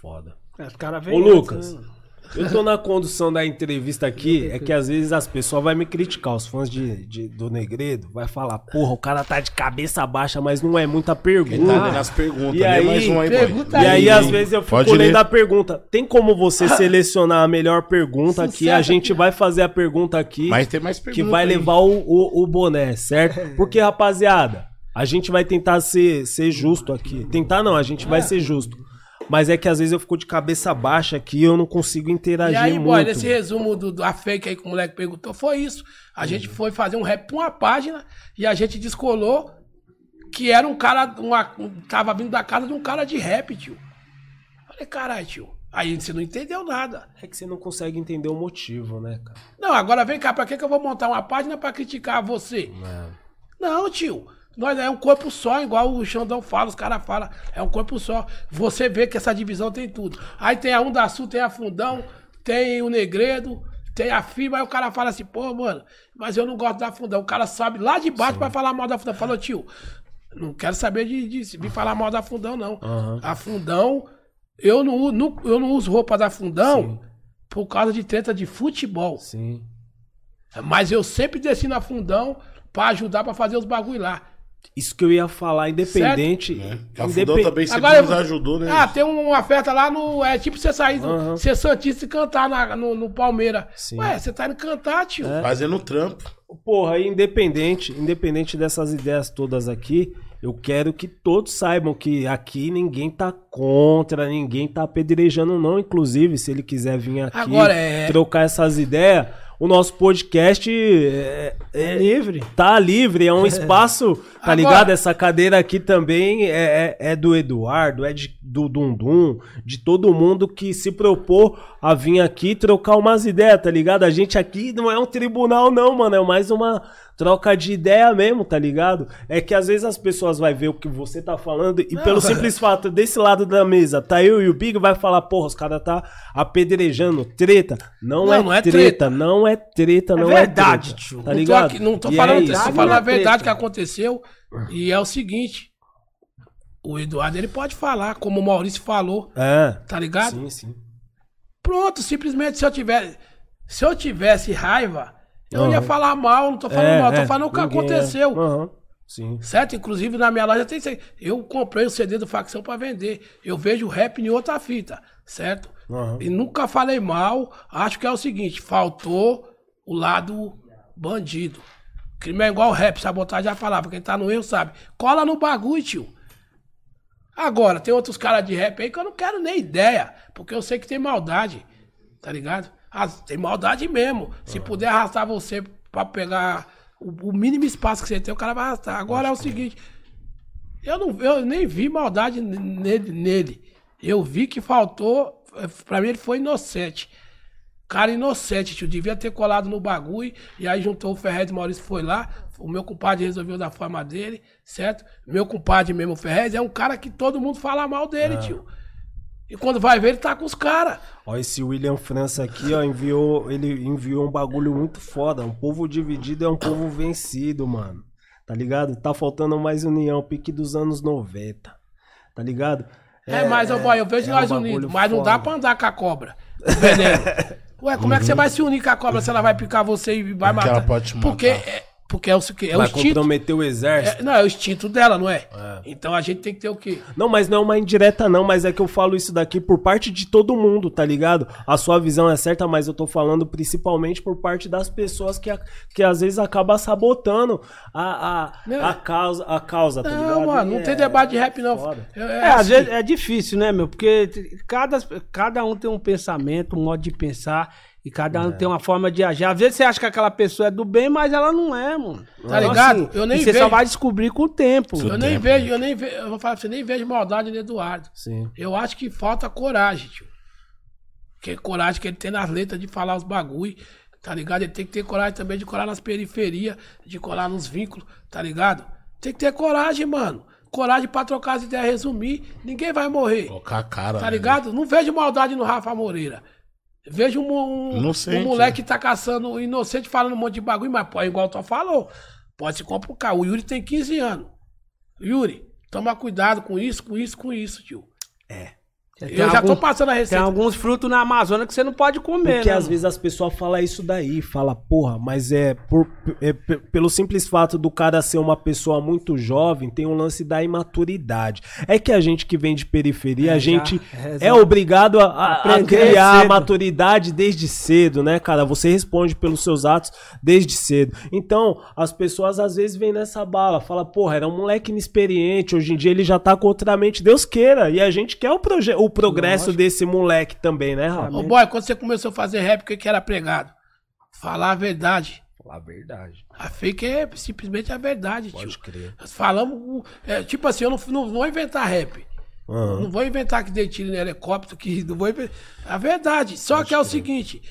[SPEAKER 1] Foda.
[SPEAKER 4] É, os cara
[SPEAKER 1] Ô,
[SPEAKER 4] vêm
[SPEAKER 1] Lucas.
[SPEAKER 4] antes, né?
[SPEAKER 1] Eu tô na condução da entrevista aqui, é que às vezes as pessoas vão me criticar, os fãs de, de- do Negredo vai falar, porra, o cara tá de cabeça baixa, mas não é muita
[SPEAKER 2] Ele
[SPEAKER 1] pergunta.
[SPEAKER 2] tá lendo as perguntas.
[SPEAKER 1] E
[SPEAKER 2] Lê
[SPEAKER 3] né?
[SPEAKER 1] aí,
[SPEAKER 2] mais um aí, boy.
[SPEAKER 3] pergunta
[SPEAKER 1] E aí,
[SPEAKER 2] Lê
[SPEAKER 1] às
[SPEAKER 2] um.
[SPEAKER 1] vezes, eu fico
[SPEAKER 2] Pode
[SPEAKER 1] lendo
[SPEAKER 2] ler.
[SPEAKER 1] a pergunta. Tem como você selecionar a melhor pergunta que a
[SPEAKER 3] Sucesso
[SPEAKER 1] gente vai fazer a pergunta aqui,
[SPEAKER 2] Mas tem mais
[SPEAKER 1] que
[SPEAKER 2] perguntas.
[SPEAKER 1] vai
[SPEAKER 2] aí.
[SPEAKER 1] levar o, o, o boné, certo? Porque, rapaziada, a gente vai tentar ser, ser justo aqui. Tentar não, a gente
[SPEAKER 3] Ah.
[SPEAKER 1] vai ser justo. Mas é que às vezes eu fico de cabeça baixa aqui e eu não consigo interagir
[SPEAKER 3] e aí,
[SPEAKER 1] muito.
[SPEAKER 3] boy, nesse resumo do, da fake aí que o moleque perguntou, foi isso. A gente foi fazer um rap pra uma página e a gente descolou que era um cara, uma, um- tava vindo da casa de um cara de rap, tio. Falei, caralho, tio. Aí você não entendeu nada.
[SPEAKER 1] É que você não consegue entender o motivo, né, cara?
[SPEAKER 3] Não, agora vem cá, pra que, que eu vou montar uma página pra criticar você? Não, tio. Nós é um corpo só, igual o Xandão fala, os caras falam. É um corpo só. Você vê que essa divisão tem tudo. Aí tem a Onda Sul, tem a Fundão, tem o Negredo, Tem a firma, aí o cara fala assim, pô, mano, mas eu não gosto da Fundão. O cara sobe lá de baixo pra falar mal da Fundão. Falou, tio, não quero saber de, de vir falar mal da Fundão, não. A Fundão, eu não, u- nu- eu não uso roupa da Fundão por causa de treta de futebol.
[SPEAKER 1] Sim.
[SPEAKER 3] Mas eu sempre desci na Fundão pra ajudar pra fazer os bagulho lá.
[SPEAKER 1] Isso que eu ia falar, independente.
[SPEAKER 2] Né? Que A
[SPEAKER 1] indepen-
[SPEAKER 2] Fundão também sempre
[SPEAKER 3] Agora eu-
[SPEAKER 2] nos ajudou, né?
[SPEAKER 3] Ah, tem uma festa lá no. É tipo você sair, do-
[SPEAKER 1] Aham.
[SPEAKER 3] ser Santista e cantar na- no, no Palmeiras.
[SPEAKER 1] Sim. É,
[SPEAKER 3] Ué, você tá indo cantar, tio.
[SPEAKER 2] Fazendo trampo.
[SPEAKER 1] Porra, e independente, independente dessas ideias todas aqui, eu quero que todos saibam que aqui ninguém tá contra, ninguém tá apedrejando, não. Inclusive, se ele quiser vir aqui
[SPEAKER 3] Agora é-
[SPEAKER 1] trocar essas ideias, o nosso podcast é, é-
[SPEAKER 4] Livre.
[SPEAKER 1] tá livre, é um espaço, tá
[SPEAKER 3] Agora-
[SPEAKER 1] ligado? Essa cadeira aqui também é, é- é do Eduardo, é de, do Dundum, de todo mundo que se propôs a vir aqui trocar umas ideias, tá ligado? A gente aqui não é um tribunal não, mano, é mais uma troca de ideia mesmo, tá ligado? É que às vezes as pessoas vai ver o que você tá falando e pelo simples fato desse lado da mesa, tá eu e o Big, vai falar, porra, os caras tá apedrejando, treta. Não,
[SPEAKER 3] Não,
[SPEAKER 1] é,
[SPEAKER 3] não é
[SPEAKER 1] treta,
[SPEAKER 3] treta.
[SPEAKER 1] não é treta,
[SPEAKER 4] É
[SPEAKER 1] não
[SPEAKER 4] verdade,
[SPEAKER 1] é treta, Tá
[SPEAKER 4] tio.
[SPEAKER 3] Não tô
[SPEAKER 1] ligado?
[SPEAKER 3] aqui- Não tô,
[SPEAKER 1] E
[SPEAKER 3] falando
[SPEAKER 1] é
[SPEAKER 3] isso,
[SPEAKER 1] isso.
[SPEAKER 3] tô
[SPEAKER 4] Sabe
[SPEAKER 3] falando
[SPEAKER 4] a
[SPEAKER 3] a verdade
[SPEAKER 4] treta.
[SPEAKER 3] que aconteceu. E é o seguinte: o Eduardo ele pode falar, como o Maurício falou,
[SPEAKER 1] É.
[SPEAKER 3] tá ligado?
[SPEAKER 1] Sim, sim.
[SPEAKER 3] Pronto, simplesmente se eu tivesse. Se eu tivesse raiva, eu ia falar mal, não tô falando mal, eu tô falando o que
[SPEAKER 1] ninguém é.
[SPEAKER 3] aconteceu.
[SPEAKER 1] Aham, Sim.
[SPEAKER 3] Certo? Inclusive na minha loja tem isso aí. Eu comprei o CD do Facção pra vender. Eu vejo o rap em outra fita, certo?
[SPEAKER 1] Aham.
[SPEAKER 3] E nunca falei mal. Acho que é o seguinte: faltou o lado bandido. Crime é igual rap, sabotagem já falava. Quem tá no erro sabe. Cola no bagulho, tio. Agora, tem outros caras de rap aí que eu não quero nem ideia, porque eu sei que tem maldade, tá ligado? Ah, tem maldade mesmo. Se puder arrastar você pra pegar o, o mínimo espaço que você tem, o cara vai arrastar. Agora é o seguinte, eu, não, eu nem vi maldade n- nele, nele. Eu vi que faltou, eh, pra mim ele foi inocente. Cara inocente, tio. Devia ter colado no bagulho. E aí juntou o Ferrez e o Maurício foi lá. O meu compadre resolveu da forma dele, certo? Meu compadre mesmo, o Ferrez, é um cara que todo mundo fala mal dele, tio. E quando vai ver, ele tá com os caras.
[SPEAKER 1] Ó, esse William França aqui, ó, enviou, ele enviou um bagulho muito foda. Um povo dividido é um povo vencido, mano. Tá ligado? Tá faltando mais união, pique dos anos 90. Tá ligado?
[SPEAKER 3] É, mas, ó, boy, eu vejo
[SPEAKER 1] é um
[SPEAKER 3] nós
[SPEAKER 1] bagulho
[SPEAKER 3] unidos. Mas não dá
[SPEAKER 1] foda. Uhum.
[SPEAKER 3] pra andar com a cobra. Veneno. Ué, como é que você vai se unir com a cobra se ela vai picar você e vai
[SPEAKER 2] Porque
[SPEAKER 3] matar?
[SPEAKER 2] ela pode te matar.
[SPEAKER 3] Porque é, porque é o, que- é o
[SPEAKER 1] Vai
[SPEAKER 3] instinto.
[SPEAKER 1] comprometer o exército.
[SPEAKER 3] é- não, é o instinto dela, não é? Então a gente tem que ter o quê?
[SPEAKER 1] Não, mas não é uma indireta, não, mas é que eu falo isso daqui por parte de todo mundo, tá ligado? A sua visão é certa, mas eu tô falando principalmente por parte das pessoas que, a- que às vezes acaba sabotando a,
[SPEAKER 3] Não.
[SPEAKER 1] a, a causa, a causa, tá ligado?
[SPEAKER 3] Não, mano,
[SPEAKER 1] E
[SPEAKER 3] não
[SPEAKER 1] é-
[SPEAKER 3] tem debate de rap, não.
[SPEAKER 1] foda.
[SPEAKER 3] É,
[SPEAKER 4] É, às
[SPEAKER 3] assim.
[SPEAKER 4] vezes é difícil, né, meu? Porque t- cada, cada um tem um pensamento, um modo de pensar, e cada
[SPEAKER 3] É.
[SPEAKER 4] um tem uma forma de agir. Às vezes você acha que aquela pessoa é do bem, mas ela não é, mano. Então,
[SPEAKER 3] Tá ligado? Eu nem
[SPEAKER 4] e você
[SPEAKER 3] vejo.
[SPEAKER 4] só vai descobrir com o tempo.
[SPEAKER 3] Eu
[SPEAKER 2] Do
[SPEAKER 3] nem
[SPEAKER 2] tempo,
[SPEAKER 3] vejo, eu nem vejo, eu vou falar pra você, nem vejo maldade no Eduardo.
[SPEAKER 1] Sim.
[SPEAKER 3] Eu acho que falta coragem, tio. Que coragem que ele tem nas letras de falar os bagulho, tá ligado? Ele tem que ter coragem também de colar nas periferias, de colar nos vínculos, tá ligado? Tem que ter coragem, mano. Coragem pra trocar as ideias, resumir. Ninguém vai morrer,
[SPEAKER 2] Colocar a cara.
[SPEAKER 3] tá
[SPEAKER 2] né?
[SPEAKER 3] ligado? Não vejo maldade no Rafa Moreira. Vejo um, um-
[SPEAKER 2] Inocente,
[SPEAKER 3] um moleque que tá caçando um inocente falando um monte de bagulho, mas pô, é igual tu falou. Pode se complicar. O Yuri tem 15 anos. Yuri, toma cuidado com isso, com isso, com isso, tio.
[SPEAKER 4] É, Tem
[SPEAKER 3] Eu já
[SPEAKER 4] algum-
[SPEAKER 3] tô passando a
[SPEAKER 4] Tem
[SPEAKER 3] receita.
[SPEAKER 4] alguns frutos na Amazônia que você não pode comer,
[SPEAKER 1] Porque
[SPEAKER 4] né?
[SPEAKER 1] às
[SPEAKER 4] mano?
[SPEAKER 1] vezes as pessoas falam isso daí, fala porra, mas é, por- é pe- pelo simples fato do cara ser uma pessoa muito jovem, tem um lance da imaturidade. É que a gente que vem de periferia, a gente
[SPEAKER 4] é,
[SPEAKER 1] é
[SPEAKER 4] exato.
[SPEAKER 1] obrigado a, a- a
[SPEAKER 4] Aprender
[SPEAKER 1] criar a
[SPEAKER 4] cedo.
[SPEAKER 1] maturidade desde cedo, né, cara? Você responde pelos seus atos desde cedo. Então, as pessoas às vezes vêm nessa bala, fala porra, era um moleque inexperiente, hoje em dia ele já tá com outra mente, Deus queira. E a gente quer o, proje- o progresso desse moleque também, né, Rafa?
[SPEAKER 3] Ô boy, quando você começou a fazer rap, o que, que era pregado? Falar a verdade.
[SPEAKER 1] Falar a verdade.
[SPEAKER 3] A fake é simplesmente a verdade,
[SPEAKER 1] Pode
[SPEAKER 3] tio.
[SPEAKER 1] crer.
[SPEAKER 3] Nós falamos. é, tipo assim, eu não, não vou inventar rap.
[SPEAKER 1] Ah.
[SPEAKER 3] Não vou inventar que dei tiro no helicóptero, que não vou inventar. A verdade. Só que é o seguinte.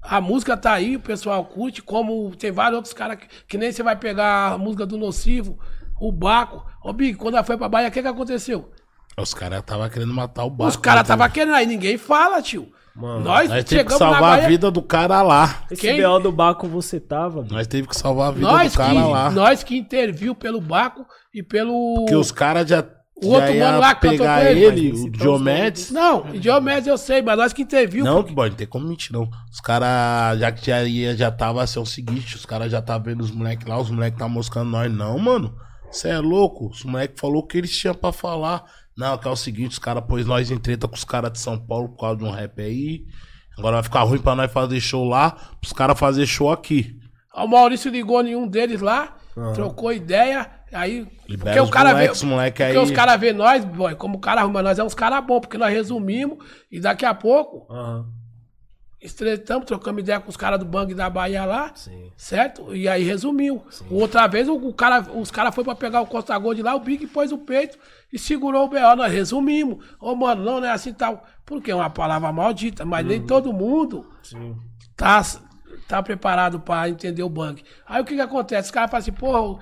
[SPEAKER 3] A música tá aí, o pessoal curte, como tem vários outros caras que, que nem você vai pegar a música do Nocivo, o Baco. Ô, Big, quando ela foi pra Bahia, o que, que aconteceu?
[SPEAKER 2] Os caras tava querendo matar o barco. né?
[SPEAKER 3] Os caras tava querendo aí, ninguém fala, tio.
[SPEAKER 1] Mano,
[SPEAKER 3] nós,
[SPEAKER 2] Nós teve que
[SPEAKER 3] chegamos na
[SPEAKER 2] salvar a
[SPEAKER 3] Bahia,
[SPEAKER 2] vida do cara lá.
[SPEAKER 1] Esse
[SPEAKER 3] quem?
[SPEAKER 1] BO do Baco você tava, mano.
[SPEAKER 2] Nós teve que salvar a vida
[SPEAKER 3] nós
[SPEAKER 2] do cara
[SPEAKER 3] que,
[SPEAKER 2] lá.
[SPEAKER 3] nós que interviu pelo Baco e pelo...
[SPEAKER 2] Porque os caras já.
[SPEAKER 3] O outro
[SPEAKER 2] já ia
[SPEAKER 3] mano lá que cantou
[SPEAKER 2] pegar
[SPEAKER 3] com ele,
[SPEAKER 2] ele,
[SPEAKER 1] mas
[SPEAKER 2] o
[SPEAKER 1] então
[SPEAKER 2] Diomedes.
[SPEAKER 3] Não, Diomedes eu sei, mas nós que interviu.
[SPEAKER 2] Não, boy, não tem como mentir, não. Os caras, já que já, ia- já tava assim, é o seguinte, os caras já tá vendo os moleques lá, os moleques tá moscando nós, não, mano. Você é louco? Os moleques falou o que eles tinham pra falar. Não, que é o seguinte, os caras pôs nós em treta com os caras de São Paulo por causa de um rap aí. Agora vai ficar ruim pra nós fazer show lá, pros caras fazer show aqui.
[SPEAKER 3] O Maurício ligou em um deles lá,
[SPEAKER 2] Ah.
[SPEAKER 3] trocou ideia, aí.
[SPEAKER 2] Libera
[SPEAKER 3] porque
[SPEAKER 2] os
[SPEAKER 3] o cara
[SPEAKER 2] moleques, os
[SPEAKER 3] vê,
[SPEAKER 2] moleque
[SPEAKER 3] porque
[SPEAKER 2] aí.
[SPEAKER 3] os caras vê nós, boy, como o cara arruma nós, é uns caras bons, porque nós resumimos e daqui a pouco
[SPEAKER 1] Aham,
[SPEAKER 3] estreitamos, trocamos ideia com os caras do Bang da Bahia lá,
[SPEAKER 1] sim.
[SPEAKER 3] certo? E aí resumiu. Outra vez o, o cara, os caras foi pra pegar o Costa Gold lá, o Big pôs o peito e segurou o B.O. Nós resumimos. Ô, mano, não, não é assim tal. Porque é uma palavra maldita, mas nem todo mundo
[SPEAKER 1] Sim.
[SPEAKER 3] tá, tá preparado pra entender o bang. Aí o que que acontece? Os caras falam assim, porra, o,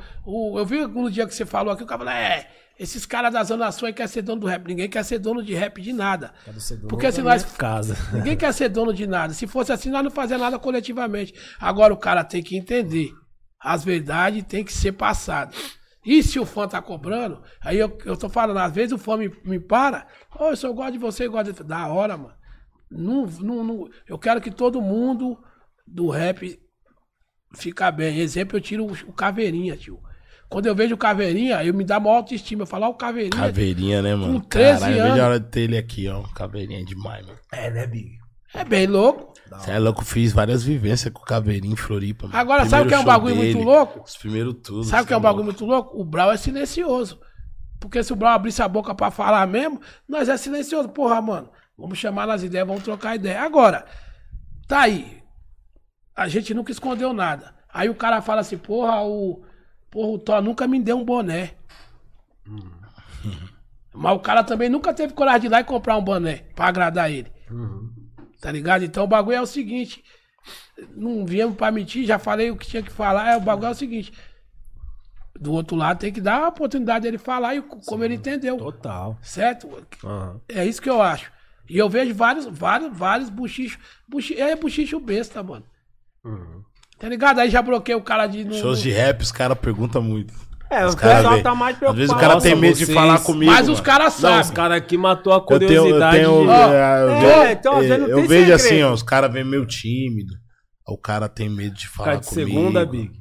[SPEAKER 3] o- eu vi no dia que você falou aqui, o cara falou, é, esses caras da Zona Sul aí querem ser dono do rap. Ninguém quer ser dono de rap de nada.
[SPEAKER 1] Quero ser dono
[SPEAKER 3] Porque
[SPEAKER 1] da
[SPEAKER 4] assim,
[SPEAKER 3] se nós...
[SPEAKER 1] minha um Casa.
[SPEAKER 3] Ninguém quer ser dono de nada. Se fosse assim, nós não fazia nada coletivamente. Agora o cara tem que entender. As verdades têm que ser passadas. E se o fã tá cobrando, aí eu, eu tô falando, às vezes o fã me, me para, ô, eu só gosto de você, eu gosto de... Da hora, mano. Não, não, não- eu quero que todo mundo do rap fica bem. Exemplo, eu tiro o, o Caveirinha, tio. Quando eu vejo o Caveirinha, eu me dá maior autoestima. Eu falo, ó, o Caveirinha...
[SPEAKER 2] Caveirinha, né, mano?
[SPEAKER 3] Com 13
[SPEAKER 2] Caralho, eu vejo
[SPEAKER 3] anos.
[SPEAKER 2] a hora de ter ele aqui, ó. Caveirinha é demais, mano.
[SPEAKER 3] É, né, Big? É bem louco.
[SPEAKER 2] Você é louco, fiz várias vivências com o Caveirinha em Floripa. mano.
[SPEAKER 3] Agora, sabe o que é um
[SPEAKER 2] show
[SPEAKER 3] bagulho muito louco?
[SPEAKER 2] Os primeiros tudo.
[SPEAKER 3] Sabe o
[SPEAKER 2] cê
[SPEAKER 3] que é um bagulho
[SPEAKER 2] louco.
[SPEAKER 3] muito louco? O Brau é silencioso. Porque se o Brau abrisse a boca pra falar mesmo, nós é silencioso. Porra, mano, vamos chamar nas ideias, vamos trocar ideia. Agora, tá aí. A gente nunca escondeu nada. Aí o cara fala assim, porra, o. Porra, o Thó nunca me deu um boné. Mas o cara também nunca teve coragem de ir lá e comprar um boné pra agradar ele. Tá ligado? Então o bagulho é o seguinte. Não viemos pra mentir, já falei o que tinha que falar. É, o bagulho é o seguinte. Do outro lado tem que dar a oportunidade dele falar e co- como ele entendeu.
[SPEAKER 1] Total.
[SPEAKER 3] Certo?
[SPEAKER 1] Aham.
[SPEAKER 3] É isso que eu acho. E eu vejo vários, vários, vários buchichos. Buchi, é buchicho besta, mano. Tá ligado? Aí já bloqueei o cara de. no-
[SPEAKER 2] Shows de rap, os caras perguntam muito.
[SPEAKER 4] É,
[SPEAKER 2] Os
[SPEAKER 4] o
[SPEAKER 2] cara
[SPEAKER 4] pessoal
[SPEAKER 2] vê.
[SPEAKER 4] tá mais
[SPEAKER 2] Às
[SPEAKER 4] preocupado.
[SPEAKER 2] vezes o cara tem
[SPEAKER 1] Nossa,
[SPEAKER 2] medo de
[SPEAKER 1] vocês-
[SPEAKER 2] falar comigo.
[SPEAKER 3] Mas os
[SPEAKER 2] mano.
[SPEAKER 3] caras
[SPEAKER 1] Não, os
[SPEAKER 3] sabem.
[SPEAKER 1] caras aqui matou a
[SPEAKER 2] Eu tenho, eu
[SPEAKER 1] curiosidade.
[SPEAKER 2] tenho. um
[SPEAKER 3] Ó,
[SPEAKER 2] eu
[SPEAKER 4] é, então, às vezes não
[SPEAKER 2] eu
[SPEAKER 4] tem
[SPEAKER 2] vejo
[SPEAKER 4] segredo.
[SPEAKER 2] assim, ó, os caras vêm meio tímido. O cara tem medo de falar
[SPEAKER 1] Cara, de
[SPEAKER 2] comigo.
[SPEAKER 1] segunda, Big.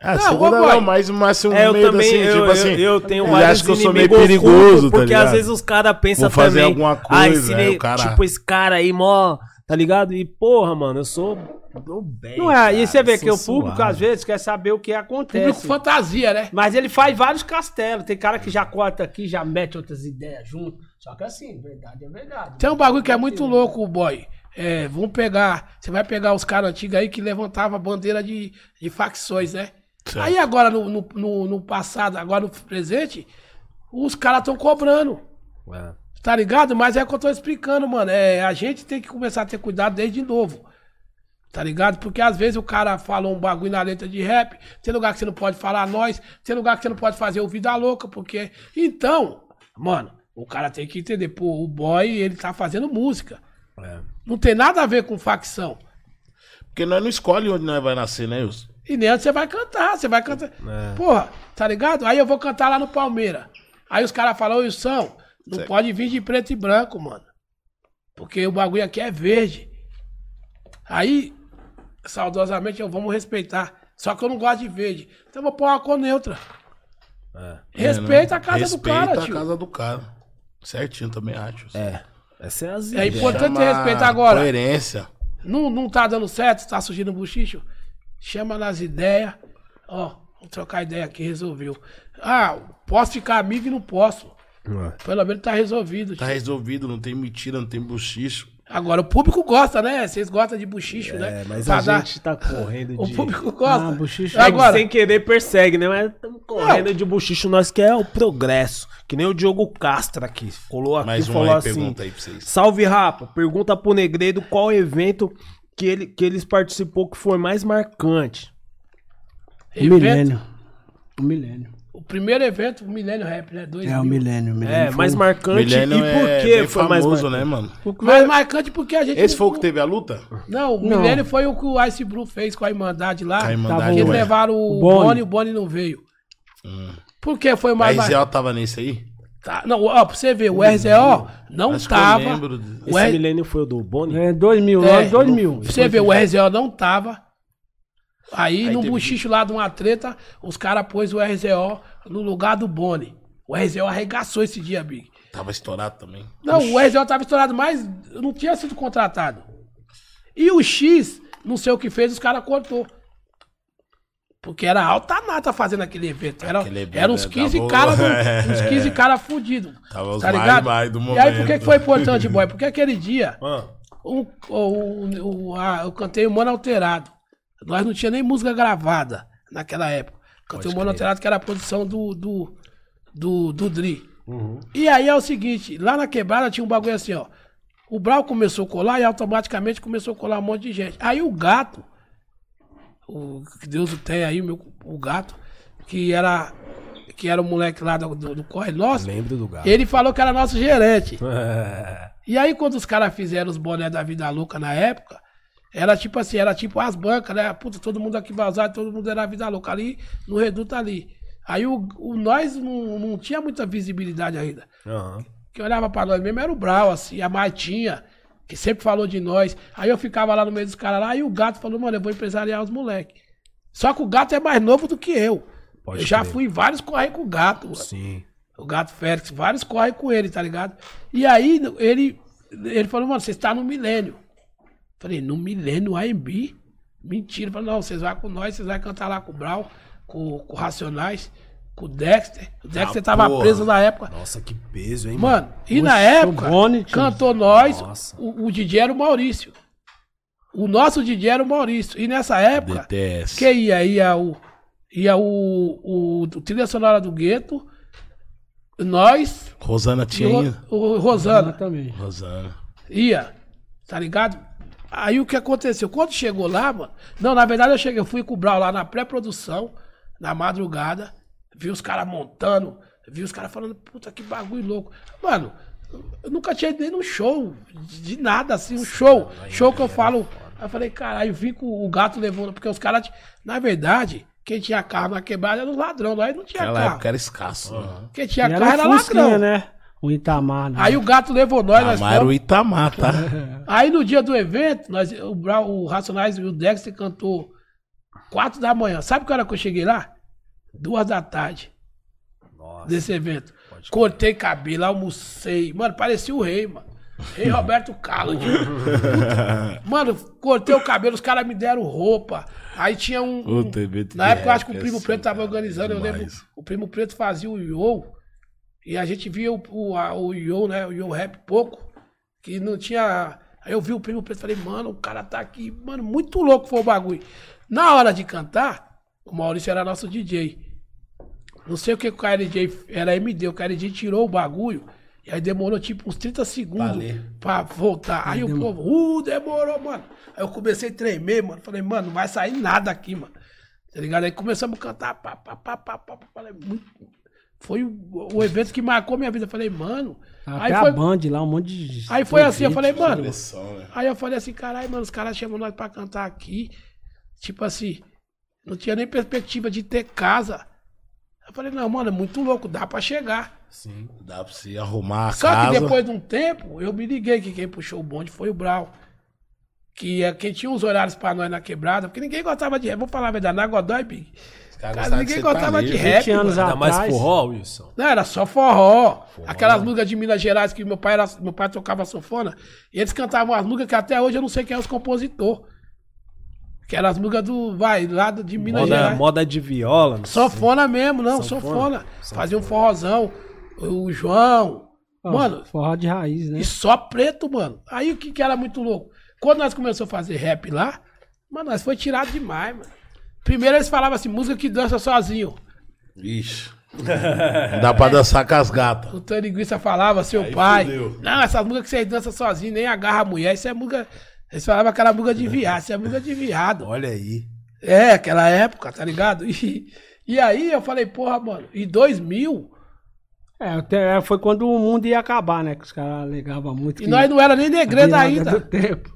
[SPEAKER 2] Ah,
[SPEAKER 3] Não,
[SPEAKER 2] segunda
[SPEAKER 3] ô, boy.
[SPEAKER 2] não, mas mais um
[SPEAKER 1] É, eu
[SPEAKER 2] medo
[SPEAKER 1] também,
[SPEAKER 2] assim,
[SPEAKER 1] eu,
[SPEAKER 2] tipo
[SPEAKER 1] eu-
[SPEAKER 2] assim.
[SPEAKER 1] eu tenho um
[SPEAKER 2] ele
[SPEAKER 1] vários
[SPEAKER 2] acha que eu sou meio
[SPEAKER 1] inimigos
[SPEAKER 2] perigoso,
[SPEAKER 1] ocultos,
[SPEAKER 2] tá
[SPEAKER 1] Porque
[SPEAKER 2] ligado?
[SPEAKER 1] às vezes os caras pensam
[SPEAKER 2] Vou fazer
[SPEAKER 1] também.
[SPEAKER 2] alguma
[SPEAKER 1] ah,
[SPEAKER 2] coisa,
[SPEAKER 1] esse
[SPEAKER 2] aí o
[SPEAKER 1] ne-
[SPEAKER 2] cara-
[SPEAKER 1] Tipo, esse cara aí, mó. Tá ligado? E porra, mano, eu sou. do bem,
[SPEAKER 4] Não é,
[SPEAKER 1] cara,
[SPEAKER 4] e você vê
[SPEAKER 1] eu
[SPEAKER 4] que o
[SPEAKER 1] sou
[SPEAKER 4] público
[SPEAKER 1] suave.
[SPEAKER 4] às vezes quer saber o que
[SPEAKER 3] Público
[SPEAKER 4] acontece.
[SPEAKER 3] fantasia, né?
[SPEAKER 4] Mas ele faz vários castelos. Tem cara que já corta aqui, já mete outras ideias junto. Só que assim, verdade é verdade.
[SPEAKER 3] Tem um bagulho que é muito louco, boy. É, vamos pegar. Você vai pegar os caras antigos aí que levantavam bandeira de, de facções, né?
[SPEAKER 2] Certo.
[SPEAKER 3] Aí agora, no, no, no- no passado, agora no presente, os caras estão cobrando.
[SPEAKER 1] É.
[SPEAKER 3] Tá ligado? Mas é o que eu tô explicando, mano. É, a gente tem que começar a ter cuidado desde novo. Tá ligado? Porque às vezes o cara fala um bagulho na letra de rap, tem lugar que você não pode falar nós, tem lugar que você não pode fazer o vida louca, porque. Então, mano, o cara tem que entender, pô, o boy, ele tá fazendo música.
[SPEAKER 1] É.
[SPEAKER 3] Não tem nada a ver com facção.
[SPEAKER 2] Porque nós não escolhe onde nós vai nascer, né, Wilson?
[SPEAKER 3] E nem antes você vai cantar, você vai cantar. Porra, tá ligado? Aí eu vou cantar lá no Palmeiras. Aí os caras falam, ô Wilson, não pode vir de preto e branco, mano. Porque o bagulho aqui é verde. Aí, saudosamente, eu vamos respeitar. Só que eu não gosto de verde. Então eu vou pôr uma cor neutra. Respeita a casa do cara,
[SPEAKER 2] É, né? Respeita
[SPEAKER 3] tio.
[SPEAKER 2] a casa do cara. Certinho, também acho. Wilson.
[SPEAKER 1] É. Essa é a zica.
[SPEAKER 3] É importante
[SPEAKER 2] Chama
[SPEAKER 3] respeitar agora.
[SPEAKER 2] Coerência.
[SPEAKER 3] Não, não tá dando certo, tá surgindo um buchicho. Chama nas ideias. Ó, vamos trocar ideia aqui, resolveu. Ah, posso ficar amigo e não posso.
[SPEAKER 1] É.
[SPEAKER 3] Pelo menos tá resolvido.
[SPEAKER 2] Tá
[SPEAKER 3] tio.
[SPEAKER 2] resolvido, não tem mentira, não tem buchicho.
[SPEAKER 3] Agora, o público gosta, né? Vocês gostam de buchicho, né?
[SPEAKER 1] É, mas
[SPEAKER 3] Pra
[SPEAKER 1] a
[SPEAKER 3] dar-
[SPEAKER 1] gente tá correndo
[SPEAKER 3] O
[SPEAKER 1] de.
[SPEAKER 3] público gosta.
[SPEAKER 4] Ah, buchicho.
[SPEAKER 3] Agora,
[SPEAKER 1] Sem querer persegue, né? Mas estamos correndo de buchicho, nós que é o progresso. Que nem o Diogo Castro aqui. Colou aqui e
[SPEAKER 2] Mais uma
[SPEAKER 1] falou
[SPEAKER 2] aí,
[SPEAKER 1] assim.
[SPEAKER 2] pergunta aí pra vocês.
[SPEAKER 1] Salve, Rapa. Pergunta pro Negredo qual evento que, ele, que eles participou que foi mais marcante.
[SPEAKER 4] O Um milênio. O milênio.
[SPEAKER 3] O primeiro evento, o Milênio Rap, né? Dois
[SPEAKER 4] É o
[SPEAKER 3] mil.
[SPEAKER 4] Milênio, Milênio.
[SPEAKER 1] É,
[SPEAKER 4] foi um
[SPEAKER 1] mais
[SPEAKER 4] o-
[SPEAKER 1] marcante.
[SPEAKER 2] Milênio
[SPEAKER 1] e por
[SPEAKER 2] é
[SPEAKER 1] que
[SPEAKER 2] bem
[SPEAKER 1] foi mais
[SPEAKER 2] famoso,
[SPEAKER 1] marcante?
[SPEAKER 2] né, mano?
[SPEAKER 3] Mais é marcante porque a gente.
[SPEAKER 2] Esse foi o que teve a luta?
[SPEAKER 3] Não, o
[SPEAKER 4] Não.
[SPEAKER 3] Milênio foi o que o Ice Blue fez com a Irmandade lá.
[SPEAKER 2] A
[SPEAKER 4] tá
[SPEAKER 2] Irmandade,
[SPEAKER 4] bom.
[SPEAKER 3] Eles
[SPEAKER 2] ué. Hum.
[SPEAKER 3] levaram o,
[SPEAKER 4] O Boni.
[SPEAKER 3] Boni e o Boni não veio. Por que foi
[SPEAKER 2] A
[SPEAKER 3] mais marcante?
[SPEAKER 2] Isel tava nesse aí?
[SPEAKER 3] Tá, não, ó, pra você ver, o RZO não
[SPEAKER 2] Acho que eu
[SPEAKER 3] tava.
[SPEAKER 2] lembro de-
[SPEAKER 1] Esse
[SPEAKER 3] O R-
[SPEAKER 1] milênio foi o do Boni?
[SPEAKER 4] É, 2000,
[SPEAKER 3] É,
[SPEAKER 4] ano 2000.
[SPEAKER 3] pra você ver, o RZO não tava. Aí,
[SPEAKER 2] Aí
[SPEAKER 3] num
[SPEAKER 2] teve-
[SPEAKER 3] buchicho lá de uma treta, os caras pôs o RZO no lugar do Boni. O RZO arregaçou esse dia, Big.
[SPEAKER 2] Tava estourado também.
[SPEAKER 3] Não, o RZO tava estourado, mas não tinha sido contratado. E o X, não sei o que fez, os caras cortou. Porque era alta nata fazendo aquele evento. Era,
[SPEAKER 2] Aquele evento
[SPEAKER 3] era uns
[SPEAKER 2] tava-
[SPEAKER 3] 15 caras uns 15 cara fudidos.
[SPEAKER 2] Tava os
[SPEAKER 3] tá
[SPEAKER 2] mais
[SPEAKER 3] ligado?
[SPEAKER 2] mais do
[SPEAKER 3] e aí, por que
[SPEAKER 2] momento.
[SPEAKER 3] que foi importante, boy? Porque aquele dia,
[SPEAKER 1] Ah,
[SPEAKER 3] o, o, o- a- eu cantei o Mano Alterado. Nós não tinha nem música gravada naquela época. Cantei o Mano Alterado, que era a produção do, do, do, do Dri.
[SPEAKER 1] Uhum.
[SPEAKER 3] E aí é o seguinte, lá na quebrada tinha um bagulho assim, ó. O Brau começou a colar e automaticamente começou a colar um monte de gente. Aí o gato, o que Deus o tem aí, o meu, o gato, que era, que era o moleque lá do, do, do corre nosso,
[SPEAKER 1] lembro do gato.
[SPEAKER 3] ele falou que era nosso gerente.
[SPEAKER 1] É.
[SPEAKER 3] E aí, quando os caras fizeram os boné da Vida Louca na época, era tipo assim, era tipo as bancas, né? Puta, todo mundo aqui vazado, todo mundo era Vida Louca ali, no reduto ali. Aí o, o nós não, não tinha muita visibilidade ainda.
[SPEAKER 1] Aham.
[SPEAKER 3] Quem olhava pra nós mesmo era o Brau, assim, a Martinha, que sempre falou de nós. Aí eu ficava lá no meio dos caras lá, e o gato falou, mano, eu vou empresariar os moleques. Só que o gato é mais novo do que eu.
[SPEAKER 1] Pode
[SPEAKER 3] eu já
[SPEAKER 1] crer.
[SPEAKER 3] fui em vários correr com o gato. mano.
[SPEAKER 1] Sim.
[SPEAKER 3] O gato Félix, vários correm com ele, tá ligado? E aí ele, ele falou, mano, você está no milênio. Falei, no milênio AMB? Mentira. Falei, não, vocês vão com nós, vocês vão cantar lá com o Brau, com, com o Racionais, com o Dexter. O Dexter tava
[SPEAKER 2] porra.
[SPEAKER 3] preso na época.
[SPEAKER 1] Nossa, que peso, hein,
[SPEAKER 3] Mano, e na
[SPEAKER 4] Oxe,
[SPEAKER 3] época,
[SPEAKER 4] o Boni, tio.
[SPEAKER 3] cantou nós,
[SPEAKER 1] Nossa.
[SPEAKER 3] o, o DJ era o Maurício. O nosso DJ era o Maurício. E nessa época,
[SPEAKER 2] DTS.
[SPEAKER 3] que ia? Ia o, ia o, o, o trilha sonora do gueto, nós,
[SPEAKER 2] Rosana
[SPEAKER 3] e o-
[SPEAKER 2] tinha. ainda?
[SPEAKER 3] o Rosana
[SPEAKER 4] Exatamente.
[SPEAKER 2] Rosana.
[SPEAKER 3] ia, tá ligado? Aí o que aconteceu? Quando chegou lá, mano. Não, na verdade eu cheguei, eu fui com o Brau lá na pré-produção, na madrugada, vi os caras montando, vi os caras falando, puta que bagulho louco. Mano, eu nunca tinha ido num show, de de nada assim, um show. Show que eu falo. Aí eu falei, caralho, eu vim com o gato levando, porque os caras, na verdade, quem tinha carro na quebrada era os ladrão, nós não tinha
[SPEAKER 2] Aquela
[SPEAKER 3] carro.
[SPEAKER 2] época era escasso. Uhum.
[SPEAKER 3] Quem
[SPEAKER 4] E
[SPEAKER 3] tinha
[SPEAKER 4] era
[SPEAKER 3] carro era
[SPEAKER 4] o Fusquinha,
[SPEAKER 3] ladrão.
[SPEAKER 4] né? O Itamar, né?
[SPEAKER 3] Aí o gato levou nós, nós
[SPEAKER 2] Amar
[SPEAKER 3] fomos.
[SPEAKER 2] o Itamar, tá?
[SPEAKER 3] Aí no dia do evento, nós, o, Brau, o Racionais e o Dexter cantou 4 da manhã. Sabe que hora que eu cheguei lá? Duas da tarde
[SPEAKER 1] Nossa.
[SPEAKER 3] desse evento. Cortei cabelo, almocei. Mano, parecia o rei, mano. Rei Roberto Carlos. Puta. mano, cortei o cabelo, os caras me deram roupa. Aí tinha um. um-
[SPEAKER 2] Puta, evento
[SPEAKER 3] na
[SPEAKER 2] de
[SPEAKER 3] época eu acho que
[SPEAKER 2] rap
[SPEAKER 3] o
[SPEAKER 2] é
[SPEAKER 3] Primo
[SPEAKER 2] assim,
[SPEAKER 3] Preto tava
[SPEAKER 2] cara,
[SPEAKER 3] organizando, eu lembro.
[SPEAKER 2] demais.
[SPEAKER 3] O Primo Preto fazia o Yo. E a gente via o, o, a- o Yo, né? O Yo Rap pouco. Que não tinha. Aí eu vi o Primo Preto e falei, mano, o cara tá aqui. Mano, muito louco foi o bagulho. Na hora de cantar, o Maurício era nosso DJ. Não sei o que que o KLJ era MD, o KLJ tirou o bagulho e aí demorou tipo uns 30
[SPEAKER 2] um
[SPEAKER 3] segundos
[SPEAKER 2] ler.
[SPEAKER 3] pra voltar. Aí o povo, uh, demorou, mano. Aí eu comecei a tremer, mano. Falei, mano, não vai sair nada aqui, mano. Tá ligado? Aí começamos a cantar, pá, pá, pá, pá, pá, pá. Falei, muito. Foi o, o evento que marcou minha vida. Falei, mano.
[SPEAKER 4] Até
[SPEAKER 3] aí
[SPEAKER 4] a
[SPEAKER 3] foi,
[SPEAKER 4] Band lá, um monte de.
[SPEAKER 3] aí foi assim, eu falei, mano.
[SPEAKER 2] Pressão, né?
[SPEAKER 3] Aí eu falei assim, caralho, mano, os caras chamam nós pra cantar aqui. Tipo assim, não tinha nem perspectiva de ter casa. Eu falei, não, mano, é muito louco, dá pra chegar.
[SPEAKER 1] Sim.
[SPEAKER 2] Dá pra se arrumar a
[SPEAKER 3] Só
[SPEAKER 2] casa.
[SPEAKER 3] que depois de um tempo, eu me liguei que quem puxou o bonde foi o Brau. Que é quem tinha os horários pra nós na quebrada, porque ninguém gostava de rap. Vou falar a verdade, na Godói, Big.
[SPEAKER 2] Os caras
[SPEAKER 3] Cara,
[SPEAKER 2] gostavam
[SPEAKER 3] ninguém
[SPEAKER 2] ser
[SPEAKER 3] gostava de
[SPEAKER 2] talento.
[SPEAKER 3] rap.
[SPEAKER 4] 20 anos
[SPEAKER 3] mano.
[SPEAKER 1] Ainda mais
[SPEAKER 4] atrás.
[SPEAKER 1] forró, Wilson.
[SPEAKER 3] Não, era só forró. Aquelas músicas de Minas Gerais que meu pai, era, meu pai tocava sanfona. E eles cantavam as músicas que até hoje eu não sei quem é os compositores. Que eram as músicas do. Vai, lá do- de Minas
[SPEAKER 1] Moda,
[SPEAKER 3] Gerais.
[SPEAKER 1] moda de viola. não sei.
[SPEAKER 3] Sanfona mesmo, não, sanfona. Fazia um forrozão. O João.
[SPEAKER 4] Ó,
[SPEAKER 3] mano,
[SPEAKER 4] Forró de raiz, né?
[SPEAKER 3] e só preto, mano. Aí o que, que era muito louco? Quando nós começamos a fazer rap lá, mano, nós foi tirado demais, mano. Primeiro eles falavam assim, música que dança sozinho.
[SPEAKER 2] Ixi. Não dá pra dançar com as gatas.
[SPEAKER 3] O Tony Guissa falava, seu pai.
[SPEAKER 2] fudeu.
[SPEAKER 3] Não, essas músicas que vocês dançam sozinho, nem agarra a mulher, isso é música. Eles falavam aquela música de viado, isso é música de viado.
[SPEAKER 1] Olha aí.
[SPEAKER 3] É, aquela época, tá ligado? E, e aí eu falei, porra, mano, e 2000?
[SPEAKER 4] É, até foi quando o mundo ia acabar, né? Que os caras alegavam muito.
[SPEAKER 3] E
[SPEAKER 4] que
[SPEAKER 3] nós não era nem
[SPEAKER 4] a
[SPEAKER 3] negreta
[SPEAKER 4] virada
[SPEAKER 3] ainda.
[SPEAKER 4] do tempo.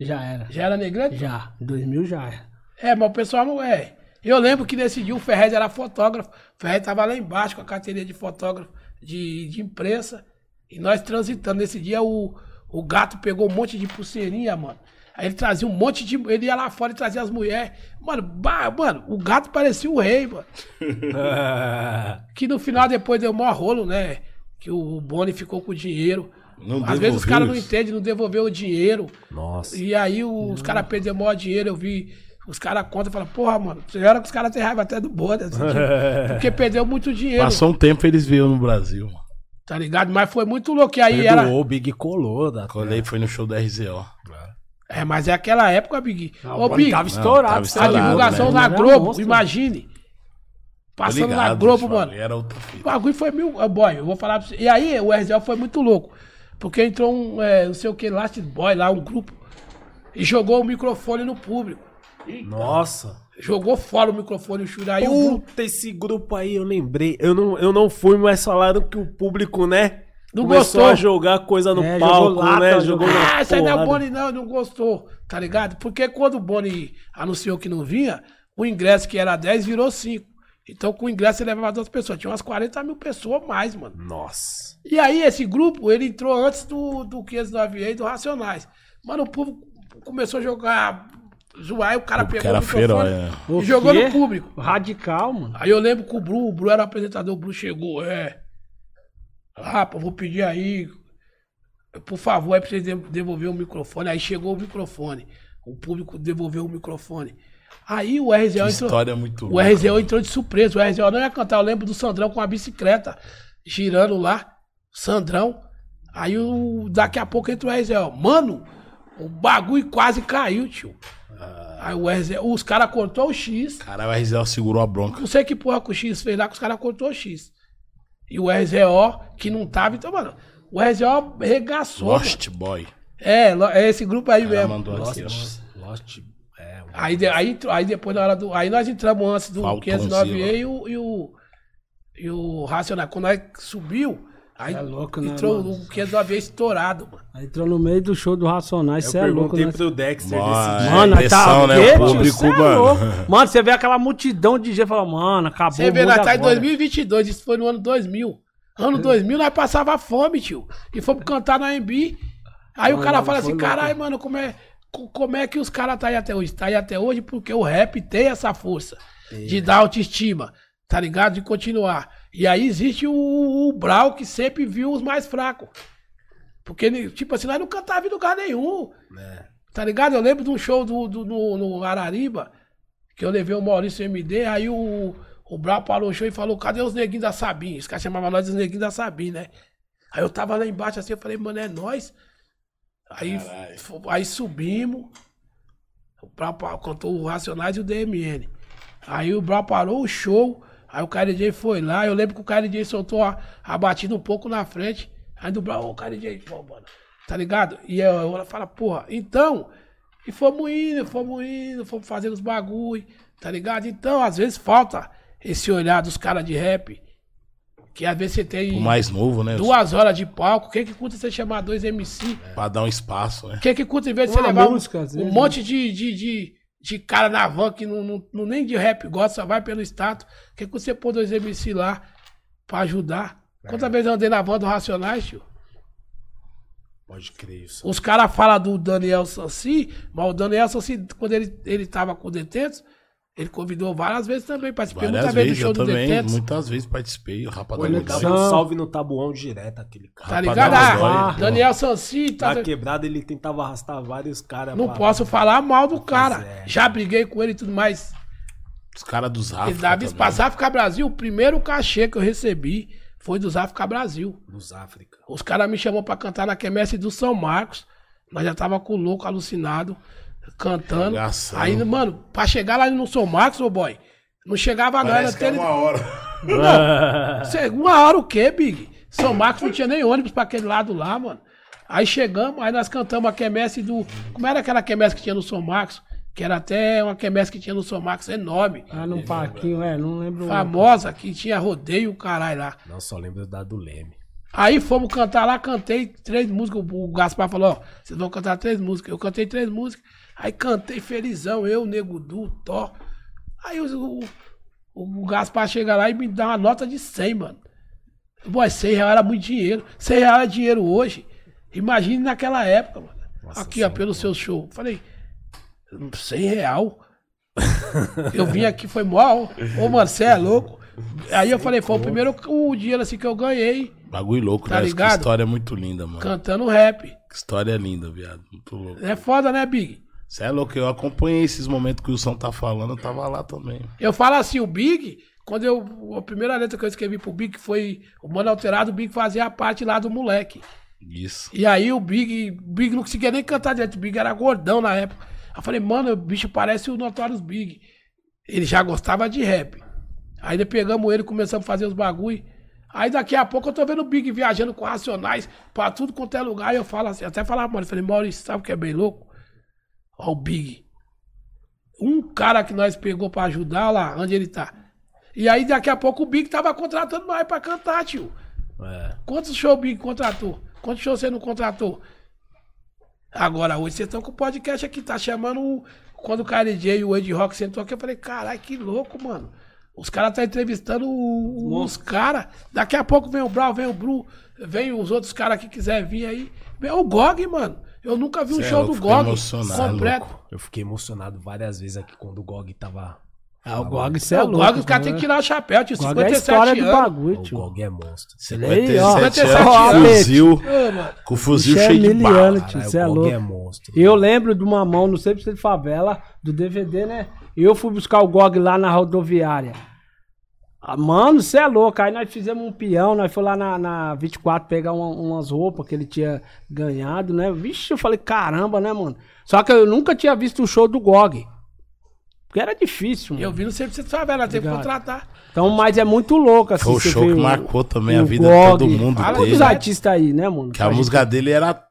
[SPEAKER 4] Já era.
[SPEAKER 3] Já era negreta?
[SPEAKER 4] Já. 2000 já era.
[SPEAKER 3] É, mas o pessoal não é. Eu lembro que nesse dia o Ferrez era fotógrafo. O Ferrez tava lá embaixo com a carteirinha de fotógrafo de, de imprensa. E nós transitando. Nesse dia o, o gato pegou um monte de pulseirinha, mano. Aí ele trazia um monte de. Ele ia lá fora e trazia as mulheres. Mano, bah, mano, o gato parecia o rei, mano. Que no final depois deu maior rolo, né? Que o Boni ficou com o dinheiro.
[SPEAKER 2] Não
[SPEAKER 3] Às vezes os
[SPEAKER 2] devolveu
[SPEAKER 3] caras não
[SPEAKER 2] isso.
[SPEAKER 3] entendem, não devolveu o dinheiro.
[SPEAKER 1] Nossa.
[SPEAKER 3] E aí o- os caras perderam o maior dinheiro, eu vi. Os caras contam e falam, porra, mano, tem hora que os caras têm raiva até do Bonner, assim, tipo, porque perdeu muito dinheiro,
[SPEAKER 2] Passou um tempo eles veio no Brasil, mano.
[SPEAKER 3] tá ligado? Mas foi muito louco. E aí era.
[SPEAKER 1] Perdoou, o Big colou da
[SPEAKER 2] Quando aí foi no show da RZO.
[SPEAKER 3] É, mas é aquela época, Big.
[SPEAKER 4] Ah, o
[SPEAKER 3] Ô,
[SPEAKER 4] Boni
[SPEAKER 3] Big,
[SPEAKER 4] tava
[SPEAKER 2] tava
[SPEAKER 4] estourado.
[SPEAKER 3] a
[SPEAKER 2] estourado,
[SPEAKER 3] divulgação
[SPEAKER 4] né?
[SPEAKER 3] na
[SPEAKER 4] Ele era
[SPEAKER 3] Globo,
[SPEAKER 4] monstro.
[SPEAKER 3] imagine.
[SPEAKER 2] Tô
[SPEAKER 3] Passando na
[SPEAKER 2] ligado,
[SPEAKER 3] Globo,
[SPEAKER 2] eles falam,
[SPEAKER 3] mano.
[SPEAKER 2] Era outra
[SPEAKER 3] O
[SPEAKER 2] fita.
[SPEAKER 3] bagulho foi mil. ah, Boy, eu vou falar pra você. E aí, o RZL foi muito louco. Porque entrou um, é, não sei o que, Last Boy lá, um grupo, e jogou o microfone no público.
[SPEAKER 1] Nossa.
[SPEAKER 3] Jogou fora o microfone, o Shuraí, o grupo.
[SPEAKER 1] Puta, esse grupo aí, eu lembrei. Eu não, eu não fui, mas falaram que o público, né?
[SPEAKER 3] Não
[SPEAKER 1] começou
[SPEAKER 3] gostou.
[SPEAKER 1] a jogar coisa no
[SPEAKER 4] É, jogou
[SPEAKER 1] palco,
[SPEAKER 4] lata,
[SPEAKER 1] né?
[SPEAKER 4] jogou-
[SPEAKER 1] Jogou
[SPEAKER 3] Ah, isso aí não é o
[SPEAKER 1] porrada.
[SPEAKER 3] Boni, não, não gostou, tá ligado? Porque quando o Boni anunciou que não vinha, o ingresso que era 10 virou 5. Então com o ingresso ele levava duas pessoas. Tinha umas 40 mil pessoas a mais, mano.
[SPEAKER 1] Nossa.
[SPEAKER 3] E aí esse grupo, ele entrou antes do, do 509 e do Racionais. Mano, o povo começou a jogar, zoar, e o cara
[SPEAKER 2] O
[SPEAKER 3] pegou
[SPEAKER 2] cara
[SPEAKER 3] o microfone
[SPEAKER 2] feroz, é.
[SPEAKER 3] e jogou
[SPEAKER 4] quê?
[SPEAKER 3] no público.
[SPEAKER 4] Radical, mano.
[SPEAKER 3] Aí eu lembro que o Bru, o Bru era o apresentador, o Bru chegou, é. Rapa, vou pedir aí, por favor, aí pra vocês de- devolver o microfone. Aí chegou o microfone. O público devolveu o microfone. Aí o RZO
[SPEAKER 2] Que
[SPEAKER 3] entrou.
[SPEAKER 2] história muito
[SPEAKER 3] O RZO entrou de surpresa. O RZO não ia cantar. Eu lembro do Sandrão com a bicicleta girando lá. Sandrão. Aí o, daqui a pouco entra o RZO. Mano, o bagulho quase caiu, tio.
[SPEAKER 2] Ah.
[SPEAKER 3] Aí o RZO, os caras cortou o X.
[SPEAKER 2] Caralho, o RZO segurou a bronca.
[SPEAKER 3] Não sei que porra que o X fez lá, que os caras cortou o X. E o RZO, que não tava, então, mano, o RZO regaçou. mano.
[SPEAKER 2] Lost Boy.
[SPEAKER 3] É, lo- é esse grupo aí
[SPEAKER 2] Ela
[SPEAKER 3] mesmo.
[SPEAKER 2] mandou aqui, ó.
[SPEAKER 1] Lost. É,
[SPEAKER 3] Aí, de- aí, entrou- aí depois, na hora do. Aí nós entramos antes do
[SPEAKER 2] Faltou um
[SPEAKER 3] 509E
[SPEAKER 2] Zila.
[SPEAKER 3] e o, e o. E o Racional. Quando nós subiu, aí
[SPEAKER 4] É louco, né,
[SPEAKER 3] entrou
[SPEAKER 4] mano?
[SPEAKER 3] o 509E estourado, mano.
[SPEAKER 4] Aí entrou no meio do show do Racionais,
[SPEAKER 1] eu
[SPEAKER 4] você é louco,
[SPEAKER 1] perguntei
[SPEAKER 4] né?
[SPEAKER 1] pro Dexter
[SPEAKER 2] Mano,
[SPEAKER 1] desse dia.
[SPEAKER 4] Mano, aí tá
[SPEAKER 2] Pressão,
[SPEAKER 4] o
[SPEAKER 2] né,
[SPEAKER 4] quê,
[SPEAKER 2] o
[SPEAKER 4] tio?
[SPEAKER 2] público,
[SPEAKER 4] Cê é
[SPEAKER 2] mano.
[SPEAKER 4] louco. Mano, você vê aquela multidão de gente e fala, mano, acabou
[SPEAKER 3] Você
[SPEAKER 4] o
[SPEAKER 3] vê,
[SPEAKER 4] mundo
[SPEAKER 3] nós tá em
[SPEAKER 4] agora.
[SPEAKER 3] 2022, isso foi no ano 2000. Ano 2000 nós passava fome, tio. E fomos cantar na MB. Aí o cara fala assim, caralho, mano, como é, co- como é que os caras tá aí até hoje? Tá aí até hoje porque o rap tem essa força de dar autoestima, tá ligado? De continuar. E aí existe o, o Brau que sempre viu os mais fracos. Porque, ele- tipo assim, nós não cantava em lugar nenhum. Tá ligado? Eu lembro de um show do, do- no, no Arariba, que eu levei o Maurício MD, aí o, o Brau parou o show e falou, cadê os neguinhos da Sabim? Os caras chamavam nós os neguinhos da Sabim, né? Aí eu tava lá embaixo assim, eu falei, mano, é nós. Aí,
[SPEAKER 2] Caralho.
[SPEAKER 3] fu- aí subimos, o Brau pa- cantou o Racionais e o DMN. Aí o Brau parou o show, aí o KLJ foi lá, eu lembro que o KLJ soltou a, a batida um pouco na frente, aí do Brau, ô KLJ, pô, mano, tá ligado? E eu, eu- ela fala, porra, então, e fomos indo, fomos indo, fomos fazendo os bagulho, tá ligado? Então, às vezes falta esse olhar dos caras de rap, que às vezes você tem
[SPEAKER 2] O mais novo, né?
[SPEAKER 3] É. duas horas de palco, o que que custa você chamar dois MC?
[SPEAKER 2] Pra dar um espaço, né?
[SPEAKER 3] O que que custa em vez de você
[SPEAKER 4] Uma
[SPEAKER 3] levar um-
[SPEAKER 4] música, às
[SPEAKER 3] um,
[SPEAKER 4] vezes, né?
[SPEAKER 3] monte de, de, de, de cara na van que não, não, não- nem de rap gosta, só vai pelo status? O que que você pôr dois MC lá pra ajudar?
[SPEAKER 4] É.
[SPEAKER 3] Quantas vezes eu andei na van do Racionais, tio?
[SPEAKER 1] Pode crer isso.
[SPEAKER 3] Os caras falam do Daniel Sansi, mas o Daniel Sansi, quando ele, ele tava com o Detentos, ele convidou várias vezes também, participei
[SPEAKER 2] Várias
[SPEAKER 3] muitas vezes do
[SPEAKER 2] vezes,
[SPEAKER 3] show
[SPEAKER 2] eu
[SPEAKER 3] do
[SPEAKER 2] também.
[SPEAKER 3] Detentos.
[SPEAKER 2] Muitas vezes participei. O rapaz da
[SPEAKER 4] Olha,
[SPEAKER 1] Ele
[SPEAKER 2] Godoy.
[SPEAKER 1] dava
[SPEAKER 4] São-
[SPEAKER 1] um salve no tabuão direto, aquele cara.
[SPEAKER 3] Tá
[SPEAKER 2] Rapaz,
[SPEAKER 3] ligado?
[SPEAKER 2] dá uma
[SPEAKER 3] Ah,
[SPEAKER 2] dói,
[SPEAKER 3] Daniel Sansi, tá,
[SPEAKER 1] Na quebrada ele tentava arrastar vários
[SPEAKER 2] Tá
[SPEAKER 1] caras.
[SPEAKER 3] não
[SPEAKER 1] pra-
[SPEAKER 3] posso falar mal do cara.
[SPEAKER 1] é.
[SPEAKER 3] Já briguei com ele e tudo mais.
[SPEAKER 2] Os caras dos
[SPEAKER 3] E da
[SPEAKER 2] África.
[SPEAKER 3] Vispa, África Brasil, o primeiro cachê que eu recebi foi dos África Brasil.
[SPEAKER 1] Nos África.
[SPEAKER 3] Os caras me chamou pra cantar na quermesse do São Marcos. Nós já tava com o louco alucinado, cantando.
[SPEAKER 2] Engraçado.
[SPEAKER 3] Aí, mano, pra chegar lá no São Marcos, ô boy, não chegava não, era
[SPEAKER 2] Parece que é
[SPEAKER 3] tênis.
[SPEAKER 2] uma hora.
[SPEAKER 3] Cê- Uma hora o quê, Big? São Marcos não tinha nem ônibus pra aquele lado lá, mano. Aí chegamos, aí nós cantamos a quermesse do. Como era aquela quermesse que tinha no São Marcos? que era até uma quermesse que tinha no Somax enorme.
[SPEAKER 4] Lá Ah, no Parquinho, é, não lembro.
[SPEAKER 3] Famosa, que tinha rodeio, caralho lá.
[SPEAKER 1] Não, só lembro da do Leme.
[SPEAKER 3] Aí fomos cantar lá, cantei três músicas. O Gaspar falou, ó, vocês vão cantar três músicas. Eu cantei três músicas. Aí cantei felizão, eu, Nego Du, Tó. Aí o, o, o Gaspar chega lá e me dá uma nota de 100, mano. Boy, 100 reais era muito dinheiro. 100 reais é dinheiro hoje. Imagine naquela época, mano.
[SPEAKER 1] Nossa
[SPEAKER 3] aqui, ó,
[SPEAKER 1] Senhora.
[SPEAKER 3] pelo seu show. Falei, 100 real? eu vim aqui, foi mal. Ô, mano, você é louco. Aí eu falei, foi o primeiro o dinheiro assim que eu ganhei
[SPEAKER 2] Bagulho louco,
[SPEAKER 3] Tá
[SPEAKER 2] né? Essa
[SPEAKER 3] ligado?
[SPEAKER 2] história é muito linda, mano.
[SPEAKER 3] cantando rap.
[SPEAKER 2] Que história é linda, viado. Muito louco.
[SPEAKER 3] É foda, né, Big?
[SPEAKER 2] Você é louco, eu acompanhei esses momentos que o Wilson tá falando, eu tava lá também.
[SPEAKER 3] Eu falo assim, o Big, quando eu. A primeira letra que eu escrevi pro Big foi o Mano Alterado, o Big fazia a parte lá do moleque.
[SPEAKER 2] Isso.
[SPEAKER 3] E aí o Big, o Big não conseguia nem cantar direito, o Big era gordão na época. Eu falei, mano, o bicho parece o Notorious Big. Ele já gostava de rap. Aí nós pegamos ele, começamos a fazer os bagulho. Aí daqui a pouco eu tô vendo o Big viajando com racionais pra tudo quanto é lugar. E eu falo assim, até falar, mano, eu falei, Maurício, sabe o que é bem louco? Ó, o Big. Um cara que nós pegou pra ajudar, olha lá, onde ele tá. E aí daqui a pouco o Big tava contratando mais pra cantar, tio.
[SPEAKER 1] É.
[SPEAKER 3] Quantos shows o Big contratou? Quantos shows você não contratou? Agora, hoje vocês estão com o podcast aqui, tá chamando o- Quando o KLJ e o Ed Rock sentou aqui, eu falei, caralho, que louco, mano. Os caras tá entrevistando o- os caras. Daqui a pouco vem o Brau, vem o Bru, vem os outros caras que quiser vir aí. Vem o Gog, mano. Eu nunca vi um
[SPEAKER 2] Cê é
[SPEAKER 3] show
[SPEAKER 2] louco,
[SPEAKER 3] do
[SPEAKER 2] fiquei
[SPEAKER 3] Gog
[SPEAKER 2] emocionado,
[SPEAKER 3] completo.
[SPEAKER 2] louco.
[SPEAKER 1] Eu fiquei emocionado várias vezes aqui quando o Gog tava.
[SPEAKER 4] Ah, o GOG, você
[SPEAKER 3] É,
[SPEAKER 4] é
[SPEAKER 3] o
[SPEAKER 4] louco.
[SPEAKER 3] Gog, os caras têm que tirar o chapéu, tinha
[SPEAKER 4] O GOG é a
[SPEAKER 3] 57
[SPEAKER 4] história do
[SPEAKER 3] anos.
[SPEAKER 4] bagulho,
[SPEAKER 1] O
[SPEAKER 4] tio.
[SPEAKER 1] Gog é monstro.
[SPEAKER 2] 57
[SPEAKER 4] ó.
[SPEAKER 2] anos, fuzil,
[SPEAKER 3] Ô, mano,
[SPEAKER 2] com fuzil
[SPEAKER 4] Isso é
[SPEAKER 2] cheio de
[SPEAKER 4] miliano,
[SPEAKER 2] bala.
[SPEAKER 4] tio.
[SPEAKER 1] Caralho,
[SPEAKER 4] cê é
[SPEAKER 1] o Gog
[SPEAKER 4] louco.
[SPEAKER 1] é monstro.
[SPEAKER 4] Eu lembro de uma mão, não sei se de favela, do DVD, né? Eu fui buscar o GOG lá na rodoviária. Ah, mano, você é louco. Aí nós fizemos um peão, nós fomos lá na, na 24 pegar uma- umas roupas que ele tinha ganhado, né? Vixe, eu falei, caramba, né, mano? Só que eu nunca tinha visto o show do GOG. Porque era difícil, mano.
[SPEAKER 3] eu vi no sempre você sabe, ela teve que
[SPEAKER 4] Obrigado.
[SPEAKER 3] contratar.
[SPEAKER 4] Então, mas é muito louco, assim.
[SPEAKER 2] Foi o
[SPEAKER 4] você
[SPEAKER 2] show
[SPEAKER 4] vê
[SPEAKER 2] que
[SPEAKER 4] o-
[SPEAKER 2] marcou também a
[SPEAKER 4] o
[SPEAKER 2] vida de todo
[SPEAKER 4] Gog.
[SPEAKER 2] mundo
[SPEAKER 4] Fala
[SPEAKER 2] dele.
[SPEAKER 4] dos artistas aí, né, mano?
[SPEAKER 2] Que a música dele era.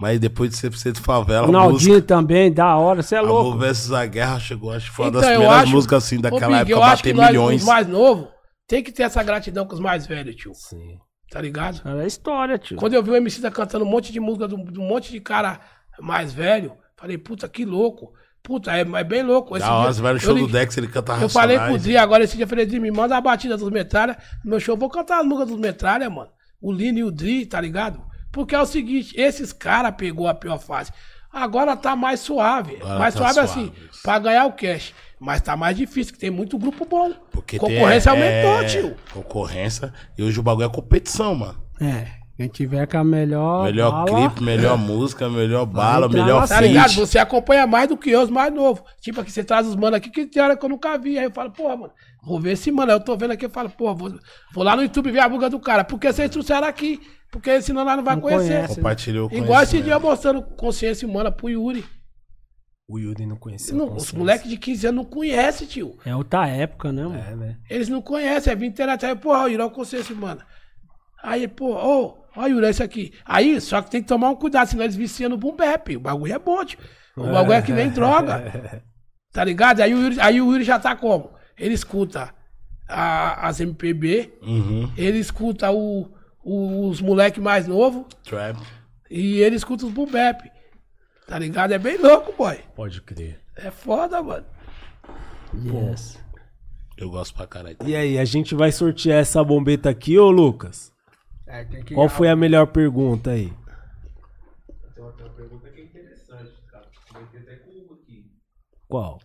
[SPEAKER 2] Mas depois de 100% favela, a música.
[SPEAKER 4] Ronaldinho também, da hora, você é
[SPEAKER 2] Amor
[SPEAKER 4] louco.
[SPEAKER 2] versus a guerra chegou, acho que foi uma das
[SPEAKER 3] Então, eu
[SPEAKER 2] primeiras
[SPEAKER 3] acho-
[SPEAKER 2] músicas assim
[SPEAKER 3] Ô,
[SPEAKER 2] daquela
[SPEAKER 3] Big,
[SPEAKER 2] época
[SPEAKER 3] eu acho que
[SPEAKER 2] bater
[SPEAKER 3] nós,
[SPEAKER 2] milhões.
[SPEAKER 3] os mais novos, tem que ter essa gratidão com os mais velhos, tio.
[SPEAKER 1] Sim.
[SPEAKER 3] Tá ligado?
[SPEAKER 4] Era É história, tio.
[SPEAKER 3] Quando eu vi o MC da cantando um monte de música de um, de um monte de cara mais velho, falei, puta, que louco. Puta, é, é bem louco. Esse
[SPEAKER 2] Da hora,
[SPEAKER 3] dia-
[SPEAKER 2] você vai no
[SPEAKER 3] eu
[SPEAKER 2] show do
[SPEAKER 3] liguei-
[SPEAKER 2] Dex, ele canta
[SPEAKER 3] Eu falei pro
[SPEAKER 2] Racionais.
[SPEAKER 3] Dri agora esse dia, eu falei, Dri, me manda a batida dos metralha. No meu show, eu vou cantar as músicas dos metralha, mano. O Lino e o Dri, tá ligado? Porque é o seguinte, esses caras pegou a pior fase. Agora tá mais suave.
[SPEAKER 2] Agora
[SPEAKER 3] mais
[SPEAKER 2] tá
[SPEAKER 3] suave,
[SPEAKER 2] suave,
[SPEAKER 3] assim,
[SPEAKER 2] isso.
[SPEAKER 3] pra ganhar o cash. Mas tá mais difícil, que tem muito grupo bom.
[SPEAKER 2] Porque tem-
[SPEAKER 3] Concorrência
[SPEAKER 2] é,
[SPEAKER 3] aumentou, tio.
[SPEAKER 2] Concorrência. E hoje o bagulho é competição, mano.
[SPEAKER 4] É, quem tiver com a melhor.
[SPEAKER 2] melhor
[SPEAKER 4] bala,
[SPEAKER 2] clipe, melhor música, melhor bala,
[SPEAKER 4] entrar
[SPEAKER 2] melhor
[SPEAKER 4] na
[SPEAKER 3] Tá
[SPEAKER 4] Sim.
[SPEAKER 3] ligado?
[SPEAKER 2] feat.
[SPEAKER 3] Você acompanha mais do que eu, os mais novos. Tipo aqui, você traz os manos aqui que tem hora que eu nunca vi. Aí eu falo, porra, mano, vou ver esse mano. Aí eu tô vendo aqui, eu falo, porra, vou, vou lá no YouTube ver a buga do cara. Porque vocês trouxeram aqui. Porque senão lá não vai
[SPEAKER 4] Não
[SPEAKER 3] conhecer.
[SPEAKER 4] conhece.
[SPEAKER 2] Compartilhou com
[SPEAKER 3] Igual esse dia eu mostrando consciência humana pro Yuri.
[SPEAKER 1] O Yuri não conhecia.
[SPEAKER 3] Não, os moleques de 15 anos não conhecem, tio.
[SPEAKER 4] É outra época, né, mano?
[SPEAKER 1] É, né?
[SPEAKER 3] Eles não conhecem, é vir internet. Aí, porra, Yuri, olha o consciência humana. Aí, pô, ô, ó, Yuri, é isso aqui. Aí, só que tem que tomar um cuidado, senão eles viciam no boom bap. O bagulho é bom, tio. O bagulho é que nem droga. Tá ligado? Aí o Yuri, aí o Yuri já tá como? Ele escuta a- as MPB,
[SPEAKER 2] Uhum.
[SPEAKER 3] ele escuta o- o- os moleque mais novo
[SPEAKER 2] Trap.
[SPEAKER 3] e ele escuta os boom bap. Tá ligado? É bem louco, boy.
[SPEAKER 1] Pode crer.
[SPEAKER 3] É foda, mano.
[SPEAKER 4] Yes.
[SPEAKER 2] Eu gosto pra caralho.
[SPEAKER 1] E aí, a gente vai sortear essa bombeta aqui, ô Lucas? Qual foi a melhor pergunta aí? Qual?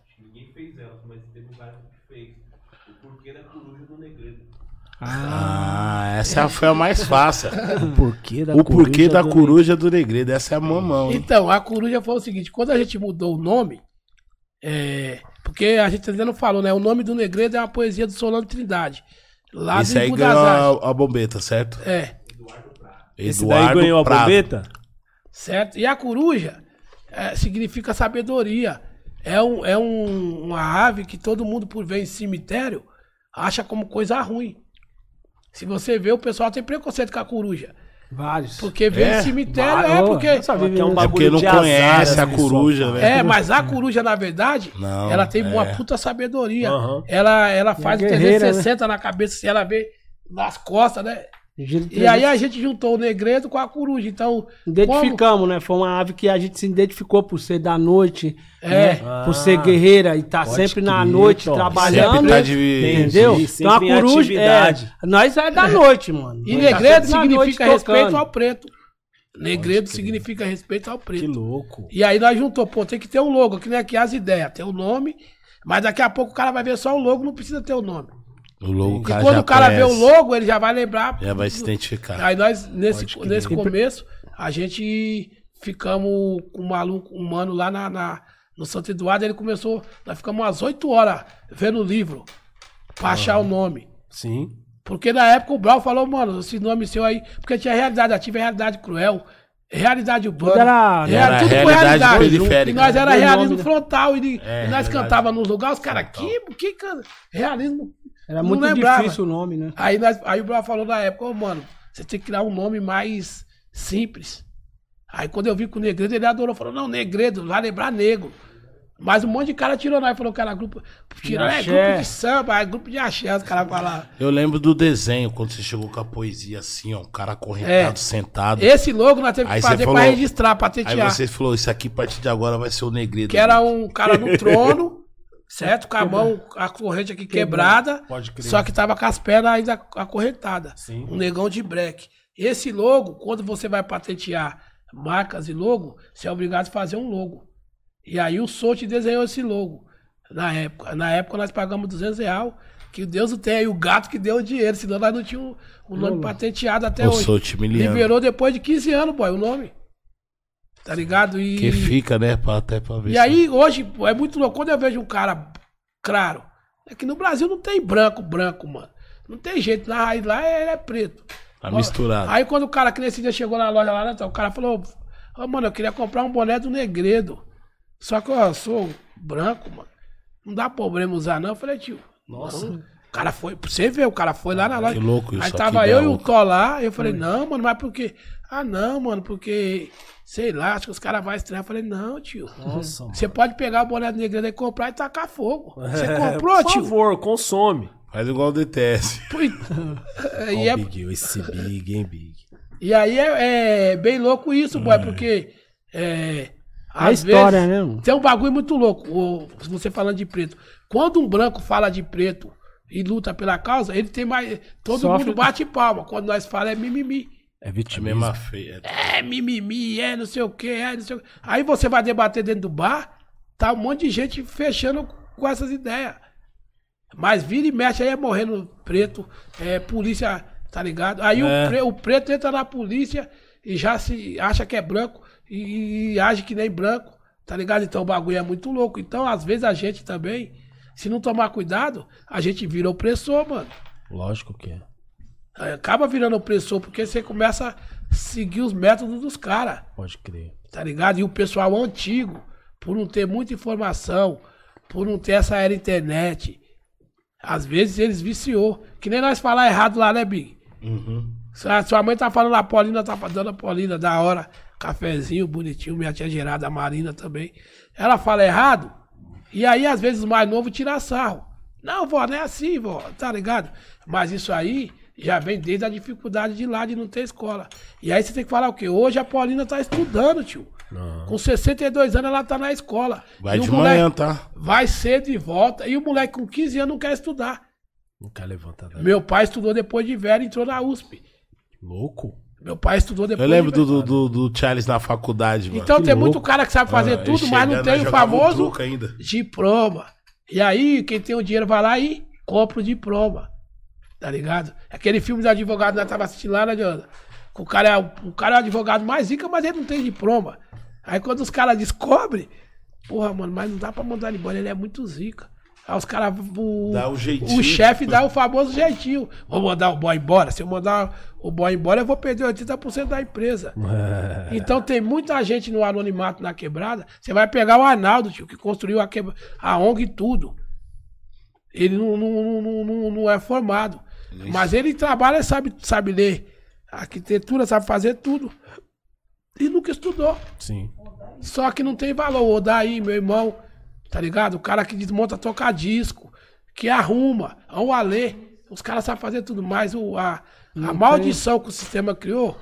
[SPEAKER 2] Ah, essa foi a mais fácil.
[SPEAKER 1] O porquê da
[SPEAKER 2] o porquê da
[SPEAKER 1] do-
[SPEAKER 2] coruja do Negredo. Essa é a mamão, hein?
[SPEAKER 3] Então, a coruja foi o seguinte: quando a gente mudou o nome, é, porque a gente ainda não falou, né? O nome do Negredo é uma poesia do Solano Trindade. Lá
[SPEAKER 2] Esse
[SPEAKER 3] do
[SPEAKER 2] aí ganhou
[SPEAKER 3] Igudazar.
[SPEAKER 2] a, a bombeta, certo?
[SPEAKER 3] É,
[SPEAKER 1] Esse daí ganhou a
[SPEAKER 2] Prado.
[SPEAKER 1] bombeta?
[SPEAKER 3] certo? E a coruja é, significa sabedoria. É, um, é um- uma ave que todo mundo, por ver em cemitério, acha como coisa ruim. Se você vê, o pessoal tem preconceito com a coruja.
[SPEAKER 4] Vários.
[SPEAKER 3] Porque vem
[SPEAKER 2] É?
[SPEAKER 3] o cemitério,
[SPEAKER 4] Vai,
[SPEAKER 3] é
[SPEAKER 4] ô,
[SPEAKER 3] porque.
[SPEAKER 4] essa vida-
[SPEAKER 1] que é um
[SPEAKER 4] É
[SPEAKER 2] É porque
[SPEAKER 1] bagulho
[SPEAKER 2] não
[SPEAKER 1] de azar,
[SPEAKER 2] conhece a
[SPEAKER 1] assim,
[SPEAKER 2] coruja, velho.
[SPEAKER 3] É, mas a coruja, na verdade,
[SPEAKER 2] Não,
[SPEAKER 3] ela tem uma
[SPEAKER 2] é.
[SPEAKER 3] puta sabedoria.
[SPEAKER 1] Aham.
[SPEAKER 3] Ela, ela faz o
[SPEAKER 4] É guerreira, né?
[SPEAKER 3] 360 na cabeça, se ela vê nas costas, né? E aí a gente juntou o negredo com a coruja. Então,
[SPEAKER 4] Identificamos, né? Foi uma ave que a gente se identificou por ser da noite,
[SPEAKER 3] É.
[SPEAKER 4] né? por ser guerreira e tá
[SPEAKER 1] Pode
[SPEAKER 4] sempre na
[SPEAKER 1] crer,
[SPEAKER 4] noite
[SPEAKER 1] Tom.
[SPEAKER 3] né?
[SPEAKER 4] trabalhando. né?
[SPEAKER 2] Sempre tá de-
[SPEAKER 4] Entendeu?
[SPEAKER 1] Entendi,
[SPEAKER 4] Então a
[SPEAKER 1] sempre em
[SPEAKER 4] coruja. É,
[SPEAKER 1] atividade.
[SPEAKER 4] nós é da noite, mano.
[SPEAKER 3] E
[SPEAKER 4] Nós tá
[SPEAKER 3] negredo
[SPEAKER 4] sempre na
[SPEAKER 3] significa
[SPEAKER 4] noite
[SPEAKER 3] respeito
[SPEAKER 4] tocando.
[SPEAKER 3] ao preto. Negredo significa respeito ao
[SPEAKER 1] Que
[SPEAKER 3] preto.
[SPEAKER 1] louco.
[SPEAKER 3] E aí nós juntou, pô, tem que ter um logo, que nem aqui as ideias, tem o nome, mas daqui a pouco o cara vai ver só o logo, não precisa ter o nome.
[SPEAKER 2] O logo, o
[SPEAKER 3] e
[SPEAKER 2] cara
[SPEAKER 3] quando
[SPEAKER 2] já
[SPEAKER 3] o cara vê o
[SPEAKER 2] conhece,
[SPEAKER 3] logo, ele já vai lembrar.
[SPEAKER 2] Já vai se identificar.
[SPEAKER 3] Aí nós, nesse,
[SPEAKER 2] Pode crer.
[SPEAKER 3] nesse começo, a gente ficamos com um maluco, um mano lá na, na- no Santo Eduardo, ele começou, nós ficamos umas 8 horas vendo o livro,
[SPEAKER 2] Ah.
[SPEAKER 3] pra achar o nome.
[SPEAKER 1] Sim.
[SPEAKER 3] Porque na época o Brau falou, mano, esse nome seu aí. Porque tinha realidade ativa, e realidade cruel, realidade urbana.
[SPEAKER 4] Tudo era-
[SPEAKER 3] real-
[SPEAKER 2] era
[SPEAKER 3] tudo com
[SPEAKER 2] realidade
[SPEAKER 3] realidade.
[SPEAKER 2] periférica.
[SPEAKER 3] E nós era
[SPEAKER 4] Dois
[SPEAKER 3] realismo
[SPEAKER 4] nomes, né?
[SPEAKER 3] frontal. E, de-
[SPEAKER 2] É,
[SPEAKER 3] e nós
[SPEAKER 2] realidade
[SPEAKER 3] cantava nos lugares, os caras, que, que can- realismo.
[SPEAKER 4] Era
[SPEAKER 3] não
[SPEAKER 4] muito
[SPEAKER 3] lembrava.
[SPEAKER 4] difícil o nome, né?
[SPEAKER 3] Aí, nós, aí o Brau falou na época, ô, mano, você tem que criar um nome mais simples. Aí quando eu vi com o Negredo, ele adorou. Falou, não, Negredo, vai lembrar negro. Mas um monte de cara tirou nós, falou, cara, grupo. Tirou, é
[SPEAKER 4] axé.
[SPEAKER 3] grupo de samba, é grupo de axé, os caras falaram.
[SPEAKER 2] Eu lembro do desenho, quando você chegou com a poesia assim, ó, o cara acorrentado,
[SPEAKER 3] É.
[SPEAKER 2] sentado.
[SPEAKER 3] Esse logo nós temos que
[SPEAKER 2] Aí
[SPEAKER 3] fazer
[SPEAKER 2] você falou-
[SPEAKER 3] pra registrar,
[SPEAKER 2] Aí
[SPEAKER 3] patentear.
[SPEAKER 2] você falou, isso aqui a partir de agora vai ser o negredo.
[SPEAKER 3] Que era um cara no trono, certo? Com a mão, a corrente aqui quebrada.
[SPEAKER 1] Pode crer.
[SPEAKER 3] Só que tava com as pernas ainda acorrentadas.
[SPEAKER 1] Sim.
[SPEAKER 3] Um negão de break. Esse logo, quando você vai patentear marcas e logo, você é obrigado a fazer um logo. E aí o Solte desenhou esse logo. Na época, na época nós pagamos 200 reais. Que Deus o tenha, e o gato que deu o dinheiro, senão nós não tínhamos o nome patenteado até
[SPEAKER 2] Eu
[SPEAKER 3] hoje.
[SPEAKER 2] sou o time Leandro.
[SPEAKER 3] Liberou depois de 15 anos, boy, o nome. Tá ligado? E,
[SPEAKER 2] Que fica, né? pra- até pra ver.
[SPEAKER 3] e
[SPEAKER 2] se-
[SPEAKER 3] aí, hoje, pô, é muito louco. Quando eu vejo um cara, claro, é que no Brasil não tem branco, branco, mano. Não tem jeito, na raiz lá ele é preto.
[SPEAKER 2] Tá misturado.
[SPEAKER 3] Aí quando o cara, que nesse dia chegou na loja lá, né, então, o cara falou, "Ô, mano, eu queria comprar um boné do Negredo. Só que eu sou branco, mano. Não dá problema usar, não. Eu falei, tio. Nossa. O cara foi, pra você ver, o cara foi lá na loja.
[SPEAKER 2] Ah, Que Hum. louco isso
[SPEAKER 3] Aí
[SPEAKER 2] aqui
[SPEAKER 3] tava
[SPEAKER 2] dá
[SPEAKER 3] eu e o
[SPEAKER 2] louco.
[SPEAKER 3] Tó lá, eu falei, não, mano, mas por quê? Ah, não, mano, porque, sei lá, acho que os caras vão estranhar. Eu falei, não, tio.
[SPEAKER 1] Nossa, mano.
[SPEAKER 3] Você pode pegar o boné do Negredo e comprar e tacar fogo. Você
[SPEAKER 1] É,
[SPEAKER 3] comprou, tipo,
[SPEAKER 1] Por
[SPEAKER 3] tio?
[SPEAKER 1] favor, consome.
[SPEAKER 2] Faz igual o DTS.
[SPEAKER 3] Pô,
[SPEAKER 1] Ó,
[SPEAKER 3] e é-
[SPEAKER 1] Big, Hill, esse Big, hein, Big.
[SPEAKER 3] E aí é, é bem louco isso, boy, porque. É,
[SPEAKER 4] A
[SPEAKER 3] às
[SPEAKER 4] história,
[SPEAKER 3] vezes,
[SPEAKER 4] né, mano?
[SPEAKER 3] Tem um bagulho muito louco, o- você falando de preto. Quando um branco fala de preto e luta pela causa, ele tem mais. Todo
[SPEAKER 4] Sofre.
[SPEAKER 3] mundo bate palma. Quando nós falamos é mimimi.
[SPEAKER 1] É
[SPEAKER 2] É
[SPEAKER 1] vitimismo.
[SPEAKER 2] mesma feia.
[SPEAKER 3] É mimimi, é não sei o quê, é não sei o quê. Aí você vai debater dentro do bar, tá um monte de gente fechando com essas ideias. Mas vira e mexe aí é morrendo preto, é polícia, tá ligado? Aí
[SPEAKER 1] É.
[SPEAKER 3] o, pre- o preto entra na polícia e já se acha que é branco e, e age que nem branco, tá ligado? Então o bagulho é muito louco. Então, às vezes, a gente também, se não tomar cuidado, a gente vira opressor, mano
[SPEAKER 1] Lógico que é.
[SPEAKER 3] acaba virando opressor, porque você começa a seguir os métodos dos caras,
[SPEAKER 1] Pode crer.
[SPEAKER 3] tá ligado? E o pessoal antigo, por não ter muita informação, por não ter essa era internet, às vezes eles viciou. Que nem nós falar errado lá, né, Big?
[SPEAKER 2] Uhum.
[SPEAKER 3] Sua, sua mãe tá falando, a Paulina tá dando a Paulina, da hora, cafezinho bonitinho, minha tia Gerada, a Marina também. Ela fala errado, e aí às vezes os mais novos tiram sarro. Não, vó, não é assim, vó, tá ligado? Mas isso aí já vem desde a dificuldade de lá de não ter escola. E aí você tem que falar o quê? Hoje a Paulina tá estudando, tio. Com 62 anos ela tá na escola.
[SPEAKER 2] Vai
[SPEAKER 3] E o
[SPEAKER 2] de
[SPEAKER 3] moleque
[SPEAKER 2] manhã, tá?
[SPEAKER 3] Vai cedo e volta. E o moleque com 15 anos não quer estudar.
[SPEAKER 1] Não quer levantar. né?
[SPEAKER 3] Meu pai estudou depois de velho e entrou na USP.
[SPEAKER 1] Louco.
[SPEAKER 3] Meu pai estudou depois
[SPEAKER 2] Eu lembro
[SPEAKER 3] de
[SPEAKER 2] do,
[SPEAKER 3] velho.
[SPEAKER 2] do, do- do Charles na faculdade, mano.
[SPEAKER 3] Então
[SPEAKER 1] Que
[SPEAKER 3] tem
[SPEAKER 1] louco.
[SPEAKER 3] muito cara que sabe fazer
[SPEAKER 2] Ah,
[SPEAKER 3] tudo,
[SPEAKER 2] ele
[SPEAKER 3] mas não
[SPEAKER 2] chegando,
[SPEAKER 3] tem o
[SPEAKER 2] jogava um
[SPEAKER 3] famoso
[SPEAKER 2] truco ainda.
[SPEAKER 3] diploma. E aí, quem tem o dinheiro vai lá e compra o diploma. Tá ligado? Aquele filme do advogado que nós tava assistindo lá, né, Diana? O cara, é, o o cara é o advogado mais rico, mas ele não tem diploma. Aí quando os caras descobrem, porra, mano, mas não dá pra mandar ele embora, ele é muito zica. Aí os caras. O,
[SPEAKER 2] Dá o jeitinho.
[SPEAKER 3] o chefe dá o famoso jeitinho. Vou mandar o boy embora. Se eu mandar o boy embora, eu vou perder 80% da empresa. Então tem muita gente no anonimato na quebrada. Você vai pegar o Arnaldo, tio, que construiu a, quebra... a ONG e tudo. Ele não, não, não, não, não- não é formado. Mas ele trabalha, sabe, sabe ler. arquitetura, sabe fazer tudo. E nunca estudou.
[SPEAKER 1] Sim.
[SPEAKER 3] Só que não tem valor. O Odaí, meu irmão, tá ligado? O cara que desmonta tocar disco, que arruma, o Alê. Os caras sabem fazer tudo mais. O, a, a maldição que o sistema criou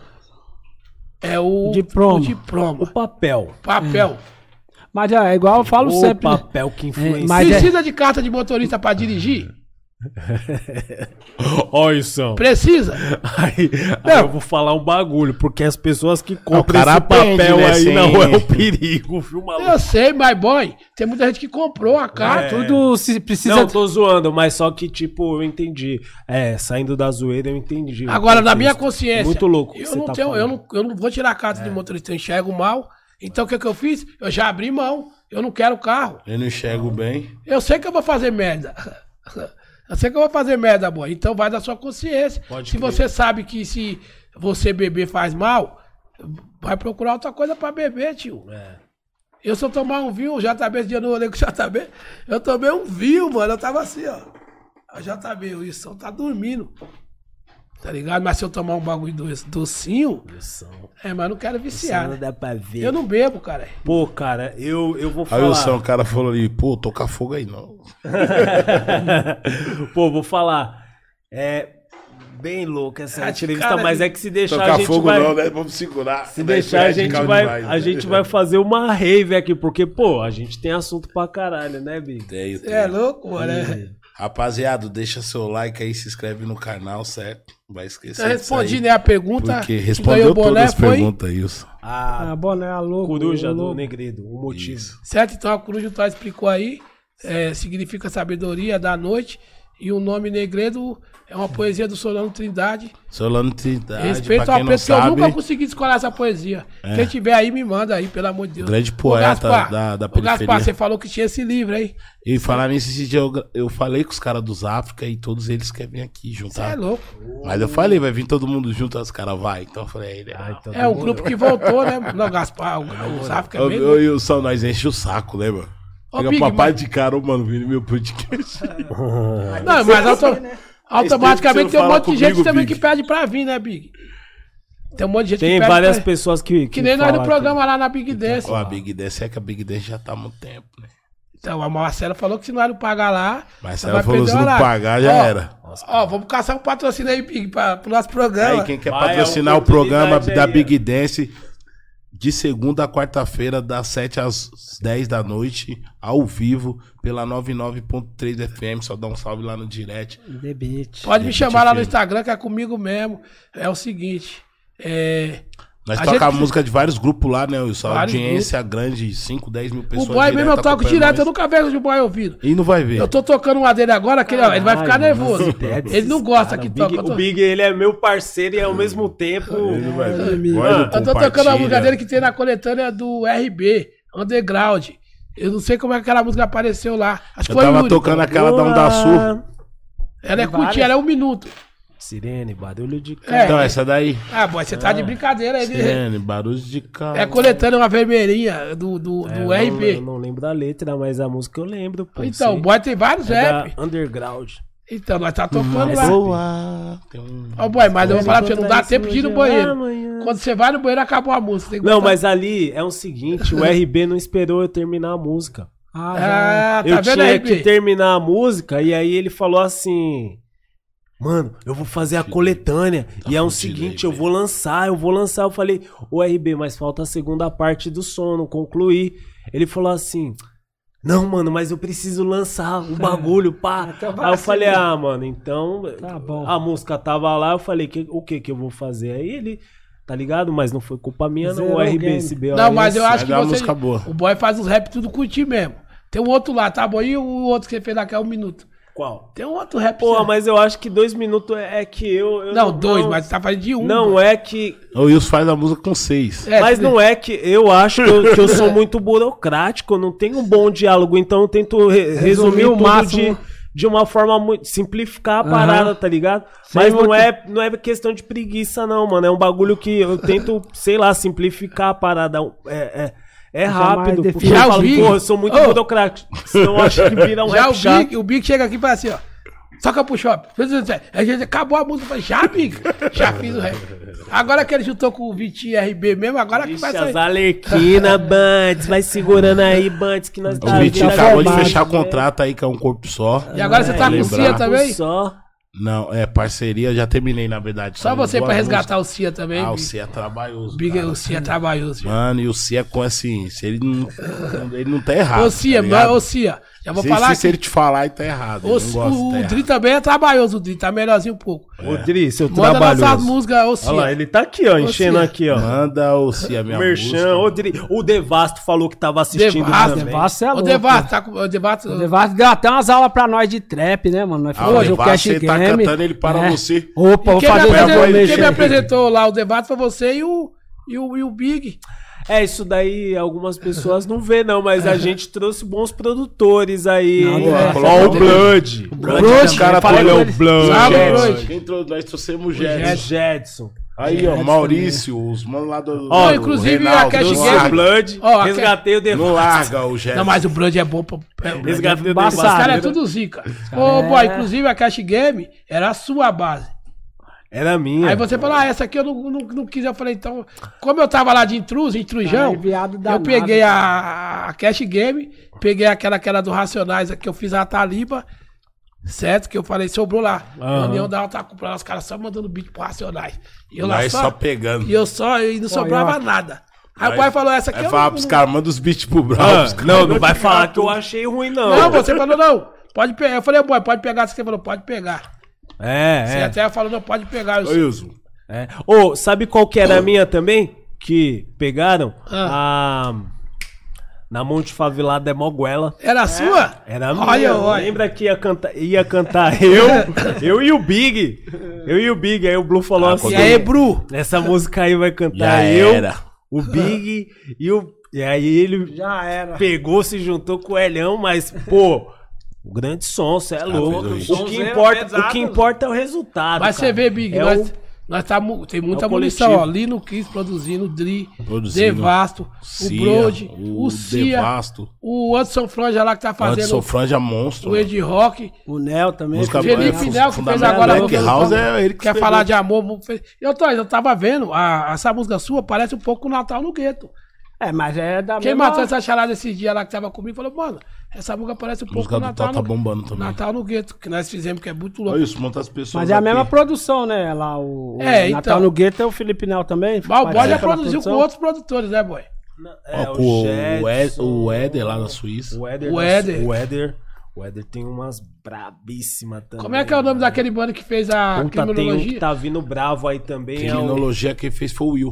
[SPEAKER 3] é o
[SPEAKER 4] Diploma.
[SPEAKER 3] o diploma.
[SPEAKER 1] O papel.
[SPEAKER 3] papel.
[SPEAKER 4] Mas é igual eu falo
[SPEAKER 1] o
[SPEAKER 4] sempre. né?
[SPEAKER 1] papel que influencia.
[SPEAKER 4] É, mas-
[SPEAKER 3] Precisa de carta de motorista pra dirigir?
[SPEAKER 1] Olha isso.
[SPEAKER 3] Precisa.
[SPEAKER 1] Aí, aí eu vou falar um bagulho, porque as pessoas que compram
[SPEAKER 2] cara
[SPEAKER 1] esse
[SPEAKER 2] aprende,
[SPEAKER 1] papel
[SPEAKER 2] né,
[SPEAKER 1] aí
[SPEAKER 2] sem-
[SPEAKER 1] não é o perigo, viu, maluco?
[SPEAKER 3] Eu sei, my boy. Tem muita gente que comprou a
[SPEAKER 1] É.
[SPEAKER 3] carta.
[SPEAKER 4] Ah, Tudo se precisa.
[SPEAKER 1] Não, tô zoando, mas só que, tipo, eu entendi. É, saindo da zoeira, eu entendi.
[SPEAKER 3] Agora, na minha
[SPEAKER 1] Isso.
[SPEAKER 3] consciência.
[SPEAKER 1] Muito louco. o que
[SPEAKER 3] Eu
[SPEAKER 1] você
[SPEAKER 3] não,
[SPEAKER 1] tá
[SPEAKER 3] tenho, eu,
[SPEAKER 1] falando. É.
[SPEAKER 3] não, eu não vou tirar a carta de motorista, eu enxergo mal. Então o que, que eu fiz? Eu já abri mão. Eu não quero carro.
[SPEAKER 2] Eu não enxergo bem.
[SPEAKER 3] Eu sei que eu vou fazer merda. Eu sei que eu vou fazer merda, boy. Então vai da sua consciência.
[SPEAKER 1] Pode
[SPEAKER 3] se
[SPEAKER 1] crer.
[SPEAKER 3] você sabe que se você beber faz mal, vai procurar outra coisa pra beber, tio.
[SPEAKER 1] É.
[SPEAKER 3] Eu se eu tomar um vinho, o JB, esse dia no rolê com o JB, eu tomei um vinho, mano. Eu tava assim, ó. O JB, o Wilson tá dormindo. Tá ligado? Mas se eu tomar um bagulho doce- docinho, é, mas eu não quero viciar.
[SPEAKER 1] Não
[SPEAKER 3] né?
[SPEAKER 1] dá pra ver.
[SPEAKER 3] Eu não bebo, cara.
[SPEAKER 1] Pô, cara, eu, eu vou
[SPEAKER 2] Aí
[SPEAKER 1] falar.
[SPEAKER 2] o Sam, o cara falou ali, pô, toca fogo aí não.
[SPEAKER 1] Pô, vou falar. É bem louca essa
[SPEAKER 3] Ah,
[SPEAKER 1] entrevista,
[SPEAKER 3] cara,
[SPEAKER 1] mas é que se deixar a
[SPEAKER 2] Tocar
[SPEAKER 1] gente
[SPEAKER 2] fogo
[SPEAKER 1] vai...
[SPEAKER 2] não, né? Vamos segurar. né?
[SPEAKER 1] Se deixar, a gente, vai, né? a gente vai fazer uma rave aqui, porque, pô, a gente tem assunto pra caralho, né, Big?
[SPEAKER 3] Você é louco, mano. é.
[SPEAKER 2] Rapaziada, deixa seu like aí, se inscreve no canal, certo? Não vai esquecer.
[SPEAKER 1] Tá,
[SPEAKER 3] Eu respondi,
[SPEAKER 2] disso
[SPEAKER 3] né, a
[SPEAKER 2] aí,
[SPEAKER 3] pergunta.
[SPEAKER 2] Porque
[SPEAKER 3] que
[SPEAKER 2] respondeu
[SPEAKER 3] ganhou o
[SPEAKER 2] todas as
[SPEAKER 3] foi,
[SPEAKER 2] perguntas, Wilson.
[SPEAKER 1] A
[SPEAKER 4] Ah, boné, é louco.
[SPEAKER 1] coruja
[SPEAKER 4] é
[SPEAKER 1] do
[SPEAKER 4] louco.
[SPEAKER 1] Negredo, o motivo.
[SPEAKER 2] Isso.
[SPEAKER 3] Certo? Então a coruja o Tó explicou aí. é, significa sabedoria da noite. E o nome Negredo é uma poesia do Solano Trindade.
[SPEAKER 2] Solano Trindade,
[SPEAKER 3] Respeito
[SPEAKER 2] pra
[SPEAKER 3] ao
[SPEAKER 2] quem não
[SPEAKER 3] preto, que eu
[SPEAKER 2] sabe, é.
[SPEAKER 3] nunca consegui descolar essa poesia. Quem tiver aí, me manda aí, pelo amor de Deus.
[SPEAKER 2] grande
[SPEAKER 3] Ô,
[SPEAKER 2] poeta
[SPEAKER 3] Gaspar,
[SPEAKER 2] da, da
[SPEAKER 3] ô, Gaspar, você
[SPEAKER 2] periferia.
[SPEAKER 3] falou que tinha esse livro aí.
[SPEAKER 2] E falar nisso, esse dia eu, eu falei com os caras dos África e todos eles querem vir aqui
[SPEAKER 3] Você
[SPEAKER 2] juntar.
[SPEAKER 3] é louco.
[SPEAKER 2] Mas eu falei, vai vir todo mundo junto, aí os caras vai. Então eu falei, aí,
[SPEAKER 1] Ah,
[SPEAKER 2] legal.
[SPEAKER 1] então
[SPEAKER 3] É um grupo que voltou, né? Não,
[SPEAKER 2] Tá
[SPEAKER 3] Gaspar, o, o Zafka é
[SPEAKER 2] Eu,
[SPEAKER 3] bem
[SPEAKER 2] eu e o Sal, nós enche o saco, né, mano?
[SPEAKER 3] Ô,
[SPEAKER 2] Pega
[SPEAKER 3] Big,
[SPEAKER 2] papai
[SPEAKER 3] mas-
[SPEAKER 2] de cara, ô, mano, vindo meu podcast.
[SPEAKER 3] Não, mas auto-
[SPEAKER 2] Esse tempo que
[SPEAKER 3] automaticamente tem
[SPEAKER 2] você
[SPEAKER 3] um monte
[SPEAKER 2] fala
[SPEAKER 3] de gente
[SPEAKER 2] comigo,
[SPEAKER 3] também
[SPEAKER 2] Big.
[SPEAKER 3] que pede pra vir, né, Big? Tem um monte de gente
[SPEAKER 1] Tem
[SPEAKER 3] que pede
[SPEAKER 1] várias
[SPEAKER 3] pra...
[SPEAKER 1] pessoas que.
[SPEAKER 3] Que nem nós no programa lá na Big Dance.
[SPEAKER 2] Ó, a Big Dance é que a Big Dance já tá há muito tempo, né?
[SPEAKER 3] Então, a Marcela falou que se nós não pagar lá.
[SPEAKER 2] Mas
[SPEAKER 3] nós
[SPEAKER 2] ela
[SPEAKER 3] vai
[SPEAKER 2] falou,
[SPEAKER 3] perder
[SPEAKER 2] se
[SPEAKER 3] o
[SPEAKER 2] não
[SPEAKER 3] horário.
[SPEAKER 2] pagar, já
[SPEAKER 3] Ó,
[SPEAKER 2] era.
[SPEAKER 3] Ó, vamos caçar um patrocínio aí, Big, pra, pro nosso programa.
[SPEAKER 2] Aí, quem quer
[SPEAKER 1] Vai,
[SPEAKER 2] patrocinar
[SPEAKER 1] a
[SPEAKER 2] o programa
[SPEAKER 1] oportunidade
[SPEAKER 2] da
[SPEAKER 1] aí,
[SPEAKER 2] Big Dance, de segunda a quarta-feira, das 7 às 10 da noite, ao vivo, pela 99.3 FM. Só dá um salve lá no direct.
[SPEAKER 1] é
[SPEAKER 4] Debite.
[SPEAKER 3] Pode me
[SPEAKER 2] Repete
[SPEAKER 3] chamar lá no
[SPEAKER 2] firme.
[SPEAKER 3] Instagram, que é comigo mesmo. É o seguinte. É.
[SPEAKER 2] Nós
[SPEAKER 3] A
[SPEAKER 2] tocamos
[SPEAKER 3] gente-
[SPEAKER 2] música de vários grupos lá, né, Wilson? A
[SPEAKER 3] Vários
[SPEAKER 2] audiência grande, 5, 10 mil
[SPEAKER 3] O
[SPEAKER 2] pessoas.
[SPEAKER 3] boy mesmo eu toco
[SPEAKER 2] acompanhando
[SPEAKER 3] direto, eu
[SPEAKER 2] nós.
[SPEAKER 3] nunca vejo o boy ouvindo.
[SPEAKER 2] E não vai ver.
[SPEAKER 3] Eu tô tocando uma dele agora, que ele, ó, ele vai ficar
[SPEAKER 4] Caralho,
[SPEAKER 3] nervoso.
[SPEAKER 4] mas bebe
[SPEAKER 3] Ele não
[SPEAKER 4] esses
[SPEAKER 3] gosta
[SPEAKER 4] cara,
[SPEAKER 3] que
[SPEAKER 1] é Big-
[SPEAKER 3] toca. eu tô-
[SPEAKER 1] o Big, ele é meu parceiro e ao mesmo tempo.
[SPEAKER 2] Olha,
[SPEAKER 3] Eu tô
[SPEAKER 2] compartilha.
[SPEAKER 3] tocando a música dele que tem na coletânea do RB, Underground. Eu não sei como é que aquela música apareceu lá. Acho que
[SPEAKER 2] Eu
[SPEAKER 3] foi
[SPEAKER 2] tava
[SPEAKER 3] o Yuri.
[SPEAKER 2] tocando aquela
[SPEAKER 1] um
[SPEAKER 2] da Onda Sul.
[SPEAKER 1] Boa.
[SPEAKER 3] Ela é
[SPEAKER 4] Tem várias.
[SPEAKER 3] curtinha, ela é um minuto.
[SPEAKER 1] Sirene, barulho de
[SPEAKER 3] É.
[SPEAKER 2] Então, essa daí.
[SPEAKER 3] Ah, boy, você tá de brincadeira aí. né?
[SPEAKER 2] Sirene, barulho de carro.
[SPEAKER 3] É coletando uma vermelhinha do, do, do
[SPEAKER 1] É, eu não- Eu
[SPEAKER 3] RB.
[SPEAKER 1] não lembro da letra, mas a música eu lembro. Pô,
[SPEAKER 3] Então, o
[SPEAKER 1] sei.
[SPEAKER 3] boy tem vários
[SPEAKER 1] é
[SPEAKER 3] rap.
[SPEAKER 1] da Underground.
[SPEAKER 3] Então, nós tá tocando
[SPEAKER 1] Mas
[SPEAKER 3] lá. Ó,
[SPEAKER 2] Boa. Tem um...
[SPEAKER 3] boy, mas eu vou falar pra você, não dá
[SPEAKER 1] Encontrar
[SPEAKER 3] tempo de ir
[SPEAKER 1] isso
[SPEAKER 3] no
[SPEAKER 1] hoje
[SPEAKER 3] banheiro.
[SPEAKER 1] amanhã.
[SPEAKER 3] Quando você vai no banheiro, acabou a música. tem que
[SPEAKER 1] Não,
[SPEAKER 3] botar-
[SPEAKER 1] mas ali é o seguinte: o RB não esperou eu terminar a música.
[SPEAKER 4] Ah, já.
[SPEAKER 3] Ah, tá
[SPEAKER 1] eu
[SPEAKER 3] vendo,
[SPEAKER 1] tinha que
[SPEAKER 3] RB?
[SPEAKER 1] terminar a música e aí ele falou assim: Mano, eu vou fazer a coletânea. e é o
[SPEAKER 2] fudido
[SPEAKER 1] seguinte,
[SPEAKER 2] aí,
[SPEAKER 1] eu vou lançar, eu vou lançar. Eu falei, ô RB, mas falta a segunda parte do som, não concluí. Ele falou assim. Não, mano, mas eu preciso lançar o bagulho, pá.
[SPEAKER 4] Então vai
[SPEAKER 1] Aí eu
[SPEAKER 4] assim,
[SPEAKER 1] falei,
[SPEAKER 4] né?
[SPEAKER 1] ah, mano, então.
[SPEAKER 4] Tá bom.
[SPEAKER 1] A música tava lá, eu falei, "Que- o que que eu vou fazer? Aí ele, tá ligado? Mas não foi culpa minha, não,
[SPEAKER 4] Zerou
[SPEAKER 1] o
[SPEAKER 4] o
[SPEAKER 1] RB,
[SPEAKER 4] game.
[SPEAKER 1] esse B.O.
[SPEAKER 3] Não, mas
[SPEAKER 1] aí,
[SPEAKER 3] eu acho que
[SPEAKER 2] Mas é uma
[SPEAKER 3] você.
[SPEAKER 2] música boa.
[SPEAKER 3] O boy faz os rap tudo curtir mesmo. Tem um outro lá, tá bom? E o outro que ele fez daqui a um minuto.
[SPEAKER 1] Qual?
[SPEAKER 3] Tem um outro rap.
[SPEAKER 1] Porra,
[SPEAKER 3] seu.
[SPEAKER 1] mas eu acho que dois minutos é é que eu. eu
[SPEAKER 3] Não, dois, mas você tá falando de um.
[SPEAKER 1] Não é que.
[SPEAKER 2] O Wilson faz a música com seis.
[SPEAKER 3] É,
[SPEAKER 1] mas não é que eu acho que eu, que eu sou muito burocrático, eu não tenho um bom diálogo, então eu tento re- resumir
[SPEAKER 4] o
[SPEAKER 1] o máximo
[SPEAKER 4] máximo.
[SPEAKER 1] de, de uma forma muito. simplificar a
[SPEAKER 4] Aham.
[SPEAKER 1] parada, tá ligado? Mas não
[SPEAKER 4] muito-
[SPEAKER 1] é, não é questão de preguiça, não, mano. É um bagulho que eu tento, sei lá, simplificar a parada. É, é, é
[SPEAKER 4] Jamais
[SPEAKER 1] rápido. Porque eu
[SPEAKER 4] defini-
[SPEAKER 3] Já o
[SPEAKER 1] falo,
[SPEAKER 3] Big-
[SPEAKER 1] porra, eu sou muito
[SPEAKER 3] Ô.
[SPEAKER 2] é
[SPEAKER 1] burocrático. Senão eu acho que vira um
[SPEAKER 3] Já
[SPEAKER 1] rap
[SPEAKER 3] o
[SPEAKER 1] chato.
[SPEAKER 3] Big, o Big chega aqui e fala assim, ó. Toca pro shopping. A gente acabou a música, falei, já, amigo? Já fiz o resto. Agora que ele juntou com o Vitinho RB mesmo, agora que vai
[SPEAKER 4] Deixa
[SPEAKER 3] sair.
[SPEAKER 4] as alerquinas, Bandes. Vai segurando aí, Bandes, que nós
[SPEAKER 1] tá
[SPEAKER 2] O Vitinho
[SPEAKER 4] vindo
[SPEAKER 2] acabou de
[SPEAKER 4] arrumado,
[SPEAKER 2] fechar o
[SPEAKER 4] né?
[SPEAKER 2] contrato aí, que é um corpo só.
[SPEAKER 3] Ah, tá E agora você tá com o
[SPEAKER 2] lembrar.
[SPEAKER 3] Cia também?
[SPEAKER 4] Só.
[SPEAKER 2] Não, é parceria, já terminei, na verdade.
[SPEAKER 3] Só você
[SPEAKER 2] Boa
[SPEAKER 3] pra
[SPEAKER 2] música.
[SPEAKER 3] resgatar o Cia também.
[SPEAKER 2] Ah, o
[SPEAKER 3] bicho.
[SPEAKER 2] C é trabalhoso.
[SPEAKER 3] Big,
[SPEAKER 2] cara.
[SPEAKER 3] o Cia trabalhoso. bicho.
[SPEAKER 2] Mano, e o C é com assim, se ele não, ele não tá errado.
[SPEAKER 3] Ô, Cia,
[SPEAKER 2] tá ligado?
[SPEAKER 3] mano, ô, Cia. Já vou
[SPEAKER 2] se,
[SPEAKER 3] falar
[SPEAKER 2] se, se
[SPEAKER 3] aqui.
[SPEAKER 2] ele te falar, ele tá errado.
[SPEAKER 3] O,
[SPEAKER 2] ele não gosta,
[SPEAKER 3] o,
[SPEAKER 2] tá errado.
[SPEAKER 3] Dri também é trabalhoso, o Dri tá melhorzinho um pouco.
[SPEAKER 2] É.
[SPEAKER 1] Ô, Dri, seu
[SPEAKER 3] Manda
[SPEAKER 1] trabalho.
[SPEAKER 3] nossas músicas, ô
[SPEAKER 1] Olha lá,
[SPEAKER 3] Cia.
[SPEAKER 1] ele tá aqui, ó, enchendo
[SPEAKER 3] Cia.
[SPEAKER 1] aqui, ó.
[SPEAKER 2] Manda o C a Ah, minha música.
[SPEAKER 1] Merchan, ô, Dri. O Devasto falou que tava assistindo
[SPEAKER 3] Devasto,
[SPEAKER 1] também.
[SPEAKER 4] Devasso é
[SPEAKER 3] Ô,
[SPEAKER 4] louco.
[SPEAKER 2] né?
[SPEAKER 3] Devato, tá com. Ô, Devato.
[SPEAKER 4] O Devasto deu até umas aulas pra nós de trap, né, mano? Nós
[SPEAKER 2] Ah,
[SPEAKER 4] falamos
[SPEAKER 2] o
[SPEAKER 4] hoje o
[SPEAKER 2] Devasso,
[SPEAKER 4] Cash
[SPEAKER 2] ele
[SPEAKER 4] Game. É.
[SPEAKER 2] tá cantando, ele para você.
[SPEAKER 4] Opa, vou
[SPEAKER 3] Quem me,
[SPEAKER 2] apresenta-
[SPEAKER 4] fazer uma
[SPEAKER 3] apresentou,
[SPEAKER 2] mexer.
[SPEAKER 3] quem me
[SPEAKER 4] mexer.
[SPEAKER 3] apresentou lá o debate foi você e o, e o, e o Big.
[SPEAKER 1] É, isso daí algumas pessoas não vê, não, mas
[SPEAKER 3] É.
[SPEAKER 1] a gente trouxe bons produtores aí.
[SPEAKER 4] Não,
[SPEAKER 1] hein?
[SPEAKER 4] é.
[SPEAKER 1] Ó, o Blood.
[SPEAKER 2] Blood,
[SPEAKER 4] Blood,
[SPEAKER 2] cara,
[SPEAKER 4] falei
[SPEAKER 2] olha
[SPEAKER 4] com
[SPEAKER 2] o
[SPEAKER 4] ele.
[SPEAKER 2] Blood.
[SPEAKER 3] Sabe,
[SPEAKER 2] Jetson.
[SPEAKER 3] Blood?
[SPEAKER 2] Quem trouxe nós trouxemos o
[SPEAKER 1] É
[SPEAKER 2] Jetson.
[SPEAKER 1] Jedson.
[SPEAKER 2] Aí, ó, Maurício, os manos lá do.
[SPEAKER 3] Ó,
[SPEAKER 2] do
[SPEAKER 3] inclusive,
[SPEAKER 2] Reinaldo,
[SPEAKER 3] a Cash
[SPEAKER 2] não
[SPEAKER 3] Game-
[SPEAKER 1] Trouxe o
[SPEAKER 2] larga,
[SPEAKER 1] Blood,
[SPEAKER 3] Ó,
[SPEAKER 1] resgatei o
[SPEAKER 2] Não
[SPEAKER 1] Devasto.
[SPEAKER 2] larga o Jetson.
[SPEAKER 3] Não, mas o Brand é bom pra. é, o Brand é
[SPEAKER 1] Resgatei o
[SPEAKER 4] Embaçado.
[SPEAKER 1] Devasto.
[SPEAKER 3] Os caras é tudo zica. Ô,
[SPEAKER 4] é.
[SPEAKER 3] boy, inclusive a Cash Game era a sua base.
[SPEAKER 1] Era minha.
[SPEAKER 3] Aí você falou, ah, essa aqui eu não, não, não quis. Eu falei, então, como eu tava lá de intruso, intrujão,
[SPEAKER 4] Caralho, é viado
[SPEAKER 3] eu
[SPEAKER 4] danado.
[SPEAKER 3] peguei a, a Cash Game, peguei aquela, aquela do Racionais, a que eu fiz a Taliba, certo? Que eu falei, sobrou lá. A União da Alta Cúpula, os caras só mandando beat pro Racionais. E eu lá
[SPEAKER 2] Nós
[SPEAKER 3] só,
[SPEAKER 2] só pegando.
[SPEAKER 3] E eu só, e não sobrava nada. Aí o pai falou, essa aqui
[SPEAKER 2] Aí
[SPEAKER 3] eu
[SPEAKER 2] fala
[SPEAKER 3] não,
[SPEAKER 2] pros caras, manda os beats pro
[SPEAKER 1] Ah,
[SPEAKER 2] Brau.
[SPEAKER 1] não, não vai falar que eu achei ruim, não.
[SPEAKER 3] não, você falou, não, pode pegar. Eu falei, boy, pode pegar. Você falou, pode pegar. Você
[SPEAKER 1] É, é.
[SPEAKER 3] até falou, não, pode pegar. Eu,
[SPEAKER 2] Ô, Wilson.
[SPEAKER 1] é. Ô, sabe qual que era a minha também? Que pegaram?
[SPEAKER 3] Ah.
[SPEAKER 1] A... Na Monte Favelada é Moguela.
[SPEAKER 3] Era a sua?
[SPEAKER 1] Era minha.
[SPEAKER 3] Olha, olha.
[SPEAKER 1] Lembra que ia cantar, ia cantar eu, eu e o Big. Eu e o Big. Aí o Blue falou
[SPEAKER 2] Ah,
[SPEAKER 1] assim:
[SPEAKER 2] quando-
[SPEAKER 3] E aí, Bru?
[SPEAKER 1] Essa música aí vai cantar
[SPEAKER 2] Já
[SPEAKER 1] eu,
[SPEAKER 2] era.
[SPEAKER 1] o Big e o. E aí ele
[SPEAKER 4] Já era.
[SPEAKER 1] pegou, se juntou com o Elhão, mas, pô, o grande som, você é louco.
[SPEAKER 2] fez um
[SPEAKER 1] O que,
[SPEAKER 4] sonzeiro
[SPEAKER 1] importa,
[SPEAKER 4] pesado.
[SPEAKER 1] o que importa é o resultado.
[SPEAKER 3] Mas você
[SPEAKER 1] cara.
[SPEAKER 3] vê, Big,
[SPEAKER 1] É
[SPEAKER 3] nós,
[SPEAKER 1] o-
[SPEAKER 3] nós tá, mu- tem muita
[SPEAKER 1] é o
[SPEAKER 3] munição,
[SPEAKER 1] coletivo.
[SPEAKER 3] ó. Lino Kiss produzindo, Dri,
[SPEAKER 2] Produzindo.
[SPEAKER 3] Devasto,
[SPEAKER 2] Cia,
[SPEAKER 3] o Brode,
[SPEAKER 2] o
[SPEAKER 3] o, Cia,
[SPEAKER 2] Devasto.
[SPEAKER 3] o Anderson Franja lá que tá
[SPEAKER 2] Anderson
[SPEAKER 3] fazendo
[SPEAKER 2] Franja monstro.
[SPEAKER 3] o Ed Rock,
[SPEAKER 4] O Nel também. né?
[SPEAKER 2] Música
[SPEAKER 4] fez-
[SPEAKER 2] boa, né?
[SPEAKER 3] Felipe
[SPEAKER 2] fun-
[SPEAKER 3] Nel que fez
[SPEAKER 2] fundamental.
[SPEAKER 3] agora.
[SPEAKER 2] Black
[SPEAKER 3] voltando-
[SPEAKER 2] House é ele que
[SPEAKER 3] Quer
[SPEAKER 2] escreveu.
[SPEAKER 3] falar de amor. muito feliz. Eu, tô, eu tava vendo, a- essa música sua parece um pouco o Natal no Gueto.
[SPEAKER 4] É, mas é da
[SPEAKER 3] Quem
[SPEAKER 4] mesma...
[SPEAKER 3] matou essa charada esse dia lá que tava comigo falou, mano, essa música parece um pouco
[SPEAKER 2] música
[SPEAKER 3] o
[SPEAKER 2] do
[SPEAKER 1] Tá
[SPEAKER 3] Natal
[SPEAKER 2] Tata
[SPEAKER 3] no
[SPEAKER 2] bombando também.
[SPEAKER 3] Natal no Gueto, que nós fizemos, que é muito
[SPEAKER 2] Ô,
[SPEAKER 3] louco.
[SPEAKER 2] Wilson, monta as pessoas.
[SPEAKER 4] Mas é a
[SPEAKER 2] aqui.
[SPEAKER 4] mesma produção, né? Lá o, o
[SPEAKER 3] É,
[SPEAKER 4] Natal
[SPEAKER 3] então.
[SPEAKER 4] no Gueto é o Felipe Nel também.
[SPEAKER 3] Mas o Boy já
[SPEAKER 4] participa da
[SPEAKER 3] produziu com
[SPEAKER 4] produção.
[SPEAKER 3] outros produtores, né, boy?
[SPEAKER 1] é,
[SPEAKER 2] Ó, com o, o, Ed-
[SPEAKER 1] Jetson,
[SPEAKER 2] o Éder lá na Suíça.
[SPEAKER 1] O Éder.
[SPEAKER 3] O
[SPEAKER 1] O
[SPEAKER 3] Éder.
[SPEAKER 1] Éder. O Éder, o Éder tem umas brabíssimas também.
[SPEAKER 3] Como é que é o nome daquele bando que fez a
[SPEAKER 1] Puta, tem um que
[SPEAKER 3] criminologia?
[SPEAKER 1] tá vindo bravo aí também. É o,
[SPEAKER 2] Criminologia quem fez foi o Will.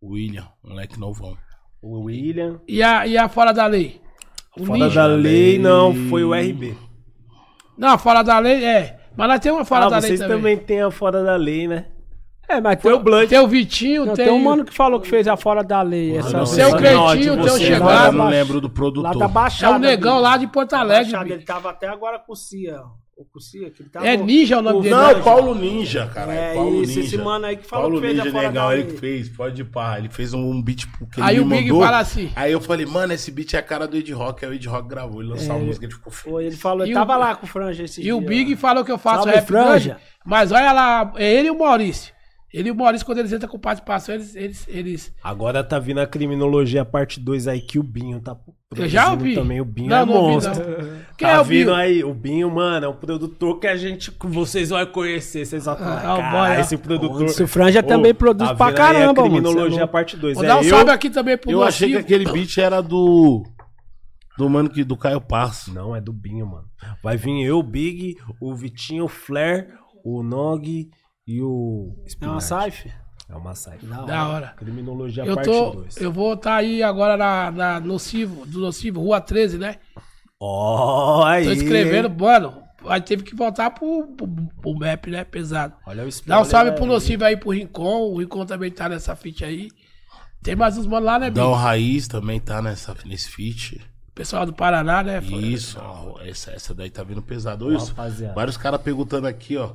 [SPEAKER 2] O William, moleque novão.
[SPEAKER 1] o William.
[SPEAKER 3] E a, e a Fora da Lei? O
[SPEAKER 1] Fora
[SPEAKER 3] Ninja?
[SPEAKER 1] da lei, não, foi o RB.
[SPEAKER 3] Não, a Fora da Lei é. Mas nós temos uma Fora
[SPEAKER 1] ah,
[SPEAKER 3] da Lei
[SPEAKER 1] vocês
[SPEAKER 3] também.
[SPEAKER 1] também têm a fora da lei, né?
[SPEAKER 4] É, mas
[SPEAKER 1] Foi
[SPEAKER 4] tem,
[SPEAKER 1] o Blunt.
[SPEAKER 3] Tem o Vitinho,
[SPEAKER 4] não,
[SPEAKER 3] tem,
[SPEAKER 4] tem um mano que falou que fez a Fora da Lei. Essa
[SPEAKER 2] não,
[SPEAKER 3] o Seu
[SPEAKER 1] Você
[SPEAKER 3] Cretinho,
[SPEAKER 1] não,
[SPEAKER 3] tem o
[SPEAKER 1] você
[SPEAKER 2] Agora eu
[SPEAKER 3] Chegado.
[SPEAKER 2] não lembro do
[SPEAKER 4] Lá
[SPEAKER 2] produtor.
[SPEAKER 4] da
[SPEAKER 3] É
[SPEAKER 4] Baixada.
[SPEAKER 3] um negão
[SPEAKER 4] bicho.
[SPEAKER 3] lá de Porto
[SPEAKER 4] Da
[SPEAKER 3] Alegre.
[SPEAKER 4] Baixada, Ele
[SPEAKER 3] bicho.
[SPEAKER 4] tava até agora com o Cia. O com o Cia que ele tava...
[SPEAKER 3] É ninja o nome dele.
[SPEAKER 2] Não,
[SPEAKER 3] né?
[SPEAKER 2] Paulo Ninja, cara.
[SPEAKER 4] É
[SPEAKER 2] Paulo
[SPEAKER 4] isso, esse mano aí que falou
[SPEAKER 2] Paulo
[SPEAKER 4] que fez a
[SPEAKER 2] Ninja,
[SPEAKER 4] fora
[SPEAKER 2] legal,
[SPEAKER 4] da
[SPEAKER 2] ele
[SPEAKER 4] lei.
[SPEAKER 2] que fez, pode ir pá. Ele fez um beat porque
[SPEAKER 3] Aí
[SPEAKER 2] ele
[SPEAKER 3] o
[SPEAKER 2] me
[SPEAKER 3] Big
[SPEAKER 2] mandou.
[SPEAKER 3] fala assim.
[SPEAKER 2] Aí eu falei, mano, esse beat é a cara do Ed Rock. Aí o Ed Rock gravou, ele
[SPEAKER 4] É,
[SPEAKER 2] lançou a música, ele ficou
[SPEAKER 4] Pô,
[SPEAKER 2] feio.
[SPEAKER 4] ele falou,
[SPEAKER 3] E
[SPEAKER 4] ele
[SPEAKER 3] o-
[SPEAKER 4] tava lá com o Franja esse
[SPEAKER 3] E
[SPEAKER 4] dia.
[SPEAKER 3] o Big falou que eu faço
[SPEAKER 4] Salve,
[SPEAKER 3] rap
[SPEAKER 4] Franja.
[SPEAKER 3] grande, mas olha lá, é ele e o Maurício. Ele e o Maurício, quando eles entram com participação, eles. eles, eles
[SPEAKER 1] Agora tá vindo a criminologia parte 2 aí que o Binho tá produzindo
[SPEAKER 3] eu já ouvi.
[SPEAKER 1] também. O Binho
[SPEAKER 3] não,
[SPEAKER 1] é
[SPEAKER 3] não ouvi,
[SPEAKER 1] monstro.
[SPEAKER 3] não. Quem
[SPEAKER 1] Tá
[SPEAKER 3] é o
[SPEAKER 1] vindo
[SPEAKER 3] Binho?
[SPEAKER 1] aí, o Binho, mano, é um produtor que a gente, que vocês vão conhecer, vocês vão falar,
[SPEAKER 3] Ah, o boy,
[SPEAKER 1] "Caralho,
[SPEAKER 3] ó."
[SPEAKER 1] esse produtor... tá
[SPEAKER 4] Esse Franja é
[SPEAKER 2] tá
[SPEAKER 4] também produz pra
[SPEAKER 1] vindo aí a
[SPEAKER 4] caramba, mano, cê é
[SPEAKER 1] Criminologia
[SPEAKER 4] louco.
[SPEAKER 1] parte 2,
[SPEAKER 3] Vou
[SPEAKER 1] é
[SPEAKER 3] dar um
[SPEAKER 1] eu...
[SPEAKER 3] salve aqui também pro
[SPEAKER 2] Eu achei que
[SPEAKER 3] Nocivo.
[SPEAKER 2] aquele beat era do. Do mano que do Caio Passo.
[SPEAKER 1] Não, é do Binho, mano. Vai vir eu, o Big, o Vitinho, o Flair, o Nog e o...
[SPEAKER 4] É uma
[SPEAKER 1] Spinard.
[SPEAKER 4] saif?
[SPEAKER 1] É uma saifa.
[SPEAKER 3] Da hora.
[SPEAKER 1] Criminologia
[SPEAKER 3] Eu,
[SPEAKER 1] é parte
[SPEAKER 3] tô,
[SPEAKER 1] 2.
[SPEAKER 3] eu vou estar aí agora na, na Nocivo, do Nocivo, Rua 13, né?
[SPEAKER 1] Ó, aí.
[SPEAKER 3] Tô escrevendo, mano. Aí teve que voltar pro, pro, pro map, né? Pesado.
[SPEAKER 1] Olha o spoiler.
[SPEAKER 3] Dá um salve pro
[SPEAKER 1] aí.
[SPEAKER 3] Nocivo aí, pro Rincon. O Rincon também tá nessa feat aí. Tem mais uns mano lá, né,
[SPEAKER 2] Dão
[SPEAKER 1] um-
[SPEAKER 3] Bicho?
[SPEAKER 2] Raiz também tá nessa, nesse feat.
[SPEAKER 3] Pessoal do Paraná, né?
[SPEAKER 2] Isso, ó, essa, essa daí tá vindo pesado. Ô, Wilson,
[SPEAKER 3] É.
[SPEAKER 1] rapaziada.
[SPEAKER 2] vários caras perguntando aqui, ó.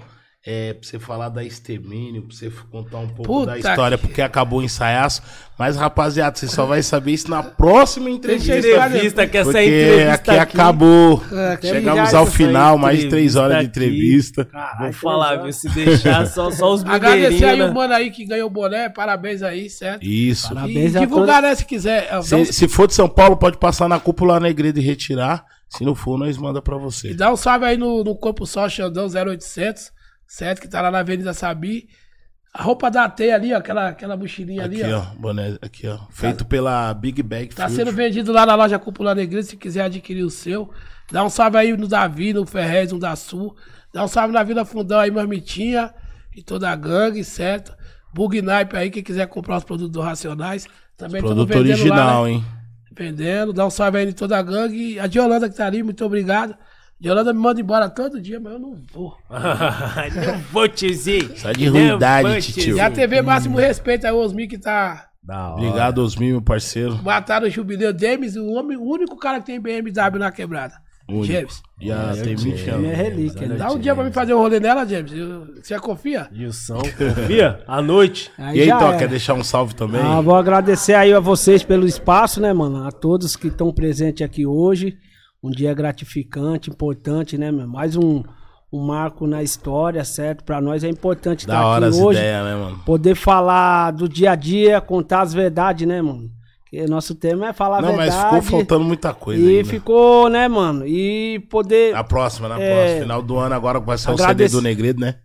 [SPEAKER 2] é, pra você falar da extermínio, pra você contar um pouco
[SPEAKER 3] Puta
[SPEAKER 2] da história,
[SPEAKER 3] que-
[SPEAKER 2] porque acabou o ensaiaço. Mas, rapaziada, você só vai saber isso na próxima entrevista.
[SPEAKER 1] Entrevista, que essa
[SPEAKER 2] Porque
[SPEAKER 1] entrevista
[SPEAKER 2] aqui, acabou.
[SPEAKER 3] É,
[SPEAKER 2] Chegamos
[SPEAKER 4] já
[SPEAKER 2] ao
[SPEAKER 4] essa
[SPEAKER 2] final, mais de
[SPEAKER 1] entrevista
[SPEAKER 2] três horas de
[SPEAKER 1] aqui.
[SPEAKER 2] entrevista.
[SPEAKER 1] Vou falar, viu? Se deixar só, só os
[SPEAKER 3] Ah, então Agradecer aí
[SPEAKER 1] mineirinhos.
[SPEAKER 3] o
[SPEAKER 1] né?
[SPEAKER 3] mano aí que ganhou o boné, parabéns aí, certo?
[SPEAKER 2] Isso.
[SPEAKER 4] Parabéns
[SPEAKER 3] e
[SPEAKER 4] a
[SPEAKER 3] divulgar, né, se quiser. É, dá um-
[SPEAKER 2] Se, se for de São Paulo, pode passar na cúpula negreda e retirar. Se não for, nós manda pra
[SPEAKER 3] E
[SPEAKER 2] você.
[SPEAKER 3] dá um salve aí no, no Corpo Só Xandão 0800, certo? Que tá lá na Avenida Sabi. A roupa da T ali, ó, aquela, aquela mochilinha
[SPEAKER 2] Aqui,
[SPEAKER 3] ali, ó.
[SPEAKER 2] ó, boné, aqui, ó. Feito pela Big Bag
[SPEAKER 3] Tá
[SPEAKER 2] Field.
[SPEAKER 3] sendo vendido lá na loja Cúpula Negra, se quiser adquirir o seu. Dá um salve aí no Davi, no Ferrez, no da Sul. Dá um salve na Vila Fundão aí, Marmitinha e toda a gangue, certo? Bug Naipe aí, quem quiser comprar os produtos do Racionais. Também tamo
[SPEAKER 2] Produto
[SPEAKER 3] vendendo
[SPEAKER 2] original,
[SPEAKER 3] lá, né?
[SPEAKER 2] hein?
[SPEAKER 3] Vendendo. Dá um salve aí em toda a gangue. A Diolanda que tá ali, muito obrigado. Diolanda me manda embora todo dia, mas eu não vou.
[SPEAKER 1] Não vou, tiozinho.
[SPEAKER 2] Só de ruindade, titio.
[SPEAKER 3] E a TV Máximo Respeito aí, o Osmi que tá
[SPEAKER 1] Da hora.
[SPEAKER 2] Obrigado, Osmi, meu parceiro.
[SPEAKER 3] mataram o jubileu. James, o, homem, o único cara que tem BMW na quebrada.
[SPEAKER 2] Único.
[SPEAKER 3] James.
[SPEAKER 2] Já tem 20
[SPEAKER 4] É
[SPEAKER 2] anos.
[SPEAKER 4] relíquia, né?
[SPEAKER 3] Dá um dia pra mim fazer um rolê nela, James. Eu- Você confia?
[SPEAKER 1] Wilson, confia? À noite.
[SPEAKER 2] E aí,
[SPEAKER 4] já
[SPEAKER 2] Tó,
[SPEAKER 4] era.
[SPEAKER 2] quer deixar um salve também?
[SPEAKER 4] Ah, vou agradecer aí a vocês pelo espaço, né, mano? A todos que estão presentes aqui hoje. Um dia gratificante, importante, né, meu? Mais um, um marco na história, certo? Pra nós é importante
[SPEAKER 2] da
[SPEAKER 4] estar
[SPEAKER 2] hora
[SPEAKER 4] aqui
[SPEAKER 2] as
[SPEAKER 4] hoje.
[SPEAKER 2] ideias, né, mano?
[SPEAKER 4] Poder falar do dia a dia, contar as verdades, né, mano? Porque nosso tema é falar a
[SPEAKER 2] Não, mas
[SPEAKER 4] verdade.
[SPEAKER 2] ficou faltando muita coisa
[SPEAKER 4] E
[SPEAKER 2] ainda.
[SPEAKER 4] ficou, né, mano? E poder.
[SPEAKER 2] Na próxima, na
[SPEAKER 4] É.
[SPEAKER 2] próxima. Final do ano agora vai sair
[SPEAKER 4] Agradece-
[SPEAKER 2] o CD do Negredo, né?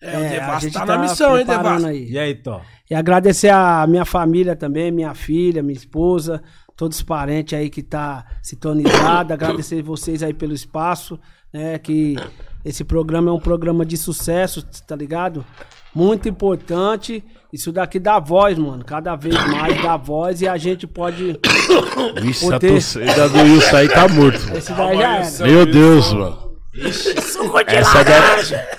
[SPEAKER 3] É, o
[SPEAKER 4] a
[SPEAKER 3] Devasto
[SPEAKER 4] gente
[SPEAKER 3] tá na missão, hein,
[SPEAKER 4] preparando
[SPEAKER 3] Devasto?
[SPEAKER 4] aí.
[SPEAKER 1] E aí, Tó?
[SPEAKER 4] E agradecer a minha família também, minha filha, minha esposa, todos os parentes aí que tá sintonizados. agradecer vocês aí pelo espaço, né? Que esse programa é um programa de sucesso, tá ligado? Muito importante. Isso daqui dá voz, mano. Cada vez mais dá voz e a gente pode.
[SPEAKER 2] Vixe,
[SPEAKER 4] Vou
[SPEAKER 2] essa
[SPEAKER 4] ter-
[SPEAKER 2] torcida do Wilson aí tá morto.
[SPEAKER 4] Esse daí já era.
[SPEAKER 2] Meu Deus, é mano. Essa da...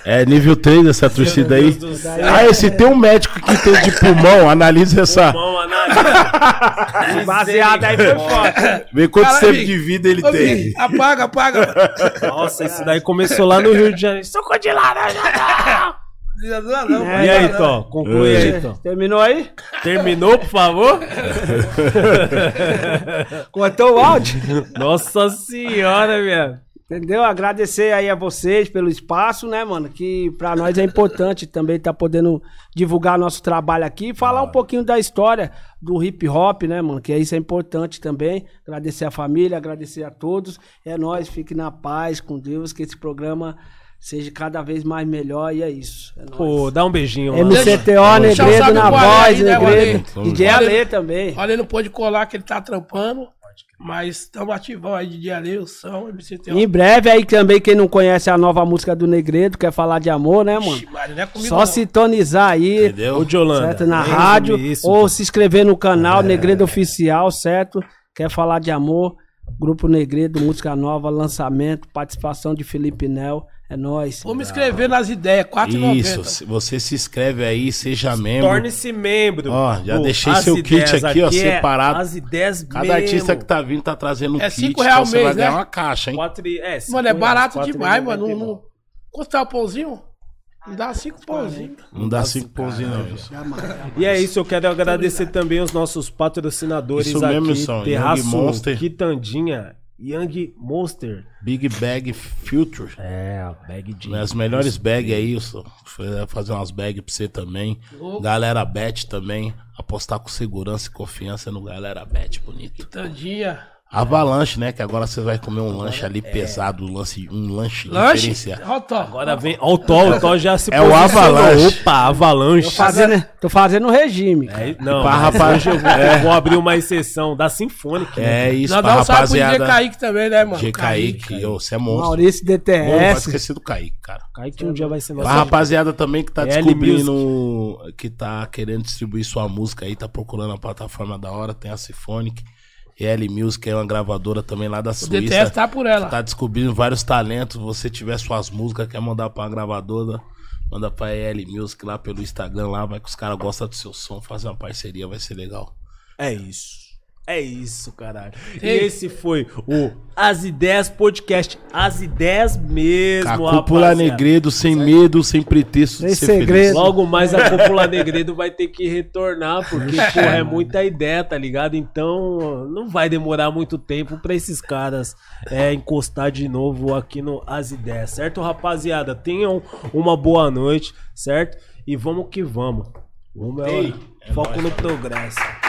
[SPEAKER 2] É nível 3 essa torcida aí.
[SPEAKER 1] Deus do céu.
[SPEAKER 2] Ah, esse tem um médico que tem de pulmão, analisa essa.
[SPEAKER 1] Bom, Análise.
[SPEAKER 4] Baseado aí foi foda.
[SPEAKER 2] Vê quanto
[SPEAKER 3] Caralho,
[SPEAKER 2] tempo
[SPEAKER 3] Vic.
[SPEAKER 2] de vida ele
[SPEAKER 3] Ô,
[SPEAKER 2] tem.
[SPEAKER 3] Vini, apaga, apaga.
[SPEAKER 1] Nossa, isso daí começou lá no Rio de Janeiro.
[SPEAKER 3] Não, não, não,
[SPEAKER 1] E aí,
[SPEAKER 3] não.
[SPEAKER 1] Tó? Conclui
[SPEAKER 2] É.
[SPEAKER 1] aí, Tó.
[SPEAKER 4] Terminou aí?
[SPEAKER 1] Terminou, por favor?
[SPEAKER 4] Cortou o áudio?
[SPEAKER 1] Nossa senhora, velho.
[SPEAKER 4] Entendeu? Agradecer aí a vocês pelo espaço, né, mano? Que pra nós é importante também estar podendo divulgar nosso trabalho aqui e falar um pouquinho da história do hip hop, né, mano? Que isso é importante também. Agradecer a família, agradecer a todos. É nós, fique na paz com Deus, que esse programa seja cada vez mais melhor e é isso. É nóis.
[SPEAKER 1] Pô, dá um beijinho lá.
[SPEAKER 4] MCTO,
[SPEAKER 3] Deixa eu
[SPEAKER 4] Negredo
[SPEAKER 3] salve
[SPEAKER 4] na
[SPEAKER 3] pro Ale
[SPEAKER 4] voz,
[SPEAKER 3] aí, né,
[SPEAKER 4] Negredo.
[SPEAKER 2] Ale?
[SPEAKER 4] DJ Ale também.
[SPEAKER 3] Olha, ele não pôde colar que ele tá trampando, mas estamos ativão aí de dia ali, o som, MCT.
[SPEAKER 4] Em breve aí também, quem não conhece a nova música do Negredo, quer falar de amor, né, mano?
[SPEAKER 3] Não é comigo,
[SPEAKER 4] Só
[SPEAKER 3] não.
[SPEAKER 4] sintonizar aí,
[SPEAKER 1] Ô,
[SPEAKER 2] Entendeu?
[SPEAKER 1] Diolanda.
[SPEAKER 4] certo? Na
[SPEAKER 1] resume
[SPEAKER 4] rádio.
[SPEAKER 1] isso, É.
[SPEAKER 4] ou se inscrever no canal Negredo Oficial, certo? Quer falar de amor? Grupo Negredo, música nova, lançamento, participação de Felipe Nel. É nóis.
[SPEAKER 3] Vou me inscrever nas ideias,
[SPEAKER 2] Isso,
[SPEAKER 3] 4,90.
[SPEAKER 2] se- você se inscreve aí, seja membro.
[SPEAKER 1] Torne-se membro.
[SPEAKER 2] Ó, já
[SPEAKER 1] Pô,
[SPEAKER 2] deixei
[SPEAKER 1] as
[SPEAKER 2] seu kit
[SPEAKER 1] ideias
[SPEAKER 2] aqui, ó,
[SPEAKER 1] é
[SPEAKER 2] separado.
[SPEAKER 1] As ideias
[SPEAKER 2] Cada
[SPEAKER 1] mesmo.
[SPEAKER 2] artista que tá vindo tá trazendo um
[SPEAKER 3] É
[SPEAKER 2] kit,
[SPEAKER 3] cinco real
[SPEAKER 2] você vai
[SPEAKER 3] mês, né?
[SPEAKER 2] ganhar uma caixa, hein?
[SPEAKER 1] Quatro e- é, cinco
[SPEAKER 3] Mano, é
[SPEAKER 1] reais,
[SPEAKER 3] barato
[SPEAKER 1] quatro e
[SPEAKER 3] demais,
[SPEAKER 1] noventa
[SPEAKER 3] mano.
[SPEAKER 1] e
[SPEAKER 3] Não,
[SPEAKER 1] nove.
[SPEAKER 3] não... Quanto tá o pãozinho? Me dá cinco pãozinhos.
[SPEAKER 2] Não dá cinco pãozinhos, não, Wilson.
[SPEAKER 1] E é isso, eu quero agradecer também os nossos patrocinadores
[SPEAKER 2] Isso
[SPEAKER 1] aqui,
[SPEAKER 2] mesmo, Wilson,
[SPEAKER 1] Terraço
[SPEAKER 2] Young Monster.
[SPEAKER 1] Quitandinha, Young Monster.
[SPEAKER 2] Big Bag Future.
[SPEAKER 1] É, a bag de...
[SPEAKER 2] As melhores bags aí, Wilson. Foi Fazer umas bags pra você também. Galera Bet também. Apostar com segurança e confiança no Galera Bet, bonito.
[SPEAKER 3] Tandinha.
[SPEAKER 2] Avalanche, né? Que agora você vai comer um lanche ali pesado, um lance, um lanche,
[SPEAKER 3] é. Lanche?
[SPEAKER 2] diferenciado.
[SPEAKER 3] Ó, Tó.
[SPEAKER 1] Agora vem... Ó, o Tó, o Tó já se
[SPEAKER 2] É o
[SPEAKER 1] posicionou.
[SPEAKER 2] Avalanche.
[SPEAKER 1] Opa, Avalanche.
[SPEAKER 4] Tô fazendo, tô fazendo regime. cara.
[SPEAKER 1] É, não,
[SPEAKER 2] Pra
[SPEAKER 1] mas
[SPEAKER 2] rapaz-
[SPEAKER 1] hoje eu vou, eu vou abrir uma exceção da Sinfônica. né?
[SPEAKER 2] É isso,
[SPEAKER 3] Nós
[SPEAKER 2] pra
[SPEAKER 3] dá um salve pro DJ
[SPEAKER 2] rapaziada.
[SPEAKER 3] Kaique também, né, mano?
[SPEAKER 2] G. Kaique, ô, você é monstro.
[SPEAKER 4] Maurício
[SPEAKER 2] Não pode
[SPEAKER 4] DTS.
[SPEAKER 2] esquecer do Kaique, cara.
[SPEAKER 1] Cai que um dia vai ser
[SPEAKER 2] A
[SPEAKER 1] nossa...
[SPEAKER 2] rapaziada também que tá
[SPEAKER 1] É L
[SPEAKER 2] descobrindo, que tá querendo distribuir sua música aí, tá procurando a plataforma da hora, tem a Sifonic, EL Music, é uma gravadora também lá da
[SPEAKER 3] O
[SPEAKER 2] Suíça.
[SPEAKER 3] DTS tá por ela.
[SPEAKER 2] Tá descobrindo vários talentos, você tiver suas músicas, quer mandar pra gravadora, manda pra EL Music lá pelo Instagram lá, vai que os caras gostam do seu som, faz uma parceria, vai ser legal.
[SPEAKER 1] É isso. É isso, caralho. E esse foi o As Ideias Podcast. As Ideias mesmo,
[SPEAKER 2] A cúpula
[SPEAKER 1] rapaziada. é
[SPEAKER 2] negredo, sem medo, sem pretexto de
[SPEAKER 4] Sem
[SPEAKER 2] ser feliz.
[SPEAKER 4] segredo.
[SPEAKER 1] Logo mais a cúpula negredo vai ter que retornar, porque, porra, é muita ideia, tá ligado? Então, não vai demorar muito tempo pra esses caras é, encostar de novo aqui no As Ideias, certo, rapaziada? Tenham uma boa noite, certo? E vamos que vamos. Vamos, é hora.
[SPEAKER 2] Ei, é
[SPEAKER 1] Foco
[SPEAKER 2] nóis,
[SPEAKER 1] no progresso.